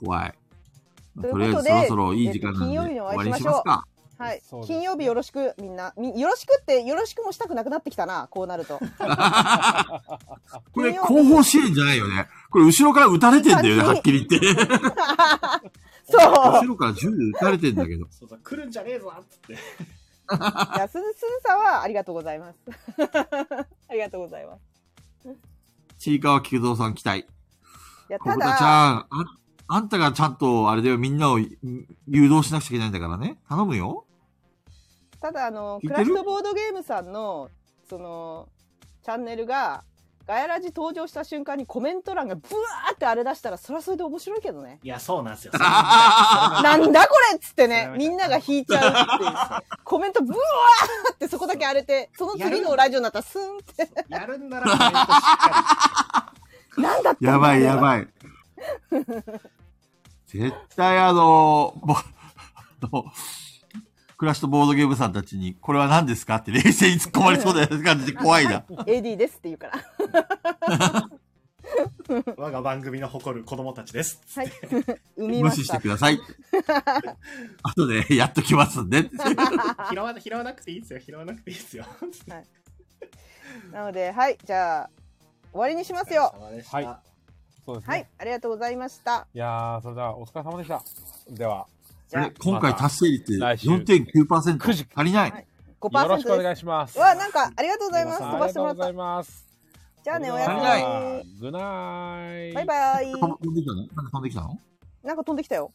怖い。ということとりであえずそろそろいい時間なんで、えっと金曜日終におわ会いりしにまししょうますか。はいそう。です金曜日よろしく、みんな。みよろしくって、よろしくもしたくなくなってきたな、こうなる <laughs> と。これ、後方支援じゃないよね。これ、後ろから撃たれてんだよね、はっきり言って。そう後。ろから銃で撃たれてんだけど。そうそう、来るんじゃねえぞっつって。いや、すずすずさんはありがとうございます。 <laughs> ありがとうございます。ちいかわ菊蔵さん期待。いや、こたぶたちだ、ゃん、あ、あんたがちゃんと、あれだよ、みんなを誘導しなくちゃいけないんだからね。頼むよ。ただ、あの、聞いクてるラフトボードゲームさんの、その、チャンネルが、ガヤラジ登場した瞬間にコメント欄がブワーってあれ出したら、そりゃそれで面白いけどね。いや、そうなんです <laughs> よ。なんだこれっつってそねれは、見たみんなが引いちゃうっていう。コメントブワーってそこだけ荒れて、その次のラジオになったらスンって。やるんなら、 <laughs> コメントしっかなんだって。やばいや <laughs> ばい。絶対あの、ぼ、あの、クラッシュとボードゲームさんたちに、これは何ですかって冷静に突っ込まれそうな感じで怖いな。 AD ですって言うから。り、我が番組の誇る子供たちです。 <laughs> はい。 <laughs> 産み無ま視ししてたく。ださい。後で <laughs> やっときますんで。 <laughs> 拾わな拾わなくていいですよ、拾わなくていいです <laughs> よ。なので、はい、じゃあ、終わりにしますおよ。疲れ様でしたはいそうですね。はいい、、ありがとうございました。やー、それではお疲れ様でした。では、じゃああれ今回達成率来週4.9% 9時足りない。 5%よろしくおで願いします。す。わあ、なんか、ありがとうございます。皆飛さんばしてもらっあたり。がとうございます。じゃあね、おそれやですはみ。グナイバイバイ。飛んできたのなんか飛んできたのなんか飛んできたよ。